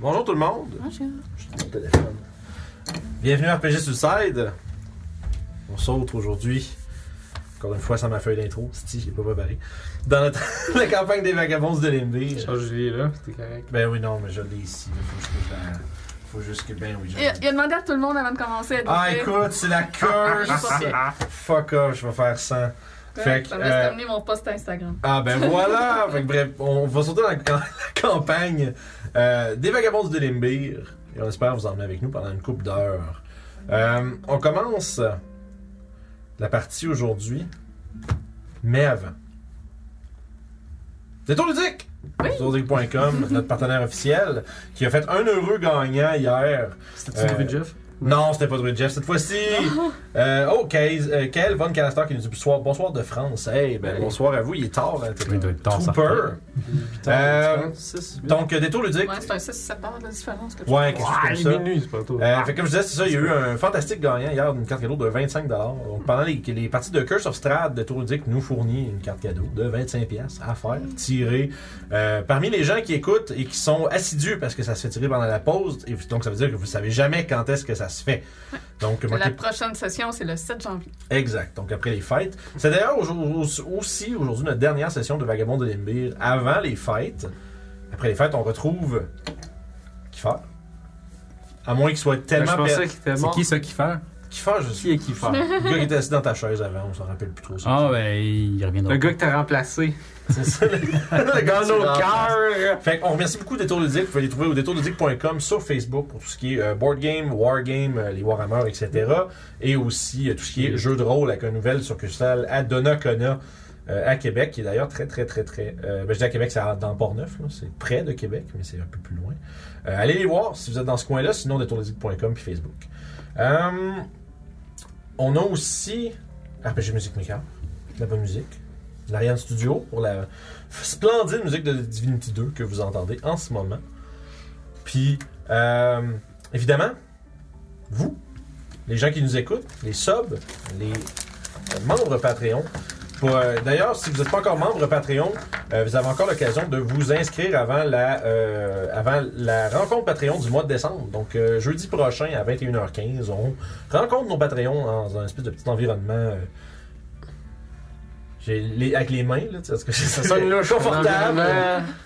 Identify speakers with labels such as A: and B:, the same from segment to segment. A: Bonjour tout le monde.
B: Bonjour.
A: Je suis au téléphone. Bienvenue à RPG Suicide. On saute aujourd'hui. Encore une fois, ça m'a feuille d'intro. Si, j'ai pas préparé. Dans notre- la campagne des vagabonds de l'MD.
C: Change-les là, c'était correct.
A: Ben oui, non, mais je l'ai ici. mais Faut juste que je la- Faut juste que. Ben oui, je
B: Il, a- il
A: l'ai.
B: a demandé à tout le monde avant de commencer. à
A: Ah,
B: dire-
A: écoute, c'est la
B: Je suis
A: curse.
B: pas fière.
A: Fuck off, je vais faire 100. Fait que,
B: Ça me laisse
A: euh,
B: terminer mon post Instagram.
A: Ah ben voilà! Fait que bref, on va sauter dans la, cam- la campagne euh, des Vagabonds de Limbir. Et on espère vous emmener avec nous pendant une couple d'heures. Euh, on commence la partie aujourd'hui, mais avant. Détour ludique!
B: Oui.
A: Détourludique.com, notre partenaire officiel, qui a fait un heureux gagnant hier.
C: C'était-tu
A: Euh,
C: Druid Jeff?
A: Non, c'était pas Druid Jeff cette fois-ci. Euh, oh, Kaze- euh, Kael Von Canaster qui nous dit bonsoir, bonsoir de France. Hey, ben,
C: Hey.
A: bonsoir à vous, il est tard. hein, t'es
D: Oui, il doit être tard, ça
A: Trooper. Euh, Donc, euh, détour ludique.
B: Ouais, c'est un 6-7 heures de différence que tu
A: Ouais,
B: fais.
A: quelque chose comme ça.
C: minuit, Ah, c'est pas tôt.
A: Euh, fait que comme je disais, c'est ça, il y a eu un fantastique gagnant hier d'une carte cadeau de 25$. Donc pendant les, les parties de Curse of Strahd, Détour Ludique nous fournit une carte cadeau de 25$ à faire, tirer. Euh, parmi les gens qui écoutent et qui sont assidus parce que ça se fait tirer pendant la pause, et donc ça veut dire que vous savez jamais quand est-ce que ça se fait. Donc, moi,
B: La prochaine session, c'est le 7 janvier.
A: Exact. Donc après les fêtes. C'est d'ailleurs aujourd'hui- aussi aujourd'hui notre dernière session de Vagabond de Limbir avant les fêtes. Après les fêtes, on retrouve Kiffer. À moins qu'il soit
C: Ben, je
A: tellement
C: pensais
A: per-
C: qu'il était
D: C'est
C: mort.
D: qui ça qui fait
A: Kiffer, je
C: Qui
A: suis.
C: est qui fait?
A: Le gars qui était assis dans ta chaise avant, on s'en rappelle plus trop. ça.
D: Ah, ben, il reviendra.
C: Le gars que t'as remplacé.
A: C'est ça, le- le gars
C: Dans
A: qui
C: nos
A: rentre.
C: cœurs!
A: Fait qu'on remercie beaucoup Détour Ludique. Vous pouvez les trouver au détourludique.com sur Facebook pour tout ce qui est euh, board game, war game, euh, les Warhammer, etc. Et aussi euh, tout ce qui est jeu de rôle avec une nouvelle succursale à Donnacona euh, à Québec, qui est d'ailleurs très, très, très, très. euh, ben, je dis à Québec, c'est à- dans Port-Neuf, là. c'est près de Québec, mais c'est un peu plus loin. Euh, allez les voir si vous êtes dans ce coin-là, sinon détourludique.com puis Facebook. Euh, on a aussi RPG Musique Maker, de la bonne musique. L'Ariane Studio pour la splendide musique de Divinity 2 que vous entendez en ce moment. Puis, euh, évidemment, vous, les gens qui nous écoutent, les subs, les euh, membres Patreon. Pour, euh, D'ailleurs, si vous n'êtes pas encore membre Patreon, euh, vous avez encore l'occasion de vous inscrire avant la, euh, avant la rencontre Patreon du mois de décembre. Donc, euh, jeudi prochain à 21h15, on rencontre nos Patreons dans un espèce de petit environnement. euh, j'ai les- avec les mains, là, tu sais, parce que ça sonne confortable.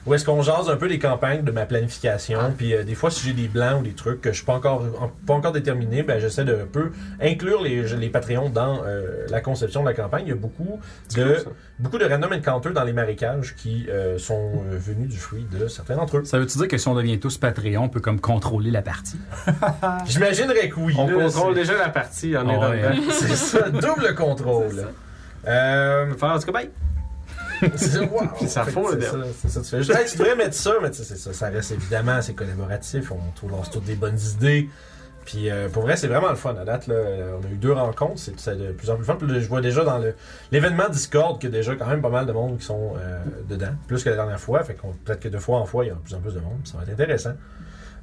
A: Où est-ce qu'on jase un peu les campagnes de ma planification. Puis euh, des fois, si j'ai des blancs ou des trucs que je suis pas encore, en- pas encore déterminé, ben, j'essaie de un peu inclure les, les Patreons dans euh, la conception de la campagne. Il y a beaucoup de, beaucoup de random encounters dans les marécages qui euh, sont euh, venus du fruit de certains d'entre eux.
D: Ça veut-tu dire que si on devient tous Patreon, on peut comme contrôler la partie?
A: J'imaginerais que oui.
C: On
A: là,
C: contrôle déjà la partie, on est
A: Oh,
D: Ah
C: dans
D: ouais.
C: le
A: c'est- C'est ça, double
B: C'est
A: contrôle.
B: ça.
A: Euh,
C: Faire en tout cas, bye!
A: C'est wow.
C: Puis ça
A: Fait que
C: fond,
A: c'est
C: le
A: ça,
C: verbe.
A: c'est ça, tu fais juste, Hey, tu devrais mettre ça, mais tu sais, c'est ça, ça reste évidemment assez collaboratif. On trouve- lance toutes des bonnes idées. Puis euh, pour vrai, c'est vraiment le fun. À date, là, on a eu deux rencontres, c'est c'est de plus en plus fun. Puis là, je vois déjà dans le- l'événement Discord qu'il y a déjà quand même pas mal de monde qui sont euh, dedans, plus que la dernière fois. Fait qu'on peut-être que deux fois en fois, il y a de plus en plus de monde. Ça va être intéressant.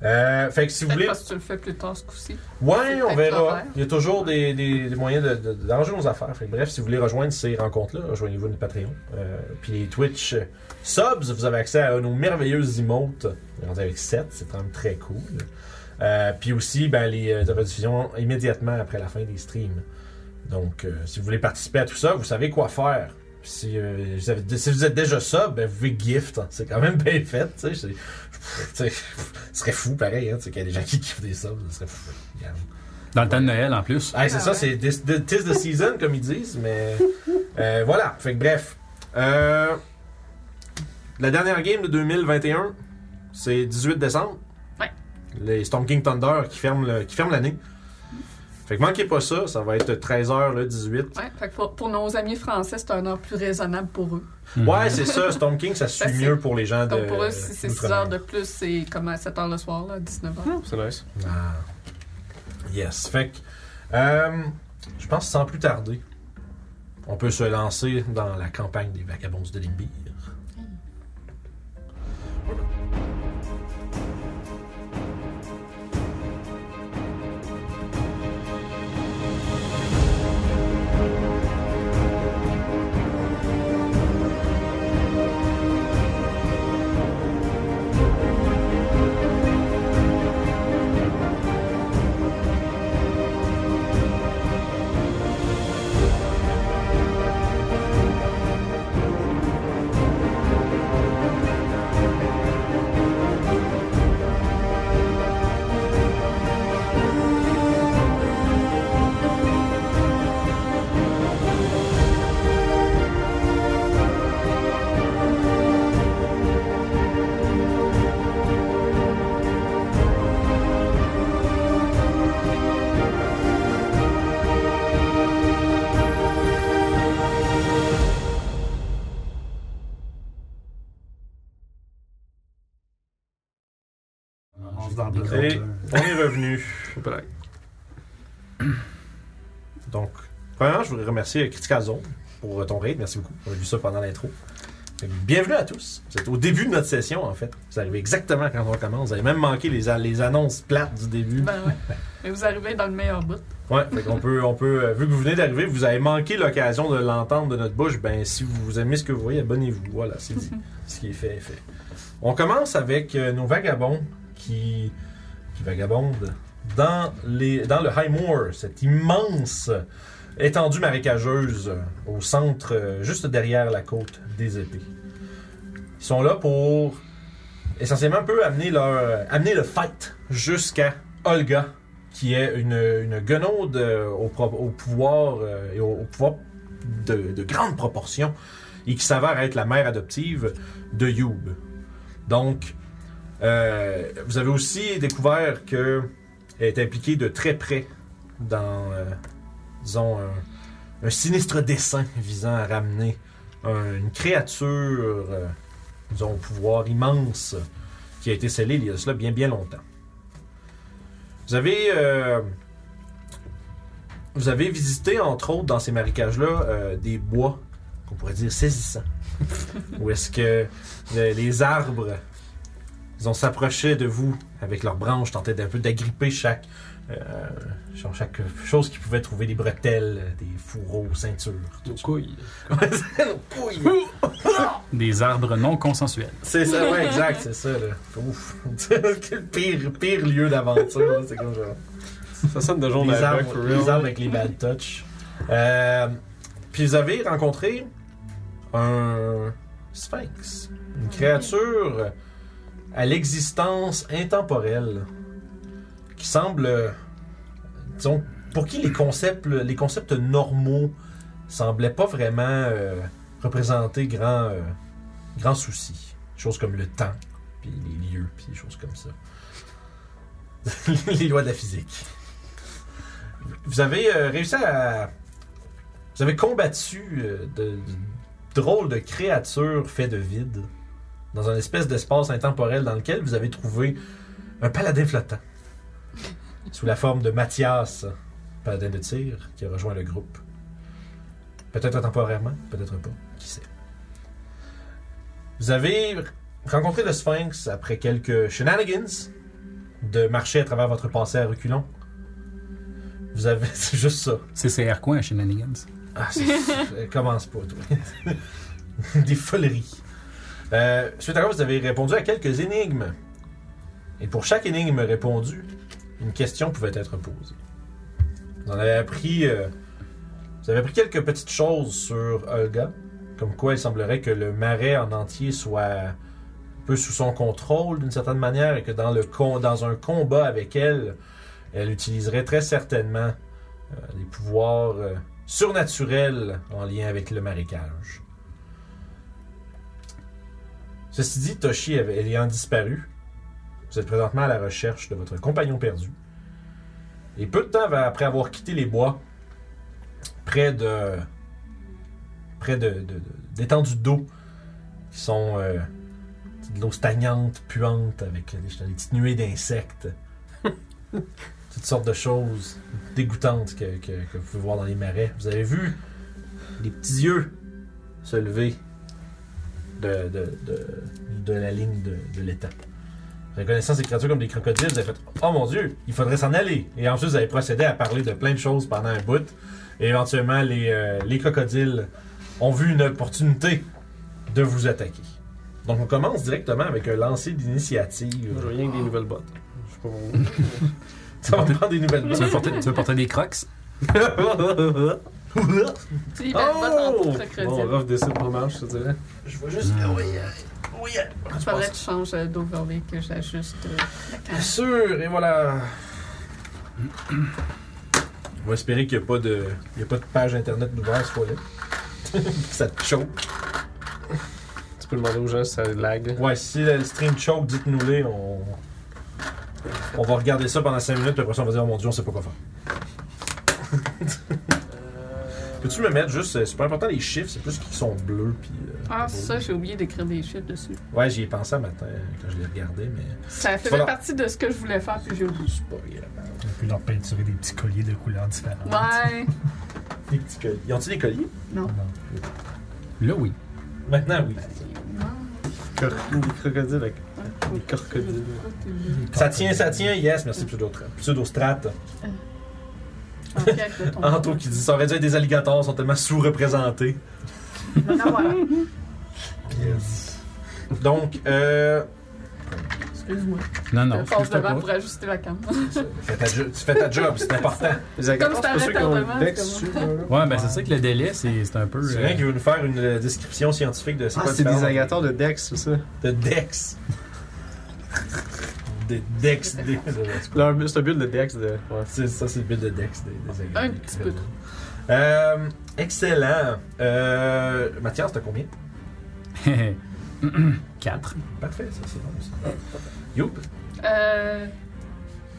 A: Euh, fait que si vous
B: Peut-être
A: voulez.
B: pas si tu le fais plus tard ce coup-ci.
A: Ouais,
B: C'est
A: on
B: peut-être
A: verra.
B: l'horaire.
A: Il y a toujours des, des- des moyens de- de- d'arranger nos affaires. Fait que bref, si vous voulez rejoindre ces rencontres-là, rejoignez-vous notre Patreon. Euh, puis les Twitch euh, subs, vous avez accès à nos merveilleuses emotes. On est rendu avec 7, c'est quand même très cool. Euh, puis aussi, ben, les euh, rediffusions immédiatement après la fin des streams. Donc, euh, si vous voulez participer à tout ça, vous savez quoi faire. Si, euh, vous, avez- si vous êtes déjà sub, ben, vous pouvez gift. hein. C'est quand même bien fait. tu sais. C'est- pff, tu sais, Ce serait fou pareil hein, tu sais, qu'il y a des gens qui kiffent des subs. Ce serait fou. Regarde.
D: Dans le temps de Noël, en plus.
A: Hey, c'est
B: Ah
A: ça,
B: ouais.
A: c'est this- the- tis the season, comme ils disent, mais euh, voilà. Fait que bref. Euh, la dernière game de 2021, c'est 18 décembre.
B: Ouais.
A: Les Storm King Thunder qui ferment, le- qui ferment l'année. Fait que manquez pas ça, ça va être 13h le 18.
B: Ouais, fait que pour, pour nos amis français, c'est un heure plus raisonnable pour eux.
D: Mhm.
A: Ouais, c'est ça, Storm King, ça suit
B: Ben, c'est-
A: mieux pour les gens Ah, de.
B: Donc pour eux, si c'est 6
A: d'outre-mer.
B: heures de plus, c'est comme à 7 heures le soir, là, 19 heures.
C: C'est nice.
A: Ah. Yes. Fait que, euh, je pense que sans plus tarder, on peut se lancer dans la campagne des vagabonds de Limbir.
E: pense, dans Blood
A: Et
E: Water.
A: on est revenu.
C: Hop là.
A: Donc, premièrement, je voudrais remercier Critical Zone pour euh, ton raid. Merci beaucoup. On a vu ça pendant l'intro. Fait que Bienvenue à tous. Vous êtes au début de notre session, en fait. Vous arrivez exactement quand on commence. Vous avez même manqué les, a- les annonces plates du début.
B: Ben ouais. Mais vous arrivez dans le meilleur bout.
A: Ouais, fait qu'on peut, on peut, euh, vu que vous venez d'arriver, vous avez manqué l'occasion de l'entendre de notre bouche. Ben, si vous aimez ce que vous voyez, abonnez-vous. Voilà, c'est dit. ce qui est fait est fait. On commence avec euh, nos vagabonds qui, qui vagabondent dans, les, dans le High Moor, cette immense étendue marécageuse euh, au centre, euh, juste derrière la côte des épées. Ils sont là pour essentiellement un peu amener, leur, amener le fight jusqu'à Olga, qui est une, une guenaude euh, au, pro- au pouvoir, euh, et au, au pouvoir de, de grande proportion et qui s'avère être la mère adoptive de Youb. Donc, euh, vous avez aussi découvert qu'elle est impliquée de très près dans, euh, disons, un, un sinistre dessein visant à ramener un- une créature, euh, disons, au pouvoir immense qui a été scellée il y a cela bien, bien longtemps. Vous avez, euh, vous avez visité, entre autres, dans ces marécages-là, euh, des bois qu'on pourrait dire saisissants. Où est-ce que le- les arbres, ils ont s'approché de vous avec leurs branches, tentaient d'un peu d'agripper chaque, euh, genre chaque chose qu'ils pouvaient trouver, des bretelles, des fourreaux, ceintures.
C: Nos couilles.
D: Des arbres non consensuels.
A: C'est ça, ouais, exact, c'est ça. Là. Ouf, Quel pire, pire lieu d'aventure, là, c'est comme genre.
C: Ça sonne de jour
A: les
C: d'avant,
A: arbres,
C: for
A: les
C: real.
A: arbres avec les bad touch. Euh, puis vous avez rencontré un sphinx, une créature à l'existence intemporelle qui semble, euh, disons, pour qui les concepts, les concepts normaux semblaient pas vraiment euh, représenter grand, euh, grand souci. Choses comme le temps, puis les lieux, puis des choses comme ça. les lois de la physique vous avez euh, réussi à. Vous avez combattu euh, de, de drôles de créatures faites de vide dans un espèce d'espace intemporel dans lequel vous avez trouvé un paladin flottant sous la forme de Mathias, paladin de tir, qui a rejoint le groupe. Peut-être temporairement, peut-être pas, qui sait. Vous avez rencontré le Sphinx après quelques shenanigans de marcher à travers votre passé à reculons. Vous avez. C'est juste ça.
D: C'est CR coin chez Nanigans.
A: Ah, c'est- commence pas, toi. Des foleries. Euh, suite à quoi, vous avez répondu à quelques énigmes. Et pour chaque énigme répondue, une question pouvait être posée. Vous en avez appris, euh, vous avez appris quelques petites choses sur Olga, comme quoi il semblerait que le marais en entier soit un peu sous son contrôle d'une certaine manière et que dans, le con- dans un combat avec elle, elle utiliserait très certainement euh, les pouvoirs euh, surnaturel en lien avec le marécage. Ceci dit, Toshi avait- ayant disparu, vous êtes présentement à la recherche de votre compagnon perdu. Et peu de temps va- après avoir quitté les bois, près de. près de, de- de- d'étendues d'eau qui sont euh, de l'eau stagnante, puante, avec des, des petites nuées d'insectes, toutes sortes de choses dégoûtante que, que- que vous pouvez voir dans les marais. Vous avez vu les petits yeux se lever de, de, de- de la ligne de, de l'étang. Reconnaissant ces créatures comme des crocodiles, vous avez fait Oh mon Dieu, il faudrait s'en aller. Et ensuite, vous avez procédé à parler de plein de choses pendant un bout. Et éventuellement, les, euh, les crocodiles ont vu une opportunité de vous attaquer. Donc, on commence directement avec un lancer d'initiative.
C: Moi, je veux rien que des nouvelles bottes. Je sais pas pourquoi.
A: Ça va me prendre des nouvelles
D: Tu veux porter, tu veux porter des crocs?
B: Tu y vas oh!
C: Oh!
B: en
C: Bon,
B: crocodile.
C: rough de pour marche, je te dirais.
A: Je vois juste. Oui, oui.
B: Il faudrait que je change euh, d'overlay, que j'ajuste. euh, la
A: Bien
B: carte.
A: sûr, et voilà. On va espérer qu'il n'y a, pas de- il y a pas de page internet d'ouvert ce fois-là. ça te choque.
C: Tu peux demander aux gens si ça lag.
A: Ouais, si le stream choke, dites-nous-les. On... on va regarder ça pendant 5 minutes, puis après ça, on va dire, oh mon dieu, on sait pas quoi faire. Peux-tu me mettre juste, euh, c'est pas important les chiffres, c'est plus qu'ils sont bleus. Puis, euh,
B: Ah,
A: beaux.
B: c'est ça, j'ai oublié d'écrire des chiffres dessus.
A: Ouais, j'y ai pensé un matin euh, quand je les regardais, mais
B: Ça faisait
A: Voilà.
B: partie de ce que je voulais faire, puis j'ai oublié.
A: c'est pas grave.
E: On peut leur peinturer des petits colliers de couleurs différentes.
B: Ouais.
A: Des petits colliers. Ils ont-ils des colliers
B: Non.
D: Là, oui.
A: Maintenant, oui.
C: Cor- Des crocodiles avec des crocodiles.
A: Ça tient, ça tient, yes, merci pseudo Pseudostrat. Anto Ah, qui dit ça aurait dû être des alligators, ils sont tellement sous-représentés.
B: Anto.
A: Yes. Donc, euh,
B: Excuse-moi.
D: Non,
B: Je
D: non,
B: passe
D: excuse-toi
B: devant
D: pas.
B: pour ajuster la cam.
A: fais ta jo- tu fais ta job, c'est important.
C: Les alligators,
B: Comme
C: c'est pas
B: c'est
C: ceux
B: un
C: qui ont
B: retardement,
C: le bec
B: c'est
C: dessus, là, là.
D: Ouais, ben c'est
C: Ah,
D: ça que le délai, c'est c'est un peu.
A: C'est
D: euh,
A: rien qui veut nous faire une euh, description scientifique de
C: Ah,
A: quoi
C: c'est
A: différent
C: des alligators de Dex, c'est ça?
A: de Dex. Des Dex, des-
C: Leur bu- C'est un build de Dex de. Ouais.
A: C'est- Ça, c'est le build de Dex des, des alligators.
B: Un petit peu.
A: Euh, excellent. Euh, Mathias, t'as combien
D: Quatre.
A: Parfait, ça, c'est bon. Ça. Youp.
B: Euh.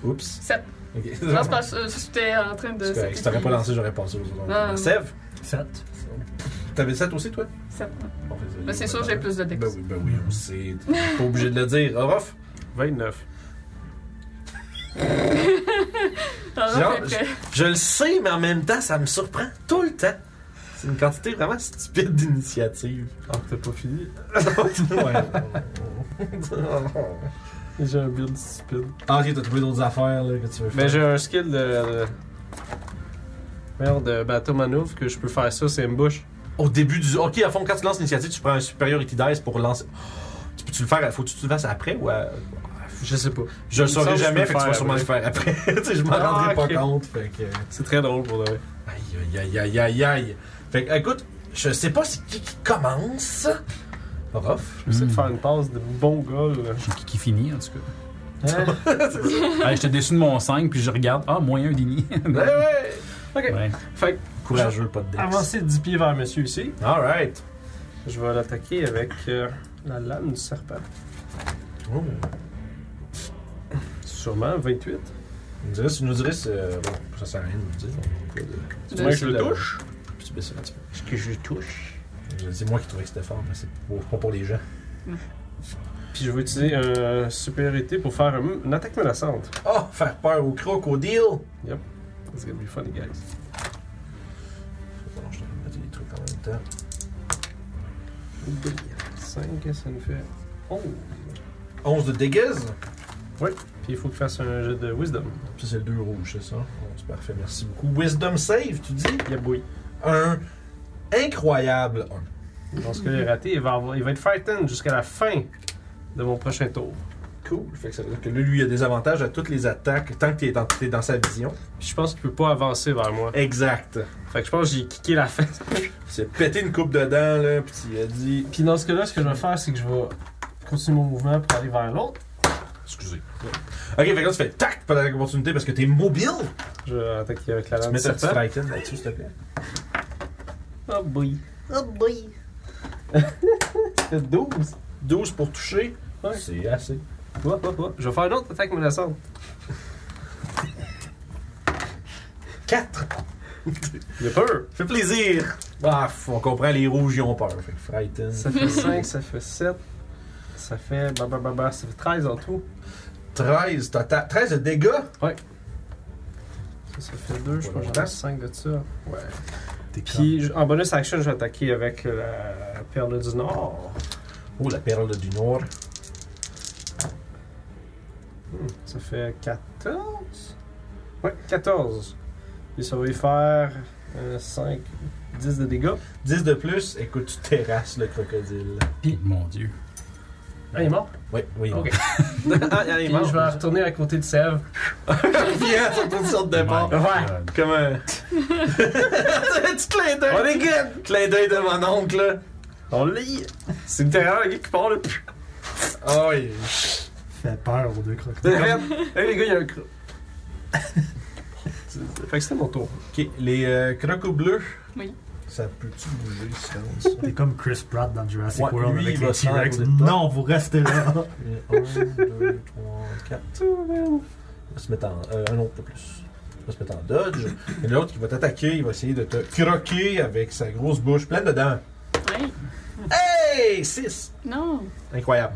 A: Oups.
B: Sept.
A: Ok.
B: Non, c'est parce que euh, j'étais en train de.
A: C'est correct. Si t'aurais pas lancé, j'aurais passé aux
B: Non, non.
A: autres. Sève,
E: 7.
A: t'avais 7 aussi, toi
B: Sept.
A: Bon, fait ça,
B: Mais c'est sûr, j'ai plus de dex.
A: Ben oui, ben oui, on sait. T'es pas obligé de le dire. Orof,
C: 29.
B: T'en as
A: Genre,
B: fait près.
A: je le sais, mais en même temps, ça me surprend tout le temps. C'est une quantité vraiment stupide d'initiative.
C: Ah, t'as pas fini?
A: ok,
C: J'ai un build stupide.
A: t'as trouvé d'autres affaires là, que tu veux faire.
C: Ben, j'ai un skill de. de- Merde, de bateau manœuvre que je peux faire ça, c'est embouche.
A: Au début du. Ok, à fond, quand tu lances l'initiative, tu prends un superiority dice pour lancer. Oh, Tu peux-tu le faire Faut-tu que tu le fasses après ou à-
C: Je sais pas.
A: Je le
C: Il me semble
A: saurai
C: que
A: jamais,
C: je
A: fait
C: peux
A: que tu vas
C: faire
A: sûrement le faire après. tu sais, je m'en
C: Ah,
A: rendrai pas
C: ok.
A: compte. Fait que.
C: C'est très drôle pour le.
A: Aïe, aïe, aïe, aïe, aïe, aïe. Fait que, écoute, je sais pas c'est qui qui commence. Rof.
C: Je vais essayer de
D: Mm.
C: faire une passe de bon gars, là.
D: Qui, qui finit, en tout cas.
C: Hein?
D: Je J'étais déçu de mon 5, puis je regarde. Ah, moyen déni.
A: Ouais, ouais.
C: ok.
D: ouais.
C: Fait que,
A: Courageux, pas de dex.
C: avancer 10 pieds vers monsieur ici.
A: Alright.
C: Je vais l'attaquer avec euh, la lame du serpent.
A: Oh.
C: Sûrement 28.
A: On dirait- Tu nous dirais, c'est, euh, bon, ça sert à rien de nous le dire. on peut pas de-
C: Tu veux que je
A: C'est
C: le
A: la-
C: touche?
A: Peux-tu baisser un petit peu?
C: Est-ce que je le touche?
A: Je- C'est moi qui trouvais que c'était fort, mais c'est pour- pas pour les gens.
C: Puis je vais utiliser euh, supériorité pour faire un- une attaque menaçante.
A: Oh, faire peur au crocodile!
C: It's gonna be funny, guys.
A: Bon, je vais mettre des trucs en même temps.
C: 5, ça nous fait 11.
A: 11 de dégâts?
C: Puis il faut qu'il fasse un jet de wisdom.
A: Ça, c'est le 2 rouge, c'est ça? Bon, c'est parfait, merci beaucoup. Wisdom save, tu dis?
C: Yaboui.
A: Un incroyable un.
C: Dans ce qu'il a raté, il va, avoir- il va être frightened jusqu'à la fin de mon prochain tour.
A: Cool. Fait que ça veut dire que là, lui, il a des avantages à toutes les attaques tant que t'es dans, t'es dans sa vision.
C: Puis je pense qu'il peut pas avancer vers moi.
A: Exact.
C: Fait que je pense que j'ai kické la fête.
A: Il s'est pété une coupe dedans, là, puis il a dit.
C: Puis dans ce cas-là, ce que je vais faire, c'est que je vais continuer mon mouvement pour aller vers l'autre.
A: Excusez. Ok, fait que là, tu fais tac pendant l'opportunité parce que t'es mobile.
C: Je vais attaquer avec la
A: Tu
C: lame
A: mets
C: du
A: ta petite
C: serpent.
A: frighten là-dessus, s'il te plaît.
C: Oh boy. Oh boy. C'est 12.
A: 12 pour toucher.
C: Ouais.
A: C'est assez.
C: Hop, hop, hop. Oh, Je vais faire une autre attaque menaçante.
A: 4.
C: J'ai peur.
A: Fait plaisir. Ah, f- on comprend, les rouges, ils ont peur. Fait que frighten.
C: Ça fait 5, ça fait 7. Ça fait. Bah, bah, bah, bah, ça fait 13 en tout.
A: 13 total. 13 de dégâts.
C: Ça, ça fait 2, je
A: Ouais,
C: pense que j'en
A: longtemps.
C: ai 5 de ça. Ouais.
A: T'es
C: Puis je- en bonus action, je vais attaquer avec la perle du Nord.
A: Oh, la perle du Nord.
C: Hmm, Ça fait 14. Ouais, 14. Puis ça va lui faire 5, 10 de dégâts.
A: 10 de plus. Écoute, tu terrasses le crocodile.
D: Mon Dieu.
C: Ah, il est mort.
A: Oui, oui.
C: Ok.
A: ah, il est
C: Puis
A: mort.
C: je vais retourner à côté de Sèvres.
A: Bien, ça tourne sur le départ.
D: My
C: Ouais.
D: God.
A: Comme un. Petit clin d'œil.
C: On est good!
A: Clin d'œil de mon oncle, là.
C: On lit! C'est littéralement le gars qui parle.
A: Ah oui.
E: Fait peur aux deux crocodiles.
C: Hey, les gars, il y a un cro. fait que c'était mon tour.
A: Ok, les euh, crocos bleus.
B: Oui.
A: Ça peut-tu bouger, silence?
E: T'es comme Chris Pratt dans Jurassic
A: Ouais,
E: World
A: lui,
E: avec
A: il
E: les
A: va se
E: T-Rex.
A: faire à côté de toi.
E: Non, vous restez là.
A: 1, 2, 3, 4. On va se mettre en. euh, un autre de plus. va se mettre en dodge. Et l'autre qui va t'attaquer, il va essayer de te croquer avec sa grosse bouche pleine de dents.
B: Hey,
A: Hey! 6!
B: non,
A: Incroyable.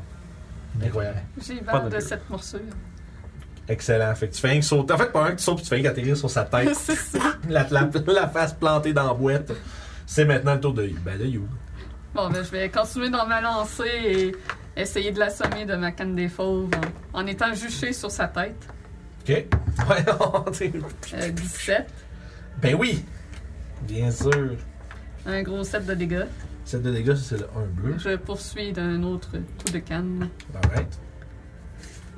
A: Incroyable.
B: j'ai
C: Pas de
B: peur de
C: gueule.
B: cette morsure.
A: Excellent. Fait que tu fais un saut. En fait, pas un qui saute, puis tu fais un qui atterrit sur sa tête.
B: C'est ça.
A: la, la- la face plantée dans la boîte. C'est maintenant le tour de Ben, de You.
B: Bon, ben, je vais continuer dans ma lancée et essayer de l'assommer de ma canne des fauves en, en étant juché sur sa tête.
A: OK? Voyons, t'sais.
B: Euh, 17,
A: ben oui! Bien sûr.
B: un gros set de dégâts.
A: 7 de dégâts, ça, c'est le 1 bleu.
B: Je poursuis d'un autre coup de canne.
A: Alright.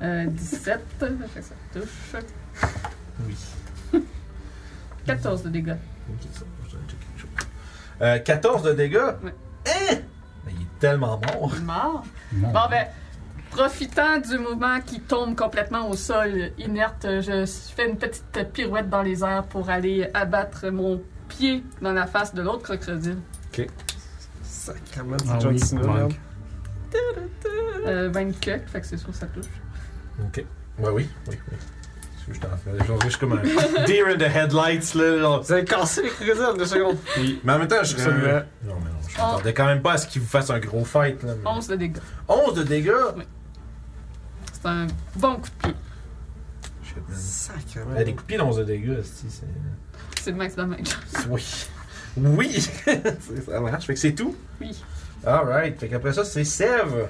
B: Euh, 17, ça fait que ça touche.
A: Oui.
B: 14 de dégâts.
A: Ok, ça, je vais checker quelque chose. Euh, 14 de dégâts?
B: Ouais.
A: Hein? Mais il est tellement mort.
B: Mort.
D: Mon
B: Bon, ben, profitant du mouvement qui tombe complètement au sol, inerte, je fais une petite pirouette dans les airs pour aller abattre mon pied dans la face de l'autre crocodile.
C: Sacrement,
D: Ah
C: c'est
D: oui,
C: John Cena,
D: manque.
C: merde.
B: Euh, 24, fait que c'est sûr ça touche.
A: Ok. Ouais, oui, oui, oui. Parce que Je suis en train de changer, je suis comme un deer in the headlights, là. genre.
C: Vous avez cassé les crocodiles en deux secondes.
A: Mais en même temps, je suis. euh,
C: Absolument.
A: Non, mais non, je m'attendais quand même pas à ce qu'il vous fasse un gros fight, là. mais-
B: 11 de dégâts.
A: 11 de dégâts?
B: C'est un bon coup de pied.
A: Shit, man.
C: Sacrement.
A: Elle a des coups de pied dans 11 de dégâts, c'est. c'est-
B: C'est le max damage.
A: Oui. Oui! C'est- ça marche. Fait que c'est tout.
B: Oui.
A: Alright. Fait qu'après ça, c'est Sève.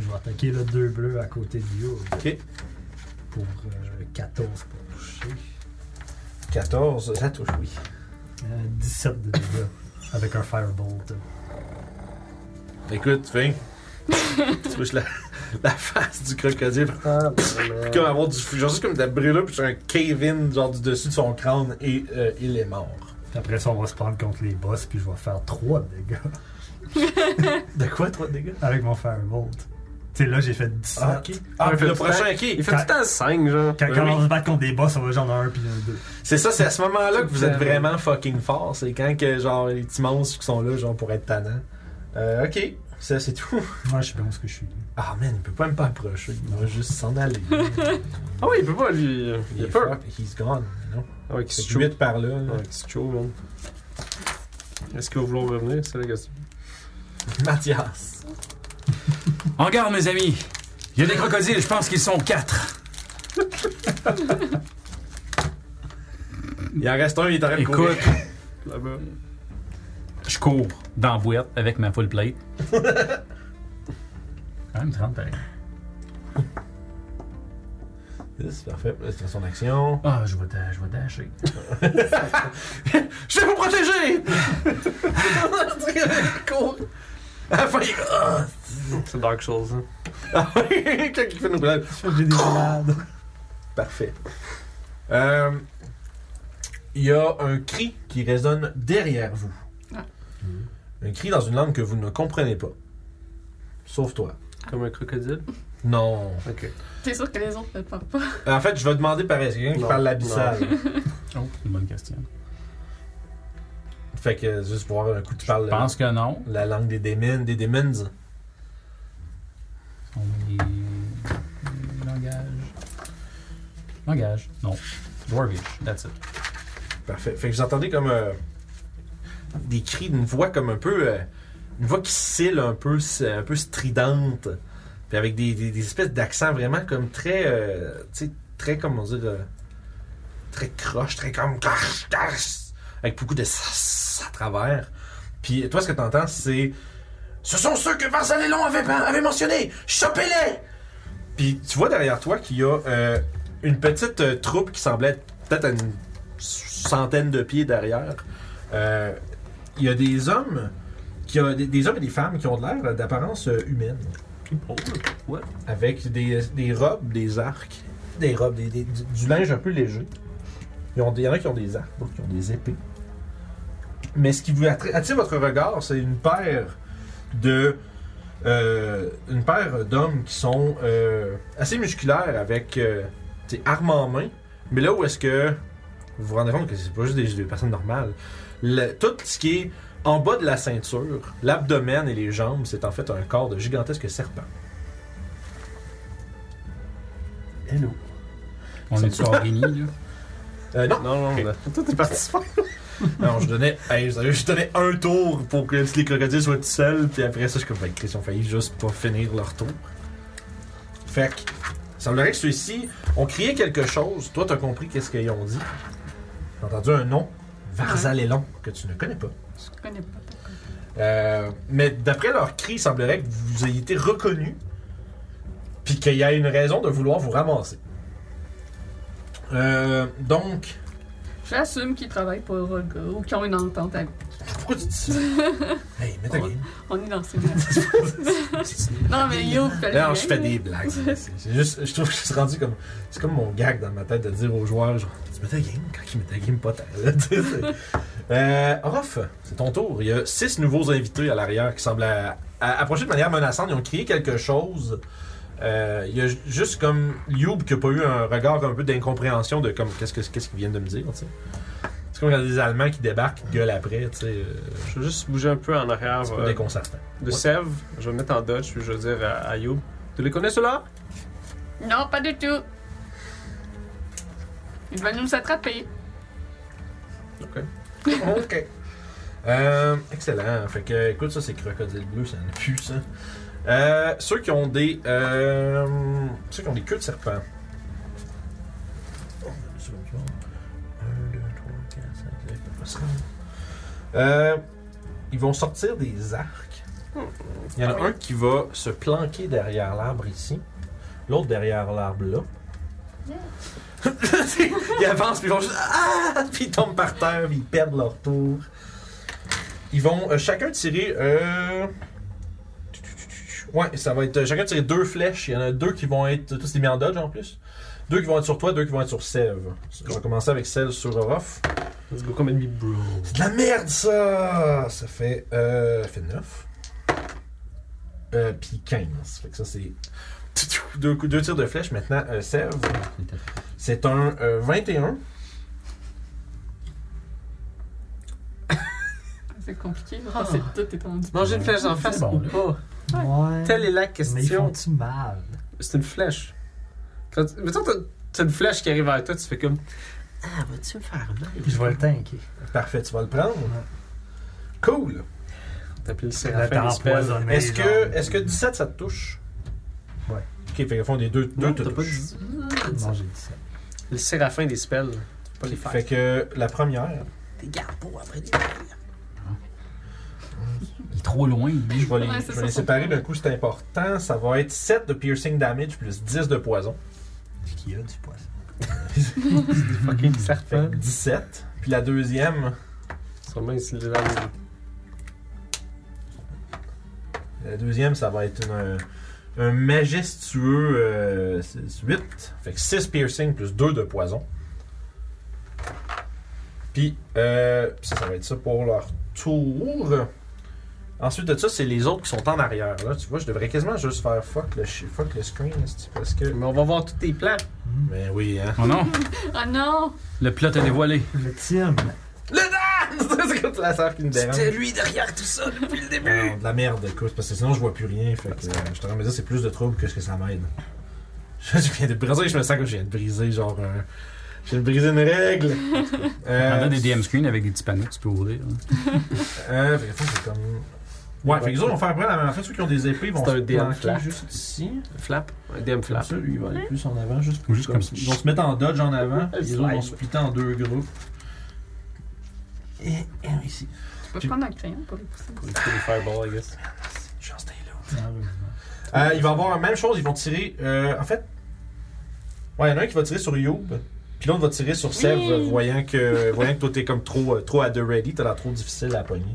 E: Je vais attaquer le 2 bleu à côté de Lio
A: Ok.
E: pour euh, 14 pour toucher.
A: 14, ça touche, oui.
E: Euh, 17 de dégâts avec un firebolt.
A: Écoute, tu fais. tu touches la, la face du crocodile.
C: Ah,
A: Comme avoir du. Genre, juste comme de la brûlure, puis tu as un cave-in, genre, du dessus de son crâne, et euh, il est mort.
E: Puis Après ça, on va se prendre contre les boss, puis je vais faire 3 de dégâts
A: De quoi, 3 dégâts?
E: avec mon firebolt. Tu sais, là, j'ai fait 17.
A: Ah, ok. Ah,
C: Ouais,
A: puis le
C: fait
A: prochain,
C: Il
A: ok.
C: fait tout le temps 5, genre. Ben
E: Quand, quand
A: Oui.
E: on se bat contre des boss, on va genre un puis un 2.
A: C'est ça, c'est à ce moment-là que vous êtes
C: Putain.
A: vraiment fucking fort. C'est quand que, genre, les petits monstres qui sont là, genre, pour être tannants. Euh, ok. Ça, c'est tout.
E: Moi, je sais pas où ce que je suis.
A: Ah, man, il peut pas même pas approcher. Il va juste s'en aller.
C: Ah oui, il peut pas, lui. Il a
A: est
C: peur.
A: fucked. He's gone. Non?
C: Ah ouais, qui
A: C'est
C: se choue.
A: 8 par là. là.
C: Ouais, qui se choue, man. Est-ce qu'il va vouloir revenir? C'est la question.
A: Mathias.
D: En garde, mes amis. Il y a des crocodiles, je pense qu'ils sont quatre.
A: Il en reste un, il est en train de courir.
D: Écoute,
C: Là-bas.
D: je cours dans la boîte avec ma full plate. Quand même hein. 30 pareil.
A: 10, parfait. Là, C'est son action.
D: Ah, je vais da- je vais dasher.
A: Je vais vous protéger! Cours. À la fin, il Ah!
C: C'est Dark Souls, hein.
A: Ah oui, Quelqu'un qui fait une blague.
E: J'ai des malades.
A: Parfait. Euh, Il y a un cri qui résonne derrière vous.
B: Ah.
A: Un cri dans une langue que vous ne comprenez pas. Sauf toi.
C: Comme un crocodile.
A: Non.
C: Ok.
B: T'es sûr que les autres ne parlent pas?
A: En fait, je vais demander par quelqu'un qui
C: Non,
A: parle l'abyssal.
D: Oh, c'est une bonne question.
A: Fait que juste voir un coup, tu
D: Je
A: parles
D: pense que non.
A: la langue des démons, des démons.
D: On est. Langage. Langage. Non. Dwarvish, that's it.
A: Parfait. Fait que vous entendez comme euh, des cris d'une voix comme un peu. euh, une voix qui scille un peu, s- un peu stridente. Puis avec des, des- des espèces d'accents vraiment comme très. euh, tu sais, très, comment dire. euh, très croche, très comme. crash, crash, Avec beaucoup de sas à travers. Puis toi, ce que t'entends, c'est. Ce sont ceux que Varsalelon avait, avait mentionné! Chopez-les! Puis tu vois derrière toi qu'il y a euh, une petite euh, troupe qui semblait être peut-être à une centaine de pieds derrière. Euh, Il y a des hommes, qui ont, des, des hommes et des femmes qui ont de l'air euh, d'apparence euh, humaine,
C: Oh, what?
A: avec des, des robes, des arcs, des robes, des- des- du, du linge un peu léger. Ils ont des- Il y en a qui ont des arcs, d'autres qui ont des épées. Mais ce qui vous attra- attire votre regard, c'est une paire de euh, une paire d'hommes qui sont euh, assez musculaires avec euh, t'sais, armes en main. Mais là où est-ce que vous vous rendez compte que c'est pas juste des, des personnes normales. Le- tout ce qui est en bas de la ceinture, l'abdomen et les jambes, c'est en fait un corps de gigantesque serpent.
E: Hello.
D: On est sur Origny, là.
A: Euh, non,
C: Non, non,
A: Ok.
C: non. Toi, t'es participant.
A: non, je donnais, hey, je je donnais un tour pour que les crocodiles soient tout seuls, puis après ça, je suis comme, ben, Chris, ils ont failli juste pas finir leur tour. Fait que, ça semblerait que ceux-ci ont crié quelque chose. Toi, t'as compris qu'est-ce qu'ils ont dit. T'as entendu un nom, Varzalélon, que tu ne connais pas.
B: Je connais pas.
A: Euh, mais d'après leur cri, il semblerait que vous ayez été reconnu, puis qu'il y a une raison de vouloir vous ramasser. Euh, donc,
B: J'assume qu'ils travaillent pour Olga ou qu'ils ont une entente avec.
A: pourquoi tu dis ça? hey, mets ta game.
B: On est dans ces blagues. non, mais yo, vous fallait
A: Non,
B: bien.
A: je fais des blagues. C'est c'est juste, je trouve que je suis rendu comme. C'est comme mon gag dans ma tête de dire aux joueurs genre, tu mets ta game quand ils mettent ta game, pas ta. là, tu sais, c'est- euh, Orof, c'est ton tour. Il y a six nouveaux invités à l'arrière qui semblent à- à- approcher de manière menaçante. Ils ont crié quelque chose. Euh, il y a ju- juste comme Youb qui a pas eu un regard comme un peu d'incompréhension de comme qu'est-ce que- qu'est-ce qu'ils viennent de me dire. tu sais. C'est comme quand il y a des Allemands qui débarquent, qui gueulent après. tu sais, euh,
C: Je vais juste bouger un peu en arrière
A: C'est pas
C: euh,
A: déconcertant.
C: de Sèvres. Je vais me mettre en dodge, puis je vais dire à, à Youb. Tu les connais ceux-là
B: Non, pas du tout. Ils veulent nous attraper.
A: OK. Euh, excellent. Fait que, écoute, ça, c'est Crocodile Bleu, ça en a plus, ça. Euh, ceux qui ont des. euh, ceux qui ont des queues de serpent. Oh, une seconde, une seconde. Un, deux, trois, quatre, cinq, six, on va se rendre. Euh, ils vont sortir des arcs. Il y en a un qui va se planquer derrière l'arbre ici, l'autre derrière l'arbre là. ils avancent, puis ils vont juste. Ah! Puis ils tombent par terre, puis ils perdent leur tour. Ils vont euh, chacun tirer. Euh... Ouais, ça va être. euh, chacun tirer deux flèches. Il y en a deux qui vont être. Tous des mis en dodge en plus. Deux qui vont être sur toi, deux qui vont être sur Sève. On va commencer avec celle sur Orof.
C: Let's go comme ennemi, bro.
A: C'est de la merde ça! Ça fait, euh, ça fait 9. Euh, puis 15. Fait que ça c'est. Deux, coups- deux tirs de flèche maintenant, euh, Sève. C'est un euh, 21.
B: C'est compliqué.
A: Ah.
B: là, parce que tout est
A: Bah.
B: rendu.
C: Manger une flèche en face
E: C'est bon,
C: ou
E: là.
C: pas
E: Ouais.
C: Telle est la
E: Mais ils
C: question.
E: font-tu mal?
C: C'est une flèche. Quand tu... Mettons, t'as- t'as une flèche qui arrive à toi, tu fais comme. Ah, vas-tu me faire mal
E: Je vais le tanker.
A: Parfait, tu vas le prendre. Cool.
C: T'appelles le
E: Là,
C: séraphin,
E: t'as
C: il spell.
E: empoisonné.
A: Est-ce
E: genre.
A: que, est que 17 ça te touche?
E: Ouais.
A: Ok, fait qu'au fond, des deux,
C: Non,
A: deux te
C: t'as pas
A: touchent.
C: dit.
E: Non, j'ai dit ça.
C: Le séraphin des spells. Tu peux pas les faire.
A: Fait que la première,
C: Des garbots après des
D: Il est trop loin, lui.
A: je vais les,
B: Ouais, c'est
A: je vais
B: ça,
A: les
B: ça.
A: séparer d'un coup, c'est important. Ça va être 7 de piercing damage plus 10 de poison.
E: C'est qui a du poisson?
A: Fait
C: fucking
A: que
C: serpents.
A: 17. Puis la deuxième,
C: Sûrement, ils se les lancent.
A: la deuxième ça va être une- un majestueux 8. Fait que 6 piercing plus 2 de poison. Puis euh, ça, ça va être ça pour leur tour. Ensuite de ça, c'est les autres qui sont en arrière. Là, tu vois, je devrais quasiment juste faire fuck le, chi- fuck le screen. esti, Parce que.
C: Mais on va voir tous tes plans.
A: Mais oui, hein.
D: Oh non,
B: Ah non!
D: le plot est dévoilé.
E: Le team.
A: Euh, c'est comme la sœur qui me dérange.
C: lui derrière tout ça depuis le
A: Non, de la merde, écoute, parce que sinon je vois plus rien. Fait que euh, je te remets ça, c'est plus de trouble que ce que ça m'aide. Je viens de briser, je me sens que je viens de briser, genre. euh, je viens de briser une règle.
D: On a
A: Euh,
D: des DM screen avec des petits panneaux que tu peux ouvrir. hein.
A: euh, fait que c'est comme. Ouais, fait que les autres vont faire après la même. En fait, ceux qui ont des épées vont
C: C'est
A: se
C: un DM
A: planquer
C: flat.
A: juste ici.
C: Flap. Un DM
A: Comme
C: flap.
A: ça, lui, il va aller plus en avant, juste,
D: Ou juste comme ça.
A: Ils vont se mettre en dodge en avant, puis les autres vont
C: Slide.
A: se splitter en deux groupes. Et, et ici.
B: Tu peux
A: Tu-
B: prendre un crayon pour les pousser.
C: Pour éviter les fireballs, I guess.
A: Chance, t'es là.
E: Malheureusement.
A: Euh, il va avoir la même chose, ils vont tirer. euh, en fait, ouais, il y en a un qui va tirer sur Youb, puis l'autre va tirer sur Sev,
B: Oui.
A: euh, voyant que voyant que toi t'es comme trop euh, trop à deux ready, t'as l'air trop difficile à pogner.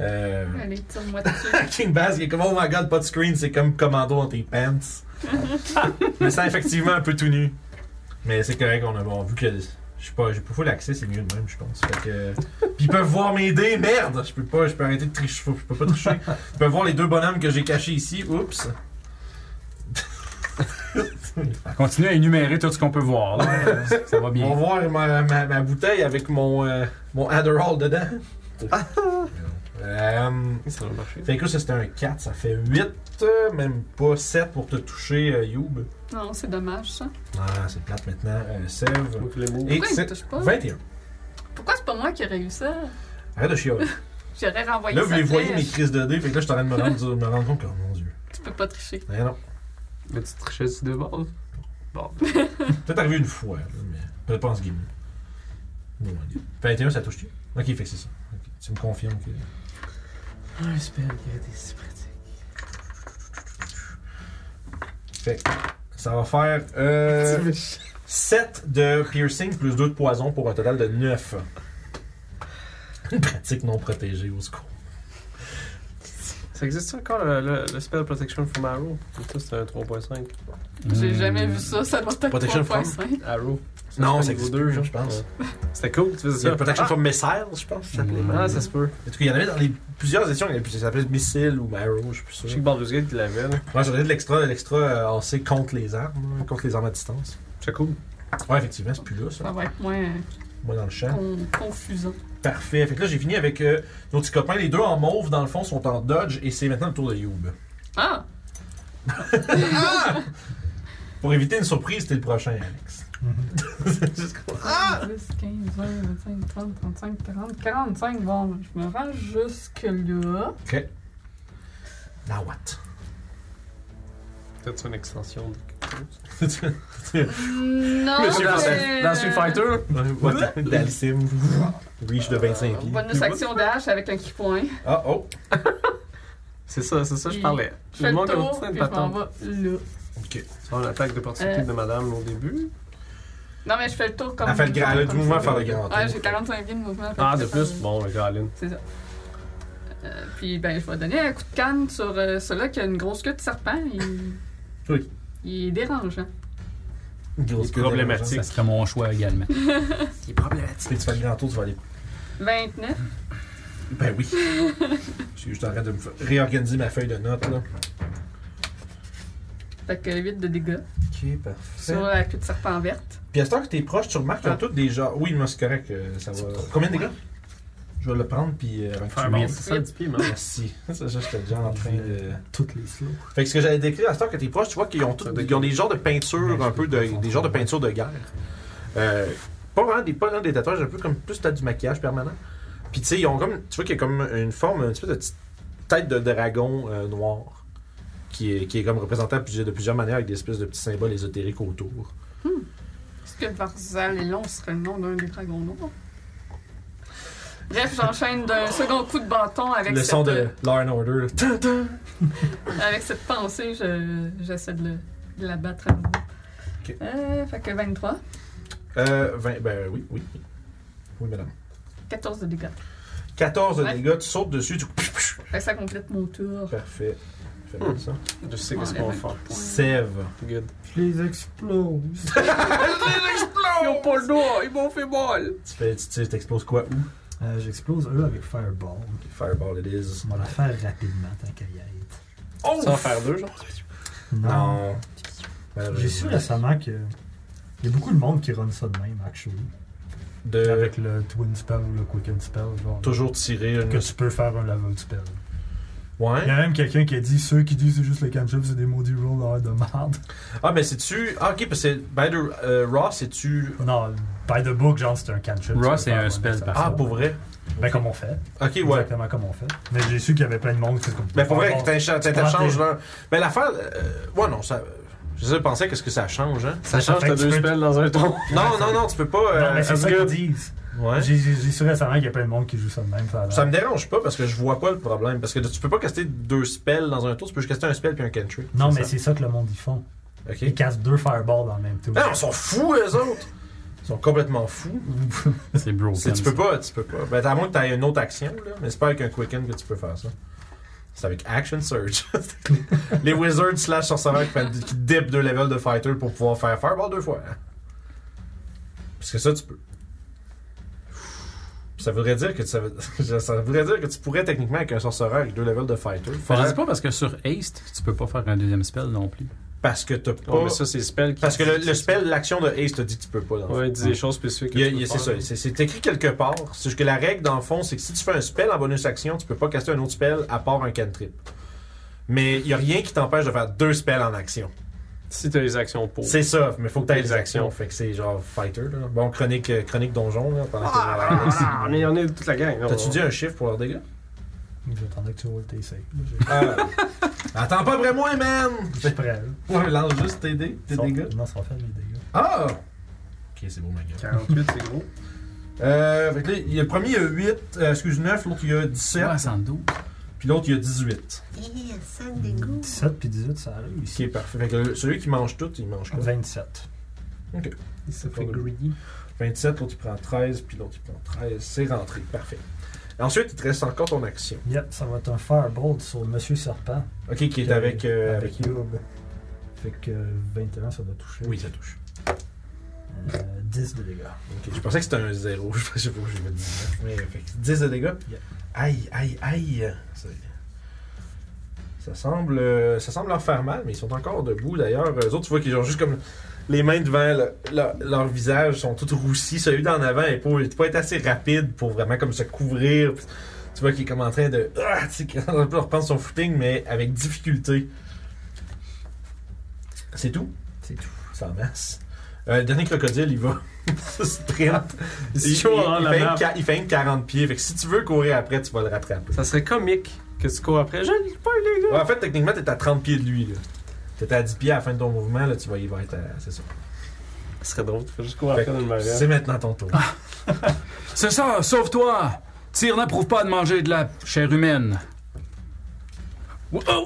A: Euh,
B: Allez, tire-moi dessus.
A: King Bass, il est comme oh my god, pas de screen, c'est comme commando dans tes pants. Mais ça effectivement un peu tout nu. Mais c'est correct, on a bon, vu que je sais pas, j'ai pas full accès, c'est mieux de même, je pense. Fait que, puis ils peuvent voir mes dés, merde, je peux pas, je peux arrêter de tricher, faut- je peux pas tricher. Ils peuvent voir les deux bonhommes que j'ai cachés ici, oups.
D: Continue à énumérer tout ce qu'on peut voir. là. Ça va
A: On va
D: bien.
A: voir ma, ma- ma bouteille avec mon, euh, mon Adderall dedans. Euh,
F: Ça va marcher.
A: fait que ça, c'était un 4, ça fait 8, euh, même pas 7 pour te toucher, euh, Youb.
B: Non, c'est dommage ça.
A: Ah, c'est plate maintenant, euh, Sève.
C: Faut que les mots.
A: Et
B: Pourquoi il me
A: c'est
B: touche pas
A: 21.
B: Pourquoi c'est pas moi qui aurais eu ça
A: Arrête de chialer.
B: J'aurais renvoyé
A: Là,
B: ça.
A: vous les voyez, mes crises de dés, fait que là, je suis en train de me rendre, me rendre compte que, oh, mon dieu.
B: Tu peux pas tricher.
A: Mais non.
F: Mais tu trichais dessus de base. Bon.
A: Peut-être arrivé une fois, là, mais peut-être pas en ce game. Non, mon Dieu. 21, ça touche-tu? Ok, fait que c'est ça. Ok, Tu me confirmes que.
F: Un spell qui a été si pratique.
A: Ça va faire euh, 7 de piercing plus 2 de poison pour un total de 9. Une pratique non protégée au secours.
C: Ça existe encore le, le- le spell Protection from Arrow Ça, c'est un 3.5.
A: Euh,
B: J'ai
D: Hmm.
B: jamais vu ça, ça doit être
A: Protection
B: 3.5
C: Arrow.
A: Non,
C: c'est
A: c'est
C: niveau
A: existe
C: deux,
A: plus,
C: genre.
A: je pense.
C: C'était cool, tu faisais
A: Il y a
C: ça.
A: Protection
C: ah,
A: from Missile, je pense. ça s'appelait.
D: Mm.
C: Ah, ça se peut.
A: En tout cas, il y en avait dans les, plusieurs éditions, il y en avait, ça s'appelait Missile ou Arrow, je suis plus
C: Je
A: sûr.
C: sais que Baldur's Gate, il l'avait. là.
A: Moi, j'en ai de l'extra, de l'extra euh, AC contre les armes, hein, contre les armes à distance.
C: C'était cool.
A: Ouais, effectivement, c'est plus là, ça.
B: Ça va être moins euh,
A: Moi, dans le champ.
B: con- confusant.
A: Parfait. Fait que là, j'ai fini avec euh, nos petits copains. Les deux en mauve, dans le fond, sont en dodge et c'est maintenant le tour de Youb.
B: Ah
A: Pour éviter une surprise, t'es le prochain, Alex.
E: Mhm.
A: C'est juste comme-
B: 10, 15, 20, 25, 30, 35, 40, 45. Bon, je me rends jusque-là.
A: ok. Now what?
C: Peut-être une extension de quelque chose.
B: Non,
A: Monsieur
F: Dans,
B: mais-
F: dans Street Fighter, là.
A: What? Dalsim. Reach de 25 pieds.
B: Bonus action dash avec un key point.
A: Ah, oh.
F: c'est ça, c'est ça, je
B: Il-
F: parlais.
B: Je fais
F: Il
B: le
F: manque un
B: tour,
F: petit
B: puis je m'en
F: patente.
B: vais là.
A: Ok.
C: Tu vois l'attaque d'opportunité
B: Euh.
C: de madame au début.
B: Non, mais je fais le tour comme
A: Elle fait le grand, elle a du
B: comme
A: mouvement,
B: ça.
A: faire le grand.
B: Ouais, j'ai 45 pieds de mouvement. fait
C: Ah,
B: que
C: de
B: ça,
C: plus
B: ça-
C: Bon, regarde, Aline.
B: C'est ça. Euh, puis, ben, je vais donner un coup de canne sur euh, celui-là qui a une grosse queue de serpent. Il,
A: Oui.
B: il est dérangeant.
A: Grosse
C: Il est problématique.
D: Ça serait mon choix également.
F: Il est problématique.
A: Si tu fais le grand tour, tu vas aller.
B: 29.
A: Ben oui. Je suis juste en train de me fa- réorganiser ma feuille de notes, là.
B: Fait que 8 de dégâts
A: Ok, parfait.
B: sur la queue de serpent verte.
A: Puis à ce temps que t'es proche, tu remarques qu'ils ont
B: Ah.
A: tous des genres. Oui, moi, c'est correct, euh, ça va. Combien de dégâts Je vais le prendre, puis. euh, avant que tu
C: Faire
A: montes.
C: bien, c'est ça, 10 pieds, man.
A: Merci. Ça, ça, j'étais déjà en train de.
E: euh, Toutes les slows.
A: Fait que ce que j'allais décrire à ce temps que t'es proche, tu vois qu'ils ont, tous- ils ont des genres de peintures, un peu de, des genres de peintures de guerre. Euh, pas vraiment des, pas vraiment des tatouages, un peu comme plus t'as du maquillage permanent. Puis tu sais, ils ont comme, tu vois qu'il y a comme une forme, une espèce de petite tête de dragon euh, noir qui est, qui est comme représentée à plusieurs- de plusieurs manières avec des espèces de petits symboles ésotériques autour.
B: Est-ce que Barzal et Long serait le nom d'un des dragons noirs? Bref, j'enchaîne d'un second coup de bâton avec
A: le
B: cette,
A: son de
B: euh,
A: Law and Order. là. Tin, tin.
B: avec cette pensée. je- J'essaie de, le- de la battre à nouveau.
A: Ok.
B: Euh, fait que 23.
A: Euh, vingt- ben oui, oui, oui. Oui, madame.
B: 14 de dégâts.
A: 14 de
B: Ouais.
A: dégâts, tu sautes dessus, tu...
B: Fait que ça complète mon tour.
A: Parfait. Fais bien ça.
C: Je sais qu'est-ce qu'on va faire.
A: Sève.
C: Good.
E: Je les explose.
F: Ils ont Oh! pas le doigt, ils m'ont fait mal.
A: Tu fais, tu tu- t'exploses quoi? Où?
E: Euh, J'explose eux avec Fireball.
A: Fireball it is.
E: On va la faire rapidement tant qu'à y être.
A: Oh!
C: Ça va faire deux, genre.
A: Non.
E: J'ai su récemment que. Il y a beaucoup de monde qui run ça de même, actually.
A: De
E: Avec le Twin Spell ou le Quicken Spell, genre.
A: toujours tirer une...
E: Que tu peux faire un level spell. Il y
A: Ouais.
E: a même quelqu'un qui a dit ceux qui disent c'est juste le cantrip, c'est des maudits rollers de merde.
A: Ah, mais c'est-tu... Ah, ok, parce que by the euh, Raw, c'est-tu...
E: Non, by the book, genre, c'est un cantrip.
D: Raw,
E: Tu peux
D: c'est
E: faire
D: un spell,
E: attaque.
D: par
A: Ah, pour vrai?
E: Ben, comme on fait.
A: Ok, ouais.
E: Exactement comme on fait. Mais j'ai su qu'il y avait plein de monde qui comme.
A: Mais pour vrai,
E: Bon,
A: que t'incha-
E: Tu
A: t'interchanges
E: prends
A: là. Mais l'affaire... euh, Ouais, non, ça... Je sais, pensais qu'est-ce que ça change, hein?
C: Ça
E: change,
C: change,
E: fait
C: t'as
E: t'as que deux
C: deux
E: tu peux-
C: spells dans un ton.
A: Non, non, non, tu peux pas... euh,
E: Non, mais c'est
A: parce
E: ça
A: que-
E: qu'ils disent.
A: Ouais.
E: J'ai j'ai- j'ai su récemment qu'il y a plein de monde qui joue ça de même. Ça a l'air.
A: Hein? Ça me dérange pas parce que je vois pas le problème. Parce que tu peux pas caster deux spells dans un tour, tu peux juste caster un spell puis un cantrip.
E: Non, mais c'est ça que le monde y font.
A: ça. Ok. Ah,
E: Ils cassent deux fireballs dans le même tour.
A: Non, ils sont fous, eux autres! Ils sont complètement fous.
D: C'est broken.
A: C'est- Tu peux pas, tu peux pas. Ben, à moins que tu aies une autre action, là, mais c'est pas avec un quicken que tu peux faire ça. C'est avec Action Surge. Les wizards slash sorcereurs qui, font- qui dip deux levels de fighter pour pouvoir faire Fireball deux fois. hein. Parce que ça, tu peux. Ça voudrait dire que tu, savais- ça voudrait dire que tu pourrais techniquement avec un sorcereur avec deux levels de fighter.
D: Faudrait
A: faire-
D: pas parce que sur Haste, tu peux pas faire un deuxième spell non plus.
A: parce que t'as pas.
C: Ouais, mais ça, c'est le spell qui.
A: parce que le, le spell, l'action de Ace te dit que tu peux pas. Dans le fond.
C: Ouais, il dit des choses spécifiques. que
A: Il y a-
C: tu
A: il y a-
C: peux
A: c'est ça,
C: faire.
A: c'est- c'est écrit quelque part. C'est juste que la règle, dans le fond, c'est que si tu fais un spell en bonus action, tu peux pas caster un autre spell à part un cantrip. Mais il y a rien qui t'empêche de faire deux spells en action.
C: Si t'as les actions pour.
A: C'est ça, mais faut que t'aies les
C: Les
A: actions.
C: actions.
A: Fait que c'est genre fighter, là. Bon, chronique, euh, chronique donjon, là, pendant que t'es dans la règle.
C: Ah, mais il y en a de toute la gang. non?
A: T'as-tu dit un chiffre pour leurs dégâts?
E: J'attendais que tu roules tes saves. là.
A: Euh. Attends pas après moi, man!
E: Je suis prêt. là.
A: Ouais, lance juste tes dés,
E: Ils sont- Non, ça va faire mes dégâts.
A: Ah! Ok, c'est beau, ma gueule.
C: 48, c'est gros.
A: Euh, fait que là, il y a le premier, il y a 8, euh, excuse 9, l'autre, il y a 17,
D: 72.
A: puis l'autre, il y a 18.
E: 17 puis 18, ça arrive
A: Ce qui
E: ici.
A: est parfait. Fait que le- celui qui mange tout, il mange quoi?
E: 27.
C: Il s'est
A: fait
C: fait greedy.
A: 27, l'autre, il prend 13, puis l'autre, il prend 13. C'est rentré, parfait. Ensuite, il te reste encore ton action.
E: Yep, ça va être un firebolt sur Monsieur Serpent.
A: Ok, qui est avec, euh, avec nous.
E: Youb. Fait que 21, ça doit toucher.
A: Oui, ça touche.
E: Euh, 10 de dégâts.
A: Ok, je pensais que c'était un 0. Je sais pas où je vais dire. Mais fait que 10 de dégâts.
E: Yeah.
A: Aïe, aïe, aïe. Ça, ça semble, euh, ça semble leur faire mal, mais ils sont encore debout d'ailleurs. Eux autres, tu vois qu'ils ont juste comme les mains devant le- leur, leur visage, sont toutes roussis. Celui d'en avant est pas, il peut pas être assez rapide pour vraiment comme se couvrir. Puis Tu vois qu'il est comme en train de. Ah, tu sais, qu'il est en train de reprendre son footing, mais avec difficulté. C'est tout? C'est tout. Ça en masse. Euh, le dernier crocodile, il va. se sprint.
C: Il se
A: Il,
C: chaud
A: il-
C: dans
A: il
C: la
A: fait une
C: map.
A: qua- il fait une 40 pieds. Fait que si tu veux courir après, tu vas le rattraper.
C: Ça serait comique que tu cours après. Je l'ai pas, les gars.
A: Ouais, en fait, techniquement, t'es à 30 pieds de lui. là. T'es à 10 pieds à la fin de ton mouvement, là, tu vas y va être à- C'est ça.
C: Ça serait drôle. Tu fais juste courir
A: Fait
C: après dans le
A: que
C: marais.
A: C'est maintenant ton tour.
D: C'est ça, sauve-toi! Tyr n'approuve pas de manger de la chair humaine. Wow!
A: Tu vois,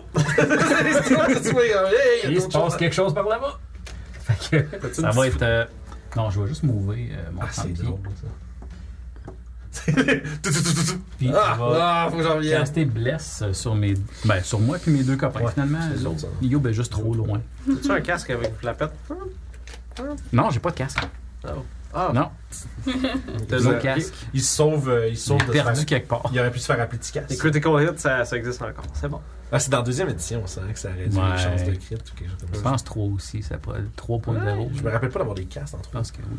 A: hey, il y a
D: Il se
A: d'autres choses.
D: passe quelque chose par là-bas. Fait que
C: T'as-tu
D: ça
C: une
D: va être. euh, Non, je vais juste mouver euh, mon
A: Ah, c'est
D: 30 pieds.
A: drôle, ça. Tout, tout, tout, tout, tout.
D: Puis
A: Ah,
D: je vais
A: ah, faut que j'en revienne.
D: caster bless euh, sur mes. Ben, sur moi puis mes deux copains.
A: Ouais,
D: Finalement,
A: c'est
D: les
A: bon,
D: autres,
A: ça.
D: Youb est juste trop loin.
C: T'as-tu un casque avec la pète?
D: Non, j'ai pas de casque.
C: Ah,
D: Non,
C: t'as
D: zéro
C: le
D: casque.
A: Il se sauve, euh, il se
D: J'ai
A: sauve de se
D: perdu
A: faire-
D: quelque part.
A: Il aurait pu se faire appeler Ticasse.
C: Les critical hits, ça, ça existe encore. C'est bon.
A: Ah, c'est dans la deuxième édition, ça, hein, que ça réduit
D: Ouais.
A: les chances de crit ou quelque chose
D: Je
A: comme ça.
D: pense 3 aussi, ça pourrait 3.0.
A: Je me rappelle pas d'avoir des castes entre
D: Je pense que oui.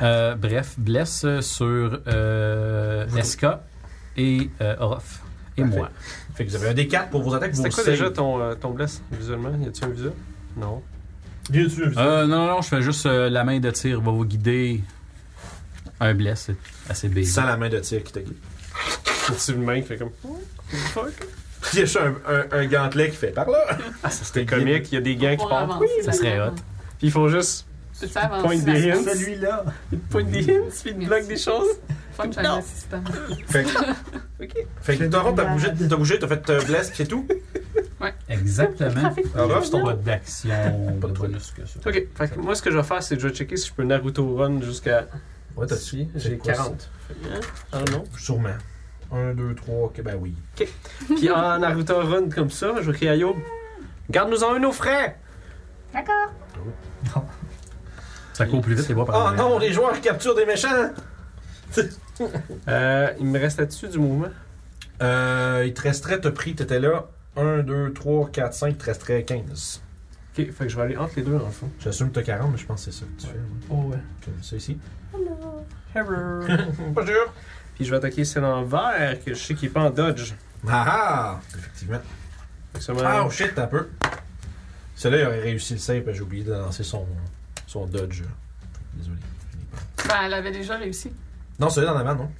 D: Euh, bref, bless sur euh, Nesca et euh, Orof. Et
A: Parfait.
D: moi.
A: Fait que vous avez un D4 pour vos attaques, vos
C: C'était quoi
A: saves.
C: déjà ton, euh, ton bless visuellement Y a-tu un visuel Non.
A: Bien sûr, vous-
D: Euh, non, non, je fais juste euh, la main de tir, va vous guider. Un bless, c'est assez basic.
A: Sans la main de tir qui te guide.
C: C'est une main qui fait comme. Fuck.
A: Puis il y a un, un, un gantelet qui fait par là. Ah, ça
C: C'est comique, il y a des gants qui
B: Pour
C: partent.
B: avancer.
D: Ça serait hot.
C: Puis ils font juste.
B: Tu peux avancer.
C: Point des
B: Ça-
C: hits.
E: Celui-là.
C: Ils te pognent des hints, puis ils te bloquent des choses.
B: Faut que j'aille
C: Non.
B: assistant.
A: Fait que,
C: Ok.
A: fait que Toron, t'as bougé, t'as bougé, t'as fait euh, bless, c'est tout.
D: Exactement.
A: Alors, c'est ton
D: Pas d'action,
A: Ah, Pas
D: pas
A: de
D: de
A: truc.
D: bonus que ça.
C: Ok, fait que moi ce que je vais faire, c'est que je vais checker si je peux Naruto Run jusqu'à.
A: Ouais, t'as
C: Si,
A: c'est
C: J'ai
A: quoi,
C: 40. Fait que, hein? Ah non.
A: Sûrement. 1, 2, 3, ok, ben oui.
C: Puis en Naruto Run comme ça, je vais crier à Yob. Garde-nous-en un, nos frères!
D: Ça court plus vite, les bois par
A: Oh
D: derrière.
A: non, les joueurs capturent des méchants!
C: Euh, il me reste là-dessus du mouvement.
A: Euh, il te resterait, t'as pris, t'étais là. 1, 2, 3, 4, 5, il te resterait 15.
C: Ok, fait que je vais aller entre les deux dans le fond.
A: J'assume que t'as 40, mais je pense que c'est ça que tu fais. ouais.
C: Oh ouais.
A: Comme ça ici.
C: Hello!
A: Mm, Pas sûr!
C: Puis je vais attaquer celle en vert, que je sais qu'il est pas en dodge.
A: Ah ah! Effectivement.
C: Fait que ça me-
A: Ah, oh shit, t'as peu. Celui-là, il aurait réussi le save, j'ai oublié de lancer son, son dodge. Désolé.
B: Ben, elle avait déjà réussi.
A: Non, celui-là en avant, non?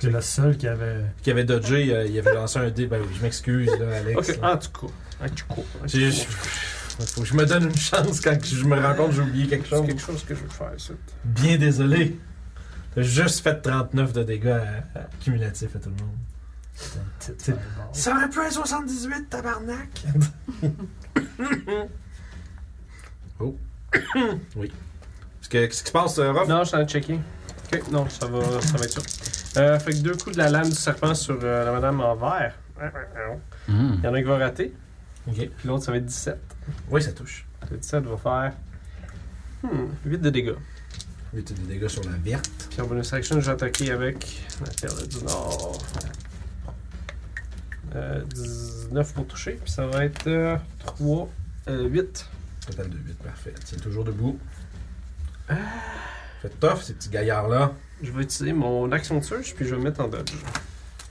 E: C'est le seul qui avait.
A: qui avait dodgé, euh, il avait lancé un dé. Ben oui, je m'excuse, là, Alex.
C: Ok, en tout cas. En tout cas. en tout
A: C'est
C: cas.
A: juste- Faut que je me donne une chance quand je me rends compte que j'ai oublié quelque
C: C'est
A: chose.
C: quelque chose que je veux faire, ça.
A: Bien désolé. T'as juste fait 39 de dégâts à- à- cumulatifs à tout le monde.
E: C'était une petite
A: C'est-
E: fireball.
A: Ça aurait pu être 78, tabarnak! oh. oui. Parce que, qu'est-ce qui se passe, euh, Ruff?
C: Non, je suis en train de checker. Ok, non, ça va, ça va être ça. Euh, fait que deux coups de la lame du serpent sur euh, la madame en vert.
D: Hmm.
C: Il y en a un qui va rater,
A: Ok.
C: puis l'autre, ça va être 17.
A: Oui, ça touche.
C: Le 17 va faire hmm, 8 de dégâts.
A: 8 de dégâts sur la verte.
C: Puis en bonus action, je vais attaquer avec la perle du Nord. Euh, 19 pour toucher, puis ça va être 3 Euh, 8.
A: Total de 8, parfait. Tiens, toujours debout. Euh. Faites tough, ces petits gaillards-là.
C: Je vais utiliser mon action de surge, puis je vais me mettre en dodge.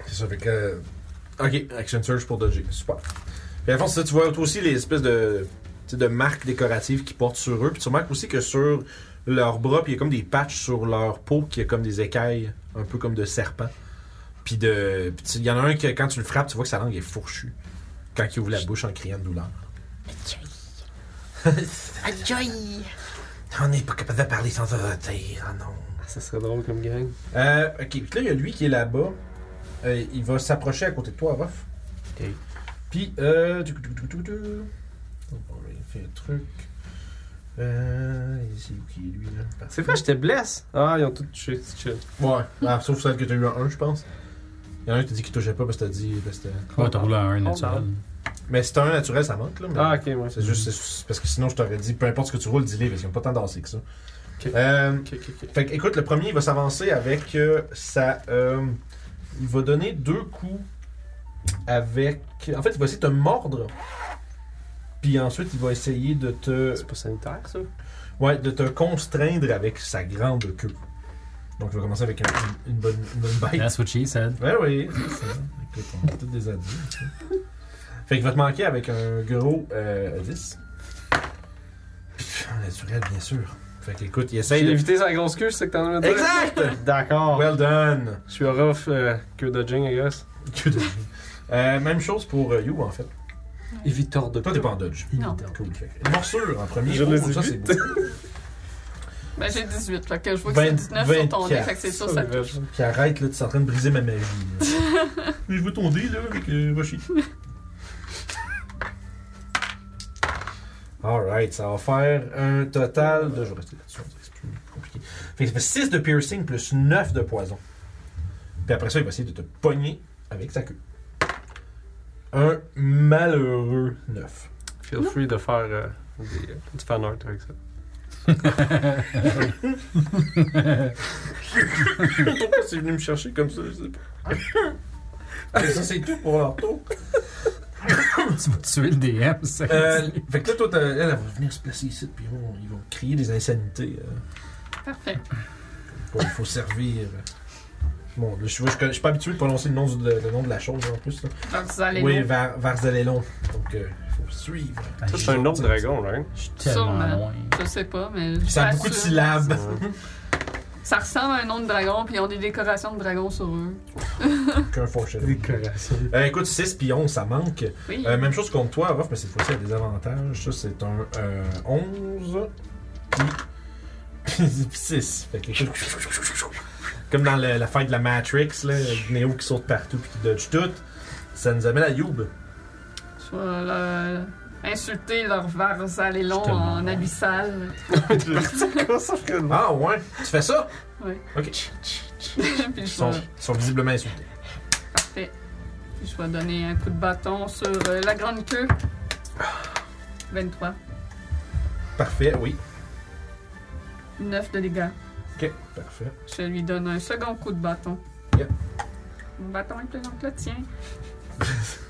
A: C'est ça, fait que. euh, Ok, action surge pour dodger. Super. Puis à la fin, c'est ça, tu vois toi aussi les espèces de, tu sais, de marques décoratives qu'ils portent sur eux. Puis tu remarques aussi que sur leurs bras, puis il y a comme des patchs sur leur peau qui est comme des écailles, un peu comme de serpents. Puis de. puis tu- il y en a un que quand tu le frappes, tu vois que sa langue est fourchue. Quand il ouvre la bouche en criant de douleur. On n'est pas capable de parler sans arrêter. Ah non.
C: Ah, ça serait drôle comme gang.
A: Euh, ok, puis là, il y a lui qui est là-bas. Euh, il va s'approcher à côté de toi, Ruff.
C: Ok.
A: Puis, euh. tuc, tuc, tuc, tuc, tuc. Oh, bon, là, il fait un truc. Euh. C'est où qui est lui, là Parfait.
C: C'est vrai, je te blesse. Ah, ils ont tout touché, c'est chill.
A: Ouais, ah, sauf celle que t'as eu à 1, je pense. Il y en a un qui t'a dit qu'il touchait pas parce que t'as dit. parce que t'as-
D: Ouais, t'as roulé un 1
C: Oh,
D: naturel.
A: Mais si t'as un naturel, ça manque, là. mais-
C: Ah, ok, ouais.
A: C'est juste c'est- parce que sinon, je t'aurais dit, peu importe ce que tu roules, dis-les parce qu'ils n'ont pas tant dansé que ça.
C: Ok.
A: Euh,
C: Ok, ok, ok.
A: Fait que, écoute, le premier, il va s'avancer avec euh, sa. euh, il va donner deux coups avec. En fait, il va essayer de te mordre. Puis ensuite, il va essayer de te.
C: C'est pas sanitaire, ça?
A: Ouais, de te constraindre avec sa grande queue. Donc, il va commencer avec un- une, bonne, une bonne bite.
D: That's what she said.
A: Ouais, oui, c'est ça. Écoute, on est tous des adultes. tu sais. Fait qu'il va te manquer avec un gros euh, 10. Pff, Naturel, bien sûr. Fait que, écoute, il essaye
C: J'ai
A: de.
C: évité sa grosse queue, c'est ça que t'en as dire?
A: Exact!
C: D'accord.
A: Well done!
C: Je suis rough euh, que dodging, I guess.
A: Que de- Euh, même chose pour euh, You en fait.
C: Et Victor de
A: Toi t'es pas en dodge.
B: Non.
A: Cool. Fait que Morsure en premier.
C: Je
A: Oh,
C: les ai
A: ça, c'est
C: vite.
A: beau.
B: Ben, j'ai 18, fait que je vois que c'est 19 sur ton nez, fait que c'est ça, ça touche.
A: Puis arrête là, tu es en train de briser ma magie. là. Mais je veux ton dé là, avec euh, va chier. Alright, ça va faire un total de. Je vais rester là-dessus, on dirait que c'est plus compliqué. Fait que ça fait 6 de piercing plus 9 de poison. Puis après ça, il va essayer de te pogner avec sa queue. Un malheureux 9.
C: Feel free de faire euh, des, euh, du fan art avec ça.
A: Pourquoi c'est venu me chercher comme ça, je sais pas. ça, c'est tout pour leur tour.
D: tu vas tuer le DM, ça.
A: Euh, fait que là, toi, t'as- elle, elle va venir se placer ici, puis ils vont- ils vont crier des insanités. euh.
B: Parfait.
A: Bon, il faut servir. euh, Bon, là, je, suis- je connais- je suis pas habitué de prononcer le nom, du- le, le nom de la chose, en plus. là.
B: Donc, Ben, vous allez
A: Oui,
B: nous-
A: Var- Varzalelon. Donc, il faut suivre.
C: Ça, c'est un autre dragon, hein. right?
D: Je suis tellement
B: Sûrement.
D: loin.
B: Je sais pas, mais. je
A: Ça a beaucoup de
B: t'assure.
A: syllabes.
B: Ça ressemble à un nom de dragon, puis ils ont des décorations de dragon sur eux.
A: euh, Qu'un fourchette.
C: Décoration.
A: Euh, écoute, 6 puis 11, ça manque.
B: Oui.
A: Euh, même chose contre toi, Ruff, mais cette fois-ci, il y a des avantages. Ça, c'est un euh, 11. Puis 6. Fait que, écoute, comme dans le- la fin de la Matrix, là, Neo qui saute partout puis qui dodge tout. Ça nous amène à Youb.
B: Je vais leur- insulter leur varsalélon
D: Je te
B: en
D: demande.
B: abyssal.
C: Comment ça fait une-
A: Ah ouais, tu fais ça?
B: Oui.
A: Ok.
B: puis
A: Ils
B: je
A: sont,
B: vais,
A: ils sont visiblement insultés.
B: puis je vais donner un coup de bâton sur euh, la grande queue. 23.
A: Parfait, oui.
B: 9 de dégâts.
A: Ok, parfait.
B: Je lui donne un second coup de bâton.
A: Yep.
B: Mon bâton est plus long que le tien.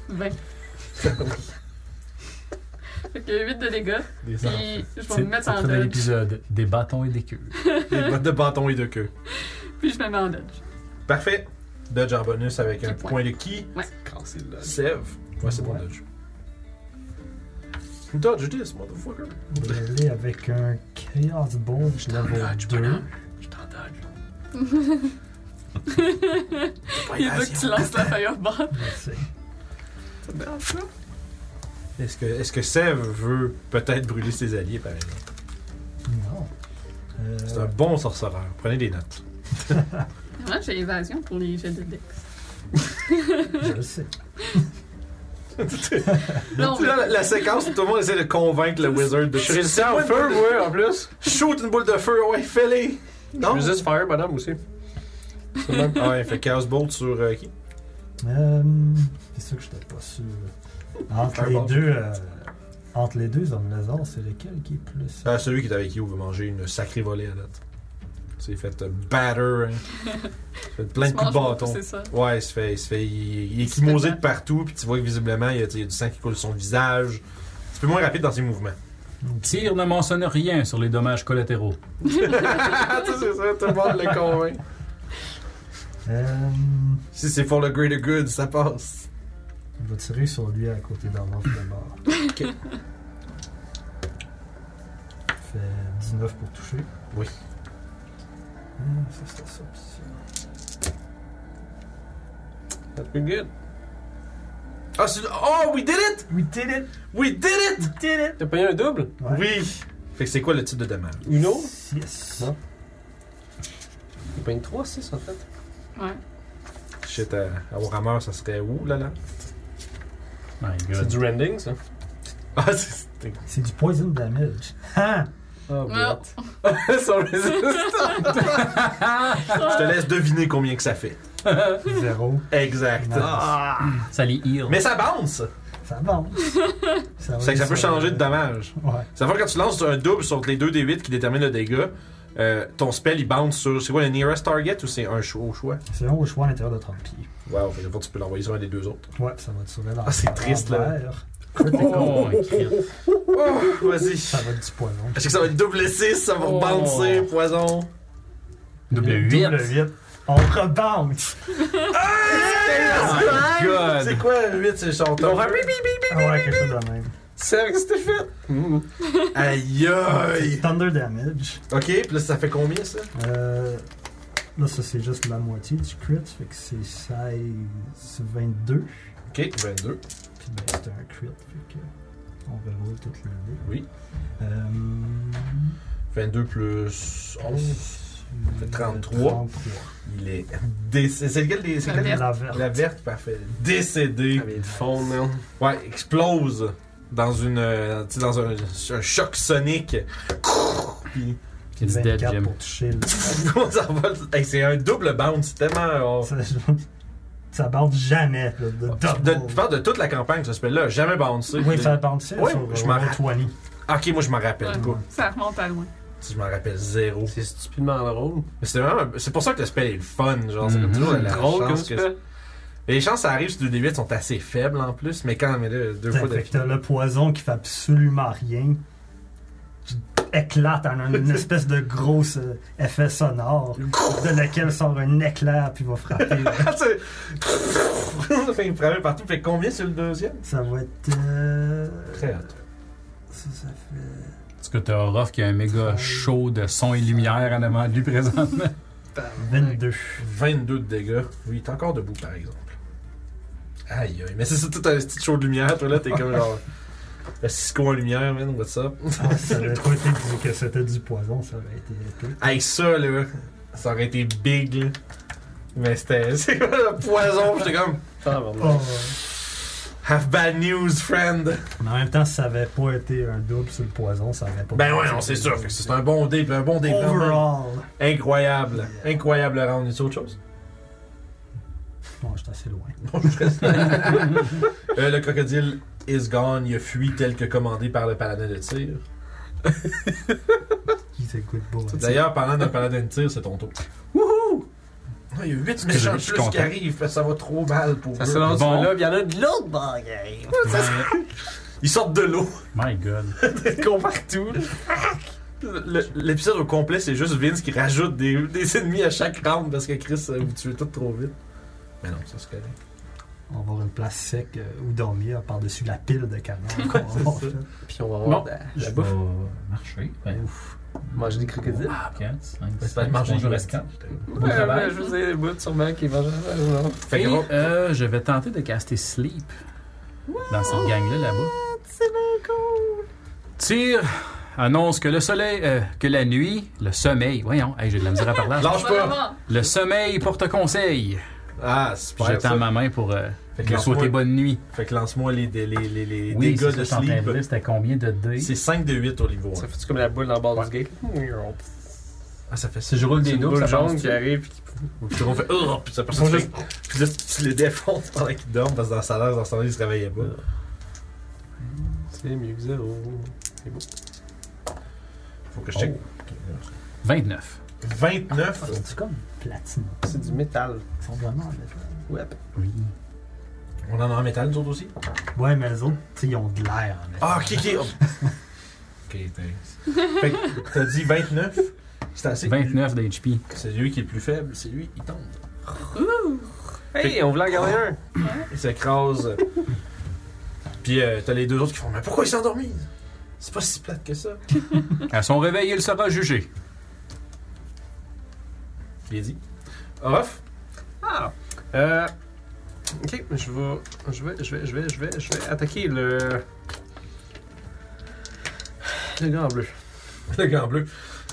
B: 20. fait que 8 de dégâts.
A: Des
B: Puis je vais
D: C'est
B: me mettre en
D: c'est de
B: dodge.
D: l'épisode des bâtons et des queues.
A: Des bottes de bâton et de queue.
B: Puis je me mets en dodge.
A: Parfait. Dodge en bonus avec un
B: Qui point.
A: point de qui?
C: Casser le dodge.
A: Sève. Ouais, c'est bon,
E: Ouais.
A: Dodge. Dodge this, motherfucker.
E: Je vais y aller avec un Chaos Bomb level 2.
C: Je t'en dodge.
B: Il veut que tu lances la fireball.
E: Merci.
B: Ça me dérange pas.
A: Est-ce que, est-ce que Sève veut peut-être brûler ses alliés, par exemple?
E: Non. Euh,
A: C'est un bon sorcereur. Prenez des notes.
B: Moi, j'ai évasion pour les jets de Dex.
E: Je le sais.
B: Non,
A: Tu sais, la, la séquence où tout le monde essaie de convaincre le wizard de
C: Je suis résistant au feu, moi, en plus.
A: Shoot une boule de feu, ouais, fais-les! Non?
C: Je résiste fire, madame, aussi.
A: C'est le même. Ah ouais, fait Chaos Bolt sur euh, qui?
E: Euh, c'est sûr que je n'étais pas sûr. Entre les
A: Fireball.
E: deux, euh, entre les deux hommes lézards, c'est lequel qui est plus.
A: Ah, celui qui est avec qui veut manger une sacrée volée à date. C'est fait euh, batter, hein. Il fait plein de coups de bâton.
B: C'est ça.
A: Ouais, il se fait, il se fait, il, il est
B: Il se fait
A: équimosé de
B: battre.
A: partout, puis tu vois que visiblement, il y, a, il y a du sang qui coule sur son visage. Tu petit peu moins rapide dans ses mouvements.
D: Tir ne mentionne rien sur les dommages collatéraux.
C: Ah, tu sais, c'est ça, tout le monde le convainc.
E: Euh,
A: Si c'est pour le greater good, ça passe.
E: il va tirer sur lui à côté d'avant d'abord.
A: Ok.
E: Ça Fait 19 pour toucher.
A: Oui.
E: Hum, ça, c'était ça, puis ça.
C: That's pretty good.
A: Ah, c'est- oh, we did it!
E: We did it!
A: We did it!
E: We did it!
C: T'as payé un double?
E: Ouais.
A: Oui! Fait que c'est quoi le type de dommage?
C: Uno?
E: Yes!
C: Non. T'as payé 3, 6 en fait.
B: Ouais.
A: Shit, à, à Warhammer, ça serait où, là, là?
D: My
C: C'est
D: God.
C: du rending, ça.
A: Ah, c'est... c'est-
E: C'est du poison damage. Ha!
C: Oh,
B: Non.
C: Son résistance.
A: Je te laisse deviner combien que ça fait.
E: Zéro.
A: Exact.
E: Nice.
D: Ça les heal.
A: Mais ça bounce!
E: Ça avance. Ça, va
A: C'est que ça
E: être
A: peut
E: sur-
A: changer de dommage.
E: Ouais.
A: Ça veut dire que quand tu lances un double sur les deux D8 qui détermine le dégât, euh, ton spell il bounce sur. C'est quoi le nearest target ou c'est un choix au choix?
E: C'est long au euh, choix à l'intérieur de 30 pieds.
A: Wow, fait que tu peux l'envoyer sur un des deux autres.
E: Ouais, ça va te sauver dans
A: Ah, c'est triste, là.
D: Oh, un crit.
A: Oh, vas-y.
E: Ça va être du poison.
A: Est-ce que ça va être double 6, ça va
D: Oh.
A: bouncer, poison?
D: Double 8.
E: Double 8. On rebounce.
D: my God.
A: C'est quoi 8, c'est chanteur?
E: Ah ouais, quelque chose de même.
C: C'est avec ce que c'était fait. Mm.
A: Aïe
E: C'est
A: aïe!
E: Thunder damage.
A: Ok, puis là ça fait combien ça?
E: Euh, là, ça, c'est juste la moitié du crit. Fait que c'est 16, 22.
A: Ok, 22.
E: Puis ben, c'était un crit. Fait que on reroule toute le dé.
A: Oui.
E: Euh,
A: 22 plus 11. fait 33.
E: 33.
A: Il est décédé. C'est lequel des. C'est
B: La
A: lequel des-
E: La verte.
A: La verte, parfait. Décédé. hein.
C: Ah, mais il fond, man.
A: Ouais, explose dans une euh, tu sais, dans un, un choc sonique. Puis
D: It's dead,
E: 24
D: Jim.
E: pour toucher. là.
A: on s'envole. Hey, c'est un double bounce, c'est tellement. oh.
E: Ça, ça bounce jamais. Là, de double.
A: Ah, De- Je parle de toute la campagne, ce spell-là, jamais bouncé.
E: Oui, ça bounce
A: Oui,
E: sur
A: je
E: je
A: m'en
E: Roll20.
A: Ok, moi je m'en rappelle
B: Ouais.
A: pas.
B: Ça remonte à loin.
A: Si je m'en rappelle zéro.
C: C'est stupidement drôle.
A: Mais c'est vraiment. C'est pour ça que le spell est le fun. Genre, c'est comme
D: Mhm.
A: toujours la
C: Drôle comme
A: chance que-
C: spell.
A: Mais Les chances que ça arrive sur 2D8 sont assez faibles en plus, mais quand mais là, deux fois
E: Fait que
A: d'affilée.
E: t'as le poison qui fait absolument rien. qui éclate en un- une espèce de gros euh, effet sonore de laquelle sort un éclair puis va frapper.
A: Ah, tu sais, Ça fait une première partout. Fait combien sur le deuxième?
E: ça va être... euh,
A: Très hâte.
E: ça, ça fait...
D: Est-ce que t'as Orof qui a un méga show de son et lumière en avant de lui présentement?
E: 22.
A: 22 de dégâts. Oui, il est encore debout, par exemple. Aïe, aïe. Mais c'est ça, tout un petit show de lumière, toi, là. T'es comme genre. Le Cisco en lumière, man. What's up?
E: Ah, ça avait pas été dit que c'était du poison, ça aurait été épique.
A: Hey, ça, là. Ça aurait été big, là. Mais c'était. C'est comme le poison. J'étais comme.
C: Ah,
E: Oh,
C: Tabarnak.
E: ouais.
A: Have bad news, friend.
E: Mais en même temps, si ça avait pas été un double sur le poison, ça aurait pas
A: Ben ouais, non, c'est sûr. Fait que c'est un bon dé, puis un bon dé. puis un bon dé.
E: Overall.
A: Incroyable. Incroyable round. Y a-t-il autre chose?
E: Bon, j'étais assez loin.
A: Bon, je reste là. Euh, le crocodile is gone. Il a fui tel que commandé par le paladin de tir.
E: Qui s'écoute pas. hein.
A: D'ailleurs, parlant d'un paladin de tir, c'est ton tour. Wouhou! Il y a 8 méchants
D: je-
A: de
D: je suis
A: plus qui
D: content.
A: arrivent, fait que ça va trop mal pour
C: Ça
A: eux.
C: se lance
D: Bon.
C: là, puis il y en a de l'autre bagaille.
A: Ils sortent de l'eau,
D: My God.
A: ils courent partout. Le- L'épisode au complet, c'est juste Vince qui rajoute des, des ennemis à chaque round parce que Chris, euh, vous tuez tout trop vite. Mais non, ça se correct.
E: On va avoir une place sec euh, où dormir par-dessus la pile de canards qu'on va avoir fait.
C: Puis on va avoir
D: Bon.
C: de la- de
D: Je
C: la
D: vais
C: bouffe.
D: marcher. Ben, ah,
C: Manger des crocodiles.
D: 4, 5,
A: C'est pas de manger des restes.
D: Bon
C: Ouais,
D: travail.
C: ouais, je vous ai des bouts sûrement qui mangent.
A: Fait que,
D: euh, je vais tenter de caster Sleep dans cette gang-là, là-bas.
C: C'est bien cool.
D: Tire annonce que le soleil, euh, que la nuit, le sommeil, voyons, hey, j'ai de la misère à parler.
A: lâche pas!
B: Vraiment.
D: Le sommeil porte conseil.
A: Ah,
D: Puis
A: super.
D: je
A: ça.
D: tends ma main pour euh,
A: Fait que
D: lui souhaiter
A: lance-moi
D: bonne nuit.
A: fait que lance-moi les, les, les, les, les dégâts de sleep.
D: C'était combien de dés?
A: C'est 5 de 8 au niveau
C: Ça
A: 1.
C: fait comme la boule dans le bord du gate.
A: Ah, ça fait
D: Si
A: ça.
D: je roule
C: C'est
D: des
C: une
D: doubles,
C: boule
D: ça
C: jaune
D: passe-tu?
C: qui arrive. puis qui-
A: Puis on fait oh, puis ça personne fait. Puis là, tu les défonces pendant qu'ils dorment parce que dans sa l'air, dans sa l'air, ils se réveillaient pas.
C: C'est mieux que zéro. C'est beau.
A: Faut que je check.
D: 29.
A: 29.
E: Ah, C'est comme platine.
C: C'est du métal.
E: Ils sont vraiment en métal.
C: Ouais.
D: Oui.
A: On en a en métal, nous autres aussi?
E: Ouais, mais les autres, tu sais, ils ont de l'air. en fait.
A: Ah, ok, ok. oh. ok, thanks. Fait que t'as dit 29. C'est assez.
D: 29 d'HP.
A: C'est lui qui est le plus faible, c'est lui, il tombe.
C: Hey, on voulait en garder un.
A: Il s'écrase. Puis euh, t'as les deux autres qui font Mais pourquoi il s'est endormi C'est pas si plate que ça.
D: À son réveil, il sera jugé.
A: Je l'ai dit. Orof,
C: Ah. Euh, ok, je vais, je vais, je vais, je vais, je vais, je vais attaquer le le gars en bleu
A: le gant bleu.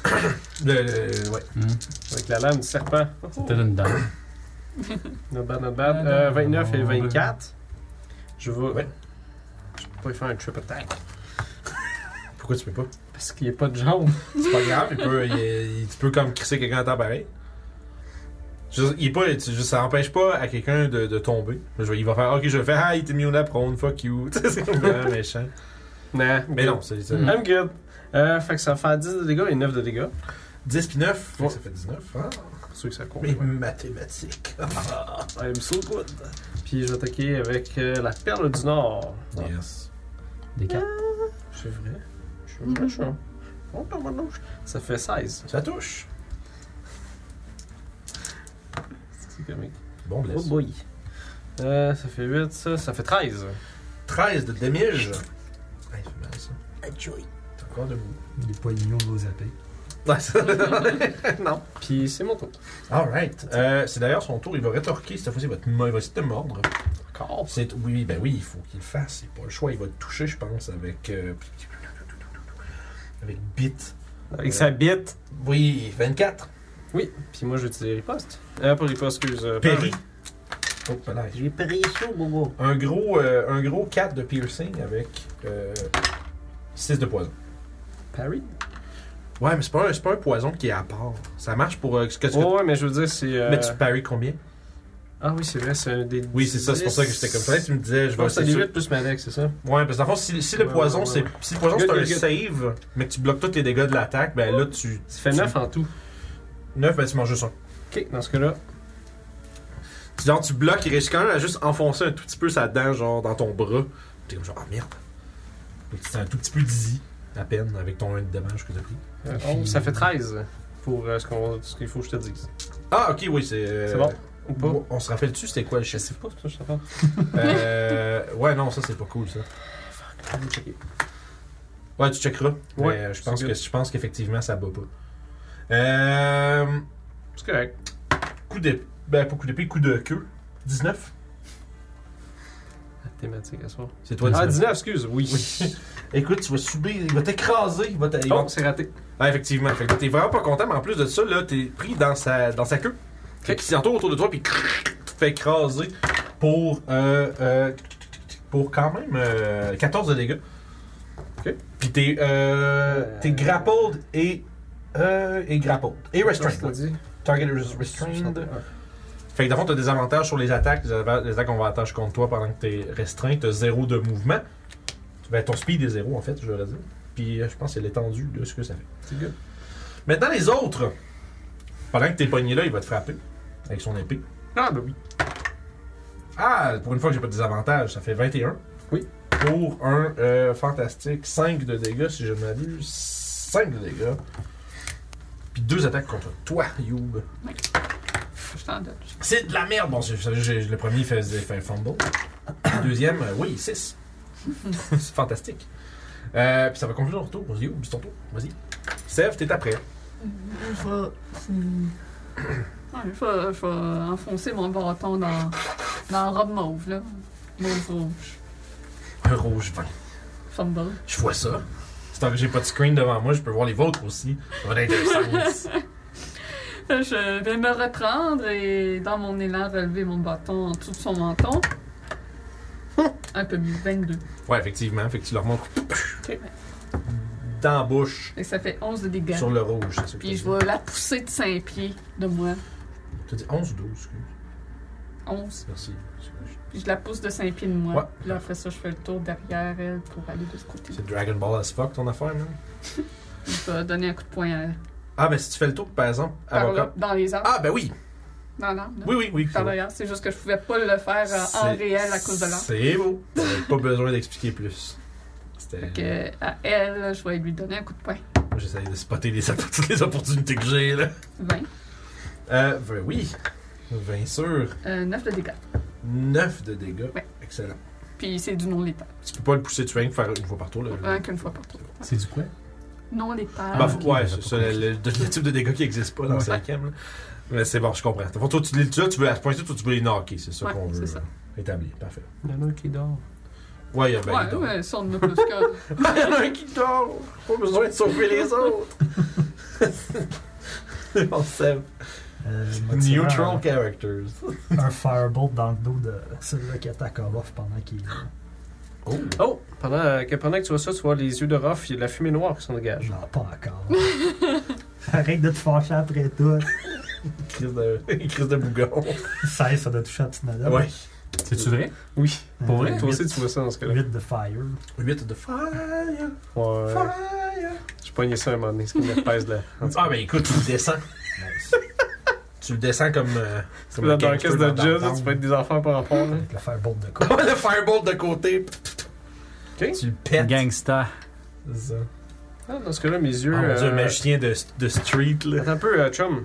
A: le, le- ouais.
D: Hmm.
C: avec la lame du serpent.
D: C'était une dame.
C: Not bad, not bad. Euh, 29 et 24. Je vais.
A: Ouais.
C: Je peux pas y faire un triple attack
A: Pourquoi tu peux pas
C: parce qu'il n'y a pas de jambe.
A: C'est pas grave, il peut, il- il- tu peux comme crisser quelqu'un à temps pareil. Je veux dire, il est pas, tu- ça empêche pas à quelqu'un de, de tomber. Je veux dire, il va faire Ok, je vais faire Ah, il était mis au lap, prone, fuck you. Tu sais, c'est vraiment méchant.
C: Nah,
A: Mais non, c'est. c'est-
D: Mm.
C: Euh, I'm good. Euh, fait que ça va faire 10 de dégâts et 9 de dégâts.
A: 10 puis 9, fait que ça fait 19. hein?
C: Pour ceux que ça compte.
A: Mais
C: ouais.
A: mathématiques.
C: I'm so good. Puis je vais attaquer avec euh, la perle du Nord.
A: yes.
D: Des cartes.
C: C'est vrai. Je suis méchant. Oh, t'as mon ange. Ça fait 16.
A: Ça touche.
C: C'est comique.
A: Bon,
C: Oh
A: bless.
C: boy. Euh, ça fait 8, ça. Ça fait 13.
A: 13 de damage. Ah, il fait mal ça. T'es encore debout.
E: Il est pas ignon de nos épées.
A: Ouais, ça-
C: non. Puis c'est mon tour.
A: Alright. Euh, c'est d'ailleurs son tour, il va rétorquer. Cette fois-ci, il va te, mo- il va essayer de te mordre.
C: Encore.
A: C'est- Oui, ben oui, il faut qu'il le fasse. C'est pas le choix. Il va te toucher, je pense, avec. euh, Avec bit.
C: Avec sa bite.
A: Oui, 24.
C: Oui. Puis moi, j'utilise riposte. Euh, pas riposte, excuse. euh,
A: Perry.
C: perle.
A: Oh, panache.
E: J'ai payé chaud, bobo.
A: Un gros, euh, un gros 4 de piercing avec 6 de poison.
C: Perry.
A: Ouais, mais c'est pas, un- c'est pas un poison qui est à part. Ça marche pour. euh, ce que, ce que-
C: Oh, ouais, mais je veux dire, c'est. euh,
A: Mais tu paries combien
C: Ah oui, c'est vrai, c'est un des.
A: Oui, c'est ça, c'est pour ça que j'étais comme Oh, ça. Tu me disais, je
C: Je
A: vais
C: pense que c'est
A: essayer.
C: des
A: sûr-
C: 8 plus ma deck, c'est ça?
A: Ouais, parce que dans le fond, si, si le
C: Ouais,
A: poison,
C: ouais, ouais,
A: c'est
C: ouais.
A: si le poison c'est
C: Good,
A: un
C: good, good.
A: save, mais que tu bloques tous les dégâts de l'attaque, ben là tu
C: Ça fait 9 en tout.
A: 9 ben tu manges juste un.
C: Ok, dans ce cas-là.
A: Tu- Genre tu bloques, il réussit quand même à juste enfoncer un tout petit peu sa dent genre dans ton bras. T'es comme genre ah merde. Donc c'est un tout petit peu dizzy à peine avec ton 1 de dommage que t'as pris.
C: euh, oh, ça fait 13 pour euh, ce qu'on- ce qu'il faut que je te dise.
A: Ah ok oui, c'est euh,
C: C'est bon? Ou pas?
A: bon, On se rappelle tu c'était quoi le
C: Je
A: chef
C: sais pas ce que je t'apprends.
A: euh, ouais non, ça c'est pas cool ça. Ouais, tu checkeras. mais,
C: Ouais,
A: euh, je
C: c'est
A: pense
C: good.
A: que je pense qu'effectivement ça bat pas. Euh
C: C'est correct.
A: coup d'épée, ben pas coup d'épée, coup de queue. 19
C: La thématique à soir.
A: C'est toi
C: Ah,
A: 19.
C: 19, excuse, oui.
A: Écoute, tu vas subir, il va t'écraser, il va t'a- il va-
C: Oh, c'est raté.
A: Ah, effectivement, fait que t'es vraiment pas content, mais en plus de ça, là, t'es pris dans sa, dans sa queue. Fait qu'il s'entoure autour de toi, puis tu te fais écraser pour, euh, euh, pour quand même euh, 14 de dégâts.
C: Ok.
A: Puis t'es, euh,
C: Euh,
A: t'es grappled et, euh, et grappled. Et restrained.
C: Ça, je
A: ouais.
C: te dis.
A: Target is restrained. Fait que dans le fond, t'as des avantages sur les attaques. Les avantages- les attaques, on va attacher contre toi pendant que t'es restreint. T'as zéro de mouvement. Ben, ton speed est zéro, en fait, je voudrais dire. Puis euh, je pense que c'est l'étendue de ce que ça fait.
C: C'est good.
A: Maintenant, les autres. Pendant que t'es pogné là, il va te frapper. Avec son épée.
C: Ah,
A: ben
C: bah oui.
A: Ah, pour une fois que j'ai pas de désavantage, ça fait 21.
C: Oui.
A: Pour un euh, fantastique 5 de dégâts, si je ne m'abuse. 5 de dégâts. Puis deux attaques contre toi, Youb.
B: Je t'en donne.
A: C'est de la merde! Bon, je- je- je- le premier fait, fait un fumble. Le deuxième, euh, oui, 6. C'est fantastique. Euh, puis ça va conclure ton tour. Vas-y, oublie ton tour. Vas-y. Sèvres, t'es après.
B: Je vais. Ouais, je vais- je vais enfoncer mon bâton dans, dans la robe mauve, là. Mauve rouge.
A: Un rouge 20.
B: Fumble.
A: Je vois ça. C'est tant que j'ai pas de screen devant moi, je peux voir les vôtres aussi. Ça va être intéressant.
B: Je vais me reprendre et, dans mon élan, relever mon bâton en dessous de son menton. Un peu mieux, 22.
A: ouais, effectivement. Fait que tu leur montres. Dans la bouche.
B: Et ça fait 11 de dégâts.
A: Sur le rouge. c'est ça que
B: Puis
A: t'as
B: je
A: dit.
B: vais la pousser de 5 pieds de moi.
A: T'as dit 11 ou 12, excuse.
B: 11.
A: Merci.
B: Puis je la pousse de 5 pieds de moi.
A: Ouais.
B: Puis là, après ça, je fais le tour derrière elle pour aller de ce côté.
A: C'est Dragon Ball as fuck ton affaire, man.
B: Je vais donner un coup de poing à-
A: Ah, ben si tu fais le tour, par exemple,
B: par
A: avocat.
B: là, dans les arbres.
A: Ah, ben oui!
B: Non, non. non.
A: Oui, oui, oui.
B: Par ailleurs, c'est juste que je pouvais pas le faire euh, en
A: C'est-
B: réel à cause de l'art.
A: C'est beau. Euh, Pas besoin d'expliquer plus. C'était.
B: Fait que, euh, à elle, je vais lui donner un coup de poing.
A: J'essaie de spotter les, app- toutes les opportunités que j'ai, là.
B: 20.
A: Euh, ben oui. Bien sûr.
B: Euh, 9 de dégâts.
A: 9 de dégâts.
B: Ouais.
A: Excellent.
B: Puis c'est du non létal.
A: Tu peux pas le pousser, tu peux rien que faire une fois par tour, là.
B: Rien qu'une fois par tour.
D: C'est du quoi?
B: Non létal.
A: Euh, Bah,
D: Ah,
A: faut-
D: ok,
A: ouais,
D: j'avais
A: c'est
D: pas
A: ça, le, le- le type de dégâts qui n'existe pas dans le
D: Ouais.
A: cinquième. là. Mais c'est bon, je comprends. Fait que toi, tu, les- tu- là, tu veux, à ce point-là, toi, tu veux les knocker, c'est ça
B: Ouais,
A: qu'on
B: c'est
A: veut
B: ça.
A: euh, établir. Parfait.
C: Il y en a un qui dort.
A: Ouais, il y a ben,
B: ouais,
A: il
B: ouais, si on en a plus que.
A: y en a un qui dort. Pas besoin de sauver les autres. On sait.
E: Euh, je vais tirer
A: Neutral characters.
E: Un, un firebolt dans le dos de celui-là qui attaque Orof pendant qu'il est là.
A: Oh.
C: Oh! Pendant que, pendant que tu vois ça, tu vois les yeux de Ruff, il y a de la fumée noire qui s'en dégage.
E: Non, pas encore. Arrête de te fâcher après tout.
A: Crise de, crise de bougon.
E: 16, ça doit toucher à petite madame.
A: Ouais.
D: C'est-tu vrai?
C: Oui.
D: pour vrai?
C: Toi aussi, tu vois ça dans ce cas-là.
E: 8 de fire.
A: 8 de fire.
C: Ouais.
A: Fire.
C: Je pognais ça un moment donné, c'est comme la pèse là.
A: Ah, ben écoute, tu le descends.
E: Nice.
A: Tu le descends comme. euh,
C: Tu
A: un
C: vas dans la
A: gangster
C: caisse de
A: dans-
C: jazz,
A: dans-
C: tu peux être des enfants par rapport. Là.
E: Avec le firebolt de quoi?
A: dans- le firebolt de côté.
C: Ok.
A: Tu le pètes.
D: Gangsta.
A: Ça.
C: Ah, dans ce cas-là, mes
A: Oh
C: yeux.
A: mon dieu,
C: euh,
A: magicien de, de street, là.
C: Attends un peu, euh, chum.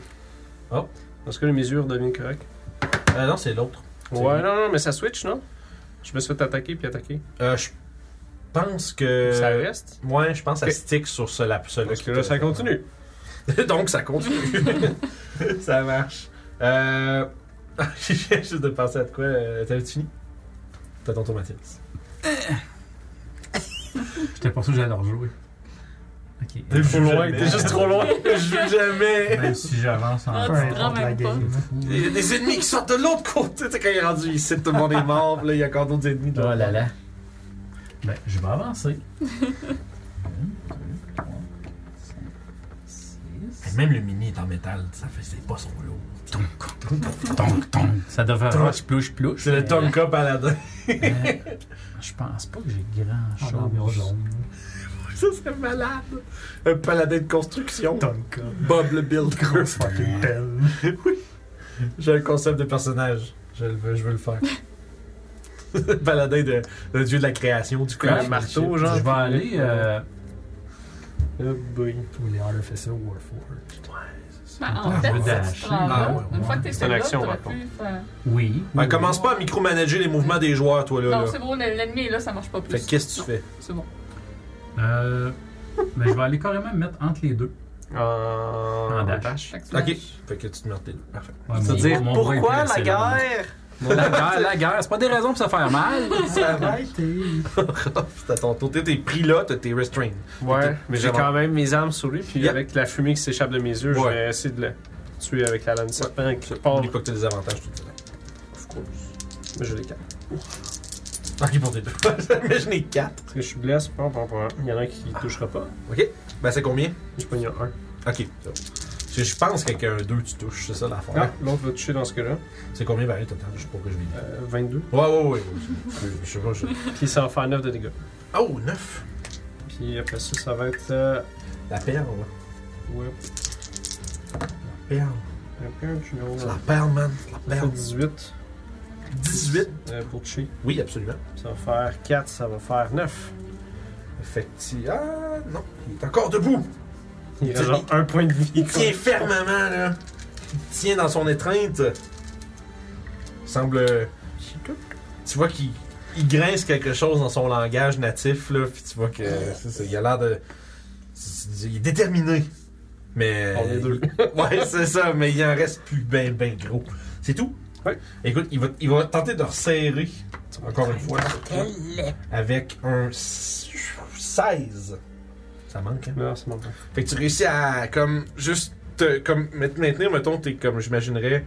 A: Oh.
C: Dans ce cas-là, mes yeux redeviennent corrects.
A: Euh, non, c'est l'autre. C'est
C: Ouais,
A: lui.
C: non, non, mais ça switch, non? Je me suis fait attaquer puis attaquer.
A: Euh, je pense que.
C: Ça reste?
A: Ouais, je pense que
C: Ok.
A: ça stick sur ce lapsus-là.
C: Parce que là, ça continue.
A: Donc, ça continue. ça marche. Euh. J'ai juste de penser à de quoi. euh, T'avais fini? T'as ton tour, Mathias.
D: J'étais pas sûr que j'allais leur jouer. Ok.
A: T'es
C: Trop loin, t'es juste trop loin.
A: Je joue jamais.
D: Même si j'avance en.
B: Ah,
E: Peu
B: tu te
E: importe
B: rends
E: la
B: même pas.
E: game.
A: Il y a des ennemis qui sortent de l'autre côté. Tu sais, quand il est rendu ici, tout le monde est mort. puis Là, il y a encore d'autres ennemis.
D: Oh
A: de l'autre
D: là
A: bord.
D: là. Ben, je vais avancer. 1, 2, 3, 5, 6.
A: Même le mini est en métal. Ça fait, c'est pas son lot.
D: Tonk, tonk, tonk. Ça devrait avoir du plouche, plouche.
A: C'est le Tonka Paladin.
D: Euh, Je pense pas que j'ai grand
E: Ah, non, mais en
D: chose.
E: jaune.
A: Ça, c'est malade. Un paladin de construction.
E: Tonka.
A: Bob le Builder.
E: Grosse fucking pelle.
A: J'ai un concept de personnage. Je, le veux, je veux le faire. paladin de, de dieu de la création, du
C: Comme
A: crash.
C: un marteau, genre.
D: Je vais aller. euh,
C: Oh boy.
E: Euh, Ou les artificers Warforged.
B: Ben,
D: Ah,
B: en fait,
D: je vais
B: si tu
D: dasher.
B: te rends là,
A: Ah, ouais,
B: hein. une
D: ouais.
B: fois que t'es
C: C'est une
B: là,
C: action,
B: t'aurais
C: par
B: pu faire-
D: Oui.
A: Ben, commence pas à micromanager les mouvements des joueurs, toi, là.
B: Non,
A: là.
B: c'est bon, l'ennemi est là, ça marche pas plus.
A: Fait que qu'est-ce que tu fais?
B: C'est bon.
D: Euh, ben, je vais aller carrément me mettre entre les deux.
C: En
D: dash.
C: dash.
B: Fait que tu
A: Ok.
B: lâches.
A: Fait que tu te meurs tes deux. Parfait.
D: Ouais,
C: Tu veux
D: mon-
C: dire,
D: mon bras est
C: pourquoi
D: plus
C: la
D: accéléré.
C: guerre?
D: La guerre, la guerre, c'est pas des raisons pour se faire mal.
E: Arrêtez.
A: C'est à ton tour. T'es- T'es pris là, t'es- t'es restrained.
C: Ouais, mais j'ai
A: Vraiment.
C: quand même mes armes sur lui, puis
A: Yep.
C: avec la fumée qui s'échappe de mes yeux, je
A: Ouais.
C: vais essayer de le tuer avec la lame de serpent qui part.
A: N'oublie pas que t'as des avantages tout de suite.
C: Of course. Mais je les quatre.
A: Ok, pour tes deux. Mais je n'ai quatre.
C: Parce que je suis blessé, pas, pas, pas. Il y en a un qui touchera pas.
A: Ben, c'est combien?
C: Je pogne un.
A: Ok. ça. Parce que Je pense qu'avec un 2, tu touches. C'est ça l'affaire.
C: Ah, l'autre va toucher dans ce cas-là.
A: C'est combien, Valérie, total? Je sais pas que je vais dire.
C: Euh, 22.
A: Ouais, ouais, ouais. ouais. Je- Je sais pas. Je...
C: Puis ça va faire 9 de dégâts.
A: Oh, 9.
C: Puis après ça, ça va être. euh,
A: La perle.
C: ouais,
A: La perle.
C: après un euh, tunnel.
A: C'est la perle, man. La
C: Ça fait
A: perle.
C: 18
A: 18.
C: euh, pour toucher.
A: Oui, absolument.
C: Ça va faire 4, ça va faire 9.
A: Effectivement. Ah, non. Il est encore debout.
C: Il reste genre un point de vie.
A: Il tient fermement, là. Il tient dans son étreinte. Il semble. euh, Tu vois qu'il il grince quelque chose dans son langage natif, là. Puis tu vois que. c'est ça, il a l'air de. c'est- Il est déterminé. Mais.
C: On est deux.
A: ouais, c'est ça, mais il en reste plus ben, ben gros. C'est tout?
C: Ouais.
A: Écoute, il va, il va tenter de resserrer, encore une fois, avec un 16. Ça manque, hein?
C: Non, c'est mon point.
A: Fait que tu réussis à, comme, juste, te- comme, mait- maintenir, mettons, t'es, comme, j'imaginerais,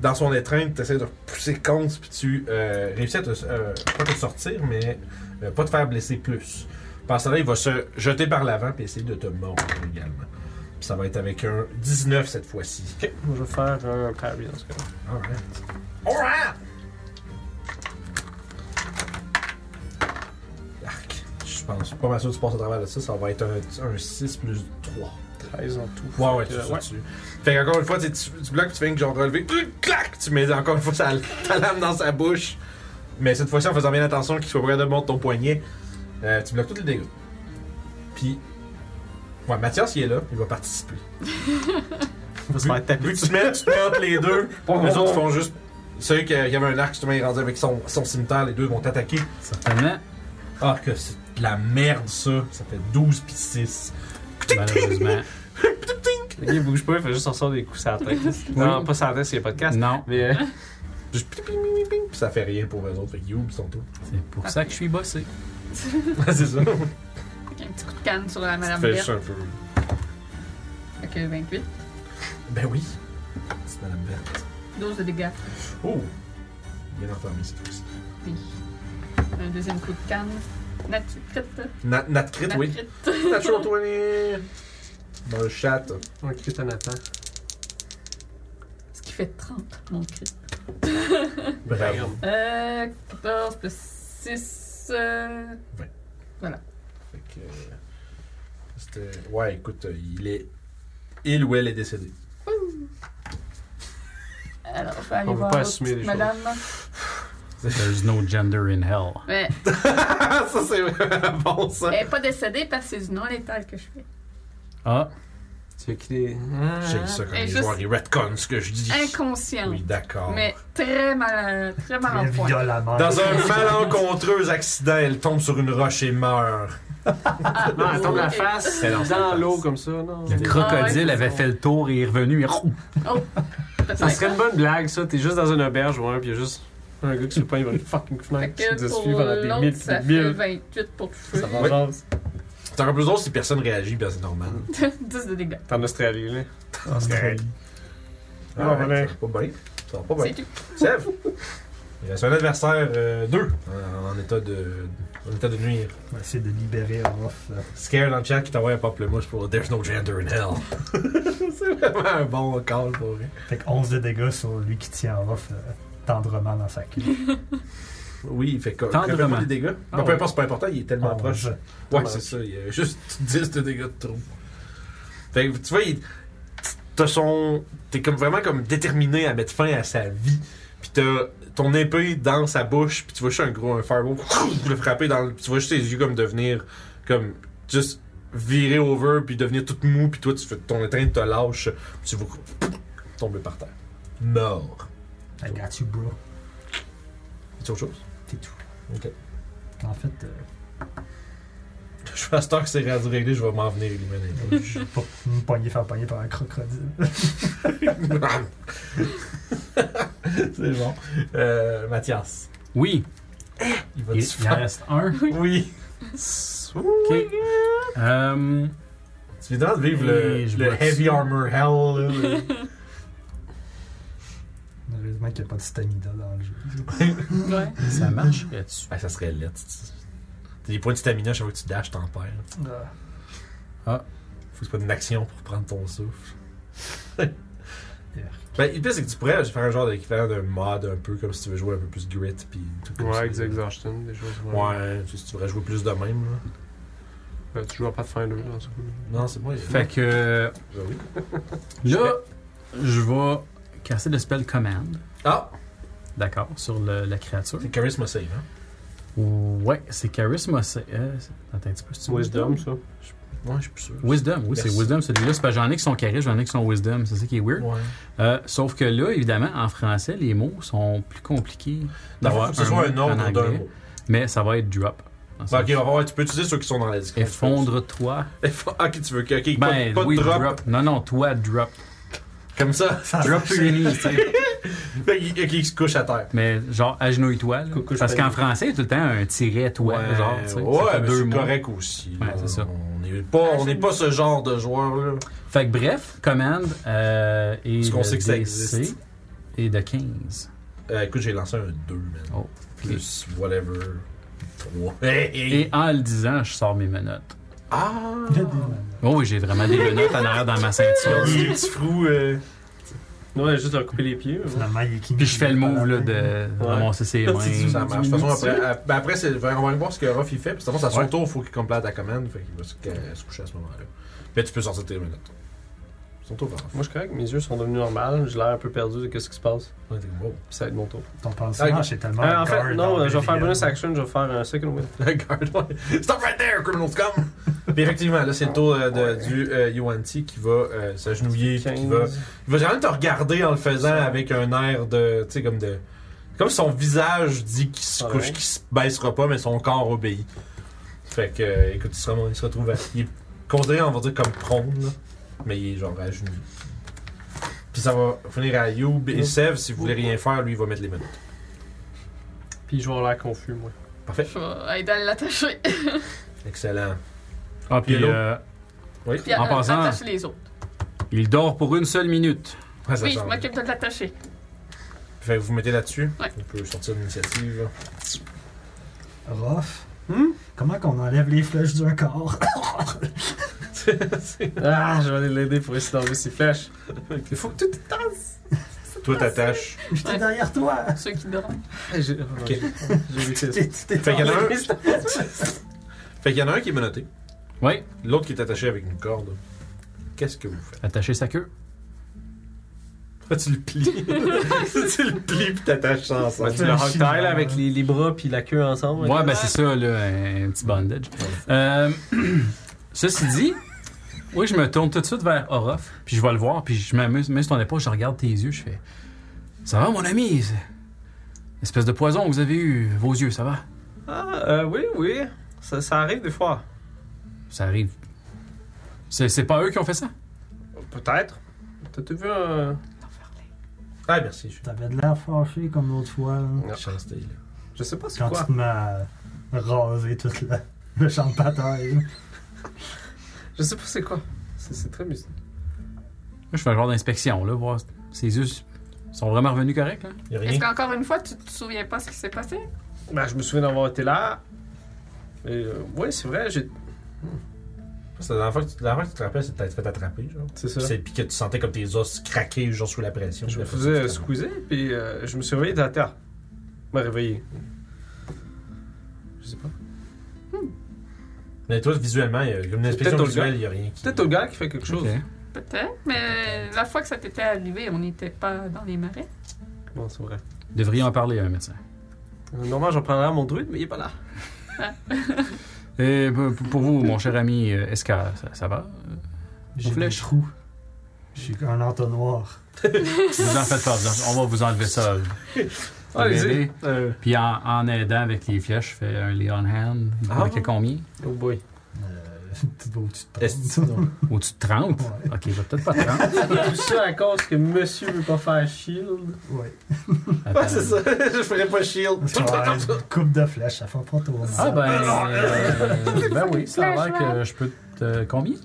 A: dans son étreinte, t'essaies de pousser contre, puis tu euh, réussis à te, euh, pas te sortir, mais euh, pas te faire blesser plus. Pendant là il va se jeter par l'avant, puis essayer de te mordre également. Puis ça va être avec un 19 cette fois-ci.
C: Ok, moi je vais faire un parry dans ce cas-là.
A: Alright. Alright! Arc. Je pense, pas mal sûr que tu passes à travers de ça, ça va être un, un 6 plus 3.
C: 13 en tout.
A: Ouais, ouais,
C: Fait
A: tu
C: que,
A: ça dessus. Fait qu'encore une fois, tu, tu, tu bloques, tu fais que genre relevé, euh, clac, tu mets encore une fois sa- ta lame dans sa bouche. Mais cette fois-ci, en faisant bien attention qu'il soit près de monter ton poignet, euh, tu bloques tout le dégât. Puis, ouais, Mathias, il est là, il va participer.
C: On va se faire taper.
A: Vu que tu te mets, tu te mets entre les deux,
C: Bon,
A: les
C: bon,
A: autres
C: bon.
A: font juste. Celui qui a- qui avait un arc, justement, il est rendu avec son, son cimetière, les deux vont t'attaquer.
D: Certainement.
A: Ah, que c'est de la merde, ça. Ça fait 12 pis 6.
D: Malheureusement.
C: Le gars, il bouge pas, il fait juste en sortir des coups sur la tête. Non, pas sur la tête, s'il y a pas de casque.
D: Non,
C: Mais euh,
A: Juste ping, ping, ping, ping, ping, pis ça fait rien pour eux autres. Fait qu'ils oublient son tour.
D: c'est pour ça que je suis bossé.
A: c'est ça.
B: Fait Un petit coup de canne sur la
A: Ça
B: madame
A: fait
B: Verte.
A: juste un peu.
B: Ok, 28.
A: Ben oui. C'est Madame Verte.
B: 12 de dégâts.
A: Oh! Bien entendu, c'est tout ça.
B: Puis, un deuxième coup de canne. Nat crit.
A: Nat, nat crit,
B: Nat
A: oui.
B: crit.
A: Natural 20! Dans le chat.
C: on crie ton attend.
B: Ce qui fait 30, mon crit.
A: Bravo.
B: Euh, 14 plus 6. Euh...
A: Fait que. euh, C'était. Ouais, écoute, euh, il est. Il ou elle est décédé.
B: Alors, je vais aller
C: On peut
B: voir
C: pas
B: l'autre
C: assumer les
B: petite madame.
D: There's no gender in hell.
B: Mais
A: ça, c'est vraiment bon, ça.
B: elle n'est pas décédée parce que c'est du non-létal que je fais.
D: Ah,
C: Tu veux qu'il est.
A: J'ai ça quand
B: Ah, Et
A: les
B: juste-
A: joueurs ils retconnent ce que je dis.
B: Inconsciente.
A: Oui, d'accord.
B: Mais très mal, très mal
E: Très
B: en point.
E: violemment.
A: Dans un malencontreux accident, elle tombe sur une roche et meurt.
B: Ah,
C: Non, elle tombe la
B: ok.
C: face
A: Elle lance la
C: dans
A: face.
C: l'eau comme ça. Non.
B: Ah,
D: le crocodile avait fait le tour et est revenu. Et...
C: Ça serait une bonne blague, ça. T'es juste dans une auberge ou un, pis y a juste un gars qui se pas, il va le fucking
B: Fait
C: fenêtre qui
B: que
C: te
B: pour
C: suit pendant des
B: l'autre,
C: mille
B: ça
C: pis des
B: fait
C: mille.
B: 28 pour toucher.
C: Ça va,
A: Oui.
C: genre,
A: C'est encore plus drôle si personne réagit, bien c'est normal.
B: 10 de dégâts.
C: t'es en Australie, là.
A: Ah,
C: Ouais, ouais.
A: Ça va pas bien. Ça va pas
B: C'est
A: bien.
B: tout.
A: Sèvres, il reste un adversaire euh, 2 en, en état de, en état de nuire.
E: On va essayer de libérer euh, Orof. là.
A: Scare dans le chat qui t'envoie un pamplemousse pour There's no gender in hell. c'est vraiment un bon call pour lui.
E: Fait que 11 de dégâts sur lui qui tient Orof euh, tendrement dans sa queue.
A: Oui, il fait que.
D: Tendrement.
A: Tendrement des dégâts.
D: Ah
A: Ben, peu
D: ouais.
A: importe, c'est pas important, il est tellement proche.
E: Onze.
A: Ouais,
C: Dommage.
A: c'est ça. Il y a juste 10 de dégâts de trop. Fait que, tu vois, il- t'as son. T'es comme vraiment comme déterminé à mettre fin à sa vie. Puis t'as ton épée dans sa bouche. Puis tu vois juste un gros un fireball. Le frapper dans le. Tu vois juste ses yeux comme devenir. Comme. Juste virer over. Puis devenir tout mou. Puis toi, tu fais, ton étreinte te lâche. Puis tu vois. Tomber par terre. Mort.
E: I got you, bro.
A: C'est autre chose?
E: C'est tout.
A: Ok.
E: En fait, euh,
A: Je pense que c'est réglé. Je vais m'en venir éliminer.
E: je vais pas me pogner, faire pogner par un crocodile.
A: C'est bon. Euh, Mathias,
D: Oui,
A: il va
D: il,
A: te
D: il en
A: faire.
D: reste un.
A: Oui.
D: Ok. Euh,
A: Tu viens de vivre le,
D: Et je
A: le
D: vois
A: Heavy
D: dessus.
A: Armor Hell. là, le-
E: Malheureusement qu'il n'y a pas de stamina dans le jeu.
B: Ouais.
D: ça marcherait-tu?
A: Ah, ça serait laid. T'as des points de stamina, chaque fois que tu dashes, t'en perds. Ah.
E: Ah.
A: Faut que tu prennes une action pour prendre ton souffle. Ben, le pire, c'est que tu pourrais faire un genre d'équivalent d'un mod un peu, comme si tu veux jouer un peu plus grit. Pis tout comme ça.
C: Ouais, exact, Exhaustion, des choses.
A: Ouais, tu, sais, tu devrais jouer plus de même. Là.
C: Ben, tu joues à Pathfinder, dans ce coup.
A: Non, c'est moi.
D: Fait que euh,
A: Ben oui.
D: là, je vais casser le spell command.
A: Ah,
D: D'accord, sur le- la créature.
A: c'est Charisma Save. Hein?
D: Ouais, c'est Charisma. C'est, euh, c'est- attends un petit peu, c'est
C: Wisdom, ça.
A: Ouais, je suis plus sûr.
D: Wisdom, oui, c'est
A: Merci.
D: Wisdom celui-là. C'est parce que j'en ai qui sont charisme, j'en ai qui sont Wisdom. C'est ça qui est weird.
A: Ouais.
D: Euh, sauf que là, évidemment, en français, les mots sont plus
A: Dans
D: compliqués.
A: le fond,
D: d'avoir
A: faut que ce soit un
D: mot en
A: ordre d'un
D: anglais,
A: mot.
D: Mais ça va être drop. Dans le
A: Bah,
D: sens-
A: ok, on va voir, tu peux utiliser ceux qui sont dans la description.
D: Effondre-toi.
A: Effondre- Ok, tu veux. Ok, pas-
D: Ben,
A: pas,
D: oui,
A: de drop,
D: drop. Non, non, toi, drop.
A: Comme ça.
D: Drop to your knees, tu sais.
A: Fait qu'il- ok, il se couche à terre.
D: Mais genre, agenouille-toi. là.
C: Coucou, je
D: Parce qu'en
C: panique.
D: français, il y a tout le temps un tiret, toi. genre, tu sais. Ça fait
A: ouais, mais
D: deux
A: c'est
D: mots.
A: correct aussi.
D: Ouais,
A: là.
D: c'est ça.
A: On n'est pas, on n'est pas ce genre de joueur là.
D: Fait que bref, commande euh, et
A: Parce qu'on
D: le
A: sait que ça
D: DC
A: existe.
D: et de 15.
A: Euh, écoute, j'ai lancé un 2, man.
D: Oh,
A: Plus whatever. 3. Hey, hey.
D: Et en le disant, je sors mes menottes.
A: Ah!
E: Il y a des manettes.
D: Oh, oui, j'ai vraiment des menottes en arrière dans ma ceinture.
A: Les petits frous. euh,
C: Non, on a juste leur couper les pieds. mais bon.
E: Finalement, il est qui
D: Puis je fais le move là, de
C: Ouais.
D: ramasser ses mains.
C: C'est
A: Ça marche. De toute façon,
C: Diminutif.
A: après, à- ben après c'est- on va aller voir ce que Ruff il fait. Puis de toute façon, c'est à son
D: Ouais.
A: tour, il faut qu'il complète la commande. Fait qu'il va se, ca- se coucher à ce moment-là. Mais tu peux sortir tes minutes. Ils sont au vent.
C: Moi, je suis correct. Mes yeux sont devenus normaux. J'ai l'air un peu perdu de qu'est-ce qui se passe.
A: Ouais, t'es gros.
C: Puis ça va être mon tour.
E: Ton pansement,
A: Ok.
E: c'est tellement.
C: Ah, en fait,
E: guard
C: non,
E: dans
C: je vais faire
E: Belleville.
A: hein.
C: bonus action. Je vais faire un second win.
A: La garde, ouais. Stop right there, criminal scum! Puis effectivement, là, c'est le tour euh, de- du euh, Yuan Ti qui va euh, s'agenouiller, puis qui va.
C: 15.
A: Il va quand même te regarder en le faisant avec un air de. Tu sais, comme de. Comme si son visage dit qu'il se
C: Ouais.
A: couche, qu'il se baissera pas, mais son corps obéit. Fait que, euh, écoute, il se, rem- il se retrouve à. Il est considéré, on va dire, comme prone, là. Mais il est genre à genoux. Puis ça va finir à Youb et Sev. Si vous voulez rien faire, lui, il va mettre les minutes.
C: Puis je vais avoir l'air confus, moi.
A: Parfait.
B: Je vais aider à l'attacher.
A: Excellent.
D: Ah,
A: Puis
D: puis
A: l'autre.
D: euh,
A: Oui.
B: Puis
D: En
B: euh,
D: passant-
B: attache les autres.
D: il dort pour une seule minute.
A: Ouais, ça
B: Oui, je
A: semble.
B: m'occupe de l'attacher.
A: Fait que vous mettez là-dessus.
B: Ouais.
A: On peut sortir l'initiative.
E: Rof.
C: Hmm?
E: Comment qu'on enlève les flèches d'un corps
C: Ah, je vais aller l'aider pour essayer d'enlever ses flèches.
A: Il faut que tu te tasses. Toi, t'attaches.
E: J'étais
B: Ouais.
E: derrière toi.
B: Ceux qui dorment.
C: Ah, J'ai okay. vu que
E: T'es- tu t'es
A: Fait qu'il y en a un.
E: enlevé.
A: Fait qu'il y en a un qui est menotté.
D: Oui,
A: L'autre qui est attaché avec une corde. Qu'est-ce que vous faites?
D: attacher sa queue.
A: Toi, tu le plies. tu le plies pis t'attaches ça ensemble.
C: Bah, tu le hogtie là, avec les, les bras puis la queue ensemble.
D: Ouais,
C: ok?
D: ben c'est ça, là, un petit bandage. Euh, ceci dit, oui, je me tourne tout de suite vers Orof, puis je vais le voir, puis je m'amuse, même si ton épaule, je regarde tes yeux, je fais Ça va, mon ami C'est- Espèce de poison que vous avez eu, vos yeux, ça va
C: Ah, euh, oui, oui. Ça, ça arrive des fois.
D: Ça arrive. C'est c'est pas eux qui ont fait ça
C: Peut-être. T'as-tu vu euh, un.
A: Ah, merci. Je suis
E: T'avais de l'air fâché comme l'autre fois. hein.
C: Ah.
A: une chancité, là.
C: Je sais pas c'est
E: Quand
C: quoi.
E: tu te mets à raser tout le, le champ de bataille.
C: Je sais pas c'est quoi. C'est c'est très musique.
D: Moi, je fais un genre d'inspection, là, voir ses yeux sont vraiment revenus corrects, là.
A: Y'a rien.
B: Est-ce qu'encore une fois, tu te souviens pas ce qui s'est passé?
C: Ben, je me souviens d'avoir été là. Mais euh, ouais, c'est vrai, j'ai.
A: C'est la dernière fois que tu la dernière fois que tu te rappelles, c'est que t'as été fait attraper, genre.
C: C'est ça.
A: Pis c'est- Pis que tu sentais comme tes os craquer, genre, sous la pression.
C: Je me
A: La
C: faisais
A: pression,
C: squeezer, puis euh, je me suis réveillé de la terre. Je me réveillé. Je sais pas.
A: Mais toi, visuellement, il y a comme une
C: peut-être
A: inspection
C: au
A: visuelle, y a rien qui.
C: Peut-être au gars qui fait quelque chose.
D: Ok.
B: Peut-être, mais la fois que ça t'était arrivé, on n'était pas dans les marais.
C: Bon, c'est vrai.
D: Vous devriez en parler à un médecin.
C: Euh, Normalement, j'en prendrais à mon druide, mais il est pas là.
D: Et pour- pour vous, mon cher ami euh, Esca, ça, ça va
E: J'ai des
D: flèches.
E: trous. Je suis un entonnoir.
D: Vous en faites pas, vous en- on va vous enlever ça. Vous
C: Allez-y.
D: l'aider.
C: Euh,
D: Puis en, en aidant avec les flèches, je fais un Leon Hand. Il
A: Ah.
D: ah. combien
C: Oh boy.
E: Euh, tu te vois au-dessus de
A: Est-ce
E: toi.
A: non.
D: Au-dessus de 30
E: Ouais.
D: Ok, il va peut-être pas 30.
C: Tout ça à cause que monsieur veut pas faire shield.
E: Ouais.
A: Ouais, c'est ça. je ferais pas shield.
E: Parce qu'on a une coupe de flèches, ça fait pas trop mal.
D: Ah ben. euh, ben oui, ça a l'air
B: Flèche,
D: que je peux te. euh, Combien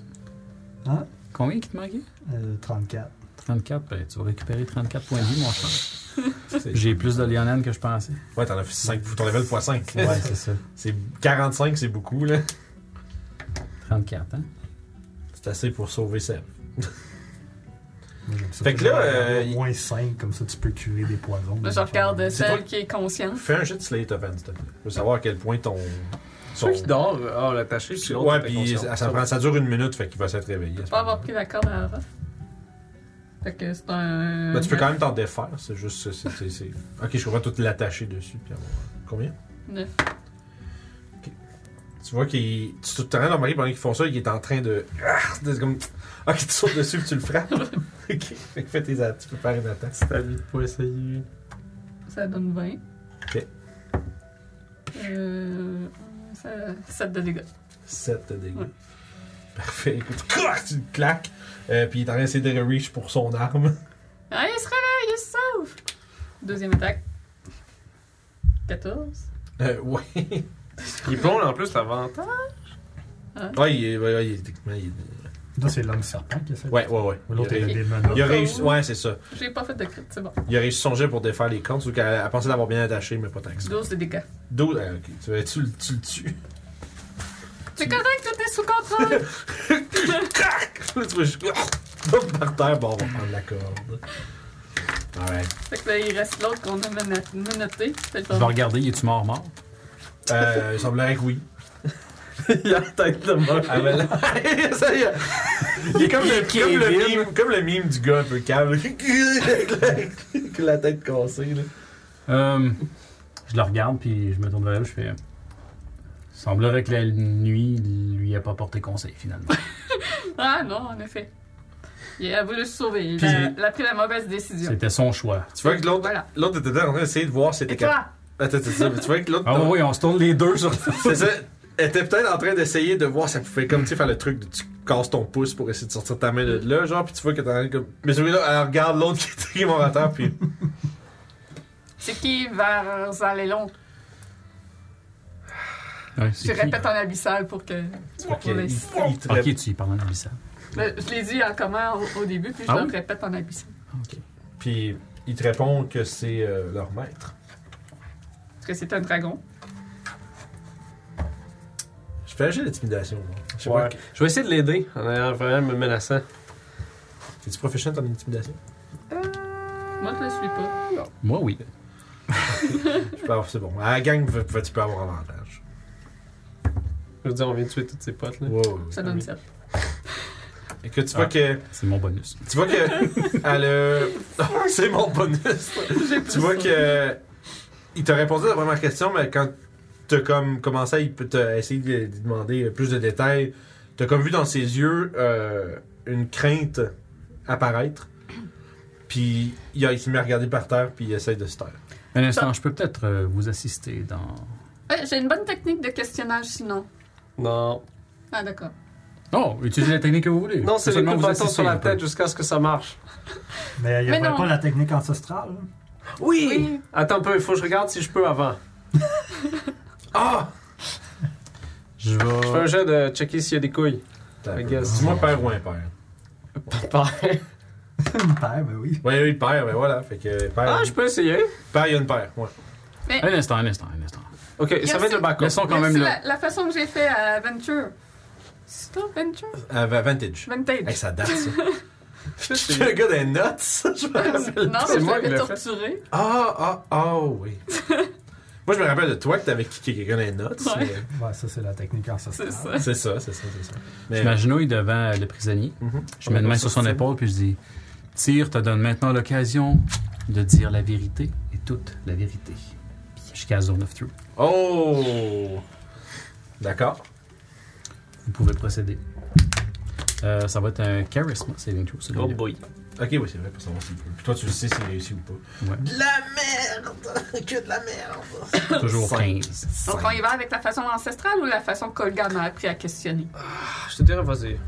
E: Hein?
D: Combien qui te manquait
E: Euh, 34.
D: 34, ben tu vas récupérer 34 points de vie, mon cher.
A: C'est-
D: J'ai plus de Leon Hand que je pensais.
A: Ouais, t'en as fait 5. Ton level x 5.
D: Ouais, c'est ça.
A: C'est 45, c'est beaucoup, là.
D: 34, hein
A: C'est assez pour sauver Seb.
E: Moi, j'aime ça.
A: Fait que là,
E: J'en ai
A: euh,
E: moins 5, comme ça tu peux curer des poisons.
B: Là,
E: des
B: je regarde
E: affaires.
A: C'est
B: celle
A: toi-
B: qui est consciente.
A: Fais un jet de Slate of Hand, s'il te plaît. Je veux savoir à quel point ton.
C: Celui qui dort, euh, ah, l'attaché, puis l'autre.
A: Ouais,
C: était
A: puis
C: conscient.
A: ça, ça prend- ça dure une minute, fait qu'il va s'être réveillé. à
B: Je
A: ce
B: peux avoir
A: moment-là.
B: pris la corde à Aura. Fait que c'est un.
A: Mais tu peux quand même t'en défaire, c'est juste. c'est- c'est- c'est- Ok, je comprends tout l'attacher dessus. Puis avoir... Combien
B: Neuf.
A: Ok. Tu vois qu'il. Tu te rends dans Marie pendant qu'ils font ça, il est en train de. Ah, c'est comme... Ok, tu sautes dessus, puis tu le frappes. ok, fait que fais tes attaques. Tu peux faire une attaque.
C: C'est à lui de pas essayer.
B: Ça donne 20.
A: Ok.
B: Euh. Ça, 7 de dégâts.
A: 7 de dégâts.
B: Ouais.
A: Parfait, écoute. clac, Tu le claques. Euh, puis il est en train d'essayer de reach pour son arme.
B: Ah, il se réveille, il se sauve! Deuxième attaque. 14.
A: Euh, ouais.
C: Il plombe en plus l'avantage.
A: Ouais, il est, ouais, ouais, il est- techniquement, il est-
E: Là, c'est l'homme serpent qui a fait.
A: Ouais, ouais, ouais.
E: Ou L'autre,
A: il,
E: il
A: a
E: a
A: réussi-
E: des
A: il a
E: menottes.
A: réussi. Ouais, c'est ça.
B: J'ai pas fait de crit, c'est bon.
A: Il a réussi son jet pour défaire les comptes, sauf qu'elle elle pensait l'avoir bien attaché, mais pas tant que ça.
B: 12 de dégâts.
A: 12. ah, ok. Tu, vas- tu, le- tu le tues.
B: C'est correct, tout est sous contrôle!
A: Là, tu vas juste. Hop, par terre, bon, on va prendre la corde. Alright.
B: fait que là, il reste l'autre qu'on a mena- menotté. Fait que
D: Je vais regarder, il est-tu mort mort
A: Euh, il semblerait que oui.
C: il a la tête de mort.
A: Ah, ben là, ça y est. Il est comme le,
D: Qui- qui
A: comme,
D: est
A: le
D: vide.
A: mime, comme le mime du gars un peu calme, là, avec la tête cassée. Là.
D: Euh, je le regarde, puis je me tourne vers elle, je fais. euh, Semblerait que la nuit lui a pas porté conseil finalement.
B: Ah non, en effet. Il a voulu se sauver. Il
D: Puis-
B: a, il a pris la mauvaise décision.
D: C'était son choix.
A: Tu vois que l'autre ben,
B: Voilà.
A: l'autre était en train d'essayer de voir si
B: Et
A: c'était capable.
B: toi?
A: Attends, c'est ça, mais tu vois que l'autre.
D: Ah oui, on se tourne les deux sur.
A: C'est ça. Elle était peut-être en train d'essayer de voir si elle pouvait comme tu sais, faire le truc de tu casses ton pouce pour essayer de sortir ta main de là, genre, puis tu vois que t'es en train de comme. Mais celui-là, elle regarde l'autre qui est trimé en terre, puis.
B: C'est qui vers Zaléon? Je
D: Ouais, Ah c'est qui?
B: répète en abyssal pour que.
A: Tu vois
B: Pour
A: qu'il
B: les-
A: il- il te
D: Ok, tu y parles en abyssal.
B: Mais Ben, Je l'ai dit en comment au, au début, puis je
D: Ah
B: le
D: oui?
B: répète en abyssal.
D: Ok.
A: Puis il te répond que c'est euh, leur maître.
B: Parce que c'est un dragon.
A: Je fais agir l'intimidation, moi. Je sais
C: Ouais.
A: pas.
C: Je vais essayer de l'aider en ayant vraiment me menaçant.
A: Es-tu professionnel en intimidation?
B: Moi, je le suis pas.
D: Moi, oui.
A: Je peux avoir- c'est bon. À la gang, tu peux tu peux avoir avantage.
C: Je veux dire, on vient de tuer tous ses potes. Là.
A: Wow.
B: Ça
D: Ah
B: donne ça.
A: Et que tu vois que.
D: C'est mon bonus.
A: Tu vois que. elle a- c'est mon bonus. tu vois que. Il t'a répondu à la première question, mais quand t'as comme commencé à y- t'as essayé de lui demander plus de détails, t'as comme vu dans ses yeux euh, une crainte apparaître. Puis il, a- il s'est mis à regarder par terre, puis il essaie de se taire.
D: Un instant, je peux peut-être euh, vous assister dans.
B: Ouais, J'ai une bonne technique de questionnage sinon.
C: Non.
B: Ah, d'accord.
D: Oh, utilisez la technique que vous voulez.
C: Non, c'est les
D: seulement
C: coups de
D: vous
C: bâton
D: assister
C: sur la
D: un peu.
C: tête jusqu'à ce que ça marche.
E: Mais il n'y
B: Mais
E: avait
B: non.
E: pas la technique ancestrale. hein. là.
B: Oui.
C: Attends un peu, il faut que je regarde si je peux avant.
A: Ah!
D: Je
C: Je fais un
D: vais.
C: jeu de checker s'il y a des couilles.
A: T'as
C: I
A: un peu.
C: guess.
A: Dis-moi père ou impair.
C: Pareil.
E: Une paire, ben oui.
A: Oui, oui, père, ben voilà. Fait que père,
C: Ah, je peux essayer.
A: père, il y a une paire. Ouais.
D: Un instant, un instant, un instant.
C: Ok, ça va être le hein. backup.
D: Laissons quand
B: Merci,
D: même là.
B: la, la façon que j'ai fait à Venture. C'est toi, Venture?
A: Euh, Vantage. Hey,
B: Vantage.
A: ça date, ça.
C: C'est
A: le gars des notes, je me
C: Ah,
A: rappelle.
B: non,
C: c'est
B: mais je
C: moi qui
B: l'avais
C: l'ai fait.
B: torturé.
A: Ah, ah, ah, oui. Moi, je me rappelle de toi que t'avais kické quelqu'un dans les notes.
B: Ouais.
A: mais
E: Ouais, ça, c'est la technique
B: C'est
E: ancestrale.
B: ça.
A: C'est ça, c'est ça, c'est ça.
D: Je
A: Mais,
D: m'agenouille devant le prisonnier.
A: Mhm.
D: Je mets une main sur son épaule puis je dis Tyr te donne maintenant l'occasion de dire la vérité et toute la vérité. Jusqu'à Zone of Truth.
A: Oh! D'accord.
D: Vous pouvez procéder. Euh, ça va être un charisme, saving throw, celui-là.
C: Oh boy.
A: Ok, oui, c'est vrai, pour savoir s'il peut. Puis toi, tu le sais s'il réussit ou pas.
D: Ouais.
A: De la merde! Que de la merde!
D: Toujours
A: Cinq.
D: 15.
B: Donc, on y va avec la façon ancestrale ou la façon qu'Olga m'a appris à questionner?
C: Ah, Je te dirais, vas-y.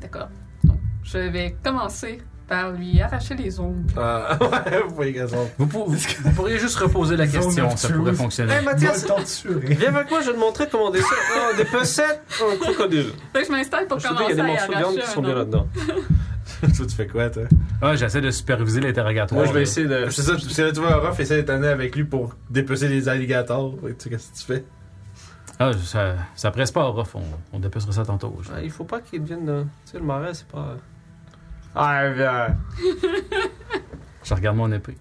B: D'accord. Donc, je vais commencer par lui arracher les ongles.
A: Ah, ouais, vous voyez qu'elles sont.
D: Vous, pour- vous pourriez juste reposer la
E: Zone
D: question,
E: of
D: ça
E: Truth.
D: pourrait fonctionner.
C: Hey,
E: Moi,
C: Mathias,
E: le torturé.
C: viens avec moi, je vais te montrer comment on dessine. Oh, des pincettes, un crocodile.
B: Fait que je m'installe pour
C: Je te dis, il y
B: commencer
C: a des
B: à
C: morceaux de viande
B: arracher
C: qui
B: un
C: sont bien
B: ongle.
C: là-dedans.
A: toi, tu fais quoi, toi?
D: Ah, j'essaie de superviser l'interrogatoire.
C: Moi, je vais
D: là.
C: essayer de.
A: C'est ça, tu- c'est là, tu vois, Orof essaie d'étonner avec lui pour dépecer les alligators. Et tu sais, qu'est-ce que tu fais?
D: Ah, ça, ça presse pas, Orof. On, on dépecera ça tantôt. je-
C: Ah, il faut pas qu'il devienne. euh, Tu sais, le marais, c'est pas. euh, Ah, viens.
D: Je regarde mon épée.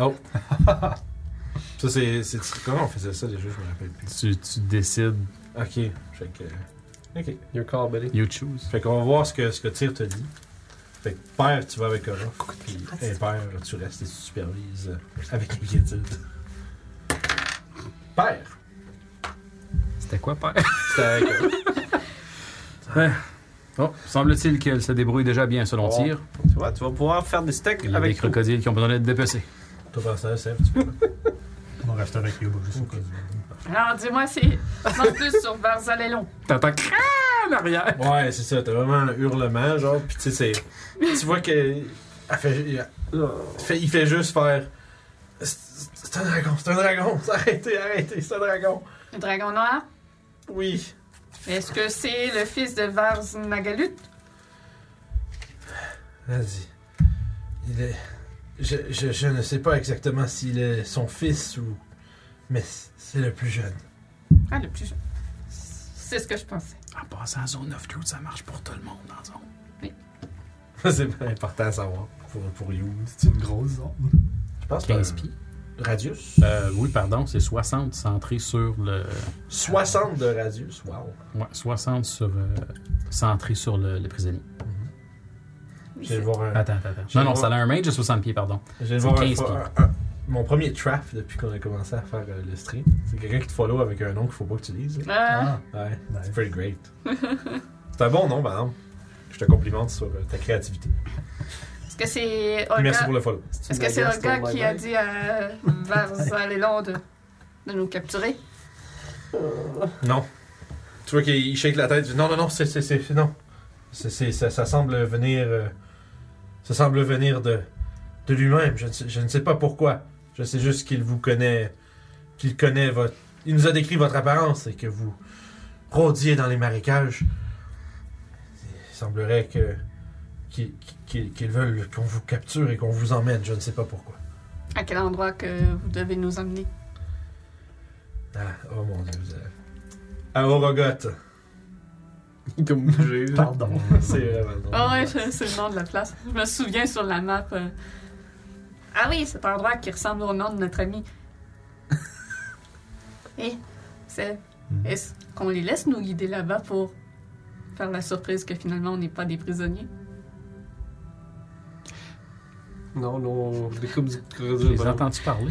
A: Oh! ça, c'est. c'est- Comment on faisait ça, déjà? Je me rappelle plus.
D: Tu, tu décides,
A: Ok, fait que. Ok.
C: Your call, buddy.
D: you choose.
A: Fait qu'on va voir ce que, ce que Tyr te dit. Fait que père, tu vas avec Orof, puis impair, tu restes et tu supervises euh, avec inquiétude. Père!
D: C'était quoi, père?
A: C'était avec Orof.
D: Oh, semble-t-il qu'elle se débrouille déjà bien selon
C: Oh.
D: tir.
C: Tu vois, tu vas pouvoir faire des steaks
D: Il y a des
C: avec.
D: crocodiles qui ont besoin d'être dépecés.
A: Toi, pensais à Seb, tu peux.
E: On reste avec Yuba juste au cas
B: Alors, Ah, dis-moi si. En plus sur Barzalelon.
D: T'entends crrrr en arrière.
A: Ouais, c'est ça, t'as vraiment un hurlement, genre, pis tu sais, c'est. Tu vois que. elle fait- elle
C: Oh,
A: fait- il fait juste faire. C'est c'est un dragon, c'est un dragon, arrêtez, arrêtez, c'est un dragon.
B: Le dragon noir.
A: Oui.
B: Est-ce que c'est le fils de Varz Nagalut?
A: Vas-y. Il est... je, je, je ne sais pas exactement s'il est son fils ou. Mais c'est le plus jeune.
B: Ah, le plus jeune. C'est ce que je pensais.
D: En passant en zone of truth, ça marche pour tout le monde en zone.
A: c'est pas important à savoir pour, pour You.
E: C'est une grosse zone.
A: Je pense
D: 15
A: que-
D: pieds.
A: Radius.
D: Euh, oui, pardon, c'est 60 centré sur le.
A: 60 de radius, wow.
D: Ouais, 60 sur, euh, centré sur le, le prisonnier.
A: J'allais voir un,
D: Attends, attends, attends.
A: Je
D: Non, non,
A: vois-
D: ça a un range de 60 pieds, pardon.
A: j'allais
D: c'est
A: voir un
D: 15
A: fo-
D: pieds.
A: un- un- mon premier trap depuis qu'on a commencé à faire euh, le stream. C'est quelqu'un qui te follow avec un nom qu'il faut pas que tu lises. là.
B: Ah,
A: Ouais,
E: Nice.
A: c'est pretty great. c'est un bon nom, par exemple. Je te complimente sur euh, ta créativité.
B: Est-ce que c'est
A: Puis Merci
B: Olga,
A: pour le follow.
B: est-ce que c'est Olga qui a dit euh, à Varzal et Lord de, de nous capturer?
A: Non. Tu vois qu'il il shake la tête. il dit, Non, non, non, c'est, c'est, c'est- non. C'est, c'est- ça, ça semble venir. euh, ça semble venir de, de lui-même. Je, ne sais- je ne sais pas pourquoi. Je sais juste qu'il vous connaît. Qu'il connaît votre. Il nous a décrit votre apparence et que vous rôdiez dans les marécages. Il semblerait que. Qu'ils qu'il, qu'ils veulent qu'on vous capture et qu'on vous emmène, je ne sais pas pourquoi.
B: À quel endroit que vous devez nous emmener?
A: Ah, oh mon dieu, vous avez... À Orogoth.
C: Il t'a bougé.
E: Pardon.
A: C'est euh, vraiment drôle.
B: Ah ouais, je- c'est le nom de la place. Je me souviens sur la map. euh, Ah oui, cet endroit qui ressemble au nom de notre ami. Et c'est.
A: Hmm.
E: Mhm.
B: Est-ce qu'on les laisse nous guider là-bas pour faire la surprise que finalement on n'est pas des prisonniers?
C: Non, non, des coupes du
D: Je les ai entendus parler.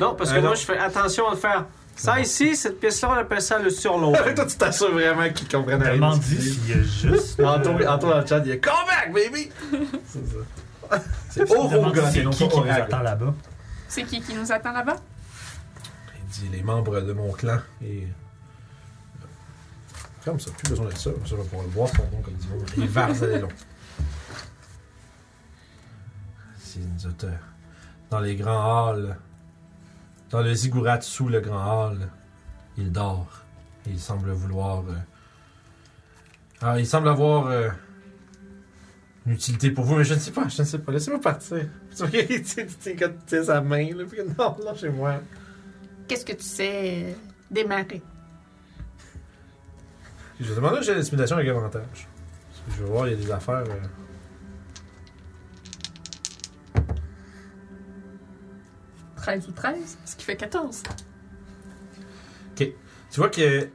C: Non, parce que
A: Euh, non.
C: moi, je fais attention à le faire. Ça ici, cette pièce-là, on appelle ça le surlong.
A: toi, tu t'assures vraiment qu'ils comprennent rien.
E: Demande
A: de ce que tu dis.
E: s'il y a juste.
A: Anto, Anto dans le chat, il est Come back, baby! C'est ça.
E: C'est
A: Oh, oh, gars,
E: c'est
A: non,
E: qui
A: pas
E: qui nous
A: Oracle.
E: attend là-bas?
B: C'est qui qui nous attend là-bas?
A: Il dit les membres de mon clan et. Comme ça, plus besoin de ça. Ça, on va pouvoir le boire, son nom, comme dit Les Varzalelons. C'est nous autres, euh, Dans les grands halls. Dans le ziggurat sous le grand hall. Il dort. Il semble vouloir. euh, Ah, il semble avoir. euh, Une utilité pour vous, mais je ne sais pas, je ne sais pas. Laissez-moi partir. Tu vois, il tient- il tient il tient sa main, là, puis non, lâchez-moi.
B: Qu'est-ce que tu sais démarrer?
A: Puis Je vais demander si j'ai l'intimidation avec avantage. Parce que je vais voir, il y a des affaires. euh.
B: « 13 ou 13, ce qui fait 14.
A: Tu vois que.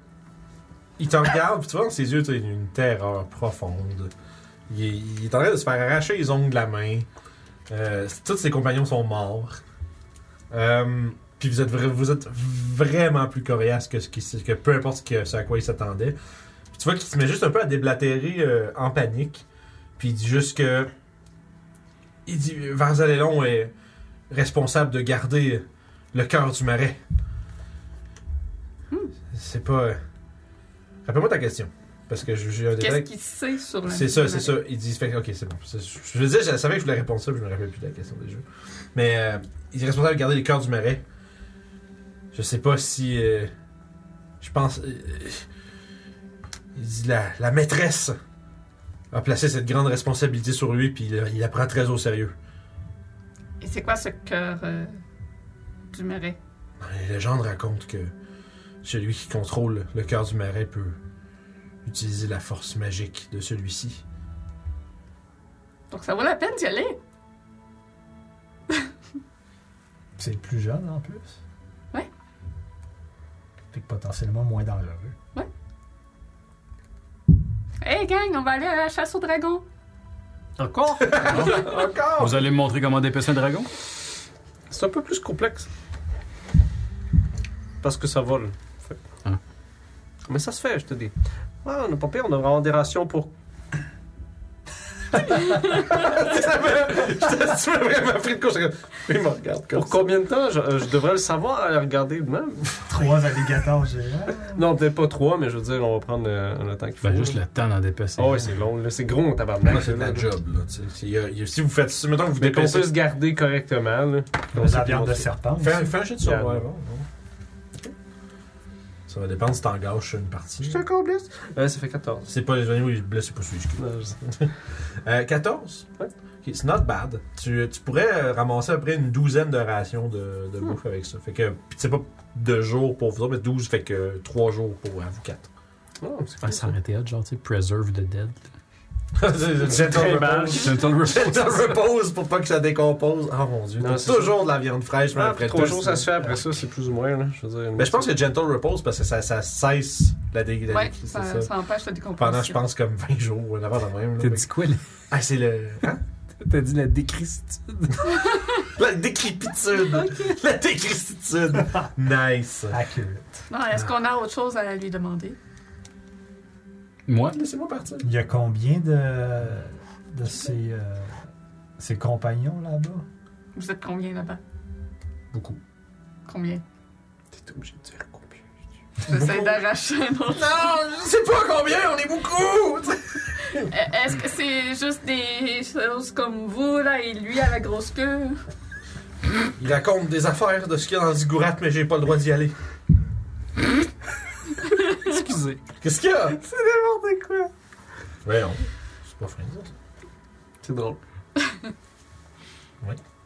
A: Il te regarde, puis tu vois dans ses yeux, tu as une, une terreur profonde. Il est, il est en train de se faire arracher les ongles de la main. Euh, tous ses compagnons sont morts. Euh, puis vous êtes, vra- vous êtes vraiment plus coriace que, ce qui, que peu importe ce, que- ce à quoi il s'attendait. Puis tu vois qu'il se met juste un peu à déblatérer euh, en panique. Puis il dit juste que. Il dit Varzalelon est responsable de garder le cœur du marais. C'est pas. euh, Rappelle-moi ta question. Parce que j'ai un
B: Qu'est-ce
A: détail.
B: qu'il sait sur le
A: C'est ça, c'est ça. Il dit, fait que, ok, c'est bon. C'est- Je veux dire, je savais que je voulais répondre ça, puis je me rappelle plus de la question des jeux. Mais euh, il est responsable de garder les cœurs du marais. Je sais pas si. euh, je pense. euh, il dit, la, la maîtresse a placé cette grande responsabilité sur lui, puis il, il la prend très au sérieux.
B: Et c'est quoi ce cœur euh, du marais?
A: Les légendes racontent que celui qui contrôle le cœur du marais peut utiliser la force magique de celui-ci.
B: Donc ça vaut la peine d'y aller.
E: C'est plus jeune en plus.
B: Ouais.
E: Fait que potentiellement moins dangereux.
B: Hey gang, on va aller à la chasse au dragon.
C: Encore?
A: Encore!
D: Vous allez me montrer comment dépêcher un dragon?
C: C'est un peu plus complexe. Parce que ça vole. Fait.
D: Ah.
C: Mais ça se fait, je te dis. Ah, on n'a pas pire, on devrait avoir des rations pour.
A: Tu m'as vraiment pris de course. Il me regarde comme
C: Pour combien de temps je, euh, je devrais le savoir à regarder de même
E: Trois alligators géants.
C: Non, peut-être pas trois, mais je veux dire, on va prendre euh, le, temps qu'il faut.
D: Ben, juste le temps d'en dépêcher.
C: Ah ouais, c'est long, là. Ben, c'est gros, tabarnak.
A: Moi, c'est de la job, là. tu sais. C'est- y a- y a- si vous faites ça, mettons que vous
C: Mais qu'on peut
A: dépensez.
C: se garder correctement. Là.
E: On la viande de serpent.
A: Fais, un-
E: aussi.
A: fais un jet de survival. non? Ça va dépendre si t'en gâches une partie.
C: Je suis encore blessé. Euh, ça fait 14.
A: C'est pas les années où il blesse, c'est pas celui qui-
C: Non, je sais.
A: Euh, 14.
C: Ouais.
A: Ok, c'est not bad. Tu, tu pourrais euh, ramasser à peu près une douzaine de rations de,
C: Hmm.
A: de bouffe avec ça. Fait que, pis c'est pas deux jours pour vous autres, mais 12 fait que 3 jours pour euh, vous quatre.
C: Non, c'est
D: Ah, Ouais, ça aurait été hot, genre, tu sais, Preserve the Dead.
A: Gentle repose.
D: Gentle Repose.
A: Gentle repose pour pas que ça décompose. Oh mon dieu.
C: Non,
A: T'as
C: c'est
A: toujours de la viande fraîche, mais
C: Ah,
A: après
C: trois
A: tout,
C: jours, ça se fait après ça, c'est plus ou moins, là. Je veux dire.
A: Mais je pense que Gentle repose parce que ça, ça cesse la dégueulasse.
B: Ouais, ça, ça. empêche la décomposition.
A: Pendant, je pense, comme 20 jours ou un avant de même. là.
D: T'as dit quoi, là?
A: Ah, c'est le. hein?
D: T'as dit la décristitude.
A: La décrépitude. La décrépitude. nice.
E: Accurate.
B: Non,
A: Ah.
B: est-ce qu'on a autre chose à lui demander?
D: Moi?
A: Laissez-moi partir.
E: Il y a combien de, de ses, euh, ses compagnons là-bas?
B: Vous êtes combien là-bas?
A: Beaucoup.
B: Combien?
C: T'es obligé de dire combien.
B: J'essaie d'arracher un autre.
A: Non, je sais pas combien, on est beaucoup.
B: Euh, Est-ce que c'est juste des choses comme vous, là, et lui à la grosse queue?
A: Il raconte des affaires de ce qu'il y a dans Ziggurat, mais j'ai pas le droit d'y aller.
D: Excusez.
A: Qu'est-ce qu'il y a?
C: C'est n'importe quoi.
A: Voyons. C'est pas fini, ça.
C: C'est drôle.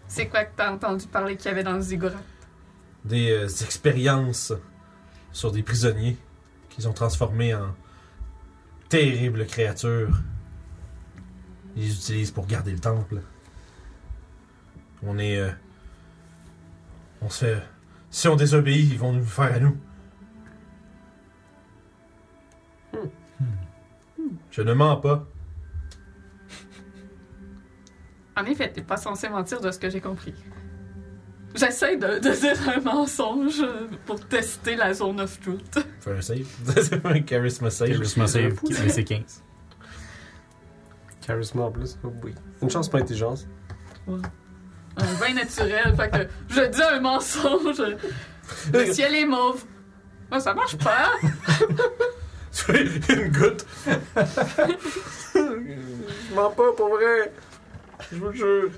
B: C'est quoi que t'as entendu parler qu'il y avait dans le ziggurat?
A: des euh, expériences sur des prisonniers qu'ils ont transformés en terribles créatures. Ils les utilisent pour garder le temple. On est. euh, on se fait. Si on désobéit, ils vont nous faire à nous.
E: Hmm.
A: Je ne mens pas.
B: En effet, t'es pas censé mentir de ce que j'ai compris. J'essaie de, de dire un mensonge pour tester la zone of truth.
A: Fais un save. C'est un charisma save.
D: Charisma save, mais c'est 15.
C: Charisma en plus. Oh, oui. Une chance pas intelligence.
B: Un vin naturel, fait que je dis un mensonge. Le ciel est mauve. Moi, ça marche pas.
A: Une goutte.
C: Je mens pas pour vrai. Je vous le jure.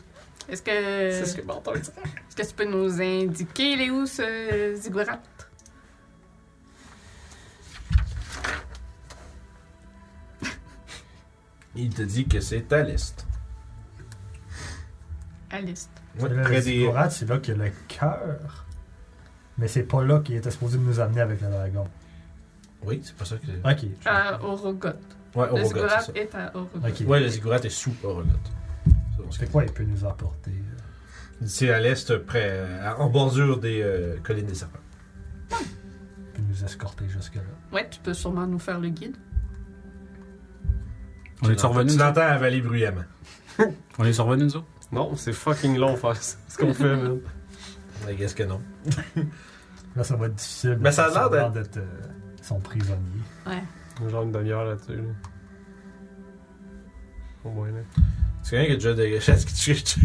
B: Est-ce que,
C: C'est ce que Barton dit.
B: est-ce que tu peux nous indiquer, il est où ce ziggurat?
A: Il te dit que c'est à l'est.
B: À l'est.
A: Ouais,
E: C'est là,
A: près des.
E: le Ziggurat, c'est là qu'il y a le cœur. Mais c'est pas là qu'il était supposé nous amener avec le dragon.
A: Oui, c'est pas ça que.
E: Ok.
B: À Orogoth.
A: Ouais,
B: Le
A: Orogoth,
B: ziggurat
A: c'est
B: est à Orogoth.
E: Ok.
A: ça. Ouais, le ziggurat est sous Orogoth. C'est bon,
E: C'est
A: c'est-
E: quoi il peut nous euh, apporter?
A: C'est à l'est, près, euh, en bordure des euh, collines des serpents.
E: Il peut nous escorter jusque-là.
B: Ouais, tu peux sûrement nous faire le guide.
D: On est
A: Tu l'entends-
D: survenus,
A: Tu
D: nous autres?
A: l'entends avaler bruyamment.
D: On est survenus, nous autres?
C: Non, c'est fucking long faire ça. C'est ce qu'on fait, man.
A: I guess que non.
E: Là, ça va être difficile.
A: Mais ça a l'air
E: d'avoir d'être euh, son prisonnier.
B: Ouais.
C: Genre une demi-heure là-dessus. Là. Au moins, là.
A: Tu connais que déjà des chats qui tu tu-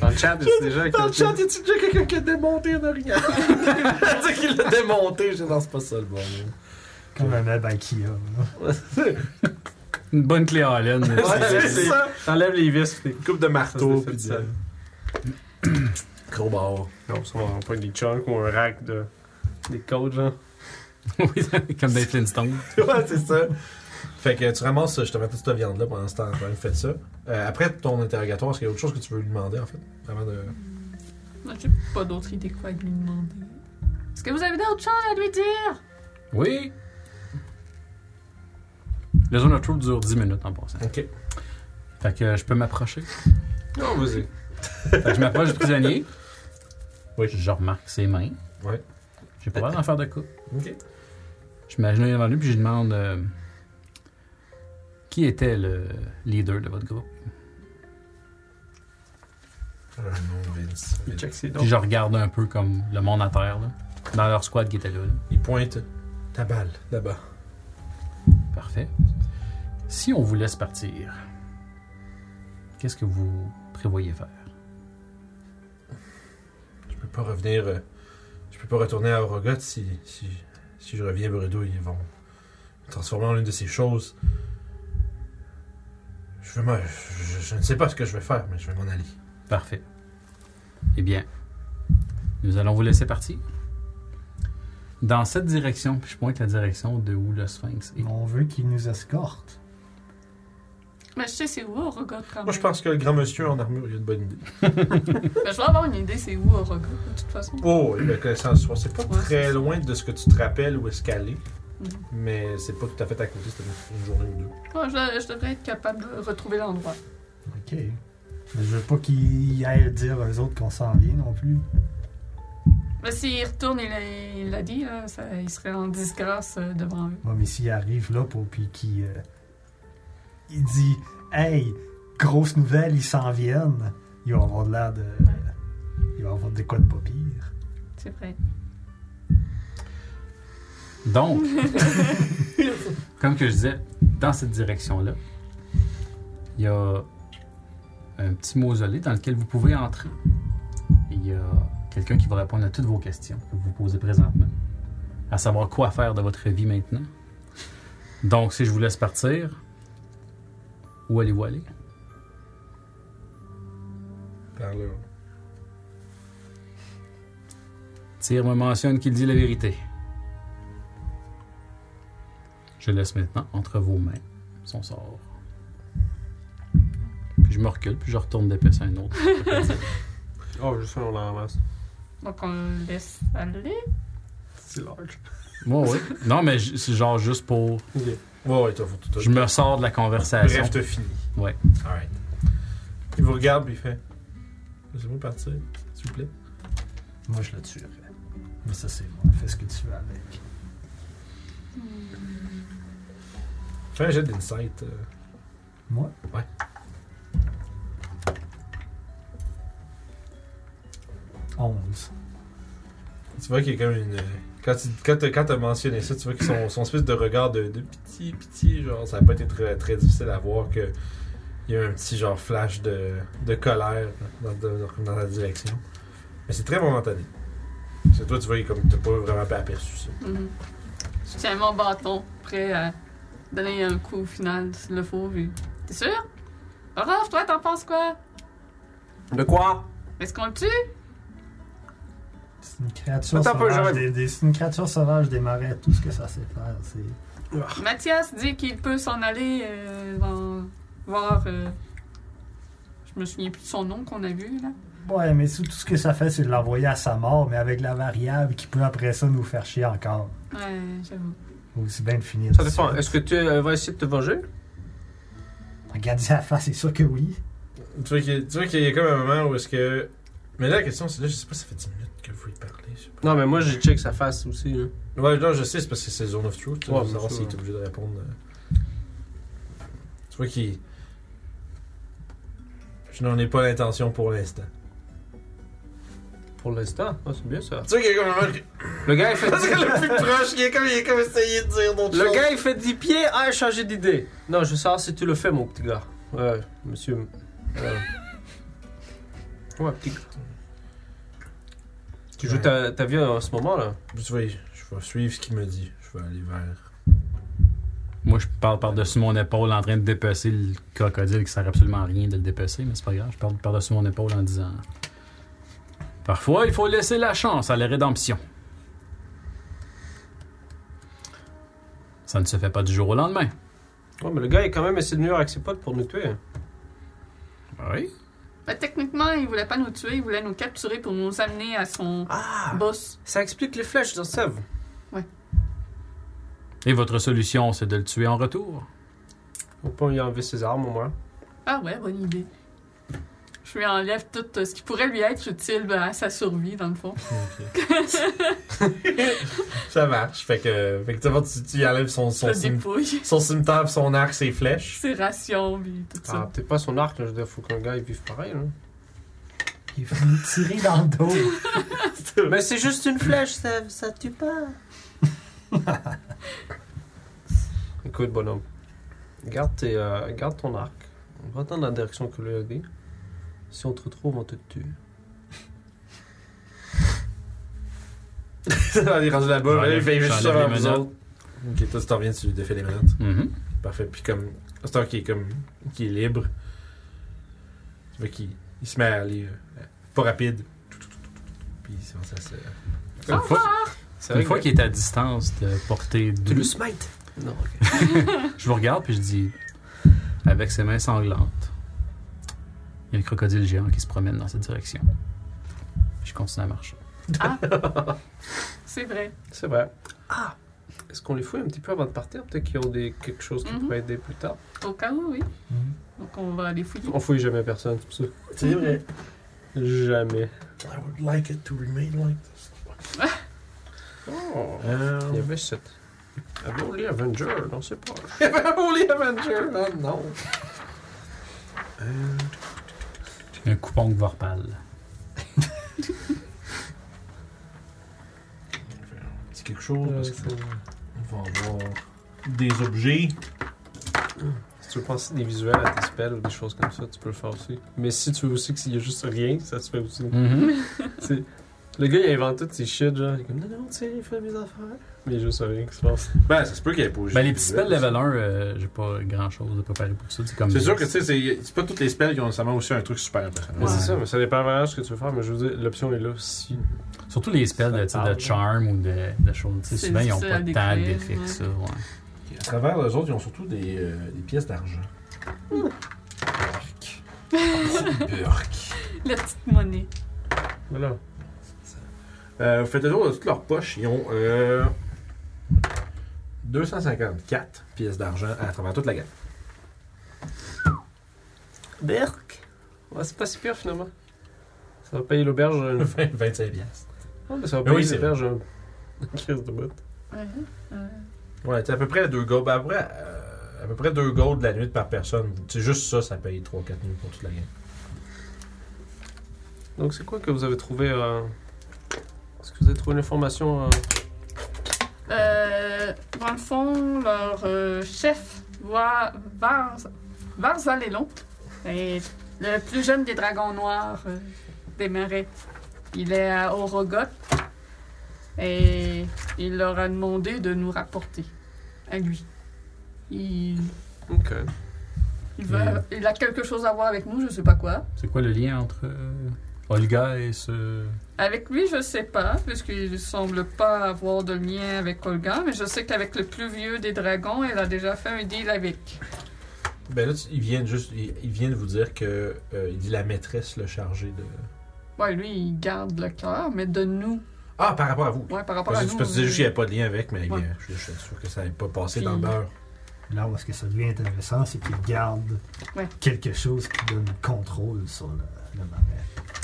C: Dans le chat, c'est déjà
A: Dans le chat, y a-tu déjà quelqu'un qui a démonté un orignal? Tu sais qu'il l'a démonté, je lance pas ça le bon mot.
E: Comme un meuble Ikea. là.
D: Une bonne clé à haleine. là,
C: Ouais,
D: c'est-
A: C'est
C: c'est-
A: ça!
C: T'enlèves les vis, pis
A: Coupe de marteau,
C: Ça, c'est
A: pis
C: fait
A: de. Gros bord.
C: t'es. Non, ça va pas des chunks ou un rack de. des codes, genre.
D: Oui, comme des Flintstones.
A: ouais, c'est ça. Fait que tu ramasses justement toute cette viande-là pendant ce temps-là. Faites ça. Euh, après ton interrogatoire, est-ce qu'il y a autre chose que tu veux lui demander, en fait? Avant de...
B: Moi, j'ai pas d'autre idée quoi de lui demander. Est-ce que vous avez d'autres choses à lui dire?
D: Oui. La zone of truth dure 10 minutes en passant.
A: OK.
D: Fait que euh, je peux m'approcher.
C: Non, vas-y.
D: Fait que je m'approche du prisonnier.
A: Oui.
D: Je remarque ses mains.
A: Ouais.
D: J'ai pas l'air d'en faire de coup.
A: OK.
D: Je m'imagine devant lui puis je lui demande euh, qui était le leader de votre groupe.
A: Ah non, Vince.
C: Il check ses
A: Oh.
C: dents.
D: Puis je regarde un peu comme le monde à terre, là, dans leur squad qui était là. là.
A: Il pointe ta balle là-bas.
D: Parfait. Si on vous laisse partir, qu'est-ce que vous prévoyez faire?
A: Je peux pas revenir. euh, je peux pas retourner à Orogoth si, si, si je reviens Brudo, ils vont me transformer en une de ces choses. Je, veux m'en- je, je- je ne sais pas ce que je vais faire, mais je vais m'en aller.
D: Parfait. Eh bien, nous allons vous laisser partir. Dans cette direction, puis je pointe la direction de où le sphinx est.
E: On veut qu'il nous escorte.
B: Mais je sais c'est où Orogoth quand même.
A: Moi, je pense que le grand monsieur en armure, il a une bonne idée.
B: Mais je vais avoir une idée c'est où Orogoth de toute façon.
A: Oh, et le connaissance du soir, c'est pas
B: Ouais, c'est
A: très
B: ça.
A: loin de ce que tu te rappelles où est-ce qu'elle est.
B: Mm.
A: mais c'est pas tout à fait à côté, c'était une, une journée ou deux.
B: Moi, je, je devrais être capable de retrouver l'endroit.
E: Ok. Mais je veux pas qu'ils aillent dire aux autres qu'on s'en vient non plus.
B: Mais Ben, s'il retourne, il l'a il l'a dit, là, ça- il serait en disgrâce euh, devant eux.
E: Ouais, mais s'il arrive là, pour, puis qu'il euh, il dit Hey, grosse nouvelle, ils s'en viennent, il va avoir de l'air de. Il va avoir des quoi de pas pire.
B: C'est vrai.
D: Donc, comme que je disais, dans cette direction-là, il y a un petit mausolée dans lequel vous pouvez entrer. Il y a quelqu'un qui va répondre à toutes vos questions que vous vous posez présentement, à savoir quoi faire de votre vie maintenant. Donc, si je vous laisse partir, où allez-vous aller?
A: Par là.
D: Tyr me mentionne qu'il dit la vérité. Je laisse maintenant entre vos mains son sort. Puis je me recule, puis je retourne d'épaisse à un autre.
C: Oh, juste un, on la ramasse.
B: Donc, on le laisse aller.
C: C'est large.
D: Moi, oui. Non, mais j- c'est genre juste pour.
C: Ok.
A: Ouais, ouais, t'as faut tout.
D: Je me sors de la conversation.
A: Bref, t'as fini.
D: Ouais.
A: Alright. Il vous regarde puis il fait Laissez-moi partir, s'il vous plaît.
E: Moi, je le tuerais. Mais ça, c'est moi. Fais ce que tu veux avec.
B: Mm.
A: Fais un jet d'insight. euh.
E: Moi
A: Ouais.
E: Onze.
A: Tu vois qu'il y a comme une. euh, Quand tu quand t'as- quand t'as mentionné ça, tu vois que son, son espèce de regard de, de pitié, pitié, genre, ça a pas été très, très difficile à voir que. Il y a eu un petit genre flash de, de colère dans, de- dans la direction. Mais c'est très momentané. C'est toi, tu vois, il est comme t'as pas vraiment aperçu ça.
B: Mhm. Je tiens mon bâton, prêt à donner un coup au final s'il le faut. Vu. T'es sûr? Raph, toi, t'en penses quoi?
C: De quoi
B: Est-ce qu'on le tue?
E: C'est une créature
C: Attends un peu,
E: sauvage.
C: j'arrête.
E: des- des- c'est une créature sauvage des marais. Tout ce que ça sait faire, c'est.
B: Mathias dit qu'il peut s'en aller euh, dans- voir. euh, Je me souviens plus de son nom qu'on a vu, là.
E: Ouais, mais tout tout ce que ça fait, c'est de l'envoyer à sa mort, mais avec la variable qui peut après ça nous faire chier encore.
B: Ouais, j'avoue.
E: Aussi bien de finir.
C: Ça
E: tout
C: dépend.
E: seul.
C: Est-ce que tu euh, vas essayer de te venger euh.
E: Regardez la face, c'est sûr que oui.
A: Tu vois qu'il y a- tu vois qu'il y a comme un moment où est-ce que. Mais là, la question, c'est là, je sais pas, ça fait 10 minutes que vous y parlez. je sais
C: Non, mais moi, j'ai check sa face aussi. hein.
A: pas.
C: là.
A: Ouais, non, je sais, c'est parce que c'est Zone of Truth. tu
C: Ouais,
A: vas
C: c'est
A: savoir
C: ça,
A: s'il
C: ouais.
A: est obligé de répondre. euh. Tu vois qu'il. Je n'en ai pas l'intention pour l'instant.
C: Pour l'instant. Ah, c'est bien ça.
A: Tu vois qu'il y a comme un moment.
C: Le gars, il fait,
A: Parce que le plus proche, il est comme, il est comme essayé de dire d'autres
C: le
A: choses.
C: gars, il fait 10 pieds. Ah, il a changé d'idée. Non, je veux savoir si tu le fais, mon petit gars. Ouais, monsieur. euh, Ouais, petit gars. Tu joues ta, ta vie en ce moment, là
A: Tu vois, je vais suivre ce qu'il me dit. Je vais aller vers.
D: Moi, je parle par-dessus mon épaule en train de dépecer le crocodile qui sert absolument à rien de le dépecer, mais c'est pas grave. Je parle par-dessus mon épaule en disant Parfois, il faut laisser la chance à la rédemption. Ça ne se fait pas du jour au lendemain.
C: Ouais, mais le gars, il a quand même essayé de nuire avec ses potes pour nous tuer.
D: Ben Oui.
B: Mais Ben, techniquement, il voulait pas nous tuer, il voulait nous capturer pour nous amener à son
C: Ah
B: boss.
C: Ça explique les flèches dans Sèvres.
D: Et votre solution, c'est de le tuer en retour.
C: Au point où il a enlevé ses armes, au moins.
B: Ah ouais, bonne idée. Je lui enlève tout euh, ce qui pourrait lui être utile ben, à sa survie, dans le fond.
A: Ça marche. Fait que, fait que tu vois, tu, tu y enlèves son,
B: Je
A: son,
B: le
A: cim-
B: dépouille.
A: son cimetière, son arc, ses flèches.
B: Ses rations, puis tout
C: Ah,
B: ça.
C: peut-être pas son arc, là. Je veux dire, faut qu'un gars, il vive pareil, là.
E: Il faut me tirer dans le dos.
C: Mais c'est juste une flèche, ça, ça tue pas. Écoute, bonhomme, garde, tes, euh, garde ton arc. On va dans la direction que lui a dit. Si on te retrouve, on te tue.
A: il est rendu là-bas, ben,
D: J'enlève-
A: là, il fait juste ça
D: j'enlève
A: vers
D: les
A: vous
D: menottes.
A: autres. Ok, toi, si t'en reviens, tu défais les menottes.
D: Mhm.
A: Parfait. Puis comme. C'est un qui est comme. qui est libre. Tu vois qu'il il se met à aller. euh, pas rapide. Puis il commence à se.
D: Une fois,
C: C'est
D: une fois qu'il est à distance de portée de
C: Tu le smites Non, ok.
D: Je vous regarde puis je dis, avec ses mains sanglantes, il y a un crocodile géant qui se promène dans cette direction. Je continue à marcher.
B: C'est vrai.
C: C'est vrai. Est-ce qu'on les fouille un petit peu avant de partir Peut-être qu'ils ont des, quelque chose qui
B: Mhm.
C: pourrait aider plus tard.
B: Au cas où, oui.
E: Mhm.
B: Donc on va aller fouiller.
C: On fouille jamais personne, c'est pour ça.
A: C'est vrai.
C: Jamais.
A: I would like it to remain like this.
C: Oh, il y
A: Euh,
C: avait cette. Avait Holy Avenger dans ses poches. Il y avait un Holy Avenger Ah non
A: euh,
D: Un coupon de Vorpal.
A: C'est quelque chose
C: Euh,
A: parce
C: c'est-
A: qu'on va avoir des objets.
C: Si tu veux penser des visuels à tes spells ou des choses comme ça, tu peux le faire aussi. Mais si tu veux aussi qu'il y a juste rien, ça se fait aussi.
D: Mm-hmm.
C: C'est- Le gars, il invente toutes ces shit, genre, il est comme non, non, tu sais, il fait mes affaires. Mais il y a juste rien qui se passe.
A: Ben, ça se peut qu'il y ait pas juste
D: Ben, les
A: des
D: petits spells
A: visuels.
D: level 1, euh, j'ai pas grand chose de préparer pour ça. C'est comme.
A: C'est sûr que tu sais, c'est c'est pas toutes les spells qui ont nécessairement aussi un truc super impressionnant.
C: Mais
D: Ouais.
C: c'est ça, mais ça dépend vraiment de ce que tu veux faire. Mais je veux dire, l'option est là si.
D: Surtout les spells de, tu sais, de charm ou de, de choses. tu sais,
B: C'est
D: Souvent, ils ont
B: difficile
D: pas
B: à
D: tant
B: décrire,
D: d'effets que
B: ouais.
D: ça. ouais.
A: À travers les autres, ils ont surtout des, euh, des pièces d'argent. Burk. Burk.
B: La petite monnaie.
C: Voilà.
A: Euh, vous faites le tour de toutes leurs poches. Ils ont euh, 254 pièces d'argent à travers toute la gamme.
C: Berk Ouais, c'est pas si pire finalement. Ça va payer l'auberge. euh,
A: 25 pièces.
C: Non, Ah, mais ça va
A: Mais oui,
C: payer
A: c'est
C: l'auberge. euh, une Crise de botte.
B: Ouais, ouais.
A: Ouais, t'es à peu près à deux gold. Ben, à, peu près, euh, à peu près deux gold de la nuit par personne. C'est juste ça, ça paye 3-4 nuits pour toute la gamme.
C: Donc, c'est quoi que vous avez trouvé euh, Est-ce que vous avez trouvé l'information
B: Euh, dans le fond, leur euh, chef, Va- Varz- Varzaléon, est le plus jeune des dragons noirs euh, des marais. Il est à Orogoth et il leur a demandé de nous rapporter à lui. Il,
C: Ok.
B: il veut-
D: Mm.
B: il a quelque chose à voir avec nous, je sais pas quoi.
D: C'est quoi le lien entre euh, Olga et ce.
B: Avec lui, je sais pas, puisqu'il semble pas avoir de lien avec Olga, mais je sais qu'avec le plus vieux des dragons, elle a déjà fait un deal avec.
A: Ben là, tu- ils viennent juste, ils, ils viennent vous dire que euh, il dit la maîtresse le chargé de.
B: Ouais, lui, il garde le cœur, mais de nous.
A: Ah, par rapport à vous.
B: Ouais, par rapport
A: Parce
B: à
A: que
B: nous.
A: tu peux dire
B: euh,
A: juste qu'il n'y a pas de lien avec, mais
B: Ouais.
A: bien, je, je suis sûr que ça n'avait pas passé
B: Puis-
A: dans le beurre.
E: Là où est-ce que ça devient intéressant, c'est qu'il garde
B: Ouais.
E: quelque chose qui donne le contrôle sur le, le marais.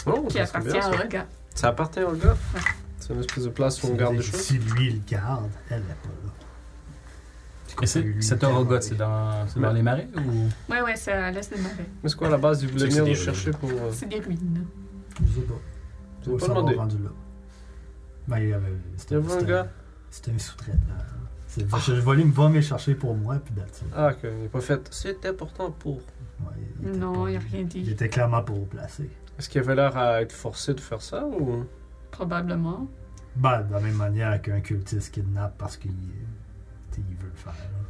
C: Oh,
B: Qui
C: ça, c'est
B: appartient
C: bien,
B: à
C: ça.
B: Olga.
C: Ça appartient au gars.
B: Ouais.
C: C'est une espèce de place où on
E: C'est-à-dire
C: garde des
E: que
C: choses.
E: Si lui le garde, elle n'est pas là.
D: Et c'est- Cet Orogoth, c'est dans, c'est dans les marais ou.
B: Ouais, ouais, c'est à l'est des marais.
C: Mais c'est quoi à la base Ils voulaient
A: C'est que c'est
C: venir nous
A: des ruines.
C: chercher pour. euh,
B: C'est des ruines.
E: Je sais pas.
C: Ils ont
E: Ils
C: pas
E: sont
C: demandé.
E: rendus là. Ben, il y avait. C'était
C: Il y avait un
E: c'était-
C: gars.
E: C'était un sous-traitant. C'est le
B: Ah.
E: volume va me chercher pour moi, puis that's it.
C: Ah, ok, il n'est pas fait. C'était important pour.
E: Ouais, il était
B: Non,
E: pas-
B: il a rien dit.
E: Il était clairement pas replacé.
C: Est-ce qu'il avait l'air à être forcé de faire ça ou.
B: Probablement.
E: Ben, de la même manière qu'un cultiste kidnappe parce qu'il euh, t'sais, il veut le faire. là.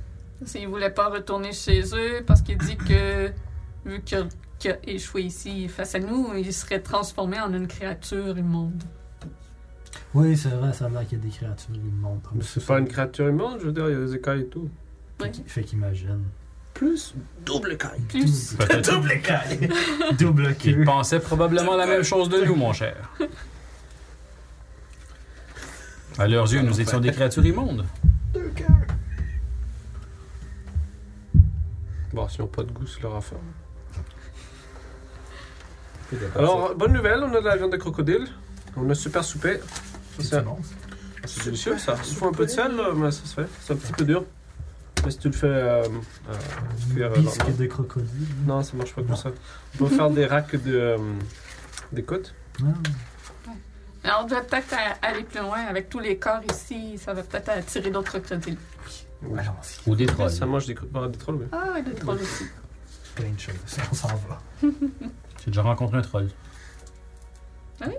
B: S'ils voulaient pas retourner chez eux, parce qu'il dit que, vu qu'il a- qu'il a échoué ici face à nous, il serait transformé en une créature immonde.
E: Oui, c'est vrai, ça a l'air qu'il y a des créatures immondes.
C: Ah, Mais c'est pas une créature immonde, je veux dire, il y a des écailles et tout.
E: Fait qu'il- Fait qu'imagine.
C: Plus double écaille.
B: Plus.
D: Peut-être
E: Double caille! Double
D: qu'il
E: queue!
D: pensait probablement la même chose de nous, mon cher. À leurs yeux, nous étions des créatures immondes.
C: Bon, s'ils n'ont pas de goût, c'est leur affaire.
A: Alors,
C: Alors, bonne nouvelle, on a de la viande de crocodile. On a super soupé. Ça,
E: C'est
C: C'est
E: bon,
C: Ah, c'est délicieux ça. Il faut un peu de sel, là, mais ça se fait. C'est un petit peu dur. Mais si tu le fais euh, euh, cuire, euh,
E: Biscuit
C: normal.
E: de crocodile.
C: Non, ça marche pas comme ça. On peut faire des racks de, euh, d'écoute.
E: Non.
B: Alors, on devrait peut-être à- aller plus loin avec tous les corps ici. Ça va peut-être attirer d'autres crocodiles.
E: Allons-y.
D: Ou des trolls.
C: Ça mange des, cro- bah, des trolls, mais.
B: Ah, des trolls aussi.
E: Plein de choses. On s'en va.
D: J'ai déjà rencontré un troll.
B: Nous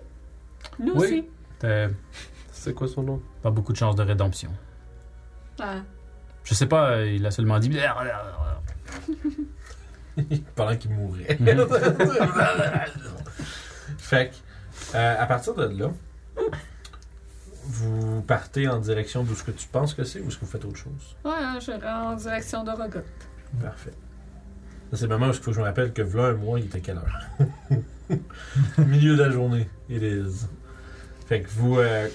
D: Oui.
B: aussi.
D: T'as
C: C'est quoi son nom
D: pas beaucoup de chances de rédemption.
B: Ah.
D: Je sais pas, euh, il a seulement dit.
A: pendant qu'il mourait.
D: Mhm.
A: fait que, euh, à partir de là, vous partez en direction d'où ce que tu penses que c'est ou est-ce que vous faites autre chose?
B: Ouais, hein, je rentre en direction de
A: Parfait. Ça, C'est le moment où il faut que je me rappelle que v'là un mois, il était quelle heure? Milieu de la journée, it is. Fait que vous, euh,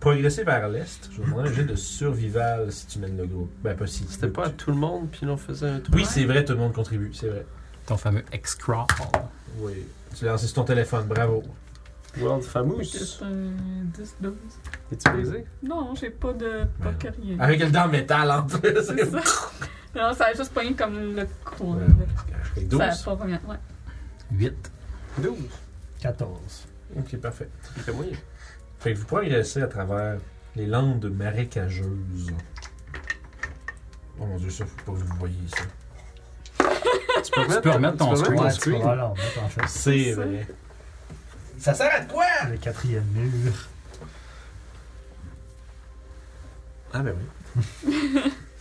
A: progresser vers l'est. Je vais vous demander un jet de survival si tu mènes le groupe. Ben, pas si. tu
C: C'était
A: veux.
C: pas à tout le monde, puis on faisait un truc.
A: Oui, c'est vrai, tout le monde contribue, c'est vrai.
D: Ton fameux X-Crawl.
A: Oui. Tu l'as lancé sur ton téléphone, bravo.
C: World Famous.
B: C'est un 10, 12.
C: Es-tu baisé?
B: euh, Non, j'ai pas de poker rien.
A: Avec le dent en métal en plus.
B: C'est ça. Non, ça a juste pogné comme le coin.
A: Ouais,
B: là.
A: Fait
B: Ça a
A: 12.
B: pas vraiment. Ouais.
D: 8.
C: 12.
E: 14.
A: Ok, parfait.
C: Il était moyen.
A: Fait que vous progressez à travers les landes marécageuses. Oh mon dieu, ça, faut pas que vous voyez ça.
C: Tu peux,
D: peux remettre ton
C: tu peux remettre
D: screen.
E: Ouais,
C: ton
E: tu peux
C: screen.
E: voilà, on met en fait
A: C'est
B: Ça.
A: vrai.
E: Ça sert à quoi? Le quatrième mur.
A: Ah ben oui.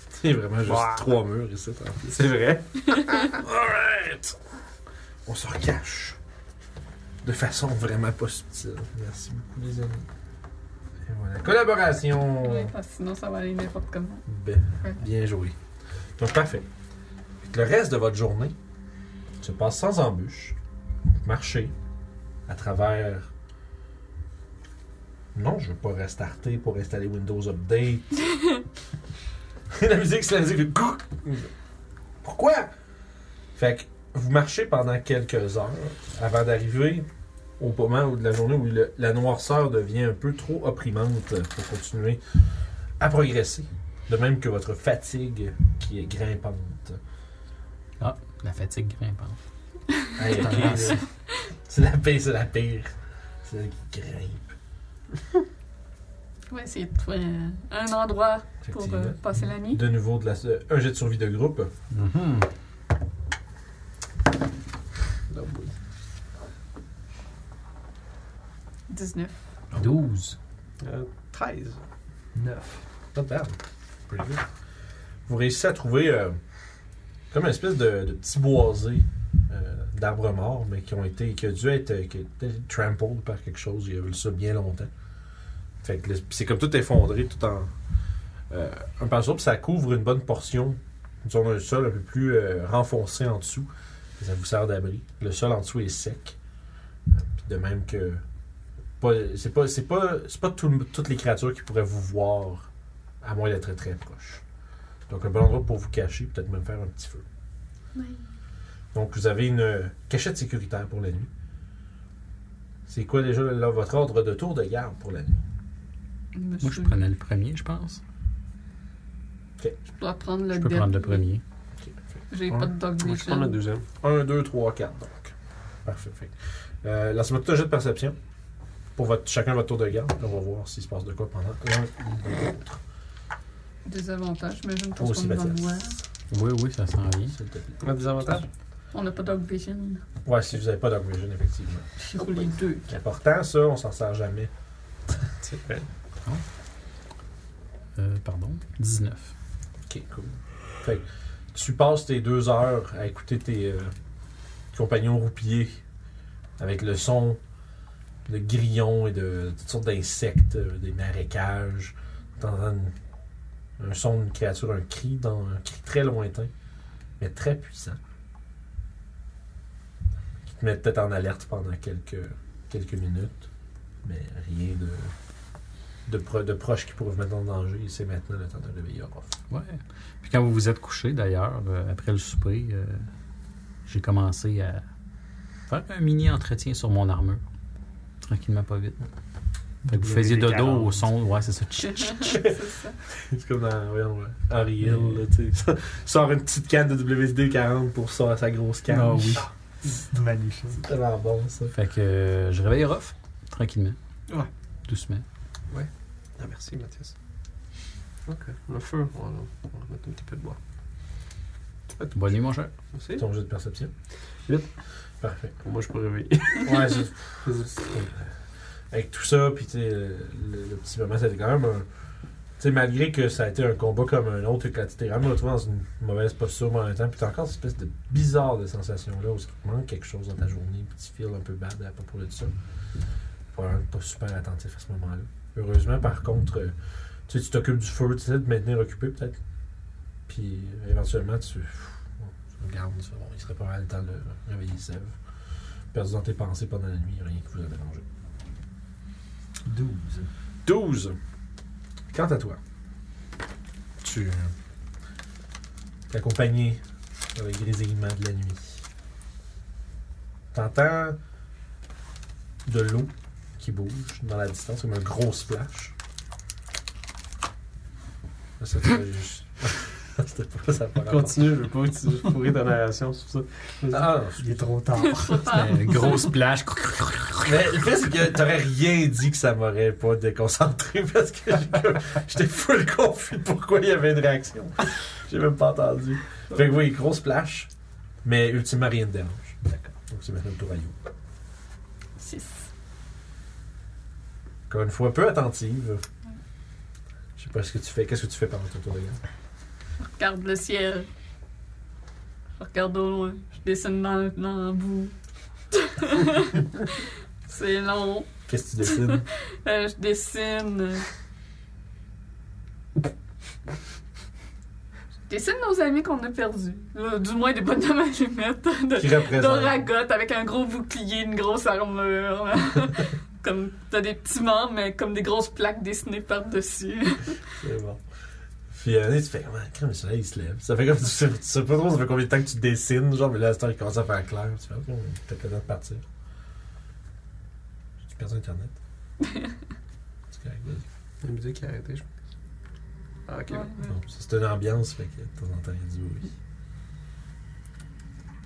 A: C'est vraiment juste
E: Bah.
A: trois murs ici, tranquille.
C: C'est vrai.
A: Alright! On se recache. De façon vraiment pas subtile. Merci beaucoup, les amis. Et voilà. Collaboration!
B: Ouais, parce que sinon, ça va aller n'importe comment.
A: Ben, bien joué. Donc, parfait. Fait que Le reste de votre journée se passe sans embûches. Marchez à travers. Non, je veux pas restarter pour installer Windows Update. la musique, c'est la musique. de Gouc Pourquoi? Fait que vous marchez pendant quelques heures avant d'arriver au moment où- de la journée où le- la noirceur devient un peu trop opprimante pour continuer à progresser. De même que votre fatigue qui est grimpante.
D: La fatigue grimpante.
A: Hey, ok, là. c'est la pire, c'est la pire. C'est elle qui grimpe.
B: Ouais, c'est euh, un endroit pour
A: Effectivement.
B: euh, passer la nuit.
A: De nouveau, de la, de- un jet de survie de groupe.
D: Mhm.
C: Non, oui.
B: 19.
D: 12.
C: Euh, 13.
E: 9.
A: Not bad. Pretty good. Vous réussissez à trouver euh, comme une espèce de, de petit boisé euh, d'arbres morts, mais qui ont été, qui a dû être, euh, qui a été trampled par quelque chose. Il y a eu ça bien longtemps. Fait que le- puis c'est comme tout effondré, tout en euh, un par sur, puis ça couvre une bonne portion. Disons un sol un peu plus euh, renfoncé en dessous. Et ça vous sert d'abri. Le sol en dessous est sec. Euh, puis de même que pas- c'est pas c'est pas c'est pas tout- toutes les créatures qui pourraient vous voir à moins d'être très très proche. Donc un bon endroit pour vous cacher, peut-être même faire un petit feu. Donc vous avez une euh, cachette sécuritaire pour la nuit. C'est quoi déjà là, votre ordre de tour de garde pour la nuit?
D: Moi, je prenais le premier, je pense.
B: Je dois prendre le
D: Je peux
B: dernier.
D: prendre le premier.
A: Ok, fait
B: J'ai
A: Ouais.
B: pas de dog
C: Moi, je prends le
B: vision.
C: deuxième.
A: Un, deux, trois, quatre, donc. Parfait. Fait. que, Euh, Lancez-moi tout un jet de perception pour votre, chacun votre tour de garde. On va voir s'il se passe de quoi pendant l'un ou l'autre.
B: Des avantages, mais je ne
A: Toi
B: pense
A: aussi,
B: qu'on va le voir.
A: Mathias.
D: Oui, oui, ça s'en vient.
A: S'il te plaît.
C: On a des avantages?
B: On n'a pas dog vision.
A: Ouais, si vous n'avez pas d'augmentation, effectivement.
B: J'ai roulé deux.
A: C'est important, ça, on s'en sert jamais.
C: C'est vrai.
D: Euh, pardon. 19.
A: Ok, cool. Fait que tu passes tes deux heures à écouter tes euh, compagnons roupillés avec le son de grillons et de toutes sortes d'insectes, euh, des marécages. T'entends une- un son d'une créature, un cri, dans, un cri très lointain, mais très puissant. Qui te met peut-être en alerte pendant quelques, quelques minutes, mais rien de, de, pro- de proche qui pourrait vous mettre en danger. Et c'est maintenant le temps de réveiller Orof.
D: Ouais. Puis quand vous vous êtes couché, d'ailleurs, euh, après le souper, euh, j'ai commencé à faire un mini entretien sur mon armure. Tranquillement, pas vite. Fait que vous faisiez dodo au son. Ouais, c'est ça. Tchit, tchit.
B: C'est ça.
A: C'est comme dans voyons, ouais, Henry Hill, là, tu sais. Sort une petite canne de WD-40 pour ça, sa grosse canne.
D: Ah oui.
E: Magnifique.
A: C'est tellement bon, ça.
D: Fait que euh, je réveille Ruff, tranquillement.
C: Ouais.
D: Doucement.
C: Ah, merci, Mathias. Ok. Le feu, on va, on va mettre un petit peu de bois.
D: Bonne nuit, mon cher.
C: Merci.
A: Ton jeu de perception.
C: Huit.
A: Parfait.
C: Moi, je peux réveiller.
A: Ouais, c'est- avec tout ça, puis tu sais, le, le petit moment, c'était quand même un. Tu sais, malgré que ça a été un combat comme un autre, et que là, tu t'es vraiment retrouvé dans une mauvaise posture mais en même temps, puis t'as encore cette espèce de bizarre de sensation-là, où il te manque quelque chose dans ta journée, puis tu feels un peu bad à propos de ça. Probablement pas super attentif à ce moment-là. Heureusement, par contre, euh, tu sais, tu t'occupes du feu, tu essaies de te maintenir occupé, peut-être. Puis euh, éventuellement, tu, pff, bon, tu regardes, tu fais, bon, il serait pas mal le temps de réveiller Sèvres. Perdu dans tes pensées pendant la nuit, rien qui vous a dérangé.
E: 12.
A: 12. Quant à toi,
D: Tu.
A: t'es accompagné dans les grésillements de la nuit. T'entends de l'eau qui bouge dans la distance, comme un gros splash. Là, ça, c'était juste- C'était pas ça. par rapport.
C: Continue, je veux pas que tu pourris ta narration sur ça.
A: Ah, non,
E: Il est trop tard.
B: Ah.
D: C'était une grosse plage.
A: Mais le fait, c'est que t'aurais rien dit que ça m'aurait pas déconcentré parce que j'ai comme- j'étais full confus de pourquoi il y avait une réaction. J'ai même pas entendu. Fait que oui, grosse splash, mais ultimement rien de dérange. D'accord. Donc c'est maintenant le tour à You.
B: 6.
A: Encore une fois, peu attentive. Je sais pas ce que tu fais. Qu'est-ce que tu fais pendant ton tour de garde?
B: Regarde le ciel. Je regarde au loin. Je dessine dans, le- dans le bout. C'est long.
A: Qu'est-ce que tu décides?
B: Euh, je dessine. euh, Je dessine nos amis qu'on a perdus. Euh, du moins des bonhommes à lunettes de,
A: Qui représente?
B: d'Oragot avec un gros bouclier, une grosse armure. là. comme t'as des petits membres, mais comme des grosses plaques dessinées par-dessus.
A: C'est bon. Puis euh, tu fais comment? Quand le soleil il se lève. Ça fait comme tu sais, tu sais pas trop ça fait combien de temps que tu dessines, genre, mais là, à ce temps, il commence à faire clair. Tu fais ok, peut-être le temps de partir. Tu perds Internet. C'est correct, vas-y.
C: La musique est arrêtée, je pense. Ah, ok.
B: Ouais.
C: bon.
A: Bon, ça, c'est une ambiance, fait que de temps en temps, il y a du bruit.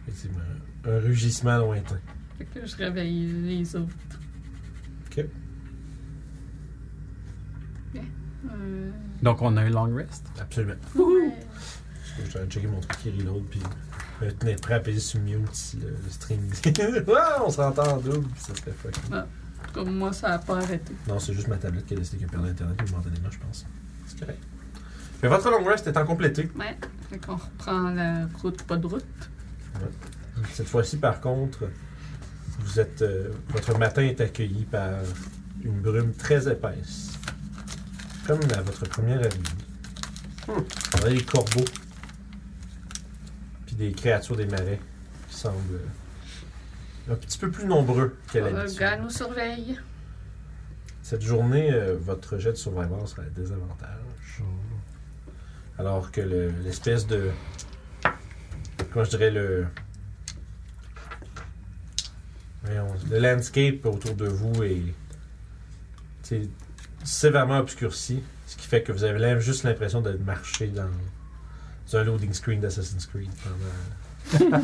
A: Effectivement, un rugissement lointain.
B: Fait que je réveille les autres.
A: Ok.
B: Bien. Euh,
D: Donc, on a un long rest.
A: Absolument.
B: ouais.
A: Parce que je suis en train de checker mon truc qui reload, puis me tenir prêt à payer sur mute si le, le stream dit Ah, on s'entend en double, puis ça serait fucking.
B: Comme moi, ça a pas arrêté.
A: Non, c'est juste ma tablette qui a décidé qu'elle perdait Internet momentanément, je pense. C'est correct. Mais votre long rest étant complété,
B: Ouais. Fait qu'on reprend la route, pas de route.
A: cette fois-ci, par contre, vous êtes, euh, votre matin est accueilli par une brume très épaisse. Comme à votre première arrivée. On a des corbeaux, puis des créatures des marais qui semblent euh, un petit peu plus nombreux qu'à
B: Le
A: l'habitude.
B: gars nous surveille.
A: Cette journée, euh, votre jet de survivor sera à désavantage. Alors que le- l'espèce de. Comment je dirais le. voyons, Le landscape autour de vous est tu sais, sévèrement obscurci, ce qui fait que vous avez l'air- juste l'impression de marcher dans, dans un loading screen d'Assassin's Creed pendant,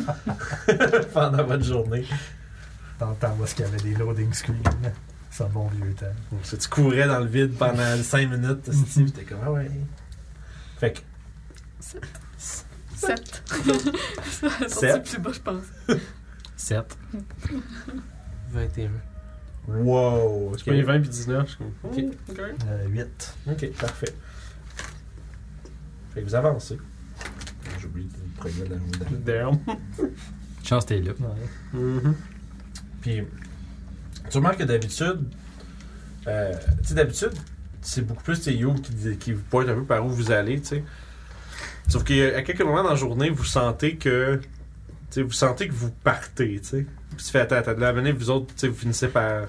A: pendant votre journée.
E: T'entends où est-ce qu'il y avait des loading screens. C'est un bon vieux temps.
A: Donc, si tu courais dans le vide pendant 5 minutes, Steve, t'es comme, ah ouais. Fait que,
B: 7. ça a sorti
A: Sept.
B: plus bas, je pense.
D: 7.
C: 21.
A: wow.
C: Je
A: ok.
C: prends les 20 puis 19, je suis comme.
A: Ok.
C: hmm, Ok.
E: Euh, 8.
A: Ok, parfait. Fait que vous avancez. J'ai oublié de vous prévenir de la journée d'avant.
C: oh, Damn.
D: Chance, t'es là.
C: Mhm.
A: Puis, tu remarques que d'habitude, euh, tu sais, d'habitude, c'est beaucoup plus tes You qui, dis- qui vous pointent un peu par où vous allez, tu sais. Sauf qu'à quelques moments dans la journée, vous sentez que, tu sais, vous sentez que vous partez, tu sais. Puis tu fais, attends, attends, de la minute, vous autres, tu sais, vous finissez par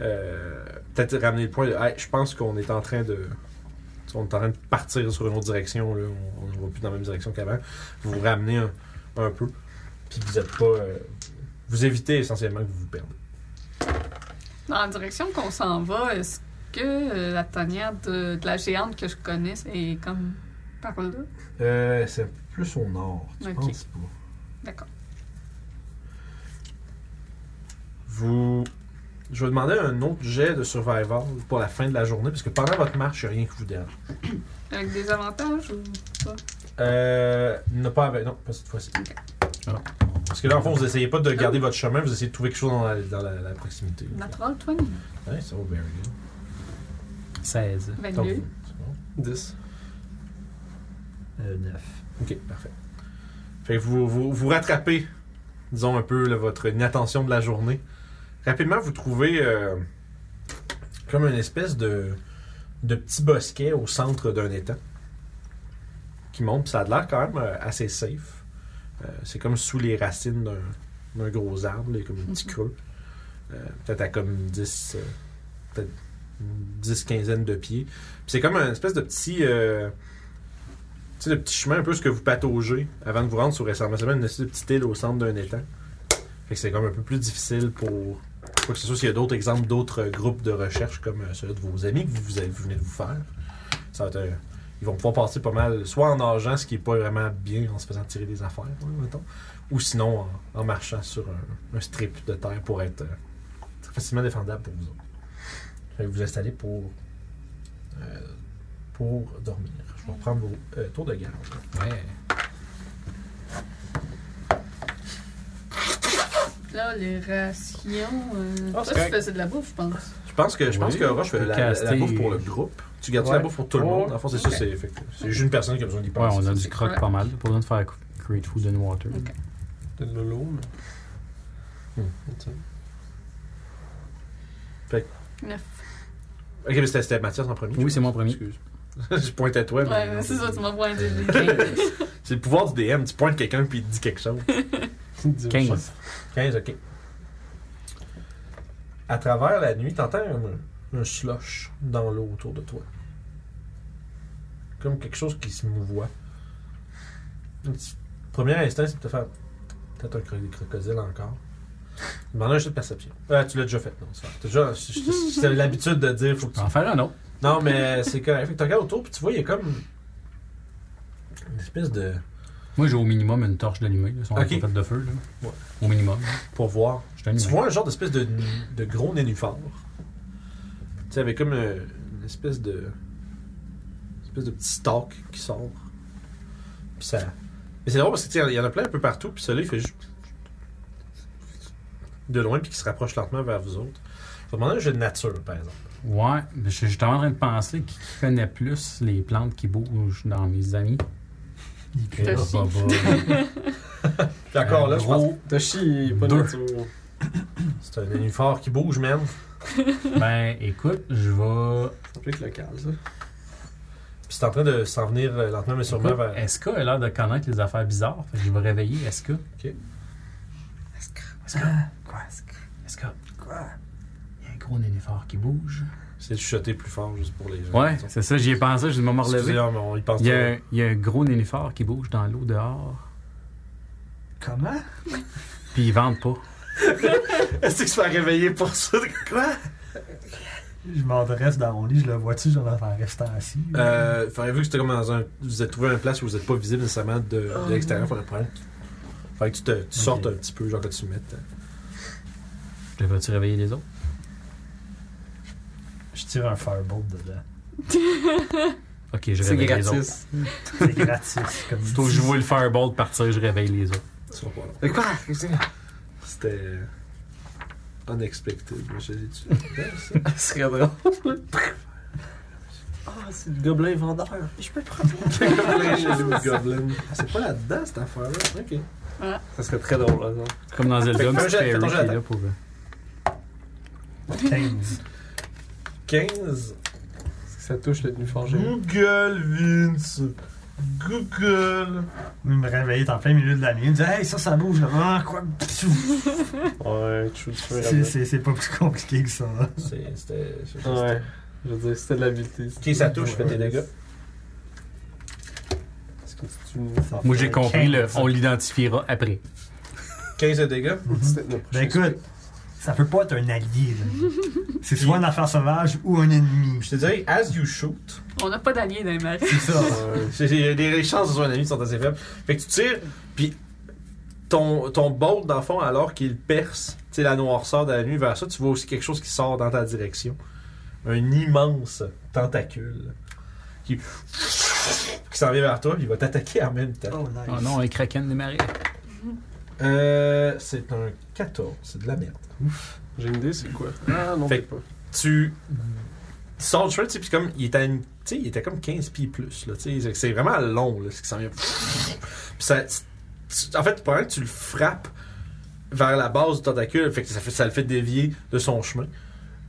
A: euh, peut-être ramener le point de, Hey, je pense qu'on est en train de, tu sais, on est en train de partir sur une autre direction, là. On ne va plus dans la même direction qu'avant. Vous vous ramenez un, un peu. Puis vous êtes pas, euh, vous évitez essentiellement que vous vous perdez.
B: Dans la direction qu'on s'en va, est-ce que euh, la tanière de, de la géante que je connais est comme par là?
A: Euh, c'est plus au nord, tu
B: Ok.
A: penses pas?
B: D'accord.
A: Vous... Je vais demander un autre jet de survival pour la fin de la journée, parce que pendant votre marche, il n'y a rien qui vous dérange.
B: Avec des avantages ou pas?
A: Euh... Non, pas avec... Non, pas cette fois-ci.
B: Ok.
D: Ah.
A: Parce que là, en fond, vous essayez pas de garder votre chemin, vous essayez de trouver quelque chose dans la, dans la- la proximité.
B: Natural 20.
A: Ouais, ça va, very good.
D: 16.
A: Donc,
B: 22.
A: c'est bon.
C: 10.
E: Euh, 9.
A: Ok, parfait. Fait que vous, vous, vous rattrapez, disons un peu, là, votre inattention de la journée. Rapidement, vous trouvez euh, comme une espèce de, de petit bosquet au centre d'un étang qui monte. puis Ça a l'air quand même euh, assez safe. Euh, c'est comme sous les racines d'un, d'un gros arbre, là, comme un petit
B: Mhm.
A: creux. Euh, peut-être à comme 10, euh, peut-être une dix, quinzaine de pieds. Puis c'est comme un espèce de petit. euh, tu sais, le petit chemin, un peu ce que vous pataugez avant de vous rendre sur Ressemblance. C'est une espèce de petite île au centre d'un étang. Fait que c'est comme un peu plus difficile pour. Je crois que c'est sûr s'il y a d'autres exemples d'autres euh, groupes de recherche comme euh, ceux de vos amis que vous, vous avez- vous venez de vous faire. Ça va être, euh, ils vont pouvoir passer pas mal, soit en nageant, ce qui est pas vraiment bien en se faisant tirer des affaires, hein, mettons, ou sinon en, en marchant sur un, un strip de terre pour être euh, très facilement défendable pour vous autres. Fait que vous installez pour, euh, pour dormir. Je vais reprendre vos euh, tours de garde.
D: Ouais.
B: Là, les rations. Euh...
A: Ah, c'est
B: toi, tu
A: correct.
B: faisais de la bouffe, je pense.
A: Je pense que, je pense
D: Oui,
A: que Roche fait
D: tu peux
A: la, la- la
D: caster.
A: bouffe pour le groupe. Tu gardes la
C: Ouais.
A: bouffe pour tout le monde. En fait, c'est ça,
B: Ok.
A: c'est fait que c'est juste une personne qui a besoin d'y
D: Ouais,
A: penser.
D: on a du croc
B: Ouais.
D: pas mal. Pour nous faire Create Food and Water.
B: Ok.
C: De Lolo, mais.
A: Hmm.
C: Tu sais.
B: Neuf.
A: Ok, mais c'était c'était Mathias en premier.
D: Oui, c'est moi en premier.
A: Excuse. je pointe à toi. mais-
B: Ouais, mais c'est ça, tu m'envoies un début.
A: c'est le pouvoir du DM. Tu pointes quelqu'un puis il te dit quelque chose.
C: Dis-
D: 15.
A: 15, ok. À travers la nuit, t'entends un, un slush dans l'eau autour de toi. Comme quelque chose qui se mouvoie. Un petit- Premier instinct, c'est de te faire peut-être un cro- crocodile encore. Demande un jeu de perception. Ah, tu l'as déjà fait, non, c'est vrai. T'as déjà- c'est- c'est- C'est l'habitude de dire, faut que tu
D: On va en faire un autre.
A: non, mais c'est correct. Fait que tu regardes autour, puis tu vois, il y a comme une espèce de.
D: Moi, j'ai au minimum une torche d'allumée. Là, si on
A: Ok.
D: est pas fait de feu. Là.
A: Ouais.
D: Au minimum.
A: pour voir.
D: Je t'allume.
A: Tu vois un genre d'espèce de, de gros nénuphar. Tu sais, avec comme euh, une espèce de. une espèce de petit stalk qui sort. Puis ça. Mais c'est drôle parce que tu sais, il y en a plein un peu partout, puis celui-là, il fait juste. de loin, puis qui se rapproche lentement vers vous autres. Je vais demander un jeu de nature, par exemple.
D: Ouais, mais je suis justement en train de penser qui connaît plus les plantes qui bougent dans mes amis.
E: Il
D: Eh, bah,
B: Toshi.
D: bah, bah.
A: Puis encore là, je pense.
D: Gros,
C: Toshi, il est pas
D: Deux.
C: là, tu vois.
A: C'est un nénuphar qui bouge, même.
D: Ben, écoute, je vais.
C: Ça peut être local, ça.
A: Puis c'est en train de s'en venir euh, lentement, mais sûrement
D: Écoute,
A: vers.
D: Eska a l'air de connaître les affaires bizarres. Fait que je vais réveiller Eska.
E: Ah, Quoi?
D: Eska,
E: Quoi?
D: il y a un gros nénuphar qui bouge.
A: C'est de chuchoter plus fort juste pour les gens.
D: Ouais, c'est ça, j'y ai pensé, je vais me
A: Excusez,
D: relever.
A: là, mais on y pense
D: Il y,
A: trop.
D: a, un- il y a un gros nénuphar qui bouge dans l'eau dehors,
E: Comment?
D: puis ils vendent pas.
A: Est-ce que je fais réveiller pour ça?
E: Quoi? Je m'adresse dans mon lit, je le vois-tu, genre en restant assis?
A: Euh, faudrait- vu que c'était comme dans un. Vous êtes trouvé une place où vous n'êtes pas visible nécessairement de, de l'extérieur, faudrait prendre. Faudrait que tu, te, tu sortes un petit peu, genre que tu te mettes. euh,
D: Je vais-tu réveiller les autres?
E: Je tire un firebolt dedans.
D: Ok, je
C: C'est
D: réveille les autres.
C: gratis.
E: C'est gratis, comme
D: Faut que je vois le fireball partir, je réveille les autres.
A: tu seras pas là.
C: Mais quoi?
A: C'était. euh, Unexpected. mais je l'ai dit.
C: Ça serait drôle. Ah, c'est le gobelin vendeur. Je peux prendre.
A: C'est comme les jaloux goblins. Ah, C'est pas là-dedans cette affaire-là. Ok.
C: Ça serait très drôle, hein, là, non?
D: C'est Comme dans
A: Fait que
D: Zelda,
A: fais un
D: c'est
A: jet- fais
D: Perry
A: ton
D: qui
A: jet
D: est là
A: d'attaque.
D: pour. euh,
E: 15.
A: 15.
C: Est-ce que ça touche le nénuphar géant?
A: Google, Vince. Google.
E: Il me réveille en plein milieu de la nuit. Il me dit Hey, ça, ça bouge. là. Ah, quoi Pfiou.
C: Ouais, tu veux faire
E: C'est- C'est c'est pas plus compliqué que ça.
A: C'est- C'était. c'était-
C: Ouais. Je veux dire, c'était de l'habileté.
A: Ok, ça touche, fais tes dégâts.
C: Est-ce que tu me
D: Moi, j'ai compris, le, on l'identifiera après.
A: 15 de dégâts.
E: Ben écoute, ça peut pas être un allié. là. C'est soit un affaire sauvage ou un ennemi.
A: Je te dirais, as you shoot,
B: On n'a pas d'alliés dans les marais.
E: C'est ça.
A: C'est- c'est- les, les chances de son ami sont assez faibles. Fait que tu tires, puis ton, ton bolt, dans le fond, alors qu'il perce tu sais, la noirceur de la nuit vers ça, tu vois aussi quelque chose qui sort dans ta direction. Un immense tentacule qui, qui s'en vient vers toi, puis il va t'attaquer en même temps.
E: Oh, nice.
D: Oh non, un kraken des marais.
A: Euh, c'est un 14, c'est de la merde.
C: J'ai une idée, c'est quoi? Ah, non,
A: Fait-
C: peut-être pas.
A: tu tu sors du chemin, tu sais, puis comme, il était, à une- tu sais, il était comme 15 pieds plus, là, tu sais, c'est- c'est vraiment long, là, ce qui s'en vient. Puis ça, tu- en fait, pendant que tu le frappes vers la base du tentacule, fait que ça, fait, ça le fait dévier de son chemin.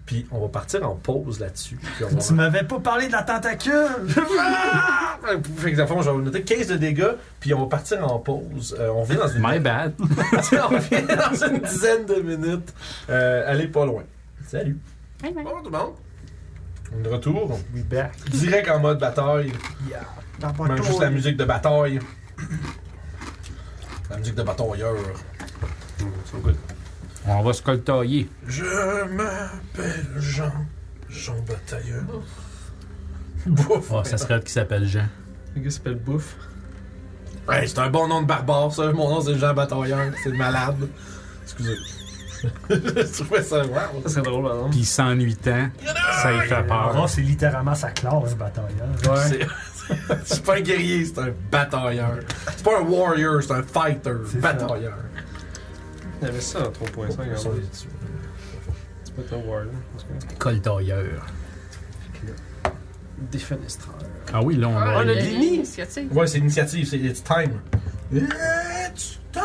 A: Puis on va partir en pause là-dessus. puis on va-
E: Tu m'avais pas parlé de la tentacule.
A: Ah! Fait que, dans le fond, je vais vous noter 15 de dégâts, puis on va partir en pause. Euh, on vient dans une...
D: My bad.
A: on revient dans une dizaine de minutes. Euh, allez pas loin. Salut.
B: Bye bye.
A: Bon, tout le monde. On est de retour.
E: We back.
A: Direct en mode bataille.
E: Yeah. Dans euh,
A: Même
E: votre
A: Ben, juste la
E: tour.
A: musique de bataille. La musique de batailleur.
C: So good.
D: On va se coltailler.
A: Je m'appelle Jean. Jean Batailleur. Bouffe.
D: Oh, ça serait qui s'appelle Jean.
C: Le gars s'appelle Bouffe.
A: Hey, c'est un bon nom de barbare, ça. Mon nom, c'est Jean Batailleur. C'est malade. Excusez. Je trouvais ça wow.
C: Ça serait drôle, par exemple.
D: Puis 108 ans, ça y fait
E: Ah,
D: peur.
E: c'est littéralement sa classe, batailleur.
A: C'est- C'est pas un guerrier, c'est un batailleur. C'est pas un warrior, c'est un fighter.
E: C'est ça.
A: Batailleur.
C: Il y avait ça dans 3.5.
A: Ils
C: avant.
A: sont là-dessus.
C: C'est pas ton word. hein, parce que-
D: Coltailleur.
C: Défenestreur.
D: Ah oui, là, on
B: Ah,
D: a...
B: il y
C: le
B: une
C: Lini.
B: initiative.
A: Ouais, c'est initiative, c'est it's time. It's time!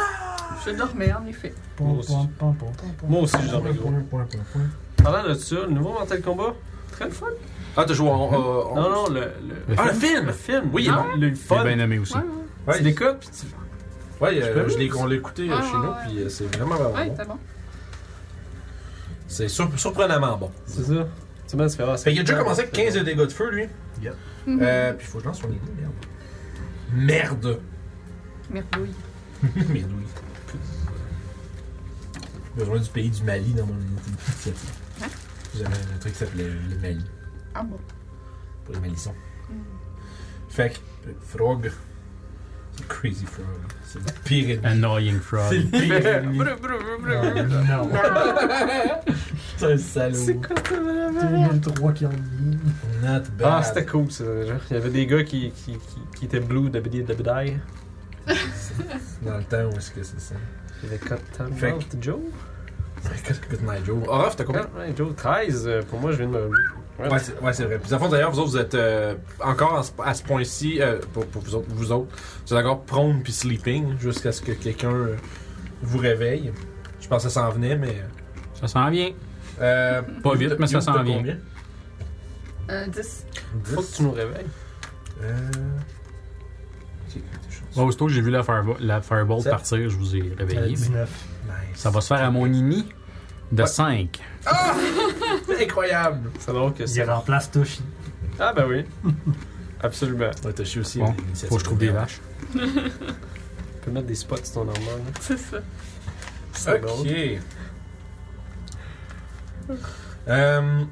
B: Je dormais, en effet.
E: Pom, pom, pom, pom, pom, pom.
C: Moi aussi, je dormais gros. Parlant de ça, le nouveau Mental Combat, très le fun.
A: Ah, t'as joué en. euh, en-
C: Non, non, le, le,
D: Le
C: ah, le
D: film?
C: film. Le film.
A: Oui, il est bon.
C: le
D: Il est
C: fun.
D: bien nommé aussi.
B: Ouais, ouais.
A: Ouais,
C: Tu l'écoutes, puis tu.
A: ouais, euh,
C: Je peux-
A: je l'ai- on l'a écouté euh,
B: Ah,
A: chez nous,
B: ouais.
A: puis euh, c'est vraiment, vraiment
B: Ouais,
A: bon.
B: t'as bon.
A: C'est sur- surprenamment bon.
C: C'est ça. Tu m'as fait
A: Fait qu'il a déjà commencé avec 15 de dégâts de feu, lui.
E: Yep.
B: Mhm.
A: Euh, puis faut que je lance son ennemi, merde.
B: Merdouille.
A: Merde! Merde, oui. Besoin du pays du Mali dans mon initiative.
B: Hein?
A: J'avais un truc qui s'appelait le Mali.
B: Ah bon.
A: Pour les malissons.
B: Mm.
A: Fait que, euh, Frog. C'est le Crazy Frog. C'est le pire ennemi.
D: Annoying
A: C'est
D: Frog.
A: le pire ennemi.
B: Brr, brr, brr, brr.
E: Euh, Non.
A: C'est un salaud.
C: quoi ça, madame?
E: 2003 qui ont mis.
A: Not bad.
C: Ah, c'était cool ça. genre. Il y avait des gars qui, qui, qui, qui étaient blue d'abdi d'abdi.
A: Dans le temps, où est-ce que c'est ça?
C: Il y avait Cotton
A: Fait que-
C: Mouth Joe.
A: Good good night, Joe. Orof, t'as combien?
C: Ouais, Joe 13. euh, Pour moi, je viens de me. Ouais.
A: Ouais, c'est ouais, c'est vrai. Puis, à fond, d'ailleurs, vous autres, vous êtes euh, encore à ce, à ce point-ci, euh, pour, pour vous, autres, vous autres, vous êtes encore prone puis sleeping jusqu'à ce que quelqu'un euh, vous réveille. Je pensais que ça s'en venait, mais.
D: Ça s'en vient.
A: euh,
D: Pas vite, mais ça
A: Youb,
D: s'en
A: t'as
D: vient.
A: combien?
B: Euh, 10.
C: Faut que tu nous réveilles.
A: Euh, ok, t'es chanceux.
D: Bon, aussitôt que j'ai vu la, firebo- la Fireball
A: Sept.
D: partir, je vous ai
E: Euh,
D: réveillé. mais
E: 19.
A: Nice.
D: Ça va se faire à mon ennemi de
A: Ouais.
D: 5.
A: Incroyable!
C: C'est drôle que
E: Il
C: ça.
E: remplace Toshi.
C: Ah, ben oui. Absolument.
A: Ouais, t'as chié aussi.
D: Bon,
A: l'initiative
D: Faut que je trouve des
A: de-
D: vaches.
C: Tu peux mettre des spots sur ton armoire. là.
B: C'est ça.
C: C'est drôle.
A: Ok. Euh.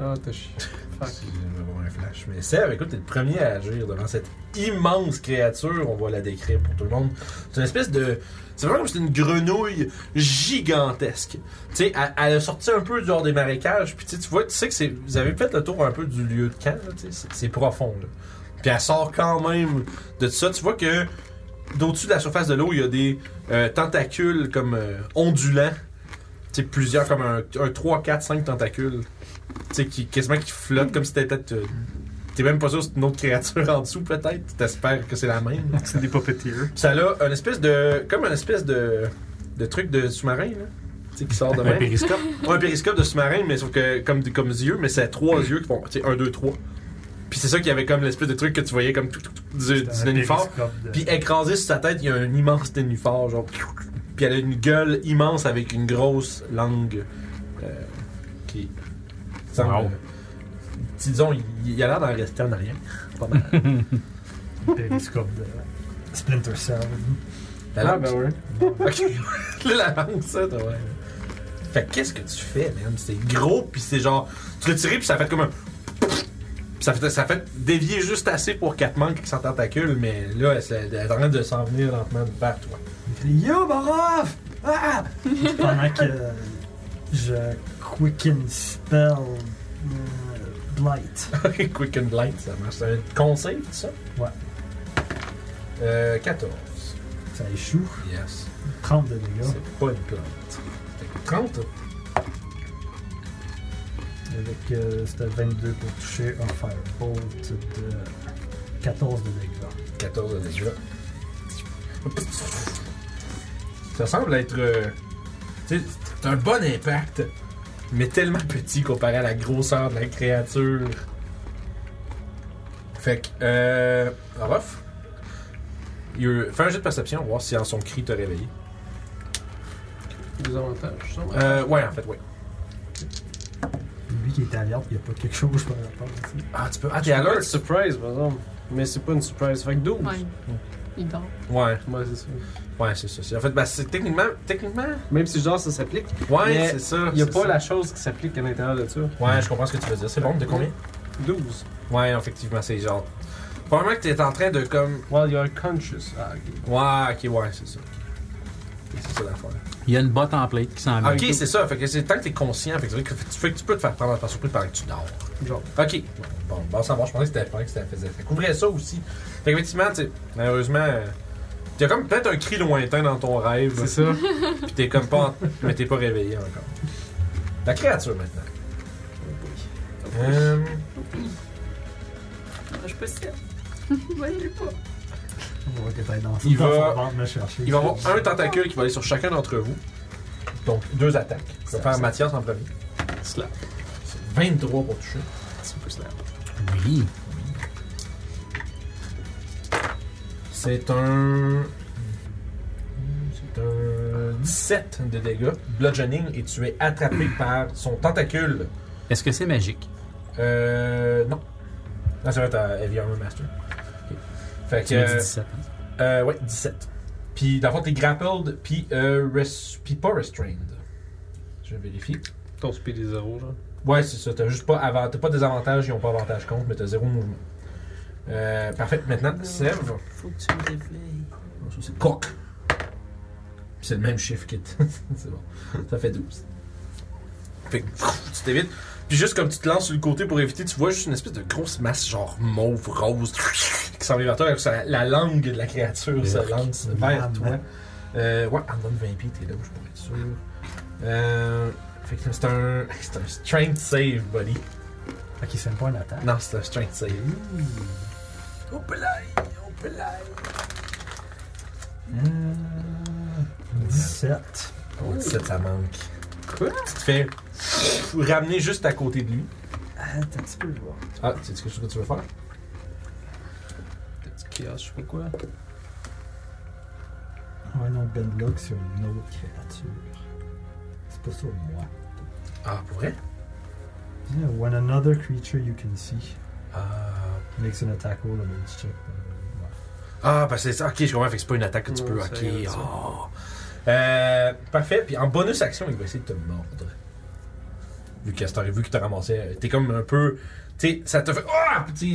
C: Ah, t'as chié. Fuck.
A: Si, je vais avoir un flash. Mais Seb, écoute, t'es le premier à agir devant cette immense créature. On va la décrire pour tout le monde. C'est une espèce de. C'est vraiment comme si c'était une grenouille gigantesque. Tu sais, elle, elle a sorti un peu du hors des marécages. Puis tu sais, tu vois, tu sais que c'est. Vous avez fait le tour un peu du lieu de camp. là, tu sais, c'est- C'est profond. Là. Puis elle sort quand même de ça. Tu vois que d'au-dessus de la surface de l'eau, il y a des euh, tentacules comme euh, ondulants. Tu sais, plusieurs, comme un, un 3, 4, 5 tentacules tu sais, qui, quasiment qui flotte comme si c'était peut-être. euh, T'es même pas sûr si c'est une autre créature en dessous, peut-être. T'espères que c'est la même.
C: C'est des puppeteers.
A: Ça a une espèce de. Comme une espèce de. De truc de sous-marin, là. Tu sais, qui sort de
D: Un
A: même.
D: périscope.
A: Ouais, un périscope de sous-marin, mais sauf que. Comme, des- comme des yeux, mais c'est trois yeux qui font. Tu sais, un, deux, trois. Puis c'est ça qu'il y avait comme l'espèce de truc que tu voyais comme tout, tout, tout, du, du nénuphar. Puis écrasé sur sa tête, il y a un immense nénuphar, genre. Puis elle a une gueule immense avec une grosse langue euh, qui semble. euh,
D: Wow.
A: Disons, il, il a l'air d'en rester en arrière. Pas mal.
E: Périscope de Splinter Cell.
A: La
C: Ah,
A: langue.
C: ben oui.
A: Ok. Là, la langue, ça, toi, ouais. Fait que qu'est-ce que tu fais, man? C'est gros, puis c'est genre. Tu l'as tiré, puis ça a fait comme un. Puis ça fait, ça a fait dévier juste assez pour qu'elle te manque sans tentacule, mais là, elle, s'est- elle est en train de s'en venir lentement vers toi.
E: Il crie Yo, Barov! Ah! Pendant que je quicken spell euh, Blight.
A: Quick and Blight, ça marche. C'est un conseil, ça?
E: Ouais.
A: Euh, 14.
E: Ça échoue.
A: Yes.
E: 30 de dégâts.
A: C'est pas une plante. Fait que 30?
E: Avec euh, c'était 22 pour toucher un Firebolt de 14 de dégâts.
A: 14 de dégâts. Ça semble être. euh, tu sais, c'est un bon impact, mais tellement petit comparé à la grosseur de la créature. Fait que. Euh. Orof, il veut- Fais un jet de perception, voir si en son cri t'a réveillé.
C: Des avantages, ça.
A: Euh, ouais, en fait, ouais.
E: 8. qui est alerte, il n'y a pas quelque chose par rapport. tu sais.
A: Ah, tu peux. Ah,
C: J'ai
A: t'es
C: l'air de
A: alert.
C: surprise, par exemple. Mais c'est pas une surprise. Fait que 12.
B: Ouais. Il dort.
A: Ouais,
C: Ouais, c'est ça.
A: ouais, c'est ça. c'est- En fait, bah, c'est techniquement, techniquement.
C: Même si genre ça s'applique,
A: Ouais,
C: Mais
A: c'est ça.
C: il n'y a
A: Ah, c'est
C: pas
A: ça.
C: la chose qui s'applique à l'intérieur de ça.
A: Ouais, je comprends ce que tu veux dire. C'est bon, de combien
C: 12.
A: Ouais, effectivement, c'est genre. Probablement que t'es en train de comme.
C: While you are conscious. Ah, ok.
A: Ouais, ok, ouais, c'est ça. Ok, C'est ça l'affaire.
D: Il y a une botte en plate qui
C: Ah,
D: s'en vient.
A: Ok, c'est ça. Fait que c'est tant que t'es conscient, fait que, tu fais que tu peux te faire prendre par surprise pendant que tu dors.
C: Genre.
A: Ok. Bon, bon savoir, je pensais que c'était pendant que c'était faisait. Ça couvrait ça aussi. Fait qu'effectivement, tu sais, malheureusement, euh, t'as comme peut-être un cri lointain dans ton rêve.
C: C'est ça.
A: Puis t'es comme pas. en- mais t'es pas réveillé encore. La créature maintenant. Euh,
B: Je peux se Voyez pas.
E: On va peut-être dans
A: Il
E: dans
A: va-
E: son ventre me chercher.
A: il va y avoir un tentacule qui va aller sur chacun d'entre vous. Donc deux attaques. Je vais faire Mathias en premier.
C: Slap.
A: C'est 23 pour toucher.
C: Super slap.
A: Ah,
D: Oui.
A: C'est un. C'est un 17 de dégâts. Bludgeoning et tu es attrapé par son tentacule.
D: Est-ce que c'est magique?
A: Euh. Non. Non, ça va être à Heavy Armor Master. Ok. Fait que.
D: Tu m'as dit 17. hein?
A: Euh, ouais, 17. Puis, dans le fond, t'es grappled, puis, euh, res- puis pas restrained. Je vérifie.
C: Ton speed est 0, genre.
A: Ouais, c'est ça. T'as juste pas, avant... t'as pas des avantages, ils ont pas avantage contre, mais t'as zéro mouvement. Euh, parfait. Maintenant, Sèvres.
B: Faut que tu me réveilles.
A: Bon, ça, c'est coq. Puis c'est le même chiffre qui est. c'est bon. Ça fait 12. Fait que pff, tu t'évites. Puis juste comme tu te lances sur le côté pour éviter, tu vois juste une espèce de grosse masse genre mauve, rose, qui s'en vient vers toi. Ça- La langue de la créature se lance vers
E: Man.
A: toi. Euh, ouais, en donne 20 pieds, t'es là, je pourrais être sûr. Euh, fait que c'est un, c'est un strength save, buddy.
E: Fait qu'il s'aime pas une attaque.
A: Non, c'est un strength save.
E: Euh, 17.
A: Oh, 17, ça manque.
C: Quoi?
A: Tu te fais ramener juste à côté de lui.
C: Attends, tu peux le voir.
A: Ah, c'est quelque chose que tu veux faire?
C: Peut-être chaos, je sais pas quoi.
E: Ouais, non, Ben Locke, c'est une autre créature. C'est pas sur moi.
A: Ah, pour vrai?
E: Yeah, when another creature you can see
C: Euh,
A: Ah,
E: makes an attack roll against check. euh, ouais.
A: ah parce que c'est. Ok, je comprends, fait que c'est pas une attaque que tu
C: Non,
A: peux.
C: c'est
A: Ok,
C: rien de ça.
A: ah. Euh, parfait, puis en bonus action, il va essayer de te mordre. Vu que t'aurais vu qu'il t'a ramassé. euh, T'es comme un peu. T'sais, ça te fait. Ah! Puis t'sais,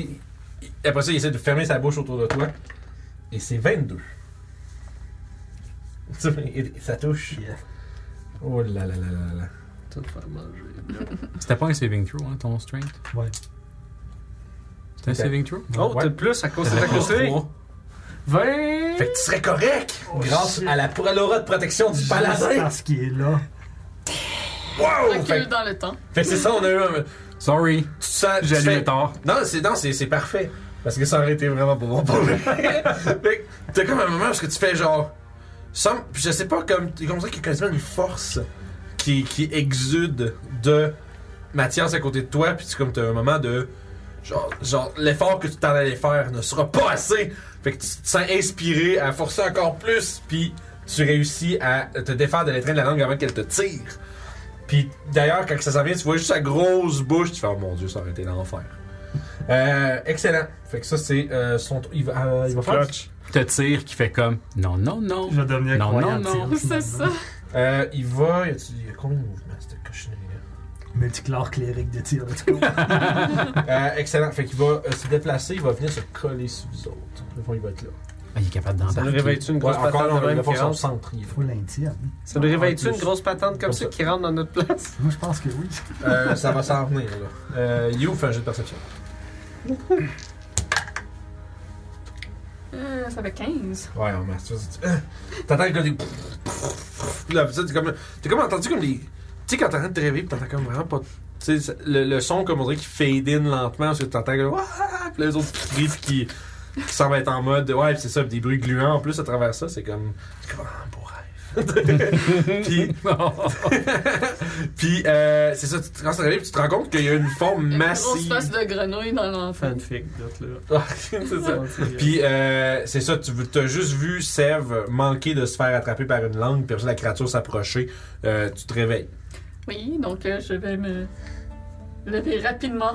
A: il- Après ça, il essaie de fermer sa bouche autour de toi. Et c'est 22. Et ça touche. Oh là là là là là.
C: Tu vas te faire manger.
D: C'était pas un saving throw, hein, ton strength?
E: Ouais.
D: C'était un
A: Ok.
D: saving throw?
C: Oh,
A: Ouais.
C: t'as plus à cause de ta côté.
A: Oh, Trois.
C: 20!
A: Fait que tu serais correct
C: Oh,
A: grâce à la pro- l'aura de protection du
E: Juste
A: paladin.
E: Parce qu'il est là.
A: Wow! Fait,
B: Recule dans le temps.
A: fait que c'est ça, on a eu un. Tu
D: Sorry,
A: sens. tu
D: j'allumais
A: fais-
D: tard.
A: Non, c'est, non c'est, c'est parfait. Parce que ça aurait été vraiment pas bon pour lui. fait que t'as comme un moment parce que tu fais genre. Some, puis je sais pas, comme. T'es comme ça qu'il y a quasiment une force qui, qui exude de Mathias à côté de toi. Puis tu comme t'as un moment de. Genre, genre l'effort que tu t'en allais faire ne sera pas assez. Fait que tu te sens inspiré à forcer encore plus. Puis tu réussis à te défaire de l'étreinte de la langue avant qu'elle te tire. Puis d'ailleurs, quand ça s'en vient, tu vois juste sa grosse bouche. Tu fais, oh mon dieu, ça aurait été l'enfer. Euh, excellent. Fait que ça, c'est euh, son. tour. Il va, euh, il va faire.
C: Clutch.
D: Te tire qui fait comme non, non, non.
E: Je vais devenir
D: Non,
E: croyant,
D: non, non.
E: tiens,
B: C'est ça.
E: finalement.
A: Euh, il va. y a-tu- Il y a combien de mouvements, cette cochonnerie-là
E: Multiclore cléric de tir, let's go.
A: euh, Excellent. Fait qu'il va euh, se déplacer, il va venir se coller sur vous autres. Au fond, il va être là.
D: Ah, il est capable
C: Ça le
D: d'embarquer.
C: réveille-tu une
A: Ouais,
C: grosse
A: encore là,
C: patente
A: on
C: de
A: va
C: même
A: le
C: qui
A: faire au
C: rentre?
A: centre. Il
E: Il
A: faut.
E: faut l'intime.
C: Ça le réveille-tu
A: En
C: une
A: plus.
C: grosse patente comme
A: Comme
C: ça
A: ça.
C: qui rentre dans notre place?
E: Moi, je pense que oui.
A: Euh, ça va s'en venir, là. Euh, you fait un jeu de perception.
B: Euh, ça fait 15.
A: Ouais, on masturbe. Euh, T'entends le gars des. Là, puis ça, t'es comme. T'es comme entendu comme des. Tu sais, quand t'es en train de te réveiller, pis t'entends comme vraiment pas. Tu sais, ça- le, le son, comme on dirait, qui fade in lentement, parce que t'entends comme. Ah! Puis là, les autres qui crient, puis qui, qui semblent être en mode. Ouais, puis c'est ça, puis des bruits gluants en plus à travers ça, c'est comme. C'est comme un beau rêve. puis, puis euh, c'est ça, tu te- quand tu te réveilles, puis tu te rends compte qu'il y a une forme
B: Grosse
A: massive.
B: face de grenouille dans l'enfant.
C: Fanfic, d'autres là.
A: Ah, c'est ça.
C: Puis,
A: Puis euh, c'est ça, tu as juste vu Sève manquer de se faire attraper par une langue, puis après ça, la créature s'approcher, euh, tu te réveilles.
B: Oui, donc euh, je vais me lever rapidement.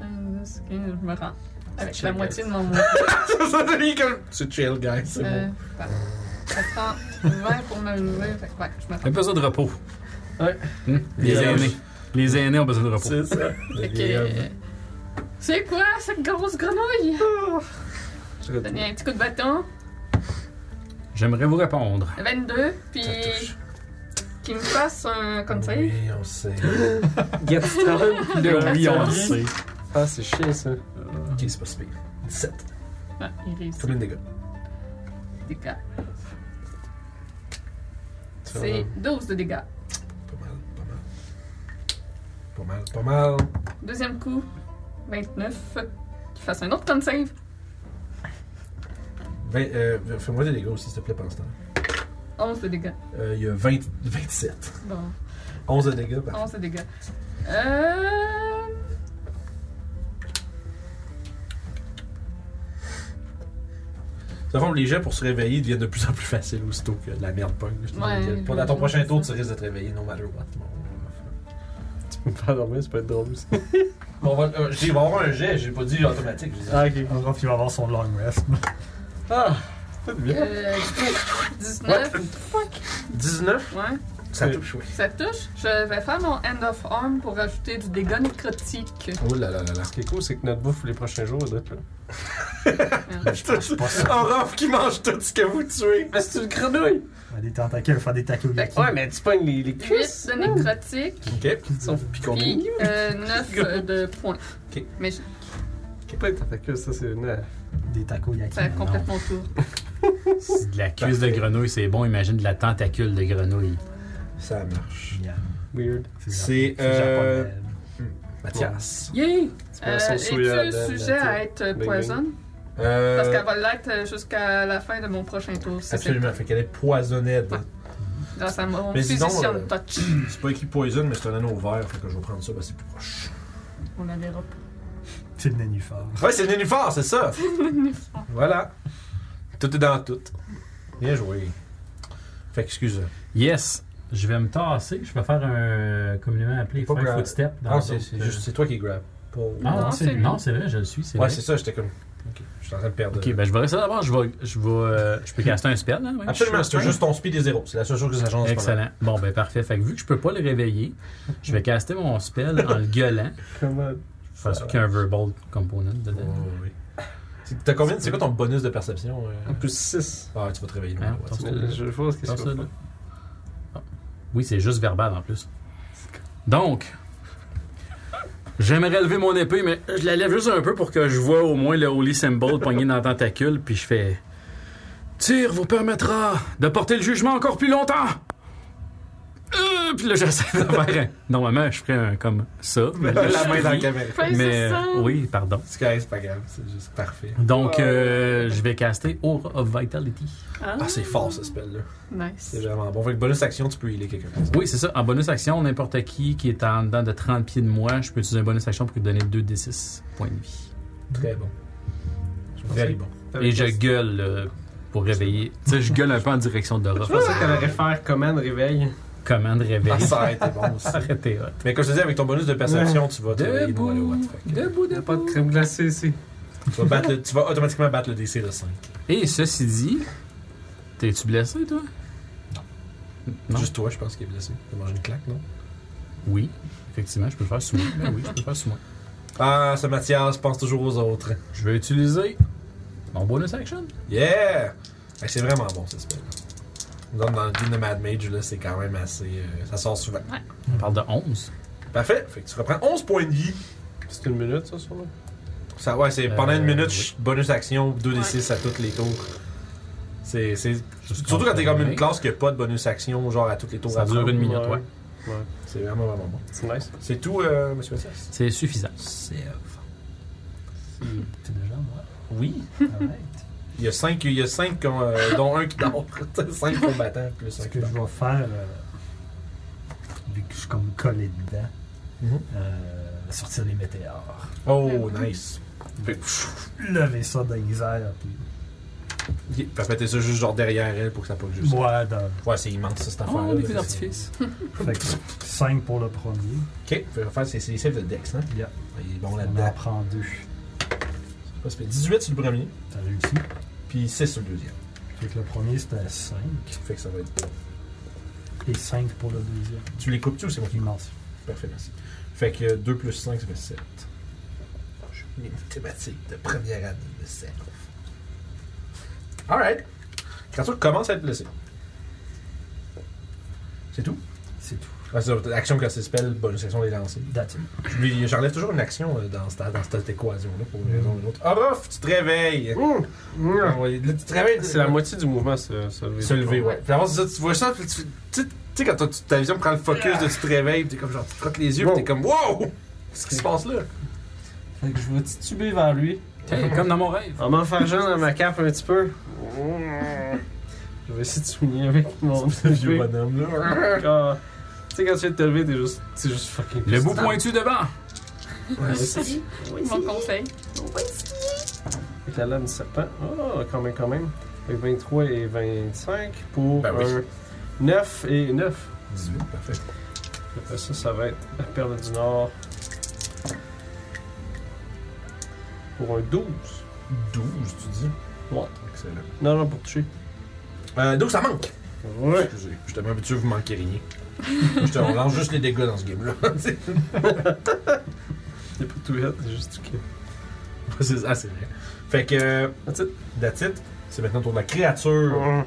B: Euh, ce que Je me rends avec la
C: chill,
B: moitié
C: guys.
B: de mon mouvement.
C: Ça, ça, c'est comme. C'est chill, guys. C'est
B: Euh, voilà. Ça prend 20 pour me lever. Fait que, ouais, je me
D: T'as besoin de repos.
C: Ouais.
D: Hmm? Les
A: Les
D: aînés. Les aînés ont besoin de
C: bon.
D: repos.
C: C'est ça.
B: Fait que, euh, C'est quoi cette grosse grenouille?
C: C'est
B: Donner un petit coup de bâton,
D: J'aimerais vous répondre.
B: 22, puis qu'il me fasse un comme ça.
A: Oui, on sait.
C: Get
D: Le oui, on le sait.
C: Ah, c'est chiant ça. Euh.
A: Ok, c'est pas si pire. 17.
B: Ah, il réussit.
A: Combien de dégâts
B: Des gars.
A: Ça,
B: C'est 12 de dégâts.
A: Pas mal, pas mal. Pas mal, pas mal.
B: Deuxième coup, 29. Qu'il fasse un autre con save.
A: Vingt- euh, Fais-moi des dégâts aussi, s'il te plaît, pendant ce temps.
B: 11 de dégâts.
A: Euh, Il y a 20, 27.
B: Bon,
A: 11 de dégâts. parfait.
B: 11 de dégâts. Euh...
A: Ça fait les jets pour se réveiller deviennent de plus en plus faciles aussitôt que de la merde pogne. je te
B: Ouais,
A: dis. Pour- à ton
B: je-
A: prochain
B: je-
A: tour,
B: ça.
A: tu risques de te réveiller, non matter what.
C: Tu peux pas dormir, ça peut être drôle aussi.
A: Bon, on va- euh, j'ai- il va y avoir un jet, j'ai pas dit automatique. j'ai dit-
C: Ah, ok.
E: En gros, il va avoir son long rest.
C: Ah, c'est bien.
B: Euh, du coup, 19.
A: 19
B: Ouais,
A: Ça
C: Oui.
A: touche, oui.
B: ça touche. Je vais faire mon end of arm pour ajouter du dégât nécrotique.
A: Oh là là là là.
C: Ce qui est cool, c'est que notre bouffe les prochains jours va être là.
A: Ah, ben, Orof qui mange tout ce que vous tuez.
C: Mais c'est une grenouille!
E: Faire Des tentacules, faire des tacos yaki.
C: Ouais, mais tu pognes les, les
B: 8
C: cuisses!
B: de nécrotique,
A: Ok.
C: Sauf picon.
B: puis euh, 9 de points.
A: Ok.
B: Mais je-
C: C'est pas ta cuisse, ça c'est. euh, Non.
E: Des tacos yaki.
B: ça complète mon tour.
D: C'est de la cuisse de grenouille, c'est bon. Imagine de la tentacule de grenouille.
A: Ça marche.
E: Génial.
C: Weird.
A: C'est,
E: japonais.
A: euh,
E: japonais.
A: Mathias.
B: Yay!
C: pas
B: Euh,
C: son
B: Es-tu
C: souillé à la dame,
B: sujet
C: là,
B: à être euh,
C: Bing,
B: poison?
A: Euh,
B: Parce qu'elle va l'être euh, jusqu'à la fin de mon prochain tour. si C'est
A: Absolument, fait qu'elle est poisonnée.
B: grâce à mon
A: Mais sinon,
B: physician
A: euh,
B: touch.
A: C'est pas écrit poison, mais c'est un anneau vert, fait que je vais prendre ça parce que c'est plus proche.
B: On la verra pas.
E: C'est le nénuphar.
A: Ouais, c'est le nénuphar, c'est ça! voilà. Tout est dans tout. Bien joué. Fait que, excuse.
D: Yes! Je vais me tasser. Je vais faire un communément appelé
A: Pas
D: five
A: grave.
D: foot step. dans
A: Ah, c'est
D: l'autre,
A: c'est
D: euh,
A: juste- c'est toi qui grab. Pas-
D: Ah,
B: Non,
D: non,
B: c'est
D: c'est
B: lui.
D: non, c'est vrai, je le suis. c'est
A: Ouais,
D: vrai.
A: c'est ça, j'étais comme. Ok, je suis en train de perdre. euh,
D: Ok, ben je vais rester d'abord. Je vais, je vais, euh, je peux caster un spell. Là, ouais.
A: Absolument,
D: Je suis
A: c'est juste ton speed est zéro. C'est la seule chose que ça change. en ce moment.
D: Excellent. Bon, ben parfait. Fait que vu que je peux pas le réveiller, je vais caster mon spell en le gueulant.
C: Comment?
D: Parce qu'il y a un verbal component dedans.
A: Ouais, Oh, oui. C'est- T'as combien C'est quoi ton bonus de perception euh?
C: En plus 6.
A: Ah, tu vas te réveiller. non,
D: Hein,
A: ouais,
D: ton-
A: tu-
C: Je vois ce que
D: Dans ça,
C: c'est.
D: là. Ah. Oui, c'est juste verbal en plus. Donc, j'aimerais lever mon épée, mais je la lève juste un peu pour que je vois au moins le holy symbol pogné dans la tentacule, puis je fais Tire vous permettra de porter le jugement encore plus longtemps. Euh, puis là, j'essaie de faire un- Normalement, je ferais un comme ça. mais là,
A: La
D: je
A: main dans la
D: ris.
A: caméra.
D: Mais oui, pardon.
A: C'est correct, c'est pas grave, c'est juste parfait.
D: Donc, euh, je vais caster Aura of Vitality.
A: Ah, c'est fort ce spell-là.
B: Nice.
A: C'est vraiment bon. Fait que bonus action, tu peux healer quelqu'un.
D: Oui, c'est ça. En bonus action, n'importe qui qui est en dedans de 30 pieds de moi, je peux utiliser un bonus action pour lui donner 2d6 points de vie.
A: Très bon. Très bon.
D: Et je gueule euh, pour réveiller. Tu sais, je gueule un peu en direction de Rof.
C: Je pensais qu'elle allait faire commande réveil.
D: Commande
A: Ah,
D: réveiller.
A: ça aurait été bon aussi.
D: Arrêtez, hot.
A: Mais comme je te dis, avec ton bonus de perception, tu vas te réveiller de Wallow, what the fuck.
D: Debout,
C: Y'a pas de crème glacée ici.
A: Tu vas, battre le- tu vas automatiquement battre le DC de 5.
D: Et ceci dit, t'es-tu blessé, toi? Non.
A: Juste toi, je pense, qui est blessé. T'as mangé une claque, non?
D: Oui. Effectivement, je peux le faire sous moi. Ben oui, je peux le faire sous moi.
A: Ah, ce Mathias pense toujours aux autres.
D: Je vais utiliser mon bonus action.
A: Yeah! Hey, c'est vraiment bon, ce spell. Dans, dans le game de Mad Mage, là, c'est quand même assez. euh, ça sort souvent.
D: On parle de 11.
A: Parfait! Fait que tu reprends 11 points de vie.
C: C'est une minute, ça, sûrement.
A: Ça, ouais, c'est
D: Euh,
A: pendant une minute,
D: oui.
A: bonus action, 2d6 à tous les tours. C'est. c'est- Surtout quand t'es comme une classe qui a pas de bonus action, genre à tous les tours
D: Ça
A: à
D: dure
A: prendre.
D: une minute,
C: Ouais.
D: ouais.
C: Ouais.
A: C'est vraiment, vraiment bon.
C: C'est nice.
A: C'est tout, euh, monsieur Mathias?
D: C'est suffisant.
E: C'est déjà moi.
A: Oui.
E: Alright.
A: Il y a 5, il y a cinq qui ont, euh, dont un qui dort. 5 combattants plus un
E: Ce
A: qui
E: que je
A: dort.
E: vais faire, euh, vu que je suis comme collé dedans,
A: Mhm.
E: euh, sortir les météores.
A: Oh, nice.
E: Lever ça dans les airs, puis
A: Il peut péter ça juste genre derrière elle pour que ça pas juste.
E: Moi, dans-
A: Ouais, c'est immense ça, cette affaire.
D: Oh, des feux d'artifice.
E: fait que 5 pour le premier.
A: Ok, faut faire c'est c'est saves de Dex, hein?
E: Yeah.
A: Il est bon
E: On en
A: là-dedans.
E: prend 2.
A: Ça se fait 18 sur le premier,
E: T'as réussi.
A: puis 6 sur le deuxième.
E: Fait que le premier c'était à 5
A: Fait que ça va être.
E: et 5 pour le deuxième.
A: Tu les coupes-tu ou c'est moi qui coupe?
E: Immense.
A: Parfait, merci. Fait que 2 plus 5, ça fait 7. Je suis une thématique de première année de 7. Alright. Créature commence à être blessée. C'est tout?
E: C'est tout.
A: Ah, c'est ça, action quand c'est spell, bonus action les lancer.
E: That's it.
A: Je lui- J'enlève toujours une action euh, dans, cette- dans cette équation-là pour une raison ou une autre. Orof, tu te réveilles!
C: Mmh.
A: Ah ouais, là, tu te réveilles.
C: C'est la moitié du mouvement, se, se lever.
A: Se lever, ouais. Puis avant, c'est ça, tu vois ça, puis tu tu sais- tu sais, quand t'as- tu- ta vision prend le focus, de, tu te réveilles, puis t'es comme genre, tu croques les yeux, puis t'es comme, wow! Qu'est-ce qui se passe là?
C: Fait que je vais tituber vers lui.
D: T'es comme dans mon rêve.
C: En m'enfargeant dans ma cape un petit peu. Je vais essayer de souligner avec mon
A: vieux bonhomme là.
C: Quand- Tu sais, quand tu viens de te lever, t'es juste, t'es juste fucking.
D: Le bout
C: pissed.
D: pointu devant.
C: Ouais, c'est-
B: Mon conseil.
C: Avec la lame du serpent. Oh, quand même, quand même. Avec 23 et 25 pour
A: Ben oui.
C: un 9 et 9.
A: 18, parfait.
C: Après ça, ça va être la perle du Nord. Pour un 12.
A: 12, tu dis.
C: Ouais.
A: Excellent.
C: Non, non, pour toucher.
A: Euh, donc ça manque.
C: Ouais.
A: Excusez, je t'avais habitué, vous manquez rien. Je te- on lance juste les dégâts dans ce game là.
C: C'est pas tout hit, c'est juste du kill.
A: ah, c'est vrai. Fait que, euh,
C: That's it.
A: that's it. C'est maintenant le tour de la créature.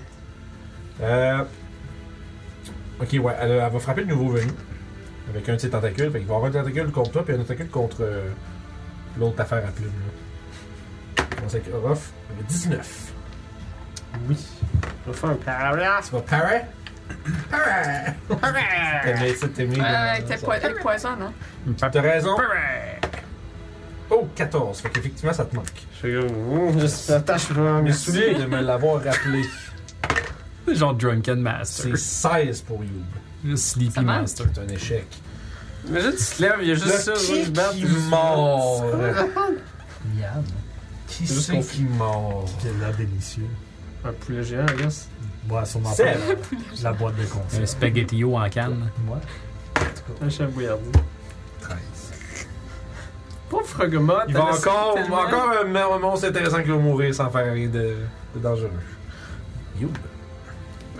A: Euh... Ok, ouais, elle, elle va frapper le nouveau venu. Avec un de ses tentacules. Fait qu'il va avoir un tentacule contre toi, puis un tentacule contre euh, l'autre affaire à plume. Là. Commence avec Orof. Le 19.
C: Oui. On va faire un paragraphe.
A: Tu vas parer? Parer! T'aimais ça, t'aimais.
B: Euh,
A: là,
B: était
A: ben, ça.
B: po- elle poisonne, hein?
A: T'as raison. Oh, 14. Fait qu'effectivement, ça te manque.
C: Je fais comme. mm, Juste attache à mes
A: Merci
C: souliers.
A: de me l'avoir rappelé.
D: C'est Genre Drunken Master.
A: C'est 16 pour You.
D: Le Sleepy
B: Ça marche.
D: Master.
A: C'est un échec.
C: Imagine, tu te lèves, il y a juste ça,
A: qui
C: je se battre.
A: qui mord?
E: Miam.
A: Qui
C: Juste
A: c'est
C: confus.
A: qui mord?
E: Puis là, délicieux.
C: Un poulet géant, I guess.
E: Ouais, sûrement pas
A: C'est-
E: la, la boîte de
D: Un
E: conserve.
D: spaghettio en canne.
E: Moi,
C: Un chef bouillardi.
A: 13.
C: Pauvre Frogomod.
A: Il va encore, il va encore un, mon- un monstre intéressant qui va mourir sans faire rien de, de dangereux. You.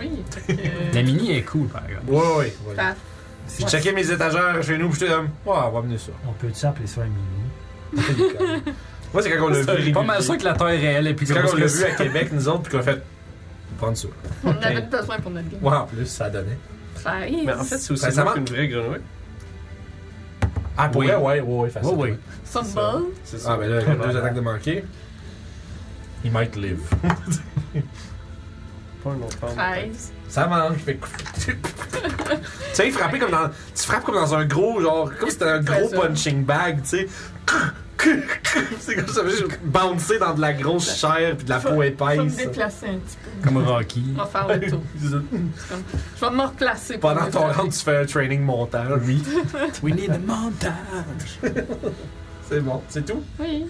B: Oui. fait que-
D: La mini est cool, par exemple.
A: Ouais, ouais. ouais.
B: Ça-
A: J'ai checké mes étagères chez nous, puis j'étais comme, ouais, on va amener ça.
E: on peut-tu appeler ça un mini?
A: Moi, c'est quand on l'a
D: Je suis
A: vu.
D: pas mal sûr que la Terre réelle est plus
A: C'est quand
D: grosse
A: on l'a
D: que
A: vu
D: ça.
A: à Québec, nous autres, puis qu'on a fait, prendre ça.
B: On en avait besoin pour notre game.
A: Ouais, en plus, ça donnait.
B: Treize.
C: Mais en fait, c'est aussi
A: Ben, ça
C: long
A: manque.
C: qu'une vraie grenouille.
A: Ah,
D: pour
A: oui.
D: vrai?
A: ouais, ouais, ouais,
D: Oui,
A: facile.
D: oui.
B: Sunball.
C: C'est ça.
A: Ah, ben là, il y a deux attaques de manquer. Il might live.
C: Pas un autre arbre.
B: 13.
A: Ça manque, fait que- tu sais, frapper comme dans. Tu frappes comme dans un gros, genre, comme si c'était un gros
B: Ouais, ça.
A: punching bag, tu sais. C'est comme ça, juste bouncer dans de la grosse chair puis de la peau
B: Je vais me
A: épaisse.
B: déplacer un petit peu.
D: Comme Rocky.
B: Je vais faire le tour. Je vais me replacer. pour
A: Pendant
B: me
A: ton
B: faire-
A: round, tu fais un training montage. Oui.
D: We need a montage.
A: C'est bon, c'est tout.
B: Oui.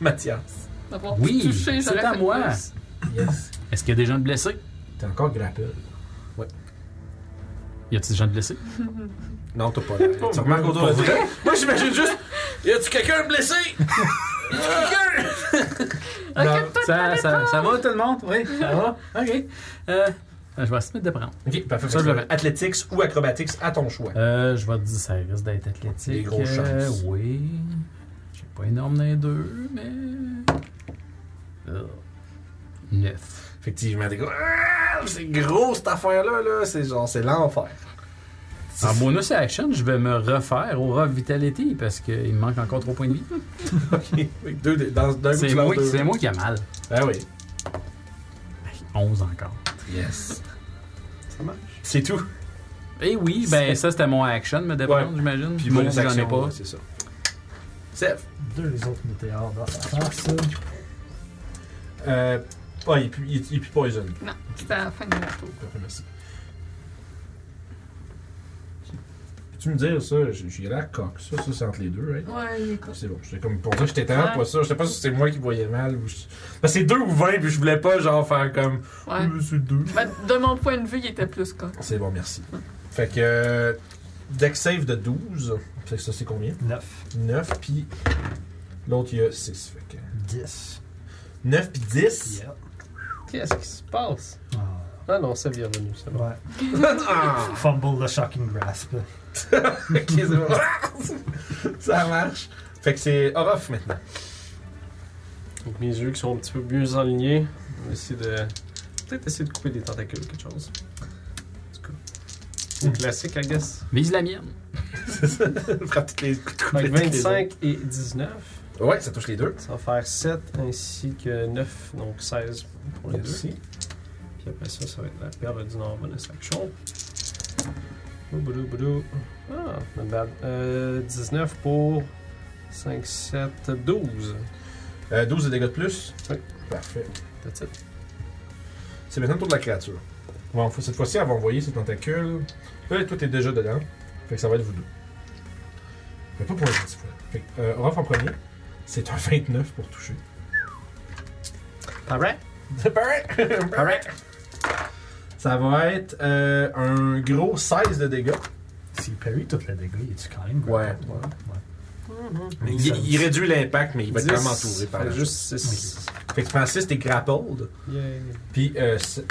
A: Mathias.
B: D'avoir
D: Oui,
B: touché,
D: c'est
B: j'aurais
D: à
B: fait
D: moi.
B: plus.
A: Yes.
D: Est-ce qu'il y a des gens de blessés?
A: T'es encore grapple.
D: Y a-t-il des gens de blessés?
A: Non, t'as pas l'air. tu remarques autour de toi. Moi, j'imagine juste. Y a-tu quelqu'un de blessé?
B: Occupe-toi de
D: Ça,
B: ta
D: ça,
B: défense.
D: ça va tout le monde? Oui, ça va. OK. Euh, je vais essayer de prendre.
A: Ok, parfait.
D: Ça, je le fais.
A: Athletics ou acrobatics à ton choix.
D: Euh, je vais te dire, ça risque d'être athlétique.
A: Des grosses
D: Euh,
A: chances.
D: oui. J'ai pas énorme dans les deux, mais. Euh, Neuf.
A: Effectivement, t'es comme. Ah, C'est gros cette affaire-là, là. C'est genre, c'est l'enfer.
D: En bonus action, je vais me refaire au Rock Vitality parce qu'il me manque encore trois points de vie.
A: Ok. Fait que Deux, dés- dans, d'un coup,
D: C'est
A: tu lances
D: moi,
A: deux.
D: c'est moi qui a mal.
A: Ben oui.
D: 11 encore.
A: Yes.
C: Ça marche.
A: C'est tout.
D: Eh oui, ben ça c'était mon action, me dépendre,
A: Ouais.
D: j'imagine.
A: Puis
D: Mon,
A: bonus
D: j'en ai
A: action,
D: pas.
A: ouais, C'est ça. Seth.
E: Deux autres météores dans la face.
A: Euh. Ah, il est plus- il est il est plus poison.
B: Non, c'est à la fin de mon tour.
A: Parfait, merci. peux-tu me dire ça? J'ai j'ai la coque, ça, ça, c'est entre les deux, right? Ah,
B: Ouais, il écoute.
A: C'est bon, j'étais comme pour ça, j'étais tellement pas ça. Je sais pas si c'est moi qui voyais mal. Ou... je- Parce que c'est deux ou vingt, puis je voulais pas genre faire comme.
B: Ouais.
A: Euh, c'est deux.
B: Ben, de mon point de vue, il était plus con.
A: C'est bon, merci. Fait que. euh, Deck save de 12. Fait que ça, c'est combien
E: 9,
A: 9, puis. L'autre, il y a 6. Fait que.
E: 10.
A: 9 puis 10.
E: Yep.
C: Qu'est-ce qui se passe?
E: Ah,
C: Ah non, ça vient revenu, c'est bon.
E: ouais.
A: Ah!
E: Fumble the shocking grasp.
A: Ok, c'est bon. ça marche. Fait que c'est Orof maintenant.
C: Donc mes yeux qui sont un petit peu mieux alignés, on va essayer de. Peut-être essayer de couper des tentacules ou quelque chose. En tout cas. C'est classique, I guess.
D: Vise la mienne.
A: C'est ça. Frappe toutes les coups de coups
C: Fait que
A: de- toutes les
C: 25 et 19.
A: autres. Ouais, ça touche les deux.
C: Ça va faire 7 ainsi que 9, donc 16 pour les deux.
A: Ici.
C: Puis après ça, ça va être la perle du Nord bonus action. Boudou, boudou, boudou. Ah, not bad. Euh, 19 pour 5, 7, 12.
A: Euh, 12 de dégâts de plus.
C: Oui.
A: Parfait.
C: That's it.
A: C'est maintenant le tour de la créature. Bon, faut- cette fois-ci, elle va envoyer ses tentacules. Là, toi, t'es déjà dedans. Fait que ça va être vous deux. Mais pas pour les cette fois. Fait que, euh, Orof en premier, c'est un 29 pour toucher.
C: All right.
A: C'est pareil. Ça va être euh, un gros 16 de dégâts.
E: S'il parie tout le dégât, il est-tu quand même
A: Ouais,
E: grappled?
A: ouais.
E: ouais. Mm-hmm.
A: Il, il réduit l'impact, mais il va être
C: 10,
A: vraiment entouré par
C: fait
A: la
C: juste 6.
A: Fait que Francis, t'es grappled.
C: Yay.
A: Puis euh, se-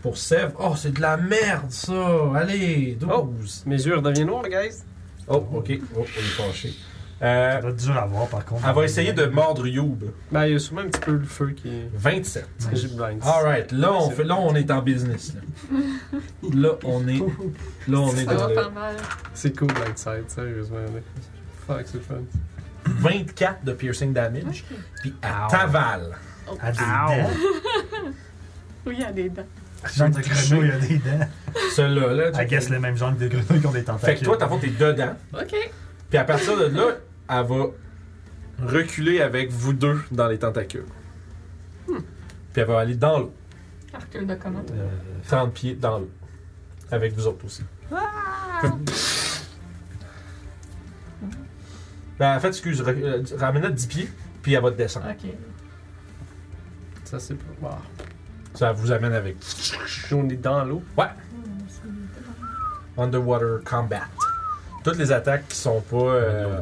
A: pour Sèvres, oh, c'est de la merde ça! Allez, 12!
C: Mes yeux redeviennent noirs, guys.
A: Oh, ok, oh, il est fâché.
E: Ça
A: Euh,
E: doit être dur à voir par contre.
A: elle va essayer de mordre Youb.
C: Ben, il y a souvent un petit peu le feu qui est.
A: 27.
C: J'ai blind.
A: Alright, là on,
C: C'est
A: fait, là on est en business. Là, Là, on est. Là on est
B: Ça
A: dans
B: va
A: le.
B: faire mal.
C: C'est cool, blindside, sérieusement. là. Fuck, c'est le fun.
A: 24 de piercing damage. Puis à Taval.
E: À des
A: Ow.
E: dents.
B: Oui, il y a des dents.
E: Genre de grenouille, il y a des dents.
A: Celui-là, là. tu-
E: I guess le même genre de grenouilles qui ont des tentacules.
A: Fait que toi, t'as fond, t'es dedans.
B: OK.
A: Puis à partir de là, elle va reculer avec vous deux dans les tentacules.
B: Hmm.
A: Puis elle va aller dans l'eau.
B: Arcule de comment?
A: 30 pieds dans l'eau. Avec vous autres aussi.
C: Ah!
A: ben, en fait, excuse, ra- euh, ramène-la de 10 pieds, puis elle va te descendre.
B: OK.
C: Ça, c'est pas. Wow.
A: Ça vous amène avec.
C: Puis on est dans l'eau.
A: Underwater Combat. Toutes les attaques qui sont pas. euh,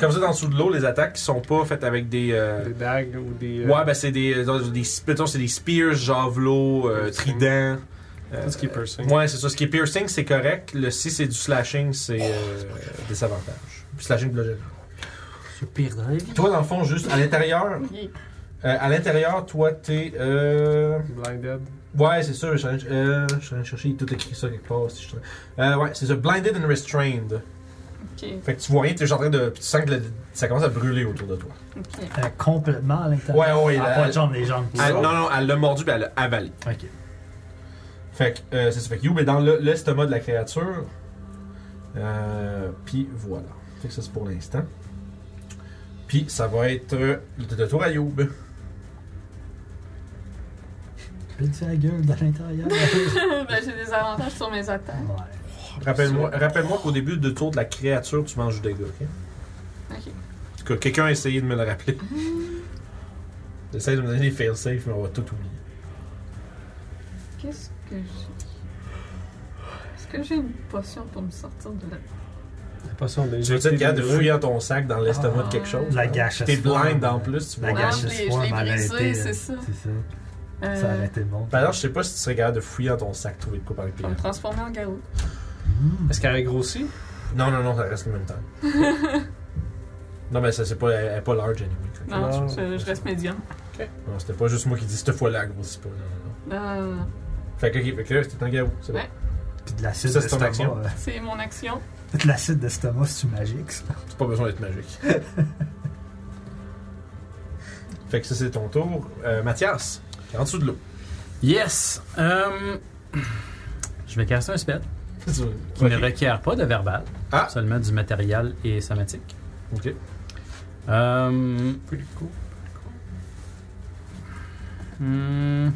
A: comme ça, dans dessous de l'eau, les attaques qui sont pas faites avec des. euh,
C: Des dagues ou des. euh,
A: ouais, ben, c'est des, euh, des, mettons, c'est des spears, javelots, euh, tridents.
D: Euh,
C: Tout ce qui est piercing.
A: Ouais, c'est ça. Ce qui est piercing, c'est correct. Le si c'est du slashing, c'est
C: Oh,
A: euh, désavantage. Puis slashing bludgeoning.
D: C'est pire dans la vie.
A: Toi, dans le fond, juste à l'intérieur,
B: Il-
A: Euh, à l'intérieur, toi, t'es. Euh...
C: Blinded.
A: Ouais, c'est ça. Je suis en train de- euh, je suis en train de chercher. Tout écrit ça quelque part. si je suis en train- Euh, ouais, c'est ça. Blinded and restrained.
B: OK.
A: Fait que tu vois rien, t'es juste en train de. Puis tu sens que le- ça commence à brûler autour de toi.
B: OK.
E: Euh, complètement à l'intérieur.
A: Ouais, ouais,
E: Elle a
A: elle-
E: pas de jambes, les jambes. qui
A: Elle-
E: sautent.
A: non, non, elle l'a mordu, puis elle l'a avalé.
E: Ok.
A: Fait que euh, c'est ça. Fait que Youb est dans le- l'estomac de la créature. Euh, puis voilà. Fait que ça, c'est pour l'instant. Puis ça va être. euh, de tour à Youb.
E: Pile-tu la gueule de l'intérieur?
B: ben, j'ai des avantages sur mes attaques.
E: ouais.
A: Rappelle-moi rappelle qu'au début du tour de la créature, tu manges du dégât, ok?
B: OK.
A: En tout cas, quelqu'un a essayé de me le rappeler. J'essaie de me donner des fail-safe, mais on va tout oublier.
B: Qu'est-ce que j'ai? Est-ce que j'ai une potion pour me sortir de là?
C: La potion de
A: Tu veux être capable de fouiller dans ton sac dans l'estomac de
B: Ah.
A: quelque chose?
E: La gâche à
A: T'es
E: soi,
A: blind
E: là.
A: en plus, tu
E: La
A: vois.
B: gâche.
E: gâche
B: je l'ai-
E: à soi,
B: je l'ai
E: mais elle a
B: brisée,
E: été,
B: c'est
E: euh,
B: ça.
E: C'est ça.
B: Euh,
E: Ça a arrêté le monde.
A: ben Alors, je sais pas si tu serais capable de fouiller dans ton sac, trouver de quoi par les
B: je vais me transformer en garou.
E: Mmh.
C: Est-ce qu'elle a grossi
A: Non, non, non, ça reste le même temps. non, mais ça, c'est pas, elle est pas large anyway. Fait que-
B: Non,
C: Non.
B: je, je reste médium.
A: Non, c'était pas juste moi qui dis cette fois-là, elle grossit pas. Non, non, non.
B: Euh,
A: Fait que, ok, fait que là, c'était un garou, c'est bon.
B: Ouais.
E: Puis de l'acide
A: Ça, c'est ton
E: d'estomac.
A: action.
E: euh,
B: c'est mon action.
E: De l'acide d'estomac, c'est-tu magique, ça?
A: C'est pas besoin d'être magique. fait que ça, c'est ton tour. Euh, Mathias, t'es en dessous de l'eau.
D: Yes! Euh, je vais casser un spell qui ne
A: Ok.
D: requiert pas de verbal,
A: Ah.
D: seulement du matériel et somatique.
A: Ok.
D: Euh,
C: Pretty cool.
D: hmm,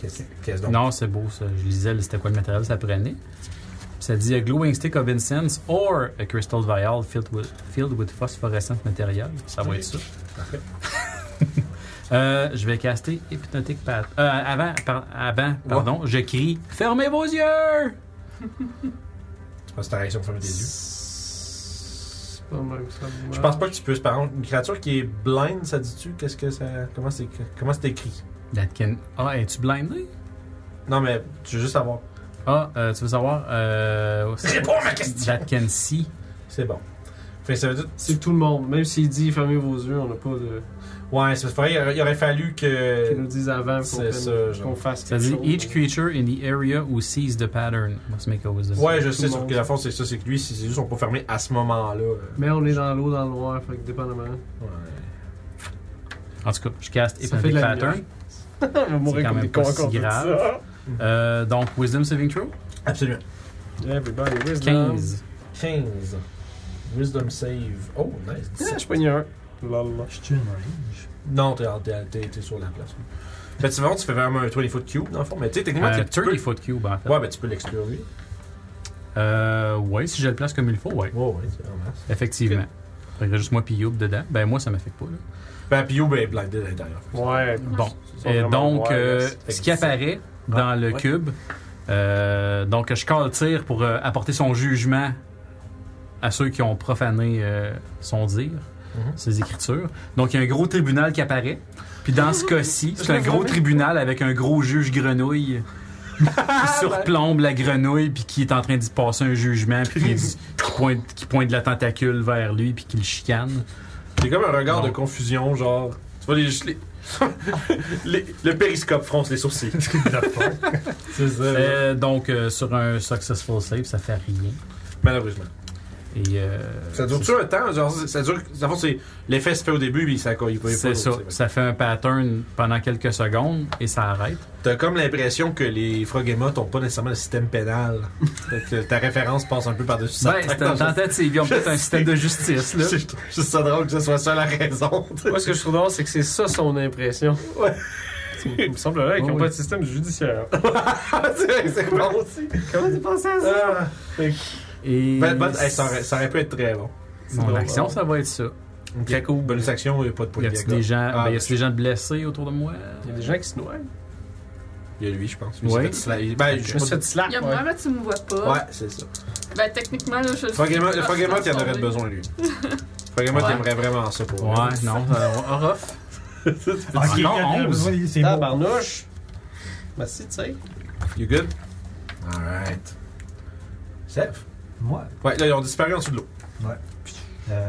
A: Qu'est-ce qu'est-ce donc?
D: non, c'est beau ça. Je lisais le- c'était quoi le matériel, ça prenait. Puis Ça dit a glowing stick of incense or a crystal vial filled with, filled with phosphorescent material. Ça va être ça.
A: Parfait.
D: Euh, je vais caster Hypnotic Path. Euh, avant, par- avant, pardon, je crie Fermez vos yeux!
A: Je pense que ta réaction de fermer tes yeux.
C: C'est pas mal que ça.
A: Je pense pas que tu puisses. Par contre, une créature qui est blind, ça dit-tu Qu'est-ce que ça. Comment c'est comment c'est écrit
D: That can. Ah, es-tu blindé?
A: Non, mais tu veux juste savoir.
D: Ah, euh, tu veux savoir? Euh,
A: Réponds à ma question!
D: That can see.
A: C'est bon. Fait que ça veut dire.
C: C'est tout le monde. Même s'il dit fermez vos yeux, on n'a pas de.
A: Ouais, c'est vrai, il aurait- il aurait fallu
C: Qu'ils nous
A: que.
C: disent avant qu'on
A: C'est
C: prenne-
A: ça, genre.
C: qu'on fasse
D: Ça
C: quelque
D: dit
C: chose.
D: each creature in the area who sees the pattern must make a wisdom.
A: Ouais,
D: save.
A: je
C: tout
A: sais,
C: le
A: sauf
C: monde.
A: que la force, c'est ça, c'est que lui, ses yeux sont pas fermés à ce moment-là. euh,
C: Mais on est dans l'eau, dans le noir, fait que dépendamment.
A: Ouais.
D: En tout cas, je caste
C: Ça fait de
D: Hypnotic
C: la
D: Pattern.
C: on va
D: C'est
C: mourir
D: quand
C: comme
D: même
C: des
D: pas
C: cons
D: si
C: encore.
D: grave. Euh, donc, Wisdom Saving Throw?
A: Absolument.
C: Everybody wisdom.
D: 15.
A: 15. Wisdom save. Oh, nice.
C: Ah, je pogne un. Lol.
E: Je suis une range.
A: Non, t'es, en- t'es- t'es- t'es sur la place. Ben, tu vois, tu fais vraiment un 20 foot cube, dans le fond. Mais tu sais, techniquement,
D: Euh,
A: tu- tu peux...
D: 30 foot cube, en fait.
A: Ouais, ben, tu peux l'exclure, lui.
D: Euh, ouais, si je le place comme il faut, ouais.
A: Oh, ouais, c'est vraiment nice.
D: Effectivement. Fait que juste moi puis Youb dedans. Ben, moi, ça m'affecte pas, là.
A: Ben, puis Youb est blindé à l'intérieur.
C: Ouais.
D: Bon.
C: Ils sont
D: Et
C: vraiment
D: donc,
C: noirs,
D: euh,
C: là.
D: ce qui apparaît dans le
A: ouais.
D: cube, euh, donc je cale tire pour euh, apporter son jugement à ceux qui ont profané euh, son dire,
A: Mhm.
D: ses écritures. Donc, il y a un gros tribunal qui apparaît. Puis dans ce cas-ci, c'est un gros tribunal avec un gros juge grenouille qui surplombe la grenouille puis qui est en train d'y passer un jugement puis qui, qui pointe, qui pointe la tentacule vers lui puis qui le chicane.
A: J'ai comme un regard
D: Non.
A: de confusion, genre. Tu vois, les, juste les... les- le périscope fronce les sourcils. c'est ça.
D: Euh, donc, euh, sur un successful save, ça fait rien.
A: Malheureusement.
D: Et, euh,
A: Ça dure-tu un temps? Genre, ça dure. Dans le fond, c'est. L'effet se fait au début, puis ça Ben, il peut
D: C'est ça. Ça fait un pattern pendant quelques secondes et ça arrête.
A: T'as comme l'impression que les Frog Emma t'ont pas nécessairement le système pénal. Fait que ta référence passe un peu par-dessus ça.
D: Ben, c'est une tentative. Ils ont peut-être un système de justice, là.
A: Je trouve juste ça drôle que ce soit ça la raison.
C: Moi, ce que je trouve drôle, c'est que c'est ça son impression.
A: Ouais.
C: Il me semblerait qu'ils
D: Ouais,
C: n'ont
D: ouais.
C: pas de système judiciaire.
A: c'est c'est bon aussi.
C: Comment tu pensais à ça?
A: Ah.
D: Et
A: Ben, ben, hey, ça, aurait, ça aurait pu être très bon.
D: mon
C: drôle,
D: action,
C: hein.
D: ça va être ça.
A: Très cool. Bonus action, il n'y a pas de
D: Y
A: point de
D: a-t-il
A: dégâts.
D: des gens,
A: Ah,
D: ben, y a-t-il des gens blessés autour de moi?
C: Il y a des gens qui se noient.
A: Il y a lui, je pense.
D: Ouais.
A: Oui. Ben, je
C: Je me suis
A: sais
C: fait slap.
B: Il y a
C: ouais.
B: vraiment, tu me vois
A: pas.
B: pas.
A: Ouais, c'est ça.
B: Ben, techniquement, là, je
A: Le Frog Emma, le Frog Emma, il en aurait
B: transformée.
A: besoin, lui. Frog Emma,
D: Ouais.
A: t'aimerais vraiment ça pour
D: Ouais,
A: lui.
D: non. Orof.
A: Ah,
E: Ok,
D: non,
E: il y a-
D: 11.
E: oui, c'est bon.
C: Tabarnouche. Bah si, tu sais.
A: You good? Alright. Seth?
E: Moi,
A: Ouais, là, ils ont disparu en dessous de l'eau.
E: euh,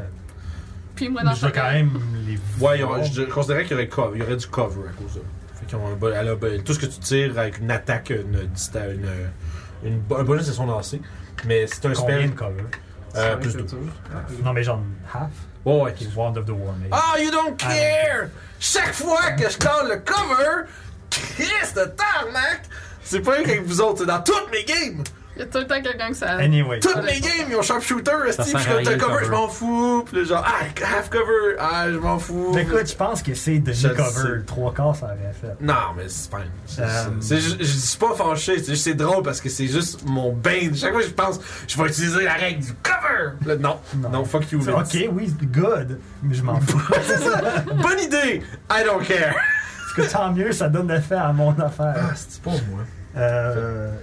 B: Puis moi, dans
E: je vais
B: ta
E: quand même les
A: Ouais, ils ont-
E: voir.
A: je considérais qu'il y, aurait co- il y aurait du cover à cause de Fait qu'ils ont un bon- elle a ben- tout ce que tu tires avec une attaque, une, dista- une, euh, une- un bonus, c'est son lancer. Mais c'est un
E: Combien
A: spell.
E: de cover?
A: Euh, plus deux.
E: Non, mais genre half.
A: Ouais, ouais.
E: Ok, Wand of the War Mage.
A: Ah, you don't
E: Ah.
A: care! Chaque fois que je colle le cover, Christ de tarmac! C'est pas avec vous autres, c'est dans toutes mes games!
B: Il y a tout le temps quelqu'un que ça.
E: Anyway,
A: Toutes mes games, ils ont sharpshooter, esti,
D: sert
A: puis
D: à
A: le
D: rien, le
A: cover,
D: cover.
A: je m'en fous, puis le genre, ah, half cover, ah, je m'en fous.
E: Mais écoute, je pense que c'est
A: Je le
E: demi-cover.
A: sais.
E: Trois quarts, ça aurait fait.
A: Non, mais c'est pas. c'est-
E: Euh,
A: c'est- Je je suis pas fâché, c'est juste- c'est drôle parce que c'est juste mon bain. Chaque fois que je pense, je vais utiliser la règle du cover. Là, non, non,
E: Non.
A: fuck you. Vince.
E: Ok, oui, good, mais je m'en fous.
A: c'est ça. Bonne idée. I don't care.
E: Parce que tant mieux, ça donne effet à mon affaire.
A: Ah, c'est pas moi.
E: Euh,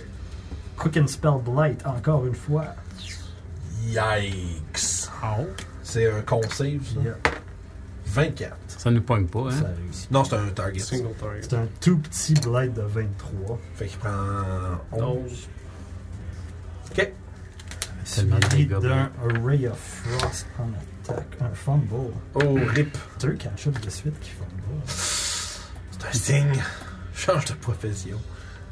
E: quick and Spell Blight, encore une fois.
A: Yikes. C'est un conceive, ça. 24.
D: Ça nous pogne pas, hein?
A: réussit. Non, c'est un target. ça.
C: Single target.
E: C'est un tout petit Blight de 23.
A: Fait qu'il prend 11.
C: 11.
A: Ok.
D: Tellement de
E: Suivi
D: dégâts,
E: d'un Ray of Frost en attaque. Un fumble.
A: Oh, rip.
E: Deux catch-ups de suite qui fumble.
A: C'est un signe. Change de profession.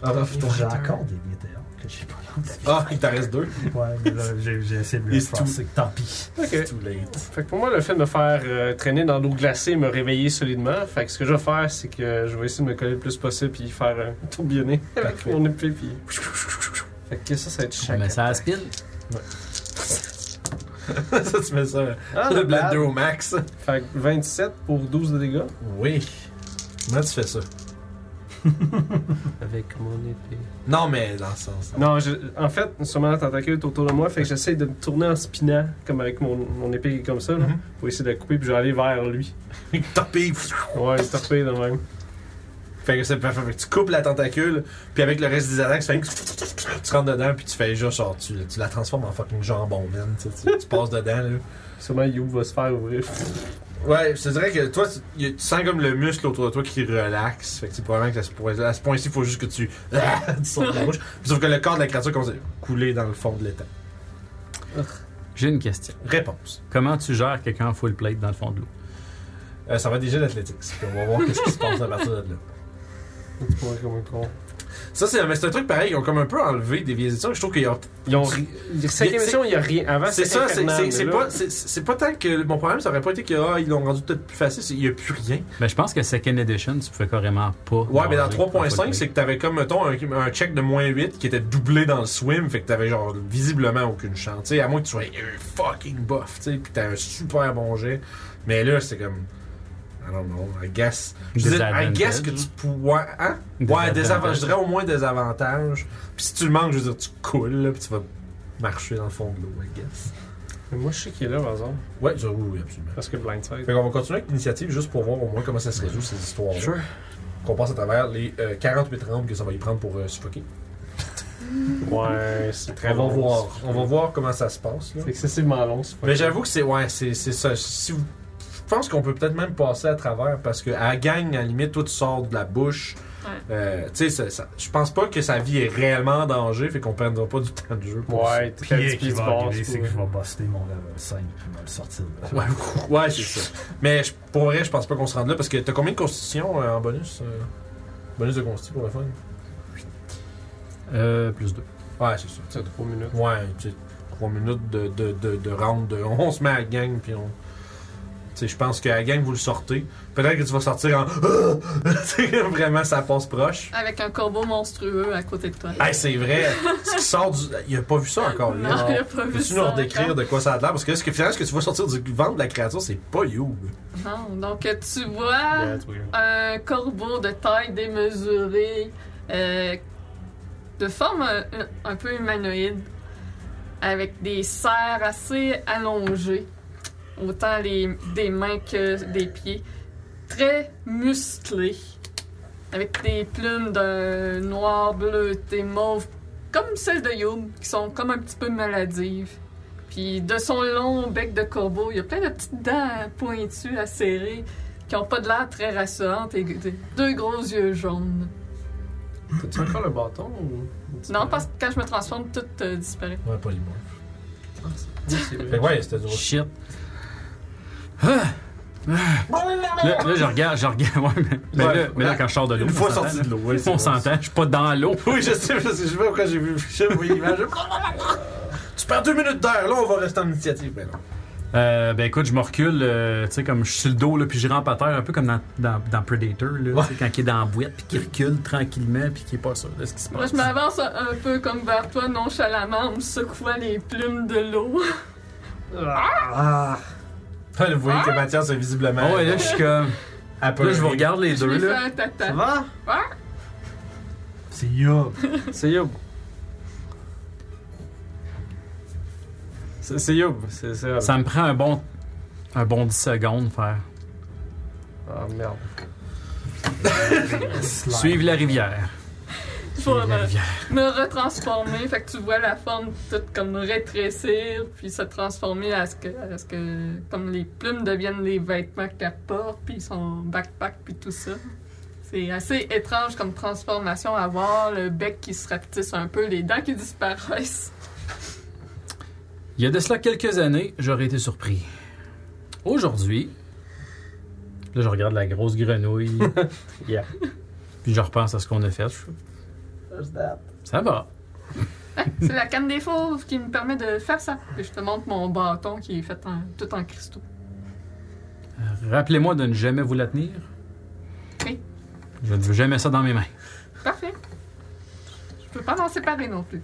A: Ah, putain.
E: J'ai encore des météores que j'ai pas lancés.
A: Ah, il t'en reste deux.
E: Ouais, mais là, j'ai j'ai essayé de
A: Et
E: le
A: c'est
E: faire. c'est que Tant pis.
C: Ok.
A: Too late.
C: Fait que pour moi, le fait de me faire euh, traîner dans l'eau glacée me réveiller solidement, fait que ce que je vais faire, c'est que je vais essayer de me coller le plus possible puis faire un tourbillonner avec
A: Parfait.
C: mon épée puis. Fait que ça, ça va être
D: On
C: chaque.
D: met ça à spin.
A: ça, tu mets ça.
C: Ah,
A: le
C: le
A: blender au max.
C: Fait que 27 pour 12 de dégâts.
A: Oui. Comment tu fais ça?
C: Avec mon épée.
A: Non, mais dans ce sens.
C: Non, je- en fait, ce moment tentacule est autour de moi, fait que j'essaie de me tourner en spinant, comme avec mon, mon épée qui est comme ça, là,
A: Mhm.
C: pour essayer de la couper, puis je vais aller vers lui.
A: Topé.
C: Ouais, il tapé de même.
A: Fait que, c'est- fait que tu coupes la tentacule, puis avec le reste des attaques, tu fais une- tu rentres dedans, puis tu fais juste genre, tu, tu la transformes en fucking jambon, man. Tu, sais, tu- tu passes dedans, là.
C: Sûrement, Youb va se faire ouvrir.
A: Ouais, je te dirais que toi, tu, y a- tu sens comme le muscle autour de toi qui relaxe. Fait que c'est probablement que à ce point- à ce point-ci, il faut juste que tu, tu sortes de la bouche. Puis sauf que le corps de la créature commence à couler dans le fond de l'étang.
D: J'ai une question.
A: Réponse.
D: Comment tu gères quelqu'un en full plate dans le fond de l'eau?
A: Euh, ça va déjà l'athlétique. Puis on va voir qu'est-ce qui se passe à partir de là.
C: Tu pourrais comme un con.
A: Ça, c'est mais c'est un truc pareil. Ils ont comme un peu enlevé des vieilles éditions. Je trouve qu'ils ont
C: Ils ont. ri- Cinquième
A: C'est-
C: émission, il n'y a rien. Avant,
A: C'est ça, c'est-
C: infernal,
A: c'est
C: mais
A: c'est
C: là-
A: pas, c'est- c'est pas tant que mon problème, ça aurait pas été qu'ils l'ont rendu peut-être plus facile, c'est- il n'y a plus rien.
D: Ben, je pense que Second Edition, tu pouvais carrément pas.
A: Ouais, mais dans
D: nager en
A: 3.5,
D: full
A: c'est que t'avais comme, mettons, un, un check de moins 8 qui était doublé dans le swim, fait que t'avais genre visiblement aucune chance, tu sais, à moins que tu sois un fucking buff, tu sais, pis t'as un super bon jet. Mais là, c'est comme. I don't know, I guess. Je veux dire, I guess que tu pourrais. Hein?
D: plate.
A: Ouais, des avantages, je dirais au moins des avantages. Puis si tu le manques, je veux dire, tu coules, là, pis tu vas marcher dans le fond de l'eau, I guess.
C: Mais moi, je sais qu'il est là, par exemple.
A: Ouais, ça, oui, oui, absolument.
C: Parce que Blindside.
A: Fait qu'on va continuer avec l'initiative juste pour voir au moins comment ça se résout ces histoires-là.
C: Sure.
A: Qu'on passe à travers les euh, 48 rampes que ça va y prendre pour euh, suffoquer.
C: Ouais, c'est très
A: on va
C: long.
A: voir. On va voir comment ça se passe. là.
C: C'est excessivement long, ce
A: Mais
C: fucking-
A: j'avoue que c'est ouais, c'est c'est ça. Si vous- je pense qu'on peut peut-être même passer à travers parce que à la gang, à la limite, tout sort de la bouche.
B: Ouais.
A: Euh, tu sais, ça- ça- je pense pas que sa vie est réellement en danger, fait qu'on perdra pas du temps de jeu. Pour
C: Ouais, t'es un
E: Puis
C: petit peu
E: qui
C: du
E: va
C: bord.
E: arriver,
C: c'est
E: c'est
C: pour-
E: que je vais buster mon level 5 puis me le sortir. de là.
A: ça. Ouais, ouais, c'est ça. Mais je- pour vrai, je pense pas qu'on se rende là parce que t'as combien de constitution euh, en bonus euh, Bonus de consti pour le fun
D: Euh, plus 2.
A: Ouais, c'est ça.
C: T'as trois minutes.
A: Ouais, tu sais, trois minutes de, de, de, de round. de- on se met à la gang, puis on. Tu sais, je pense qu'à la gang, vous le sortez. Peut-être que tu vas sortir en. Tu sais, Vraiment, ça passe proche.
B: Avec un corbeau monstrueux à côté de toi.
A: Hey, c'est vrai. Ce qui sort du. Il a pas vu ça encore, lui.
B: Non, il a pas vu
A: Peux-tu
B: ça.
A: nous
B: encore.
A: redécrire de quoi ça a l'air? Parce que, ce que finalement, ce que tu vas sortir du ventre de la créature, c'est pas you.
B: Non, donc euh, tu vois
C: Yeah, it's weird.
B: un corbeau de taille démesurée, euh, de forme euh, un, un peu humanoïde, avec des serres assez allongées, autant les, des mains que des pieds, très musclé, avec des plumes d'un noir bleuté mauve, comme celles de Youm, qui sont comme un petit peu maladives. Puis de son long bec de corbeau, il y a plein de petites dents pointues, acérées, qui ont pas de l'air très rassurantes et des- deux gros yeux jaunes.
C: T'as-tu encore le bâton ou...
B: Non, parce que quand je me transforme, tout euh, disparaît.
A: Ouais, pas les mots.
C: Ah, c'est- oui, c'est vrai.
A: Fait que, ouais, c'était dur.
D: Shit. Ah. Ah. Là, là, je regarde, je regarde. ouais, mais, mais
A: Ouais.
D: là, mais là, quand je sors de l'eau,
A: Une
D: on
A: fois
D: s'entend,
A: sorti
D: là.
A: de l'eau, ouais, c'est
D: On
A: vrai.
D: s'entend, je suis pas dans l'eau.
A: Oui, je sais, parce que je sais pas pourquoi j'ai vu. Je sais pas, oui, l'image. Tu perds deux minutes d'air, là, on va rester en initiative. Ben non.
D: Euh, ben écoute, je me recule, euh, tu sais, comme je suis sur le dos, là, puis je rampe à terre, un peu comme dans, dans, dans Predator, là, tu sais, quand il est dans la boîte, puis qu'il recule tranquillement, puis qu'il est pas sûr de ce qui se
B: Moi,
D: passe.
B: je m'avance un un peu comme vers toi, nonchalamment, en me secouant les plumes de l'eau.
A: Ah! Vous voyez que Mathias est visiblement.
D: Oh, ouais, là, je suis comme. Là, je vous regarde les
B: Je
D: deux,
B: lui fais
D: là.
B: un
C: Ça
B: tata.
C: va?
E: C'est Yob.
C: C'est Youb. C'est c'est Youb. C'est c'est elle.
D: Ça me prend un bon. Un bon 10 secondes, faire.
C: Ah, merde.
E: Slime.
D: Suivre la rivière.
B: Pour
D: Suivre la
B: me,
D: rivière.
B: me retransformer. Fait que tu vois la forme toute comme rétrécir, puis se transformer à ce que, à ce que comme les plumes deviennent les vêtements qu'elle porte, puis son backpack, puis tout ça. C'est assez étrange comme transformation à voir, le bec qui se rapetisse un peu, les dents qui disparaissent.
D: Il y a de cela quelques années, j'aurais été surpris. Aujourd'hui, là, je regarde la grosse grenouille. yeah. Puis je repense à ce qu'on a fait. je fais, Ça va.
B: C'est la canne des fauves qui me permet de faire ça. Et je te montre mon bâton qui est fait en- tout en cristaux.
D: Rappelez-moi de ne jamais vous la tenir.
B: Oui.
D: Je ne veux jamais ça dans mes mains.
B: Parfait. Je peux pas m'en séparer non plus.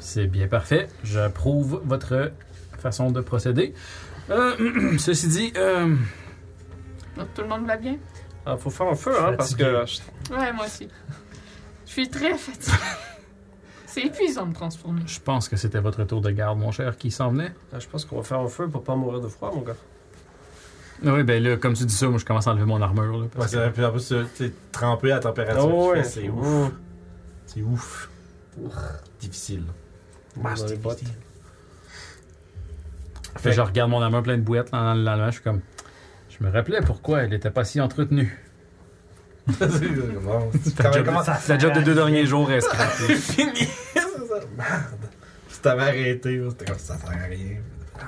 D: C'est bien parfait. J'approuve votre façon de procéder. Euh, ceci dit, euh,
B: Donc, tout le monde va bien?
C: Ah, faut faire un feu, hein, parce que.
B: Ouais, moi aussi. Je suis très fatiguée. C'est épuisant de me transformer.
D: Je pense que c'était votre tour de garde, mon cher, qui s'en venait.
C: Ah, je pense qu'on va faire un feu pour pas mourir de froid, mon gars.
D: Oui, ben là, comme tu dis ça, moi, je commence à enlever mon armure. Là,
A: Parce
D: parce que-
A: que, puis en plus, euh, t'es trempé à la température
C: Ah
A: qu'il
C: ouais,
A: fait, c'est ouf.
C: ouh.
A: C'est ouf. Difficile.
C: Dans les bottes.
D: Fait que je regarde mon armure plein de bouettes là, dans le lendemain, je suis comme. Je me rappelais pourquoi elle n'était pas si entretenue.
A: Bon, c'est quand même- comment ça
D: La job de deux derniers jours est
A: c'est fini? C'est ça. Merde. Si t'avais arrêté, là, c'était comme ça, ça sert à rien. Ah,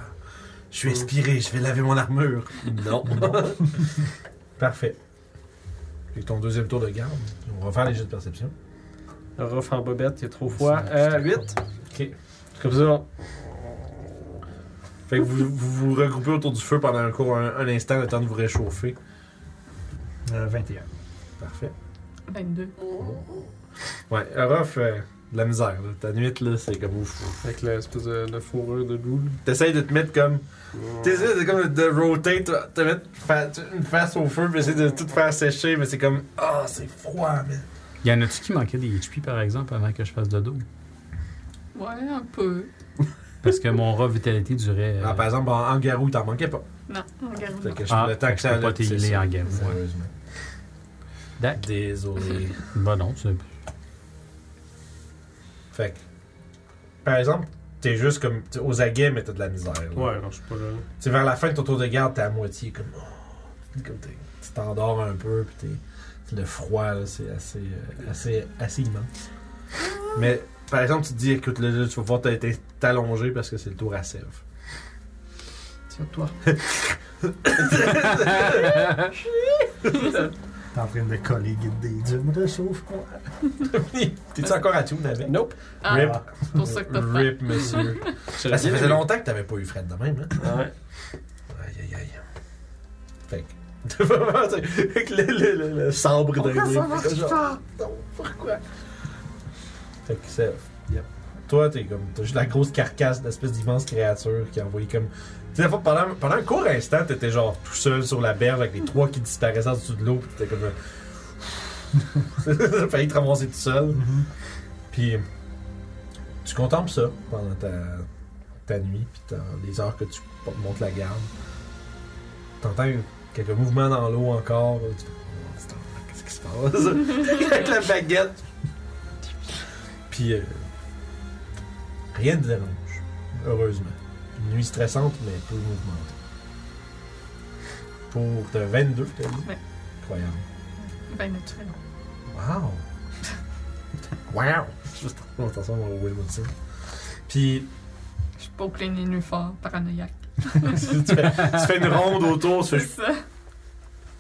A: Je suis inspiré, je vais laver mon armure. Non. Parfait. Et ton deuxième tour de garde. On va faire les jeux de perception.
C: Rof en bobette, il est trop froid. Euh, 8.
A: Ok.
C: Comme ça,
A: Fait que vous, vous vous regroupez autour du feu pendant un, court, un, un instant, le temps de vous réchauffer.
E: Euh, 21.
A: Parfait.
B: 22.
A: Ouais, Orof, euh, de la misère. là. Ta nuit, là, c'est comme ouf.
C: avec l'espèce de, de fourrure de loup.
A: T'essayes de te mettre comme. T'essayes de, comme de rotate, te mettre fa- une face au feu, puis essayer de tout faire sécher, mais c'est comme. Ah, c'est froid, mais.
D: Y en a-tu qui manquaient des HP, par exemple, avant que je fasse le dos?
B: Ouais, un peu.
D: Parce que mon raw vitality durait. euh,
A: Ah, par exemple, en, en garou, t'en manquais pas.
B: Non, regarde.
A: Fait que je
D: Ah,
A: le temps que
D: je
A: ça
D: peux pas
A: là,
D: t'healer
A: c'est ça,
D: en game, ouais.
A: malheureusement.
D: Dac.
A: Désolé.
D: Bah non, c'est.
A: fait que. Par exemple, t'es juste comme. t'es aux aguets, mais t'as de la misère. là.
C: Ouais, non, je suis pas là.
A: Tu sais, vers la fin de ton tour de garde, t'es à moitié comme. oh, comme t'es- tu t'endors un peu, puis t'es- le froid, là, c'est assez, euh, assez, assez immense. Mais par exemple, tu te dis, écoute, là, là, tu vas pouvoir t'a- t'a- t'allonger parce que c'est le tour à Sèvres.
D: Tiens-toi.
E: T'es en train de coller guide des dunes. Réchauffe-moi.
A: T'es-tu encore à tout, Navet?
C: Nope.
B: Ah,
A: Rip.
B: c'est pour ça que t'as faim.
A: Rip, monsieur.
C: C'est
A: Ah, ça faisait longtemps que t'avais pas eu Fred de même, hein?
C: Ouais.
A: Aïe, aïe, aïe. Fait que. Avec le, le, le, le sabre d'un
B: Pourquoi ça
A: gars,
B: marche
A: fait que genre, Ah,
B: pas?
A: Non, pourquoi? Fait que Sèvres. Toi, t'es comme. T'as juste la grosse carcasse d'espèce d'immense créature qui a envoyé comme. Tu sais, des fois, pendant, pendant un court instant, t'étais genre tout seul sur la berge avec les trois qui disparaissaient en dessous de l'eau, pis t'étais comme. euh, T'as failli te ramasser tout seul.
B: Mm-hmm.
A: Puis. Tu contemples ça pendant ta, ta nuit, puis t'as- les heures que tu montes la garde. T'entends quelques mouvements dans l'eau encore. là, Tu fais. Oh, c'est- Qu'est-ce qui se passe? avec la baguette. Puis. euh, Rien ne dérange, heureusement. Une nuit stressante, mais peu mouvementée. Pour t'as 22, t'as dit?
B: Ouais.
A: Incroyable.
B: Ben, naturellement.
A: Wow! wow! Juste on transforme en Wilmotson. Puis,
B: Je suis pas au plein nénuphar paranoïaque.
A: tu fais, tu fais une ronde autour, tu
B: C'est
A: fais
B: ça.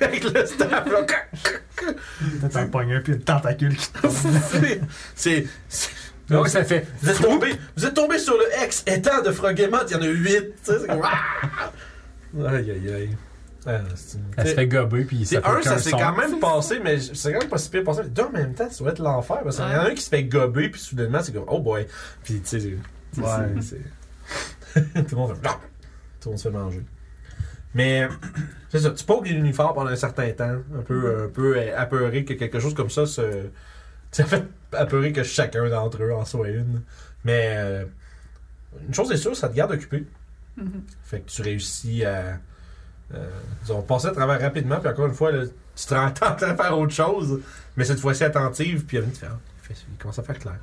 A: avec le staff, là.
E: T'en pognes un, puis le tentacule qui te
A: C'est- C'est. c'est-
D: Donc ça fait.
A: Vous êtes tombé, vous êtes tombé sur le ex étant de Froggemot, il y en a 8. Tu sais, c'est comme. Ah! Aïe, aïe, aïe. Ah, c'est une-
D: Elle se fait gober, puis ça
A: C'est
D: fait
A: un,
D: aucun
A: ça s'est
D: son.
A: quand même passé, mais j- c'est quand même pas si pire passé. Mais Deux en même temps, ça doit être l'enfer. Parce qu'il y en a un qui se fait gober, puis soudainement, c'est comme, oh boy. Puis, tu sais, c'est-
E: Ouais.
A: c'est. c'est- Tout le monde fait, Non! Tout le monde se fait manger. Mais, c'est ça, tu pokes l'uniforme pendant un certain temps, un peu, un peu euh, apeuré que quelque chose comme ça se. Ça fait apeuré que chacun d'entre eux en soit une. Mais, euh, une chose est sûre, ça te garde occupé.
B: Mhm.
A: Fait que tu réussis à. Euh, disons, passer à travers rapidement, puis encore une fois, là, tu te rends en train de faire autre chose, mais cette fois-ci attentive, puis elle vient te faire. Ah, il fait- Il commence à faire clair.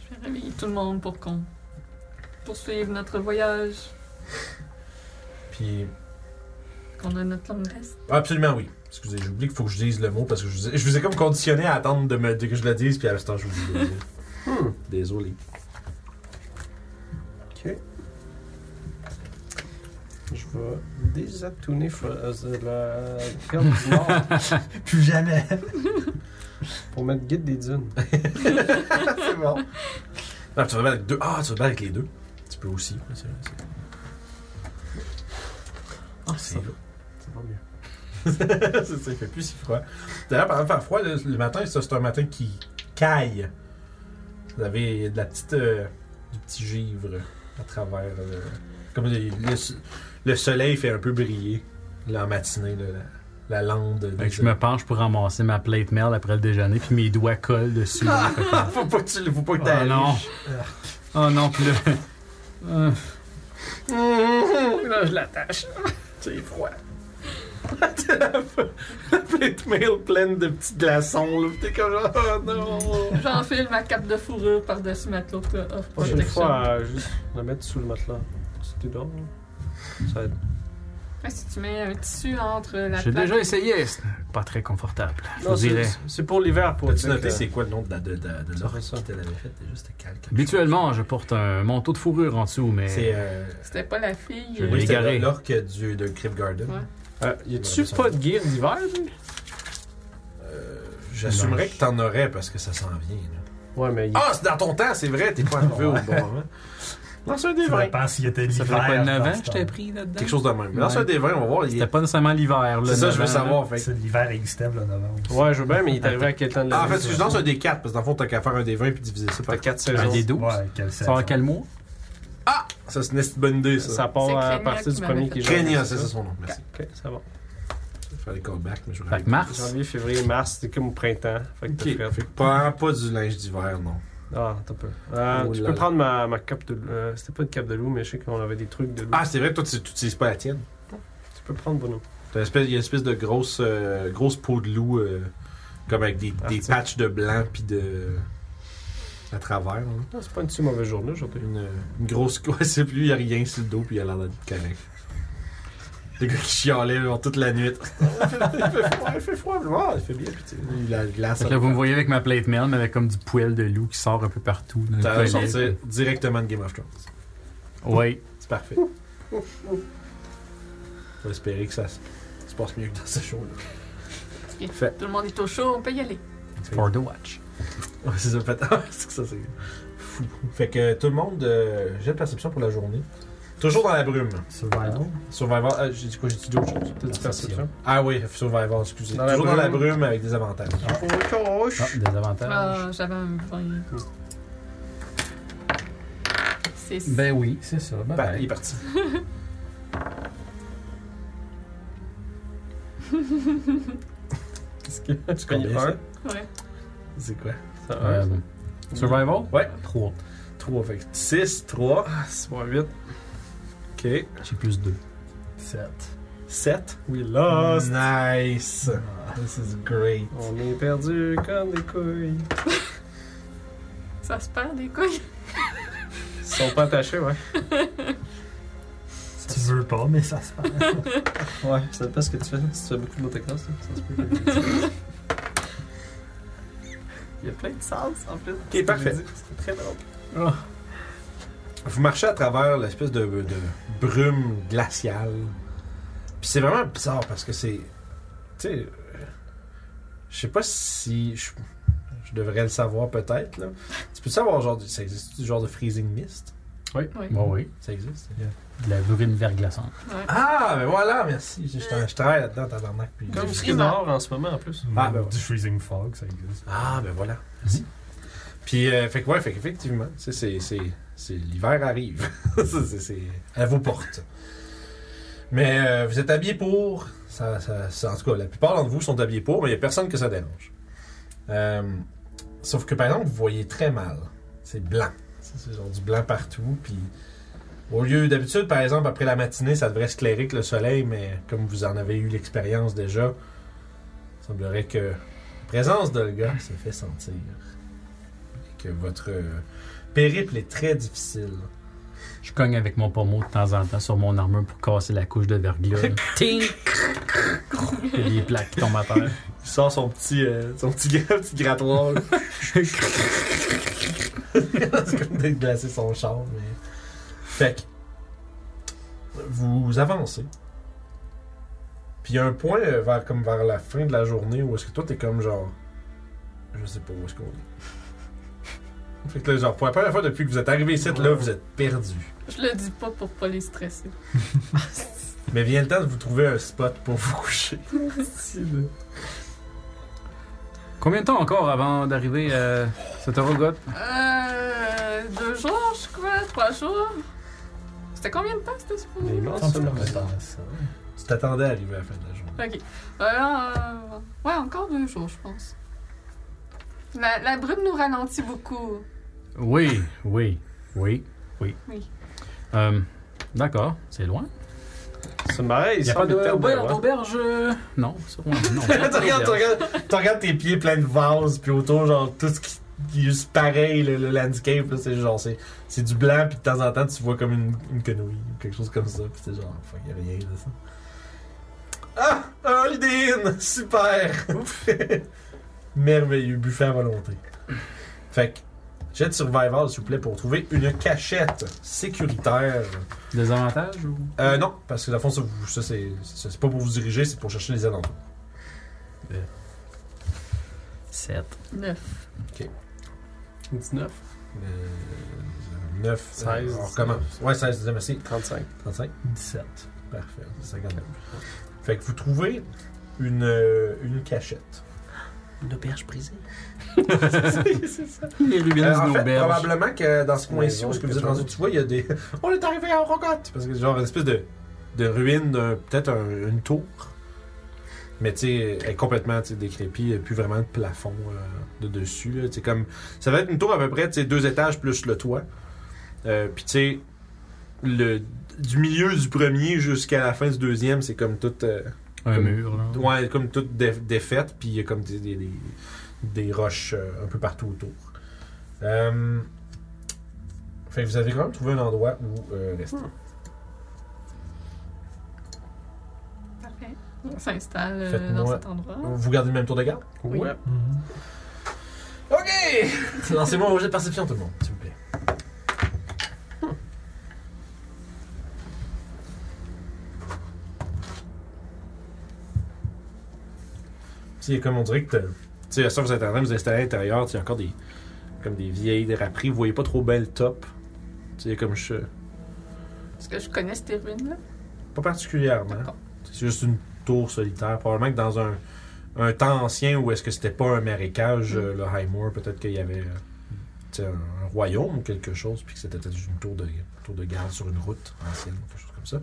B: Je vais réveiller tout le monde pour qu'on poursuive notre voyage.
A: Puis.
B: Qu'on a notre longue reste.
A: Ah, Absolument oui. Excusez, j'oublie qu'il faut que je dise le mot parce que je vous ai, je vous ai comme conditionné à attendre de me, de que je le dise, puis à l'instant, je vous dis. désolé.
C: Hmm,
A: Désolé.
C: Ok. Je vais désattourner fra- euh, la perle du Nord
E: Plus jamais.
C: pour mettre guide des dunes.
A: C'est bon. Non, tu vas battre avec deux. Ah, tu vas battre avec les deux. Tu peux aussi. C'est vrai, c'est-
C: Ah,
A: c'est
C: ça,
A: là.
C: ça va
A: ça,
C: mieux.
A: ça, il fait plus si froid. D'ailleurs, par exemple, faire froid, le, le matin, ça, c'est un matin qui caille. Vous avez de la petite, euh, du petit givre à travers. euh, comme le, le- le soleil fait un peu briller la matinée, là, la, la lande. des-
D: Fait que je me penche pour ramasser ma plate mail après le déjeuner, puis mes doigts collent dessus. là. Fait que-
A: faut pas que tu faut pas que
D: Ah
A: t'ailles.
D: non! Ah non, puis là. Euh,
C: Là, je l'attache.
A: Mm-hmm. C'est froid. la plate mail pleine de petits glaçons, là. T'es comme genre, oh non.
B: J'enfile ma cape de fourrure par-dessus ma cloque de off
C: Prochaine
B: protection.
C: fois, euh, juste la mettre sous le matelas. Si tu dors, là, ça va être.
B: Ouais, si tu mets un tissu entre la
D: euh, J'ai
B: plaque-
D: déjà essayé, c'est pas très confortable. Je
C: Non,
D: vous
C: c'est-
D: dirais.
C: C'est pour l'hiver, pour
A: T'as-tu
C: Fait
A: noté
C: que-
A: c'est quoi le nom de, la- de, de, de
C: Ça
A: l'orque
C: fait ça.
A: qui te l'avait fait? C'était juste calque.
D: Habituellement, je porte un manteau de fourrure en dessous, mais.
A: C'est. Euh,
B: C'était pas la fille.
D: Je
B: euh,
A: oui,
D: l'ai
A: c'était
D: égaré.
A: l'orque du, de Crypt Garden.
B: Ouais.
C: Euh, y a-tu pas de gear d'hiver, lui?
A: Euh, J'assumerais que t'en aurais parce que ça s'en vient. là.
C: Ouais, mais. il-
A: Ah, c'est dans ton temps, c'est vrai, t'es pas arrivé au bon moment. Lance un des
E: Ça
A: 20.
E: dépend s'il était
D: Ça
E: l'hiver.
D: fait pas
E: dans
D: 9
E: ce
D: ans que je t'ai
E: temps-là.
D: pris là-dedans?
A: Quelque chose de même. Lance
D: Ouais.
A: un des 20, on va voir. il est-
D: C'était pas nécessairement l'hiver. là,
A: C'est ça,
D: le
A: je veux
D: novembre, là.
A: savoir. Fait. que-
E: C'est l'hiver existait, le novembre.
C: Ouais, je veux bien, mais il est arrivé à quel temps de
A: Ah,
C: l'année?
A: en fait, si je lance un des 4, parce que dans le fond, t'as qu'à faire un des 20 puis diviser ça
C: T'as
A: par 4.
C: 4 saisons.
D: Un des 12.
E: Ouais, quel
D: Ça va
E: saison.
D: à quel mois?
A: Ça, c'est une petite bonne idée, ça.
C: Ça
B: C'est
C: part à
B: Crénia
C: partir
B: qui
C: du
B: m'avait
C: premier
B: fait
C: qui est
A: Crénia, c'est ça son nom. Merci.
C: Ok, ça va.
A: Je vais faire les callbacks, mais je vais
D: Fait que mars.
C: Janvier, février, mars, c'est comme au printemps. Fait que t'as
A: Ok.
C: fait-
A: Fait que probablement pas du linge d'hiver, non.
C: Ah, t'as peu. Euh,
A: Oh
C: tu
A: là
C: peux
A: là.
C: prendre ma, ma cape de loup. Euh, C'était pas une cape de loup, mais je sais qu'on avait des trucs de loup.
A: Ah, c'est vrai que toi, tu tu utilises pas la tienne.
C: tu peux prendre Bruno.
A: T'as une espèce, il y a une espèce de grosse, euh, grosse peau de loup, euh, comme avec des, des
C: Arctique.
A: patchs de blanc puis de. à travers. là.
C: Non, c'est pas une si mauvaise journée aujourd'hui.
A: Une, une grosse. Ouais, c'est plus, il y a rien sur le dos puis il a l'air d'être correct. Le gars qui chialait genre, toute la nuit. il fait froid, il fait froid, mais bon, il fait bien. Puis, tu sais, il a la glace.
D: Fait que là, vous me voyez avec ma plate mail, mais avec comme du poêle de loup qui sort un peu partout. dans le
A: Ça va
D: poêle.
A: sortir directement de Game of Thrones.
D: Oui.
A: C'est parfait. Faut espérer que ça se se passe mieux que dans ce show-là.
B: Ok.
A: Fait.
B: Tout le monde est au chaud, on peut y aller.
D: For the watch.
A: Ouais, c'est ça, fait. Ah, c'est que ça, c'est fou. Fait que tout le monde, euh, j'ai de perception pour la journée. Toujours dans la brume.
E: Survival.
A: Survivor. ah, j'ai dit quoi J'ai dit d'autres choses.
C: T'as dit perception.
A: Ah oui, Survivor, excusez.
C: Dans la
A: Toujours dans la
C: brume.
A: brume avec des avantages.
D: Ah, des avantages.
B: Ah, J'avais un vingt. C'est
D: Ben oui, c'est ça. Ben,
A: Bah,
D: ben.
A: il est parti.
C: Est-ce que tu connais
A: Combien, ça?
C: un?
B: Ouais.
A: C'est quoi
C: C'est un.
D: Euh,
C: ça.
D: survival?
A: Ouais.
D: 3.
A: 3, fait 6, 3.
C: Ah, c'est pas vite.
A: Ok.
D: J'ai plus 2.
E: 7.
A: 7.
C: We lost. Ah.
A: Nice. This is great.
C: On est perdu comme des couilles.
B: Ça se perd des couilles.
C: Ils sont pas attachés, ouais.
E: Tu veux pas, mais ça se passe.
C: Ouais, je sais pas ce que tu fais. Si tu fais beaucoup de motocross, là, ça se peut que- Il y a plein de sens en fait.
A: Ok, parfait.
C: C'est très drôle.
A: Vous marchez à travers l'espèce de, de brume glaciale. Puis c'est vraiment bizarre parce que c'est. Tu sais. euh, Je sais pas si. Je, je devrais le savoir peut-être, là. Tu peux savoir, genre, du- ça existe du genre de freezing mist
B: Oui.
D: Ben oui.
A: Ça existe
D: De la brume verglaçante.
A: Ah, ben voilà, merci. Je, je, je travaille là-dedans, tabarnak. Puis...
C: Comme ce qui est
B: Freezer.
C: dehors en ce moment en plus.
A: Ah, ben ouais.
E: Du Freezing Fog, ça existe.
A: Ah, ben voilà. Merci. Puis, euh, fait que, ouais, fait qu'effectivement, tu sais, c'est, c'est, c'est- l'hiver arrive. c'est, c'est- c'est à vos portes. Mais euh, vous êtes habillés pour. Ça, ça- ça- en tout cas, la plupart d'entre vous sont habillés pour, mais il n'y a personne que ça dérange. Euh, sauf que, par exemple, vous voyez très mal. C'est blanc. C'est, c'est genre du blanc partout. Puis, au lieu d'habitude, par exemple, après la matinée, ça devrait éclairer que le soleil, mais comme vous en avez eu l'expérience déjà, il semblerait que présence d'Olga se fait sentir. Et que votre euh, périple est très difficile.
D: Je cogne avec mon pommeau de temps en temps sur mon armure pour casser la couche de verglas. là. Ting! Il y a des plaques qui tombent à terre.
A: Il sort son petit, euh, son petit, gra- petit grattoir. C'est comme d'être glacé son char. Mais... Fait que, vous avancez. Puis il y a un point euh, vers, comme vers la fin de la journée où est-ce que toi t'es comme genre. Je sais pas où est-ce qu'on est. Fait que là, genre, pour la première fois depuis que vous êtes arrivé ici, là, vous êtes perdu.
B: Je le dis pas pour pas les stresser.
A: Mais vient le temps de vous trouver un spot pour vous coucher.
D: Combien de temps encore avant d'arriver euh, à cette Orogoth?
B: Euh. Deux jours, je crois, trois jours. C'était combien de temps c'était supposé?
C: Mais il
D: Ah,
C: manque
E: Sans
C: ça,
E: petit
C: là.
E: peu de temps.
A: Tu t'attendais à arriver à la fin de la journée.
B: Ok. Euh, euh, ouais, encore deux jours, je pense. La, la brume nous ralentit beaucoup.
D: Oui, oui, oui, oui.
B: Oui.
D: Euh, D'accord, c'est loin.
C: C'est marrant, il
D: Il n'y a
C: sort
D: pas de
C: de table,
D: d'auberge.
C: ouais.
D: d'auberge, euh, Non, c'est loin. Non,
A: tu, regardes, tu regardes- tu regardes tes pieds pleins de vases, puis autour, genre, tout ce qui qui est juste pareil, le, le landscape, là, c'est genre, c'est, c'est du blanc, puis de temps en temps, tu vois comme une, une quenouille, ou quelque chose comme ça, puis c'est genre, fuck, y a rien de ça. Ah! Un Holiday Inn! Super! Merveilleux, buffet à volonté. Fait que, jet de survival, s'il vous plaît, pour trouver une cachette sécuritaire.
D: Des avantages ou.
A: Euh, non, parce que dans le fond, ça, vous- ça, c'est, ça, c'est pas pour vous diriger, c'est pour chercher les alentours.
D: 7.
B: Neuf.
C: 19,
A: Euh, 9,
C: 16.
A: On recommence. euh, Ouais, 16, deuxième, merci.
C: 35.
A: 35.
E: 17.
A: Parfait, c'est 59. Fait que vous trouvez une, euh, une cachette.
F: Une auberge brisée.
A: c'est ça.
D: Les rubines
A: Euh, en
D: d'une
A: fait,
D: auberge.
A: probablement que dans ce coin-ci,
C: Maison
A: où est-ce que vous êtes
C: 14.
A: rendu, tu vois, il y a des. On est arrivé à Orogoth! Parce que c'est genre une espèce de, de ruine, d'un- peut-être un- une tour. Mais tu sais, elle est complètement tu sais, décrépite, il n'y a plus vraiment de plafond euh, de dessus. là. Tu sais, comme, ça va être une tour à peu près tu sais, deux étages plus le toit. Euh, Puis tu sais, le- du milieu du premier jusqu'à la fin du deuxième, c'est comme tout. euh,
D: Un mur, là.
A: Ouais, comme toute dé- défaite, puis il y a comme des, des, des, des roches euh, un peu partout autour. Euh, Fait que vous avez quand même trouvé un endroit où euh, rester.
B: Parfait. On s'installe euh,
A: Faites-moi-
B: dans cet endroit.
A: Vous gardez le même tour de garde?
B: Oui.
C: Ouais.
E: Mhm.
A: OK! Lancez-moi un jet de perception, tout le monde, s'il vous plaît. Hmm. C'est comme on dirait que t'as- tu sais, ça vous êtes en train de vous installer à l'intérieur, tu sais, encore des comme des vieilles draperies, vous voyez pas trop bien le top. Tu sais comme je
B: Parce que je connais ces ruines-là.
A: pas particulièrement.
B: D'accord.
A: C'est juste une tour solitaire. Probablement que dans un, un temps ancien où est-ce que c'était pas un marécage, euh, le Highmore, peut-être qu'il y avait euh, tu sais, un, un royaume ou quelque chose, puis que c'était peut-être juste une tour de, tour de garde sur une route ancienne, quelque chose comme ça.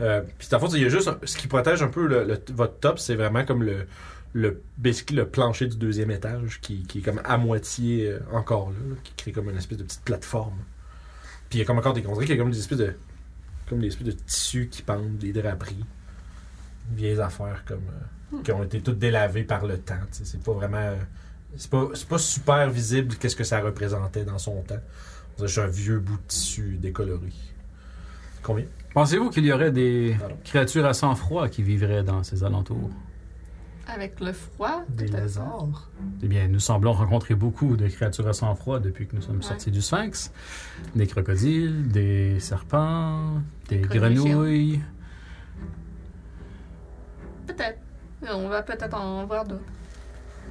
A: Euh, puis dans le fond, il y a juste un- ce qui protège un peu le- le- votre top, c'est vraiment comme le le, basically, le plancher du deuxième étage qui, qui est comme à moitié euh, encore là, là, qui crée comme une espèce de petite plateforme. Puis il y a comme encore des on dirait qu'il y a comme des espèces de comme des espèces de tissus qui pendent, des draperies. Vieilles affaires comme euh, qui ont été toutes délavées par le temps. tu sais. C'est pas vraiment. euh, C'est pas, c'est pas super visible qu'est-ce que ça représentait dans son temps. On dirait juste un vieux bout de tissu décoloré. Combien
D: Pensez-vous qu'il y aurait des
A: Pardon.
D: créatures à sang-froid qui vivraient dans ces alentours?
B: Avec le froid.
E: Des
B: peut-être.
E: lézards.
D: Eh bien, nous semblons rencontrer beaucoup de créatures à sang-froid depuis que nous sommes
B: Ouais.
D: sortis du Sphinx. Des crocodiles, des serpents, des
B: Grenouilles
D: grenouilles.
B: Peut-être. On va peut-être en voir d'autres.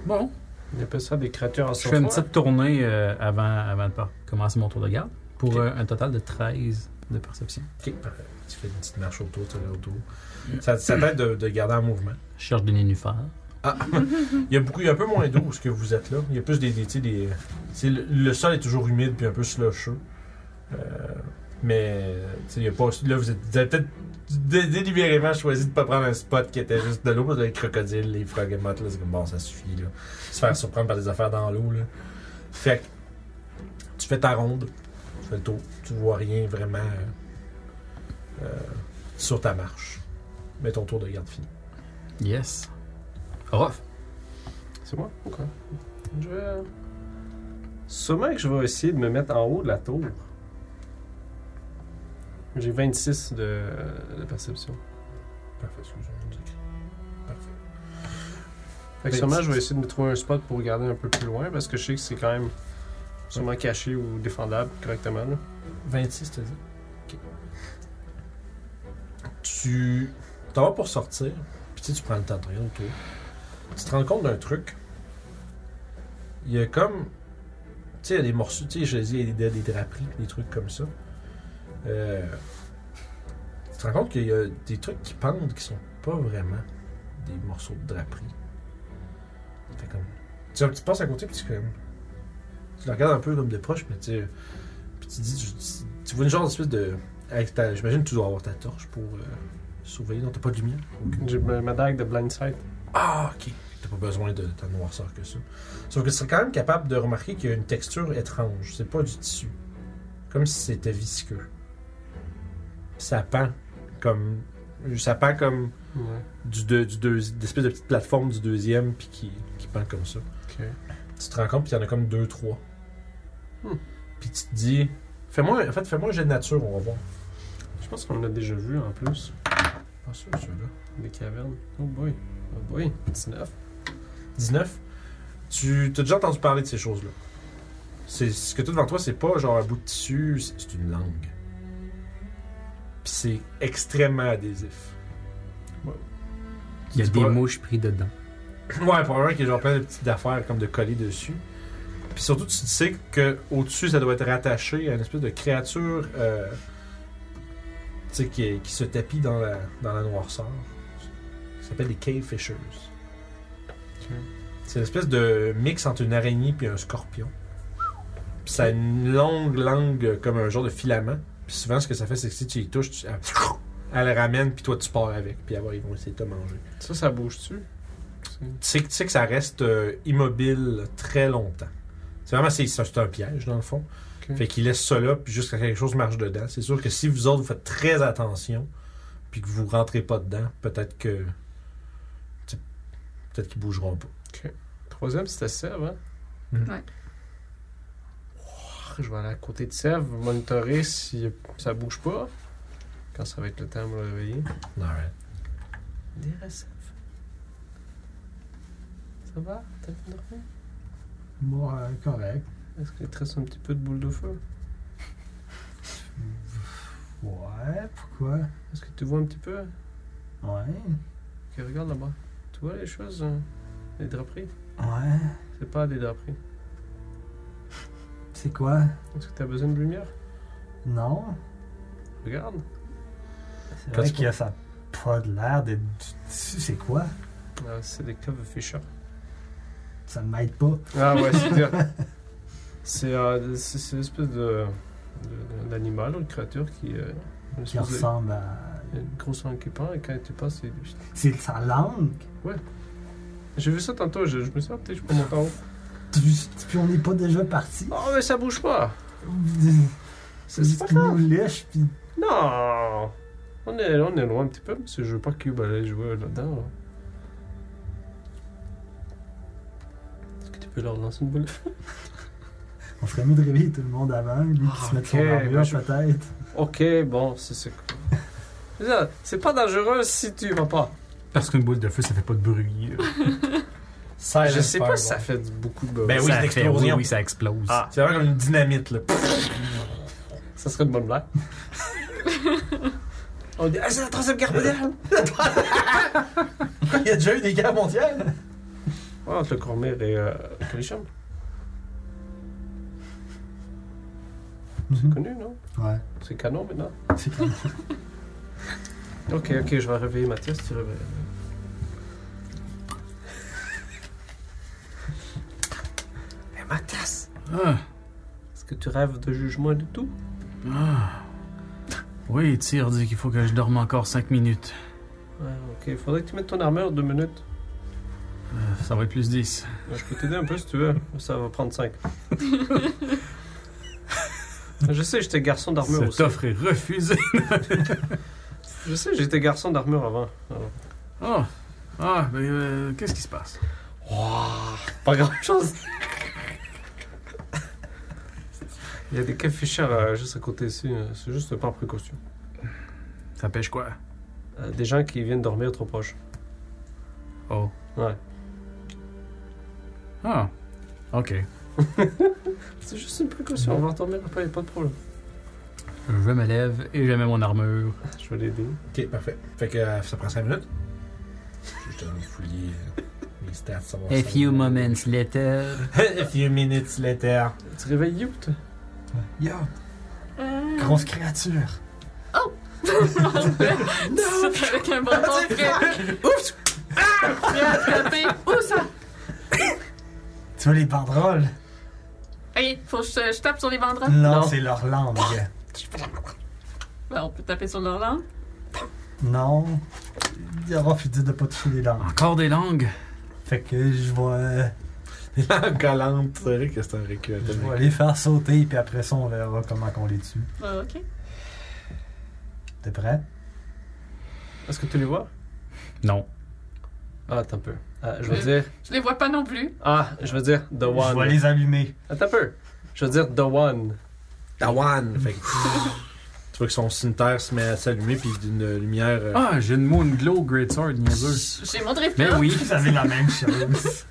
D: Bon,
C: On appelle ça des créatures en
D: je fais une
C: sang-froid.
D: petite tournée euh, avant, avant de par- commencer mon tour de garde pour euh, un total de 13 de perception.
A: Ok, parfait. Tu fais une petite marche autour, tu regardes autour. Ça, ça t'aide de, de garder en mouvement.
D: Je cherche des nénuphars.
A: Il y a beaucoup, il y a un peu moins d'eau où ce que vous êtes là. Il y a plus des, des, tu sais, des c'est le, le sol est toujours humide puis un peu slusheux. Euh, mais tu sais, il y a pas, là vous, êtes- vous avez peut-être dé- délibérément choisi de pas prendre un spot qui était juste de l'eau parce que les crocodiles, les frog et mottes, là c'est comme bon ça suffit là. Se faire surprendre par des affaires dans l'eau là. Fait que tu fais ta ronde, tu fais le tour, tu vois rien vraiment euh, euh, sur ta marche. Mais ton tour de garde fini.
D: Yes. Rof.
C: C'est moi? Ok. Je vais. euh, Sûrement que je vais essayer de me mettre en haut de la tour. J'ai 26 de, de perception.
A: Parfait, excusez-moi, je vous écris. Parfait.
C: Fait que
A: Ben,
C: sûrement,
A: tu-
C: je vais essayer de me trouver un spot pour regarder un peu plus loin parce que je sais que c'est quand même sûrement caché ou défendable correctement. là.
A: 26, t'as dit? Ok. Tu t'en vas pour sortir, puis tu sais, tu prends le temps de regarder autour. Tu te rends compte d'un truc. Il y a comme. Tu sais, il y a des morceaux, tu sais, je dis, il y a des, des draperies, des trucs comme ça. Euh, tu te rends compte qu'il y a des trucs qui pendent qui sont pas vraiment des morceaux de draperie. Fait comme. Tu, sais, tu passes à côté, puis tu, comme, tu le regardes un peu comme de proche, mais tu sais. Puis tu dis, tu, tu vois une genre d'espèce de, Avec ta- J'imagine que tu dois avoir ta torche pour euh, surveiller. Non, t'as pas de lumière.
C: J'ai ma ma dague de blindsight.
A: Ah, ok. T'as pas besoin de ta noirceur que ça. Sauf que tu serais quand même capable de remarquer qu'il y a une texture étrange. C'est pas du tissu. Comme si c'était visqueux. Ça pend comme. Ça pend comme
C: Ouais.
A: du, deux, du deux, d'espèce de petite plateforme du deuxième puis qui, qui pend comme ça.
C: Ok.
A: Tu te rends compte, puis il y en a comme deux, trois.
C: Hmm.
A: Puis tu te dis, fais-moi, en fait, fais-moi un jet de nature, on va voir.
C: Je pense qu'on l'a déjà vu en plus.
A: Pas sûr, celui-là.
C: Des cavernes. Oh boy. Oh boy. 19.
A: 19. Tu as déjà entendu parler de ces choses-là. C'est ce que tu as devant toi, c'est pas genre un bout de tissu, c'est c'est une langue. Puis c'est extrêmement adhésif.
G: Il y a
A: C'est
G: des
A: pas-
G: mouches prises dedans.
A: Ouais, probablement qu'il y a genre plein de petites affaires comme de coller dessus. Puis surtout, tu sais que au-dessus, ça doit être rattaché à une espèce de créature euh, tu sais, qui, est- qui se tapit dans la, dans la noirceur. Ça s'appelle les Cave Fishers. C'est une espèce de mix entre une araignée puis un scorpion. Puis ça a une longue langue euh, comme un genre de filament. Puis souvent, ce que ça fait, c'est que si tu y touches, tu- elle, elle ramène, puis toi, tu pars avec. Puis elle va- ils vont essayer de te manger.
C: Ça, ça bouge-tu? C'est-
A: Tu sais, que- tu sais que ça reste euh, immobile très longtemps. C'est vraiment c'est, c'est un piège, dans le fond.
C: Ok.
A: Fait qu'il laisse ça là, puis jusqu'à quelque chose marche dedans. C'est sûr que si vous autres, vous faites très attention, puis que vous rentrez pas dedans, peut-être que. tu sais, Peut-être qu'ils bougeront pas.
C: Troisième, c'était Sève, hein?
A: Mhm.
B: Ouais.
C: Oh, je vais aller à côté de Sève, monitorer si ça bouge pas. Quand ça va être le temps de me réveiller.
A: Alright.
C: Des Sève. Ça va? T'as bien dormi?
E: Moi, euh, correct.
C: Est-ce qu'il te reste un petit peu de boule de feu?
E: Ouais, pourquoi?
C: Est-ce que tu vois un petit peu?
E: Ouais.
C: Ok, regarde là-bas. Tu vois les choses? hein? Les draperies?
E: Ouais.
C: C'est pas des draperies.
E: C'est quoi?
C: Est-ce que t'as besoin de lumière?
E: Non.
C: Regarde.
E: C'est
A: Quand
E: vrai
A: tu
E: qu'il y a ça pas de l'air d'être du tissu. C'est quoi?
C: Ah, c'est des caves Fisher.
E: Ça ne m'aide pas.
C: Ah ouais, c'est dire. C'est euh, c'est- c'est une espèce de de- d'animal ou de créature qui, euh, une
E: Qui
C: espèce de,
E: ressemble à.
C: une grosse langue qui pend et quand tu passes, c'est...
E: C'est sa langue.
C: j'ai vu ça tantôt, je, je me suis dit, ah, peut-être je peux monter en haut.
E: Tu- Puis on n'est pas déjà parti.
C: Oh mais ça bouge pas.
E: C'est
C: C'est c'est
E: juste
C: pas
E: qu'il nous
C: grave.
E: lèche, puis
C: Non. On est, on est loin un petit peu, parce que je veux pas que Cube allait jouer là-dedans. là. Est-ce que tu peux leur lancer une boule
E: on ferait mieux de réveiller tout le monde avant, lui, qui se
C: Ah,
E: mette
C: ok,
E: son
C: ben
E: armure,
C: je-
E: peut-être.
C: Ok, bon, c'est c'est Regarde, C'est pas dangereux si tu y vas pas.
D: Parce qu'une boule de feu, ça fait pas de bruit. euh.
A: Silent
C: je sais pas
A: fireball.
C: si ça fait du- beaucoup de bruit.
A: Ben oui,
D: Ça
A: c'est une
D: fait-
A: explosion.
D: Oui, oui, ça explose.
A: Ah, c'est vraiment comme une dynamite, là.
C: Ça serait une bonne blague. On dit, ah, c'est la troisième guerre mondiale!
A: Il y a déjà eu des guerres mondiales.
C: Ouais, entre le Cormir et euh, Colichum. C'est
E: Mhm.
C: connu, non?
E: Ouais.
C: C'est canon maintenant.
E: C'est comme-
C: Ok, ok, je vais réveiller Mathias, tu réveilles. Mais Eh, Mathias,
D: Ah,
C: est-ce que tu rêves de jugement et de tout?
D: ah. Oui, Tyr dit qu'il faut que je dorme encore 5 minutes.
C: Ouais, ok, il faudrait que tu mettes ton armure deux minutes.
D: Euh, Ça va être plus 10.
C: Ouais, Je peux t'aider un peu si tu veux. Ça va prendre 5. je sais, j'étais garçon d'armure
D: Cette
C: aussi.
D: offre est refusée.
C: Je sais, j'étais garçon d'armure avant. Alors,
D: Oh. Ah, ben, euh, qu'est-ce qui se passe?
C: Pas grand chose. Il y a des cafichères juste à côté ici. euh, C'est juste pas en précaution.
D: Ça pêche quoi?
C: Euh, des gens qui viennent dormir trop proche.
D: Oh.
C: Ouais.
D: Ah. Ok.
C: C'est juste une précaution. On va dormir après, y a pas de problème.
D: Je me lève et je mets mon armure.
C: Je vais l'aider.
A: Ok, parfait. Fait que euh, ça prend 5 minutes. Je te fouiller euh, les stats. savoir
G: A
A: ça.
G: few moments later.
A: A few minutes later.
C: Tu réveilles Youp, toi?
E: Yo,
B: Euh,
E: grosse créature.
B: Ah, C'est avec un bâton frais. Oups! Ah! J'ai attrapé. Où ça?
E: Tu vois les banderoles? Hmm.
B: Hey, faut que je, je tape sur les banderoles.
E: Ah. Non,
C: Non.
E: c'est leur langue.
B: Ben, on peut taper sur leur langue.
E: Non. Orof, il dit de pas toucher les langues.
D: Encore des langues.
E: Fait que je vais,
A: La collante, c'est vrai que c'est un recul.
E: je vais les faire sauter, puis après ça, on verra comment qu'on les tue.
B: Ah, ok.
E: T'es prêt?
C: Est-ce que tu les vois?
D: Non.
C: Ah, attends un peu. Ah, je veux dire.
B: Je les vois pas non plus.
C: Ah, je veux dire The
E: Je vais
C: One.
E: les allumer.
C: Attends un peu. Je veux dire The One.
A: Tawan! Fait que, tu vois que son cimetière se met à s'allumer, puis d'une lumière. euh,
D: Ah, j'ai une Moon Glow Great Sword, niaiseuse.
B: J'ai mon drift.
D: Mais oui.
E: Vous avez la même chose.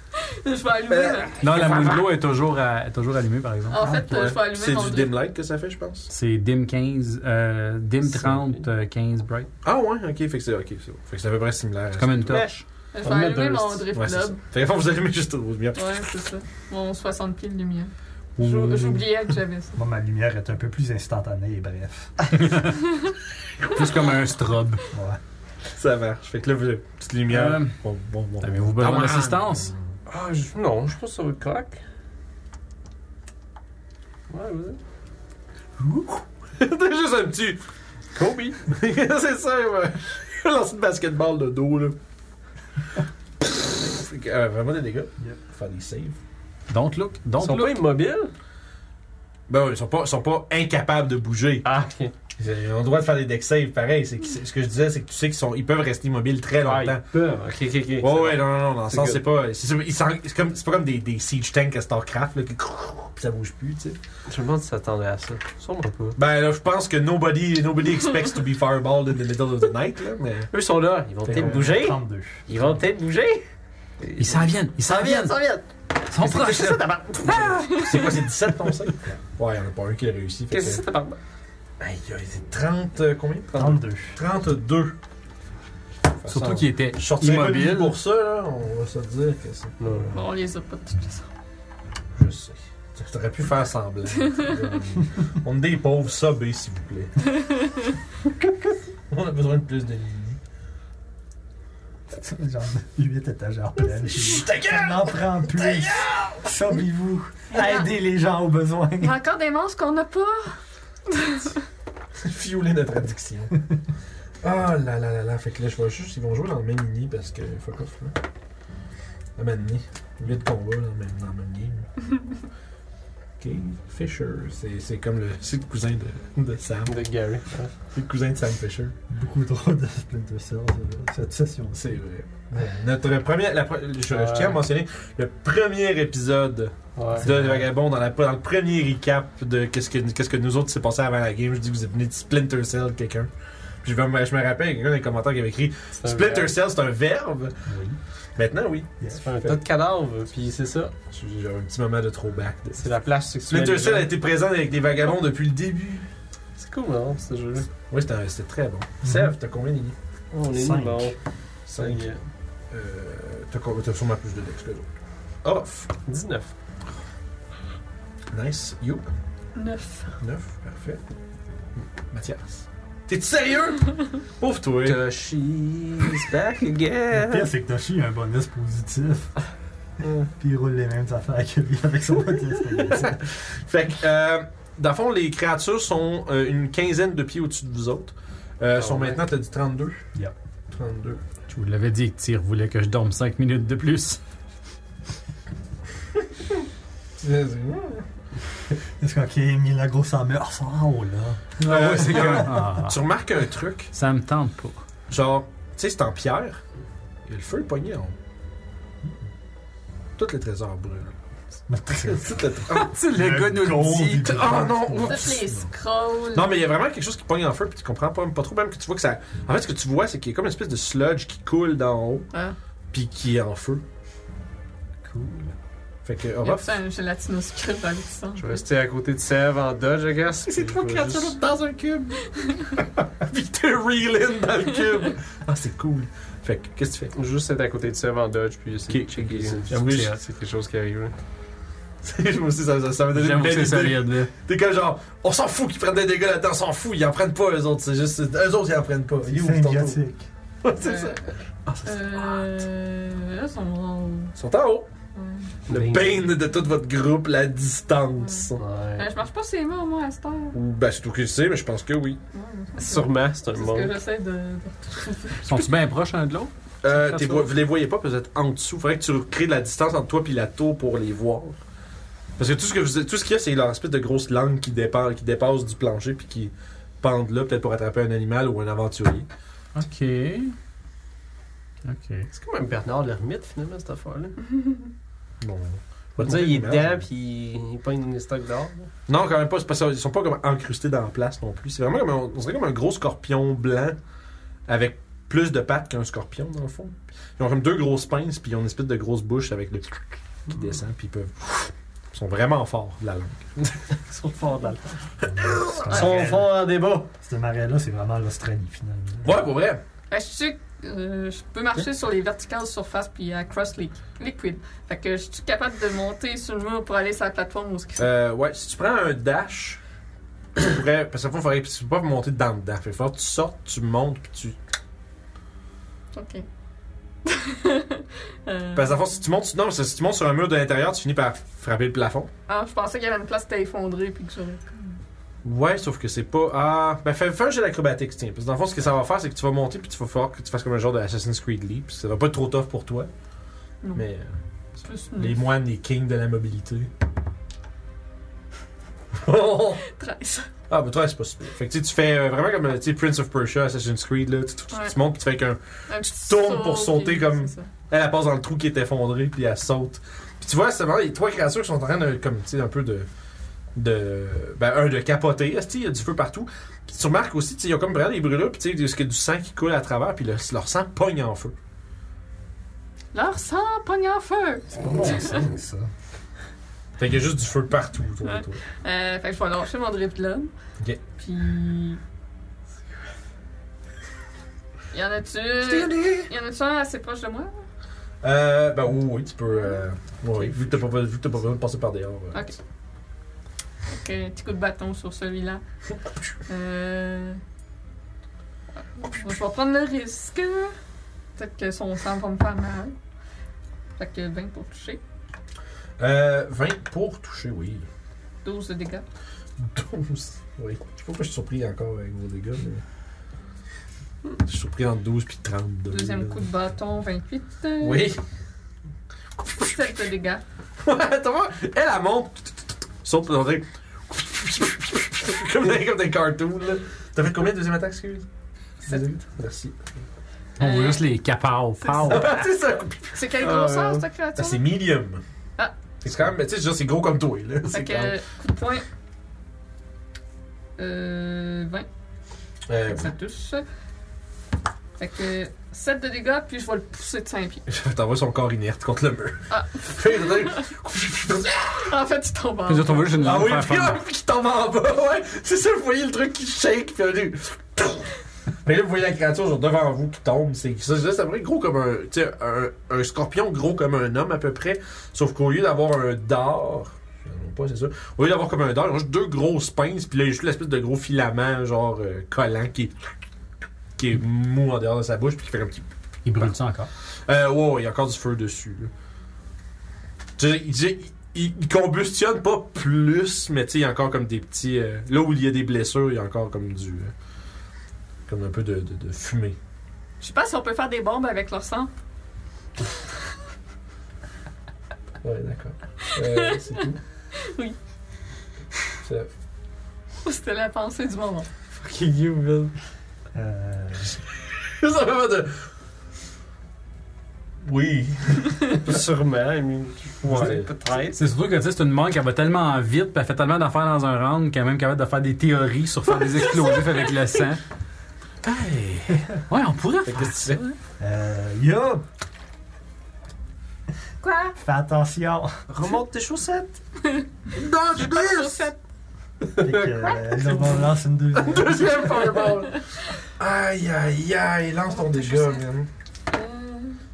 B: Je vais allumer. là.
D: Non, la Moon Glow est toujours, à- est toujours allumée, par exemple.
B: En fait, euh, je vais
A: ouais.
B: allumer
A: C'est
B: mon
A: du
B: drift.
A: dim light que ça fait, je pense.
D: C'est Dim 15, euh, Dim 30, euh, 15 Bright.
A: Ah ouais, ok, fait que c'est ok, c'est bon. Fait que c'est à peu près similaire.
D: C'est comme une torche.
B: Je
C: On
B: vais
C: met
B: allumer
C: deux.
B: mon drift
A: Ouais, c'est ça.
B: knob.
A: Fait que vous allumez juste au lumière.
B: Ouais, c'est ça. Mon 60 piles lumière.
E: Ouh.
B: J'ou- J'oubliais que j'avais ça.
E: Bon, ma lumière est un peu plus instantanée et bref.
D: Plus comme un strobe.
E: Ouais.
A: Ça marche. Fait que là, vous avez une petite lumière.
D: Euh,
A: Bon, bon, bon.
D: Avez-vous besoin d'assistance?
C: Ah, je- non, je pense que ça va être correct. Ouais, vas-y.
A: T'as juste un petit.
C: Kobe.
A: c'est ça, ouais. Lancer de basketball de dos, là. Fait que, euh, vraiment des dégâts. Faire des saves.
D: Don't look,
C: Ils
D: don't
C: sont
D: look.
C: pas immobiles?
A: Ben, ouais, ils sont pas, ils sont pas incapables de bouger.
C: Ah, ok.
A: Ils ont le droit de faire des deck saves, pareil. C'est, que- c'est- ce que je disais, c'est que tu sais qu'ils sont, ils peuvent rester immobiles très longtemps.
C: Peur. Ok, ok, ok.
A: Ouais, ouais, non, non, non, dans le
C: C'est
A: sens,
C: good.
A: c'est pas. C'est, sûr, ils s'en- c'est comme, c'est pas comme des, des siege tanks à StarCraft, là, qui. Puis ça bouge plus, tu sais.
C: Je me demande si s'attendait à ça. Sûrement pas.
A: Ben, là, je pense que nobody, nobody expects to be fireballed in the middle of the night, là, mais.
C: Eux sont là. Ils vont
A: Fait
C: peut-être
A: qu'on-
C: bouger.
E: 32.
C: Ils vont peut-être bouger.
D: Ils s'en viennent, ils s'en viennent.
C: viennent.
D: Ils sont proches.
C: Qu'est-ce que c'est ça, tabarnak?
A: C'est quoi, c'est 17 ton save? Ouais, y'en a pas un qui l'a réussi. Fait
C: Qu'est-ce que
A: que,
C: c'est ça, tabarnak?
A: aïe, aïe, c'est 30, euh, combien?
E: 32.
A: 32.
D: Surtout qu'ils étaient
A: Je sortirais pas de lui
D: immobiles.
A: pour ça, là, on va se le dire que c'est.
C: Non, non.
B: Bon, on les a pas de toute façon.
A: Je sais. T'aurais pu faire semblant. on est des pauvres subés, s'il vous plaît. on a besoin de plus de lignes.
E: Genre 8 étagères pleines. Ça n'en prend plus. Sauvez-vous. Aidez les gens aux besoins.
B: Il y Ah, a encore des monstres qu'on n'a pas.
A: Fioler notre addiction. Ah là là là là. Fait que là, je vois juste, ils vont jouer dans le même mini parce que fuck off. Là. La même mini. 8 combats dans le même, dans le même game. Ok. Fisher. C'est c'est comme le, c'est le cousin de, de Sam.
C: De Gary.
A: C'est le cousin de Sam Fisher.
E: Beaucoup trop de Splinter Cells euh, cette session.
A: C'est vrai. Notre premier. la pre- je, je tiens à mentionner le premier épisode
C: Ouais.
A: de Vagabond dans, la, dans le premier recap de qu'est-ce que, qu'est-ce que nous autres s'est passé avant la game. Je dis que vous êtes venu de Splinter Cell, quelqu'un. Puis je, me- je me rappelle, il y a quelqu'un dans les commentaires qui avait écrit
C: C'est un
A: Splinter
C: verbe.
A: Cell, c'est un verbe.
E: Oui.
A: Maintenant, oui.
C: C'est un tas de cadavres. Puis c'est ça.
A: J'ai j'ai un petit moment de throwback. de-
C: C'est la plage sexuelle.
A: Splinter
C: des
A: Cell
C: gens.
A: a été présent avec les Vagabonds depuis le début.
C: C'est cool, non, ce jeu-là. Oh,
A: Oui, c'était un- c'était très bon.
C: Mhm.
A: Sèvres, t'as combien d'ignes
C: On est
E: Cinq.
C: bon.
A: Cinq. Euh, t'as co- T'as sûrement plus de decks que d'autres. Off.
C: 19.
A: Nice. You.
B: Neuf.
A: 9, parfait. Mathias. T'es sérieux? Pauvre toi.
C: Toshi's back
E: Le pire,
C: again.
E: c'est que Toshi a un bonus positif. Puis il roule les mêmes affaires que lui avec son bonus négatif.
A: Fait que, euh, dans le fond, les créatures sont euh, une quinzaine de pieds au-dessus de vous autres. Euh,
C: Ah
A: sont
C: ouais.
A: maintenant, t'as dit 32?
E: Yep.
A: 32.
D: Je vous l'avais dit que Tyr voulait que je dorme 5 minutes de plus.
A: Euh,
E: Est-ce qu'on a mis la grosse en mer en haut là?
A: Euh, c'est que
D: Ah,
A: tu remarques un truc,
D: ça me tente pas.
A: genre, tu sais, c'est en pierre, et le feu est pogné en haut. Tous les trésors brûlent. Tout le trésor-
D: Tu
E: Le gars nous le gold, dit. il-
A: Ah non! oups.
B: Toutes les scrolls.
A: Non, mais il y a vraiment quelque chose qui pogne en feu, puis tu comprends pas, pas trop, même que tu vois que ça. En fait, ce que tu vois, c'est qu'il y a comme une espèce de sludge qui coule d'en haut,
B: Ah.
A: puis qui est en feu.
E: Cool.
A: Fait que, oh,
B: Il y a
A: Orof,
B: tout un gélatinocube avec ça.
C: Je vais rester à côté de Sèvres en dodge, I guess.
A: C'est
C: puis
A: trois
C: je vais
A: créatures
C: juste-
A: dans un cube. Puis t'es reeling dans le cube. Ah, c'est cool. Fait que, qu'est-ce que tu fais?
C: Juste être à côté de Sèvres en dodge, puis essayer
A: Ok,
C: de checker.
A: ok,
C: si-
A: c'est- j'avoue,
C: si
A: je-
C: C'est quelque chose qui arrive. là.
A: Je me suis dit, ça, ça, ça m'a donné une
D: J'avoue que
A: belle
D: c'est
A: idée.
D: solide. là.
A: T'es comme genre, on s'en fout qu'ils prennent des dégâts là-dedans, on s'en fout, ils en prennent pas eux autres. C'est juste, eux autres ils en prennent pas.
E: C'est
A: You, c'est ton tour.
E: symbiotique.
A: Ouais, c'est Ah, ça.
B: Euh, là, ils sont-
A: Ils sont en haut. Le pain de tout votre groupe, la distance.
C: Ouais.
B: Euh, je marche pas ses mots, moi, à cette heure. Ouais,
A: Ou, ben, c'est tout qu'il sait, mais je pense que oui.
B: c'est
C: Sûrement, c'est un
B: c'est ce que
C: monde.
B: j'essaie de. de-
D: Sont-ils bien proches l'un de l'autre?
A: Euh,
D: Ça
A: t'es
D: se
A: vo-
D: voit.
A: vous les voyez pas, vous êtes en dessous. Faudrait que tu crées de la distance entre toi et la tour pour les voir. Parce que tout ce que vous, tout ce qu'il y a, c'est leur espèce de grosse langue qui dépasse, qui dépasse du plancher puis qui pendent là, peut-être pour attraper un animal ou un aventurier.
D: Ok. Ok.
C: C'est comme un Bernard l'ermite, finalement, cette affaire-là.
A: Bon.
C: On va dire, il est dedans, puis il pogne des stocks d'or.
A: Non, quand même pas. c'est parce qu'ils sont pas comme incrustés dans la place non plus. C'est vraiment comme un, on dirait comme un gros scorpion blanc avec plus de pattes qu'un scorpion dans le fond. Ils ont comme deux grosses pinces puis ils ont une espèce de grosse bouche avec le qui descend puis ils peuvent. Ils sont vraiment forts de la langue.
C: Ils sont forts dans le Ils
E: Cette
C: sont forts en débat.
E: marée-là, c'est vraiment l'Australie, finalement.
A: Ouais, pour vrai.
B: Ben, je suis sûre que, euh, je peux marcher sur les verticales surface puis à cross lake liquid. Fait que je suis capable de monter sur le mur pour aller sur la plateforme où ce qui
A: Euh, ouais, si tu prends un dash, tu pourrais. Parce que parfois, il faudrait. Tu peux pas monter dans le dash. Il faut que tu sortes, tu montes, puis tu.
B: Ok. Euh,
A: Parce que parfois, si tu montes, non, parce que si tu montes sur un mur de l'intérieur, tu finis par frapper le plafond.
B: ah, je pensais qu'il y avait une place qui était effondrée puis que j'aurais.
A: Ouais, sauf que c'est pas. Ah. Ben, fais, fais un jeu d'acrobatique, tiens. Parce que dans le fond, ce que ça va faire, c'est que tu vas monter, puis tu vas falloir que tu fasses comme un genre de Assassin's Creed Leap. Ça va pas être trop tough pour toi.
B: Non.
A: Mais euh,
B: Plus
A: les moines, les kings de la mobilité.
B: 13.
A: Ah, bah toi, c'est pas super. Fait que tu sais, tu fais euh, vraiment comme euh, tu sais, Prince of Persia, Assassin's Creed, là. Tu, tu- tu
B: Ouais.
A: montes, puis tu fais qu'un.
B: Un
A: Tu
B: petit
A: tournes
B: saut,
A: pour sauter
B: puis-
A: comme-
B: c'est ça.
A: Elle, elle passe dans le trou qui est effondré, puis elle saute. Puis tu vois, c'est vraiment les trois créatures qui sont en train de, comme, tu sais, un peu de. de ben, un de capoter. Esti, il y a du feu partout. Puis tu remarques aussi, tu sais, ils ont comme vraiment des brûlures, puis tu sais, il y a du sang qui coule à travers, puis le- leur sang pogne en feu.
B: Leur sang pogne en feu!
E: C'est pas bon sens, ça.
A: Fait qu'il y a juste du feu partout autour de toi.
B: Euh, fait que je vais lâcher mon drip l'homme.
A: Ok.
B: Puis. Y en a-tu. Y en a-tu un assez proche de moi?
A: Euh, ben oui, oui, tu peux. euh, oui, vu que t'as pas, vu que t'as pas besoin de passer par dehors. euh,
B: Ok. Ok, un petit coup de bâton sur celui-là. Euh... Je vais prendre le risque. Peut-être que son sang va me faire mal. Fait que 20 pour toucher.
A: Euh, 20 pour toucher, oui.
B: 12 de dégâts.
A: 12. Oui. Je sais pas pourquoi je suis surpris encore avec vos dégâts, mais. Je suis surpris entre 12 puis 32.
B: Hmm. Deuxième
A: là.
B: coup de bâton, 28.
A: Oui.
B: 7 de dégâts.
A: Ouais, t'as vu? Elle, elle monte. Saute, on dirait. comme, dans, comme des cartoons, là. T'as fait combien de deuxième attaque, excuse Deuxième. Merci.
D: On voit juste les capables. Pow.
A: Ah, c'est ça.
B: C'est quelle
A: Euh,
B: grosseur cette créature?
A: c'est medium.
B: Ah.
A: C'est quand même, mais tu sais, genre, c'est gros comme toi, là.
B: Fait
A: C'est
B: que
A: quand même-
B: coup de poing. Euh, 20.
A: Euh,
B: Fait que ça touche. Fait que 7 de dégâts, puis je vais le pousser de 5 pieds.
A: T'envoies son corps inerte contre le mur.
B: Ah.
A: Fait que t'as-
B: En fait, il tombe en
D: Les autres, on voit juste une
A: ah
D: lampe
A: oui,
D: faire
A: puis
D: fondre.
A: là, qui tombe en bas, ouais. C'est ça, vous voyez le truc qui shake, puis un Mais là, vous voyez la créature genre, devant vous qui tombe. C'est ça, c'est ça, vrai, gros comme un, tu sais, un, un scorpion, gros comme un homme à peu près. Sauf qu'au lieu d'avoir un dard, je sais pas, c'est ça. Au lieu d'avoir comme un dard, ils ont juste deux grosses pinces, puis là, il y a juste l'espèce de gros filament, genre euh, collant, qui est, qui est mou en dehors de sa bouche, puis qui fait comme petit.
D: Il brûle ça encore.
A: Euh, ouais, ouais, il y a encore du feu dessus. là. Tu sais, il, dit- il- il combustionne pas plus, mais tu sais, il y a encore comme des petits. euh, là où il y a des blessures, il y a encore comme du. euh, comme un peu de, de- de fumée.
B: Je sais pas si on peut faire des bombes avec leur sang.
A: Ouais, d'accord. Euh, c'est tout.
B: Oui. C'était la pensée du moment.
C: Fucking you, man.
E: Euh,
A: Ça vraiment de. Oui.
C: Sûrement, I mean,
A: Ouais.
C: ouais. peut-être.
D: C'est surtout que tu sais, c'est une manque, elle va tellement vite, puis elle fait tellement d'affaires dans un round qu'elle est même capable de faire des théories sur faire des explosifs avec le sang. Hey. Ouais, on pourrait
A: Fait que
D: faire
A: qu'est-ce que
D: ça. hein.
A: tu
E: euh, yo!
B: Quoi?
E: Fais attention!
C: Remonte tes chaussettes.
A: Dodge this!
E: Fait que, euh, là, on lance une deuxième.
A: Deuxième fireball! Aïe aïe aïe, lance ton dégât, man.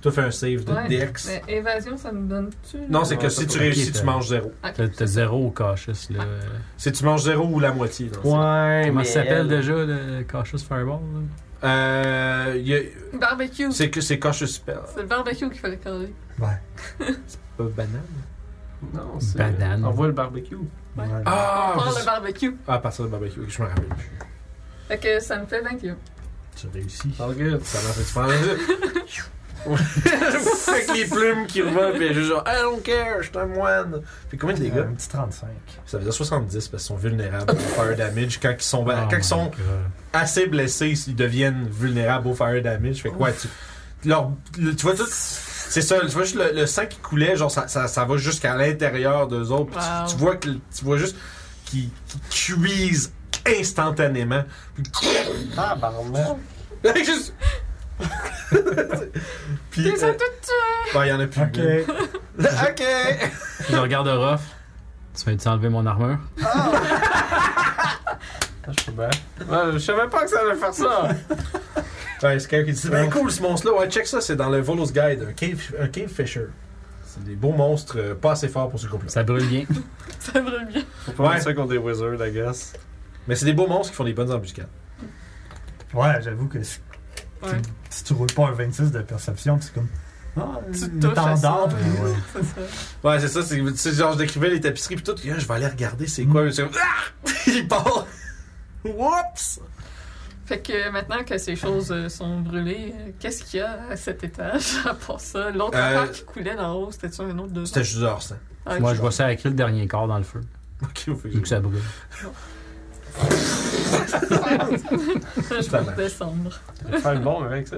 A: Toi, fais un save de
B: Euh, Ouais,
A: Dex.
B: mais évasion, ça me donne-tu?
A: Non, c'est que
C: Ouais,
A: si
C: ça
A: tu
C: peut-
A: réussis,
D: Ok,
A: tu
D: t'as-
A: manges zéro.
B: Ok.
D: T'as t'as zéro au cautious, là.
A: Si tu manges zéro ou la moitié. dans le
C: Ouais,
D: Comment
C: mais
D: ça s'appelle
C: elle-
D: déjà le cautious fireball, là?
A: Euh, il y a-
B: Barbecue. C'est
A: c'est que c'est cautious spell.
B: le barbecue qu'il fallait coller.
E: Ouais.
A: Pas banane.
C: Non, c'est.
G: Banane.
C: Envoie le barbecue.
B: Ouais.
E: Ouais.
A: Ah,
B: Pour
A: vous-
B: le barbecue.
A: ah, à partir de barbecue, ok, je me rappelle plus.
B: Fait que ça me fait 28.
A: Tu réussis.
C: All good.
A: Ça m'a fait super Avec les plumes qui revolent, pis juste genre, I don't care, je suis un moine. Puis combien de dégâts
E: Euh, Un petit 35.
A: Ça faisait 70 parce qu'ils sont vulnérables au fire damage. Quand ils sont,
D: Ah,
A: quand ils sont assez blessés, ils deviennent vulnérables au fire damage. Fait quoi, tu, leur, le- tu vois tout. C'est ça, tu vois juste le, le sang qui coulait, genre ça, ça, ça va jusqu'à l'intérieur d'eux autres. puis
B: Wow.
A: Tu, tu vois que tu vois juste qu'ils qu'ils cuisent instantanément.
C: Ah, barman.
A: juste. Puis
B: Ils
A: euh,
B: sont toutes tuées!
A: ben, y en a plus.
E: Ok.
A: là. ok.
D: Je regarde Orof. Tu m'as dit enlever mon armure.
C: Ah, je suis bien. Ouais, je savais pas que ça allait faire ça.
A: Ouais, c'est quelqu'un qui dit c'est bien cool ce monstre-là. Ouais, check ça, c'est dans le Volos Guide, un cave, un cave fisher. C'est des beaux monstres euh, pas assez forts pour ce groupe-là.
D: Ça brûle bien.
B: Ça brûle bien.
C: Faut pas
A: Ouais.
C: mettre ça contre des wizards, I guess.
A: Mais c'est des beaux monstres qui font des bonnes embuscades.
E: Ouais, j'avoue que si,
B: Ouais.
E: si tu roules pas un 26 de perception, c'est comme. Ah, ben
B: Tu
E: il
B: te
E: est
B: touches à
E: en
B: ça.
E: dehors, puis-
B: Ouais, c'est ça.
A: Ouais, c'est ça. C'est, c'est genre, je décrivais les tapisseries pis tout. Et là, je vais aller regarder c'est quoi. C'est comme, Ah! Il part. Whoops!
B: Fait que maintenant que ces choses euh, sont brûlées, euh, qu'est-ce qu'il y a à cet étage à part ça? L'autre
A: Euh,
B: affaire qui coulait d'en haut, c'était sur un autre de.
A: C'était juste dehors, ça.
B: Ah,
D: Moi,
B: ok.
D: je vois ça écrit le dernier corps dans le feu.
A: Ok, vous
D: Vu que ça brûle.
B: je vais descendre.
C: Faire une bombe avec ça.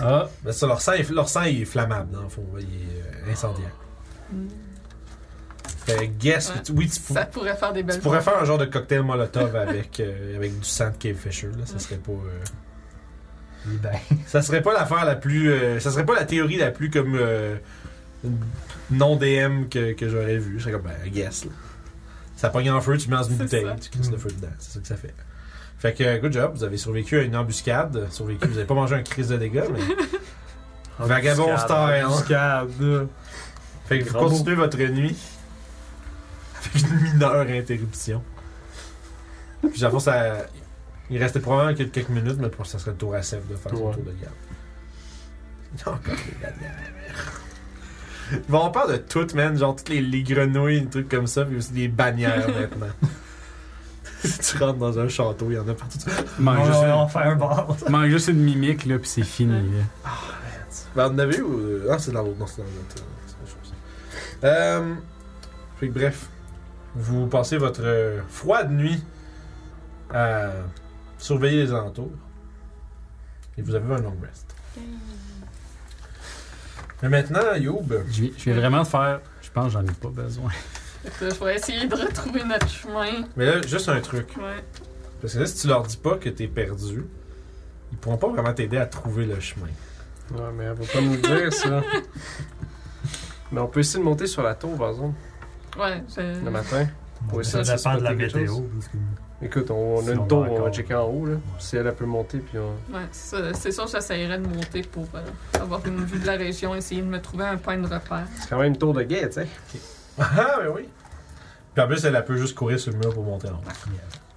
D: Ah,
A: Mais ça, leur sang, est, leur sang il est flammable, dans le fond. Il est euh, incendiaire.
B: Hmm.
A: Fait que guess.
B: Ouais.
A: tu- Oui, tu,
B: Ça pourrait faire des
A: tu
B: belles
A: pourrais faire un genre de cocktail molotov avec, euh, avec du sang de cave fisher. Là. Ça serait pas. euh,
E: Eh ben,
A: Ça serait pas l'affaire la plus. euh, ça serait pas la théorie la plus comme. euh, non DM que, que j'aurais vue. Je serais comme, ben, guess. Là. Ça pogne en feu, tu mets dans une
B: C'est
A: bouteille,
B: ça.
A: tu crisses le feu dedans. C'est ça que ça fait. Fait que, good job, vous avez survécu à une embuscade. Survécu, vous avez pas mangé un crise de dégâts, mais. Vagabond style.
C: hein. Embuscade.
A: Fait que vous
C: Bravo.
A: continuez votre nuit. Avec une mineure interruption. Puis, à force, ça. Il restait probablement quelques quelques minutes, mais pour ça serait le tour à Seb de faire son
C: Ouais.
A: tour de garde. Il y a encore des bannières. Ils vont en parler de tout, man. Genre, toutes les, les grenouilles, des trucs comme ça, puis aussi des bannières maintenant. si tu rentres dans un château, il y en a partout.
D: manque,
E: on,
D: juste
E: on
D: une,
E: fait un bord.
D: manque juste une mimique, là, puis c'est fini. là.
A: Ben, en avez ou. Ah, c'est dans l'autre. Non, c'est dans l'autre. euh, c'est autre chose. Euh, fait que bref, vous passez votre euh, froide nuit à surveiller les alentours. Et vous avez un long rest. Mais maintenant, Youb,
D: Je vais, je vais vraiment te faire. Je pense que j'en ai pas besoin.
B: Fait que Je vais essayer de retrouver notre chemin.
A: mais là, juste un truc.
B: Ouais.
A: Parce que là, si tu leur dis pas que t'es perdu, ils pourront pas vraiment t'aider à trouver le chemin.
C: Ouais, mais elle va pas nous le dire ça. Mais on peut essayer de monter sur la tour, par exemple,
B: Ouais, je-
C: le matin. Oui, ça, ça,
E: ça, dépend
C: c'est
E: de la
C: pas quelque
E: météo.
C: chose.
E: parce que-
C: Écoute, on, on
E: Si
C: a
E: on
C: une
E: va
C: tour, on va
E: encore.
C: checker en haut, là. Si elle, elle peut monter, puis on.
B: ouais, ça- c'est sûr que j'essayerais de monter pour euh, avoir une vue de la région, essayer de me trouver un point de repère.
C: C'est quand même une tour de guet, tu sais.
A: Ah, ben oui. Puis en plus, elle, elle peut juste courir sur le mur pour monter en haut.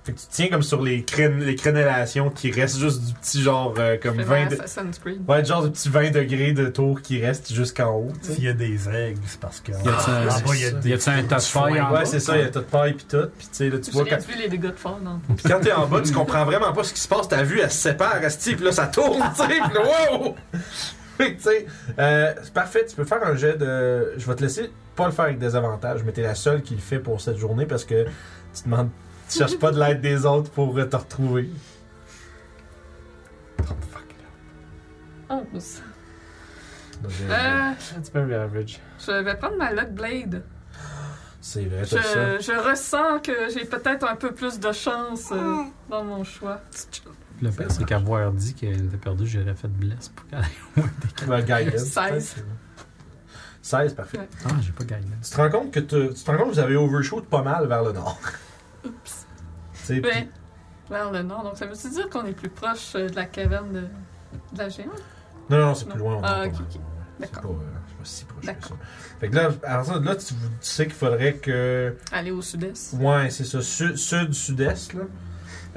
A: Fait que tu tiens comme sur les, crén- les crénellations qui restent juste du petit genre euh, comme
B: Je
A: 20
B: fais ma
A: de-
B: Assassin's Creed.
A: Ouais, genre du petit 20 degrés de tour qui reste jusqu'en haut. tu sais.
E: S'il y a des aigles, c'est parce que.
D: Y a-t-il un-
E: en bas, Ah, il y a
D: Y
E: des.
D: a-tu un tas de feuilles en
A: Euh, Ouais,
D: bas?
A: c'est ça, il y a tout de paille puis tout. Puis tu sais, là, tu
B: J'ai
A: vois, Hmm. quand,
B: réduit les dégâts de fort dans
A: puis quand t'es en bas, tu comprends vraiment pas ce qui se passe. Ta vue, elle se sépare, Asti, puis là, ça tourne, tu sais. Puis là, wow! Fait que, tu sais, euh, c'est parfait, tu peux faire un jet de. Je vais te laisser pas le faire avec des avantages, mais t'es la seule qui le fait pour cette journée parce que tu demandes. Tu cherches pas de l'aide des autres pour euh, te retrouver.
B: Oh, ça.
A: Donc, euh,
B: Euh,
C: That's very average.
B: je vais prendre ma Lock Blade.
A: C'est vrai,
B: Je,
A: tout ça.
B: je ressens que j'ai peut-être un peu plus de chance euh, dans mon choix.
D: Le pire, c'est qu'avoir dit qu'elle était perdue, j'aurais fait blesse pour qu'elle.
A: Ouais, guidance,
B: 16.
A: Bah, hein, peut-être. 16, parfait.
D: Ah, j'ai pas gagné.
A: Tu te rends compte que tu, tu te rends compte que vous avez overshoot pas mal vers le nord.
B: Oups.
A: Tu sais,
B: Ben,
A: puis-
B: vers le nord. Donc, ça veut-tu dire qu'on est plus proche euh, de la caverne de, de la géante?
A: Non, non, c'est
B: non.
A: plus loin. on
B: Ah,
A: est
B: ok,
A: pas mal.
B: ok.
A: C'est pas,
B: D'accord.
A: euh, c'est pas si proche que ça.
B: D'accord.
A: Fait que là, à partir de là, tu, tu sais qu'il faudrait que.
B: Aller au sud-est.
A: Ouais, c'est ça, su- sud-sud-est, là.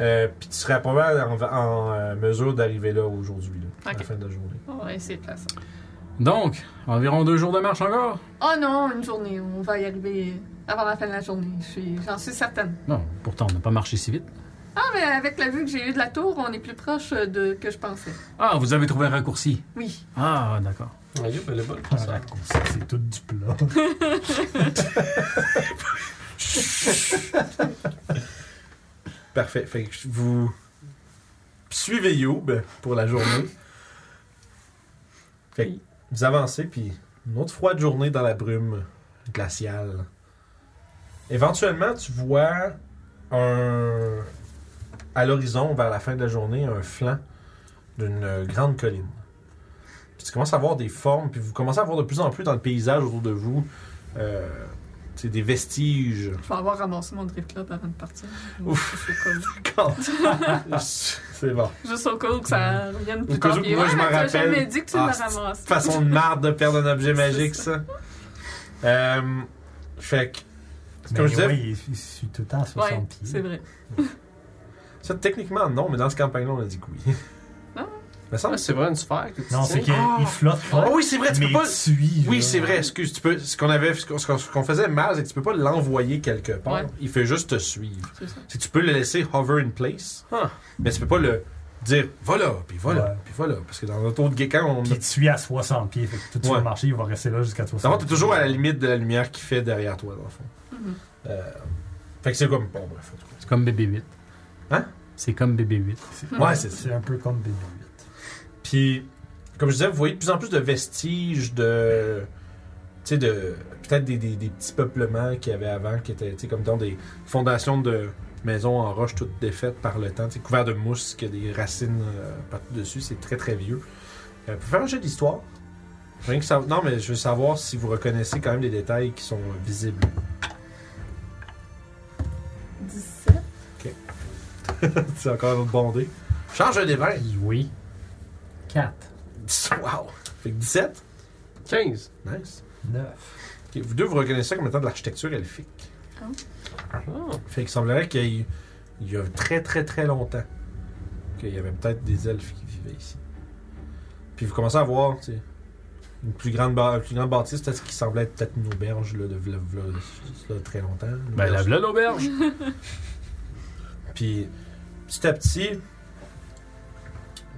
A: Euh, Puis tu serais probablement en, en, euh, mesure d'arriver là aujourd'hui, là, à la
B: Ok.
A: fin de la journée.
B: On va essayer de faire ça.
D: Donc, environ deux jours de marche encore?
B: Oh non, une journée. On va y arriver avant la fin de la journée. Je suis- J'en suis certaine.
D: Non, pourtant, on n'a pas marché si vite.
B: Ah, mais avec la vue que j'ai eue de la tour, on est plus proche de que je pensais.
D: Ah, vous avez trouvé un raccourci.
B: Oui.
D: Ah, d'accord.
C: Ah, yo, elle est bonne.
E: Un raccourci, c'est tout du plat.
A: Parfait. Fait que je- vous suivez Youb pour la journée. Fait que vous avancez, puis une autre froide journée dans la brume glaciale. Éventuellement, tu vois un à l'horizon, vers la fin de la journée, un flanc d'une grande colline. Puis tu commences à voir des formes, puis vous commencez à voir de plus en plus dans le paysage autour de vous euh, tu sais, des vestiges
B: Je vais avoir ramassé mon drift club avant de partir.
A: Ouf.
B: Juste au cas où.
A: C'est bon.
B: Juste au cas où que ça revienne plus
A: Au cas
B: tard.
A: où,
B: Puis,
A: moi,
B: ouais,
A: je
B: mais
A: m'en
B: tu as
A: rappelle.
B: jamais dit que tu
A: Ah,
B: le
A: c'est-
B: ramasses.
A: Façon de marre de perdre un objet magique, ça. Euh, fait que,
E: Mais
A: Comme je disais-
E: ouais, il, il suit tout le temps à 60
B: Ouais,
E: pieds.
B: c'est vrai.
A: ça, techniquement, non, mais dans ce campagne-là, on a dit que oui.
B: Non.
A: Mais ça,
C: Ah, c'est vraiment une sphère que tu tiens.
E: Non, c'est qu'il il flotte pas.
A: oh oui, c'est vrai, tu
E: mais
A: peux pas.
E: il suit.
A: Oui,
E: là.
A: c'est vrai, excuse. Tu peux, ce qu'on avait, ce qu'on- ce qu'on ce qu'on faisait mal, c'est que tu peux pas l'envoyer quelque part.
B: Ouais.
A: Il fait juste te suivre.
B: C'est ça.
A: C'est que tu peux le laisser hover in place,
C: Ah.
A: mais tu peux pas le dire voilà, puis voilà,
E: Ouais.
A: puis voilà. Parce que dans notre autre guécan, on.
E: Puis il te suit à 60 pieds. Fait que tout sur
A: Ouais.
E: le marché, il va rester là jusqu'à 60
A: D'abord, t'es
E: pieds.
A: toujours à la limite de la lumière qui fait derrière toi, dans le fond.
B: Mhm.
A: Euh, fait que c'est comme. Bon, bref, en tout cas.
D: C'est comme BB-8.
A: Hein?
D: C'est comme BB-8.
A: Ouais, c'est ça.
E: C'est un peu comme BB-8.
A: Puis, comme je disais, vous voyez de plus en plus de vestiges de. Tu sais, de. Peut-être des, des- des petits peuplements qu'il y avait avant, qui étaient, tu sais, comme dans des fondations de maisons en roche toutes défaites par le temps, tu sais, couvertes de mousse, qui a des racines euh, partout dessus, c'est très très vieux. Euh, pour faire un jeu d'histoire, rien que ça. Non, mais je veux savoir si vous reconnaissez quand même des détails qui sont euh, visibles.
B: 17.
A: c'est encore un autre bondé. Change un des vingt.
D: Oui. 4.
A: Wow! Fait que 17.
C: 15.
A: Nice.
E: 9.
A: Ok, Vous deux, vous reconnaissez ça comme étant de l'architecture elfique.
C: Ah.
A: Fait qu'il semblerait qu'il y ait- il y a très très très longtemps qu'il y avait peut-être des elfes qui vivaient ici. Puis vous commencez à voir, tu sais, une plus grande, ba- une plus grande bâtisse, peut-être ce qui semblait être peut-être une auberge là, de v'là- v'là- v'là très longtemps. Une
D: Ben, la
A: auberge.
D: v'là l'auberge.
A: Puis petit à petit,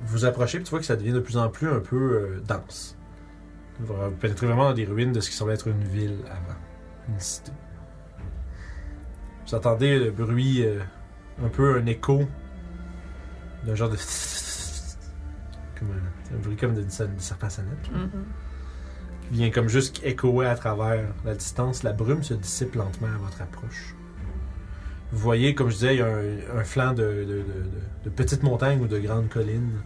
A: vous approchez, puis tu vois que ça devient de plus en plus un peu euh, dense. Vous pénétrez vraiment dans des ruines de ce qui semblait être une ville avant, une cité. Vous entendez le bruit, euh, un peu un écho, d'un genre de. Comme un, un bruit comme d'une sa- d'une serpent à sonnette,
B: Mhm.
A: qui vient comme juste échoer à travers la distance. La brume se dissipe lentement à votre approche. Vous voyez, comme je disais, il y a un, un flanc de, de- de- de- de petites montagnes ou de grandes collines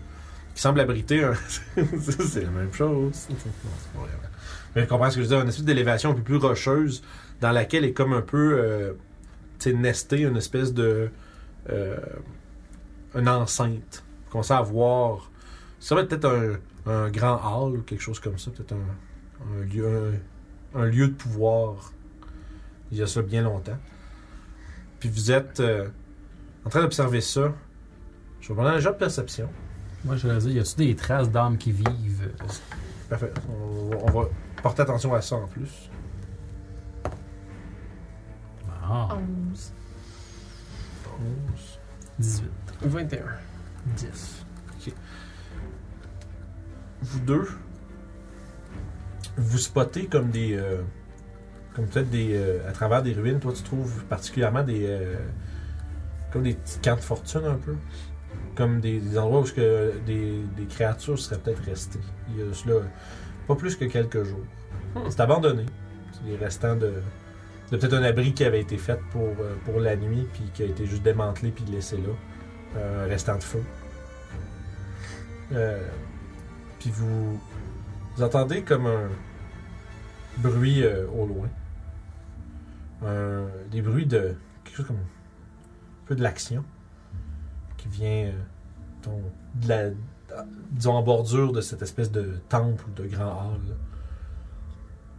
A: qui semble abriter un... c'est la même chose. Non, c'est pas vrai. Mais je comprends ce que je veux dire. Une espèce d'élévation un peu plus rocheuse dans laquelle est comme un peu euh, tu sais, nesté une espèce de... euh, une enceinte. Vous commencez à voir... Ça va être peut-être un, un grand hall ou quelque chose comme ça. Peut-être un, un lieu, un, un lieu de pouvoir il y a ça bien longtemps. Puis vous êtes euh, en train d'observer ça. Je vais prendre un jeu de perception.
D: Moi, je voudrais dire, y a-tu des traces d'âmes qui vivent?
A: Parfait. On, va- on va porter attention à ça en plus.
D: Ah,
B: 11.
A: 11.
D: 18.
C: 21.
D: 10.
A: Vous deux, vous spottez comme des. euh, comme peut-être des. euh, à travers des ruines, toi tu trouves particulièrement des. euh, comme des petits camps de fortune un peu. Comme des, des endroits où ce que des, des créatures seraient peut-être restées. Il y a cela pas plus que quelques jours. C'est abandonné. C'est les restants de, de peut-être un abri qui avait été fait pour, euh, pour la nuit, puis qui a été juste démantelé puis laissé là. Euh, un restant de feu. Euh, puis vous, vous entendez comme un bruit euh, au loin. Un- des bruits de quelque chose comme un peu de l'action qui vient euh, ton- de la, disons en bordure de cette espèce de temple ou de grand hall. là.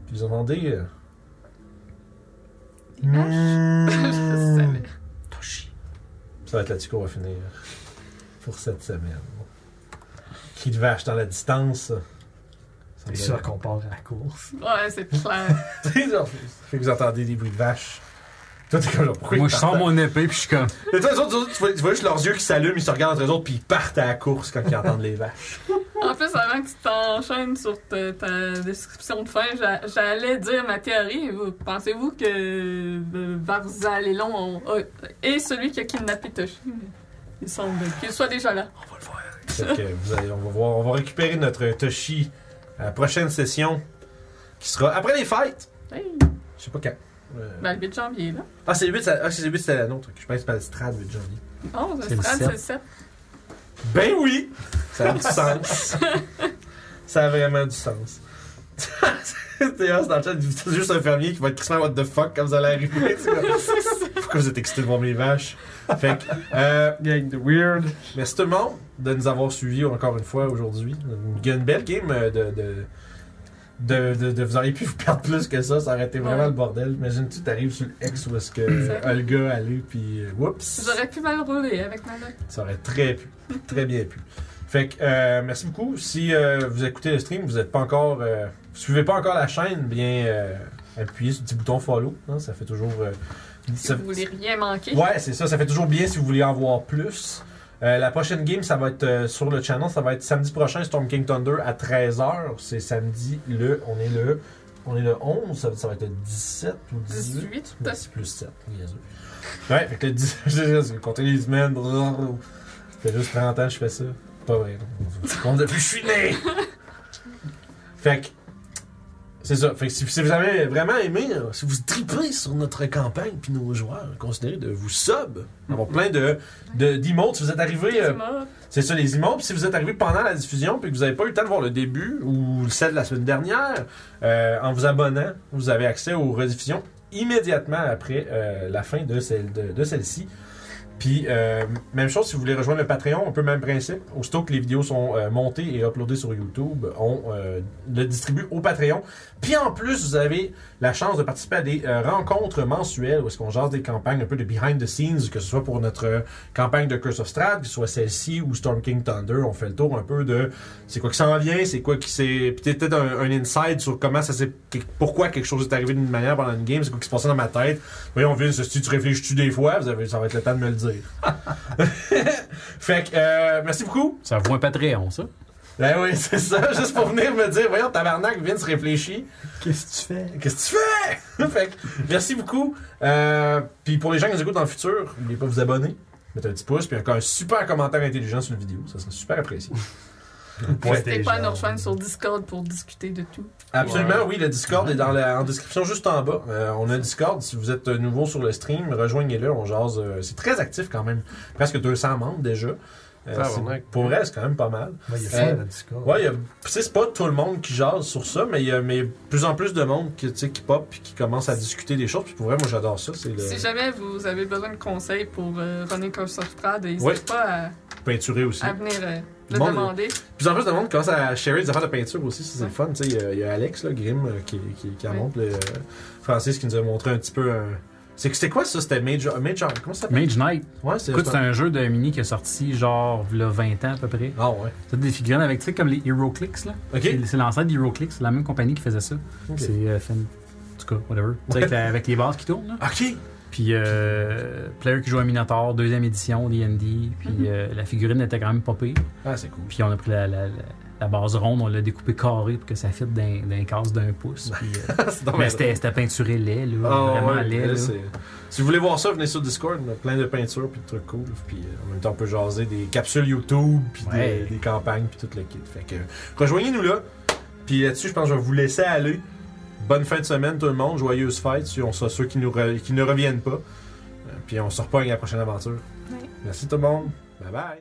A: Puis vous entendez euh, Hmm.
B: Des vaches. Ah, Je savais.
A: Toshi. Ça, Atletico va finir pour cette semaine. Qui devait acheter la distance. Ça me
E: C'est
A: donne-
E: sûr qu'on part à la course.
B: Ouais, c'est clair.
A: C'est genre, fait que vous entendez des bruits de vaches. Toi, t'es comme genre, pourquoi
D: Moi,
A: ils
D: je sors
A: partent à-
D: mon épée, puis je suis comme.
A: Mais toi, les autres, les autres, tu, vois, tu vois juste leurs yeux qui s'allument, ils se regardent entre eux autres, puis ils partent à la course quand ils entendent les vaches.
B: En plus, avant que tu t'enchaînes sur ta, ta description de fin, j'a- j'allais dire ma théorie. Vous- Pensez-vous que euh, Barzalelon on- a- est euh, celui qui a kidnappé Toshi? Il semble qu'il soit déjà là.
A: Fait que vous allez- on, va voir, on va récupérer notre Toshi à la prochaine session, qui sera après les fêtes.
B: Hey.
A: Je sais pas quand. Euh,
B: Ben, le 8 janvier, là.
A: Ah, c'est le 8, ça- ah, c'est le 8, c'était la nôtre. Je pense que c'est pas le Strad, le 8 janvier.
B: Oh, c'est
G: C'est le
B: ça,
G: sept.
B: c'est ça.
A: Ben oui! Ça a du sens. ça a vraiment du sens. D'ailleurs, c'est dans le chat, c'est juste un fermier qui va être crissement what the fuck quand vous allez arriver. C'est comme, Pourquoi vous êtes excité de voir mes vaches? Fait que, euh,
C: Gang de weird.
A: merci tout le monde de nous avoir suivis encore une fois aujourd'hui. Il y a une belle game euh, de. de de, de- de- vous auriez pu vous perdre plus que ça, ça aurait été vraiment
B: Ouais.
A: le bordel. Imagine-tu, t'arrives sur le X où est-ce que
B: vrai.
A: euh, Olga allait, puis euh, whoops!
B: J'aurais pu mal rouler avec ma note.
A: Ça aurait très pu, très bien pu. Fait que euh, merci beaucoup. Si euh, vous écoutez le stream, vous n'êtes pas encore, euh, vous suivez pas encore la chaîne, bien euh, appuyez sur le petit bouton follow. hein, ça fait toujours. euh,
B: Si
A: ça-
B: vous voulez rien manquer.
A: ouais, c'est ça. Ça fait toujours bien si vous voulez en voir plus. Euh, la prochaine game, ça va être euh, sur le channel. Ça va être samedi prochain, Storm King Thunder à 13h. C'est samedi le. On est le. On est le 11. Ça, ça va être le 17 ou 18.
B: 18,
A: Ouais,
B: t'as
A: C'est plus 7, niaiseux. Ouais, fait que le 10, je sais, compter les semaines, brrr, ça fait juste 30 ans que je fais ça. Pas vrai. Je compte depuis que je suis né! Fait que, c'est ça. Fait que si, si vous avez vraiment aimé, là, si vous tripez sur notre campagne puis nos joueurs, considérez de vous sub. On va avoir plein de, de, d'emotes. Si vous êtes arrivé euh, c'est ça, les emotes. Puis si vous êtes arrivé pendant la diffusion puis que vous n'avez pas eu le temps de voir le début ou celle de la semaine dernière, euh, en vous abonnant, vous avez accès aux rediffusions immédiatement après euh, la fin de, celle, de, de celle-ci. Puis, euh, même chose, si vous voulez rejoindre le Patreon, un peu même principe. Aussitôt que les vidéos sont euh, montées et uploadées sur YouTube, on euh, le distribue au Patreon. Puis, en plus, vous avez la chance de participer à des euh, rencontres mensuelles où est-ce qu'on jase des campagnes un peu de behind the scenes, que ce soit pour notre euh, campagne de Curse of Strahd, que ce soit celle-ci ou Storm King Thunder, on fait le tour un peu de c'est quoi qui s'en vient, c'est quoi qui s'est. Puis t'as peut-être un, un insight sur comment ça s'est. que- Pourquoi quelque chose est arrivé d'une manière pendant une game, c'est quoi qui se passait dans ma tête. Voyons, Vince, si tu réfléchis-tu des fois, vous avez, ça va être le temps de me le dire. fait que, euh, merci beaucoup.
D: Ça vaut un Patreon, ça.
A: Ben oui, c'est ça, juste pour venir me dire, voyons, tabarnak, Vince réfléchit.
E: Qu'est-ce que tu fais?
A: Qu'est-ce que tu fais? fait que, merci beaucoup. Euh, puis pour les gens qui nous écoutent dans le futur, n'oubliez pas de vous abonner, mettre un petit pouce, puis encore un super commentaire intelligent sur la vidéo. Ça serait super apprécié.
B: N'hésitez pas à nous rejoindre sur Discord pour discuter de tout.
A: Absolument, oui, le Discord est dans la en description juste en bas. Euh, on a le Discord. Si vous êtes euh, nouveau sur le stream, rejoignez-le. On jase. euh, c'est très actif quand même. Presque 200 membres déjà. Euh,
C: Ça,
A: c'est-
C: ouais.
A: pour vrai, c'est quand même pas mal.
E: Ouais, il y a
A: Euh,
E: ça, le Discord.
A: Ouais, il y a- tu sais, c'est pas tout le monde qui jase sur ça, mais il y a mais plus en plus de monde qui, tu sais, qui pop puis qui commence à discuter des choses. Puis pour vrai, moi j'adore ça. C'est le
B: Si jamais vous avez besoin de conseils pour euh, running Curse of Prad, n'hésitez
A: Ouais.
B: pas à,
A: peinturé aussi.
B: à venir euh, le
A: Bon,
B: demander.
A: Plus en plus de monde commence à sharer des affaires de peinture aussi, ça, c'est le fun. Tu sais, il y a- il y, a Alex là, Grimm euh, qui, qui, qui en
B: Oui.
A: montre, le, euh, Francis qui nous a montré un petit peu un. C'est- C'était quoi ça C'était Major. Major. Comment ça s'appelle
D: Mage Knight.
A: Ouais, c'est.
D: Écoute, c'est un jeu de mini qui est sorti genre v'là 20 ans à peu près.
A: Ah ouais.
D: C'est des figurines avec, tu sais, comme les HeroClix, là.
A: Ok.
D: C'est- C'est l'ancêtre d'HeroClix, c'est la même compagnie qui faisait ça.
A: Ok.
D: C'est euh, Fen- En tout cas, whatever. Tu sais, avec, la- avec les bases qui tournent, là.
A: Ok.
D: Puis, euh, player qui joue à Minotaur, deuxième édition, D&D. Puis, euh, la figurine était quand même pas pire.
A: Ah, c'est cool.
D: Puis on a pris la, la- la- la base ronde, on l'a découpée carrée pour que ça fitte d'un, d'un casse d'un pouce. Puis, euh,
A: c'est dommage.
D: mais c'était, c'était peinturé laid, là,
A: Ah,
D: vraiment
A: ouais,
D: laid.
A: là,
D: là.
A: c'est- Si vous voulez voir ça, venez sur Discord. On a plein de peintures puis de trucs cool. Puis euh, en même temps, on peut jaser des capsules YouTube puis des-
D: Ouais.
A: des, campagnes puis tout le kit. Fait que euh, rejoignez-nous là. Puis là-dessus, je pense que je vais vous laisser aller. Bonne fin de semaine tout le monde. Joyeuse fête. Si on sera ceux qui, nous re- qui ne reviennent pas. Euh, Puis on se repogne à la prochaine aventure.
B: Ouais.
A: Merci tout le monde. Bye bye.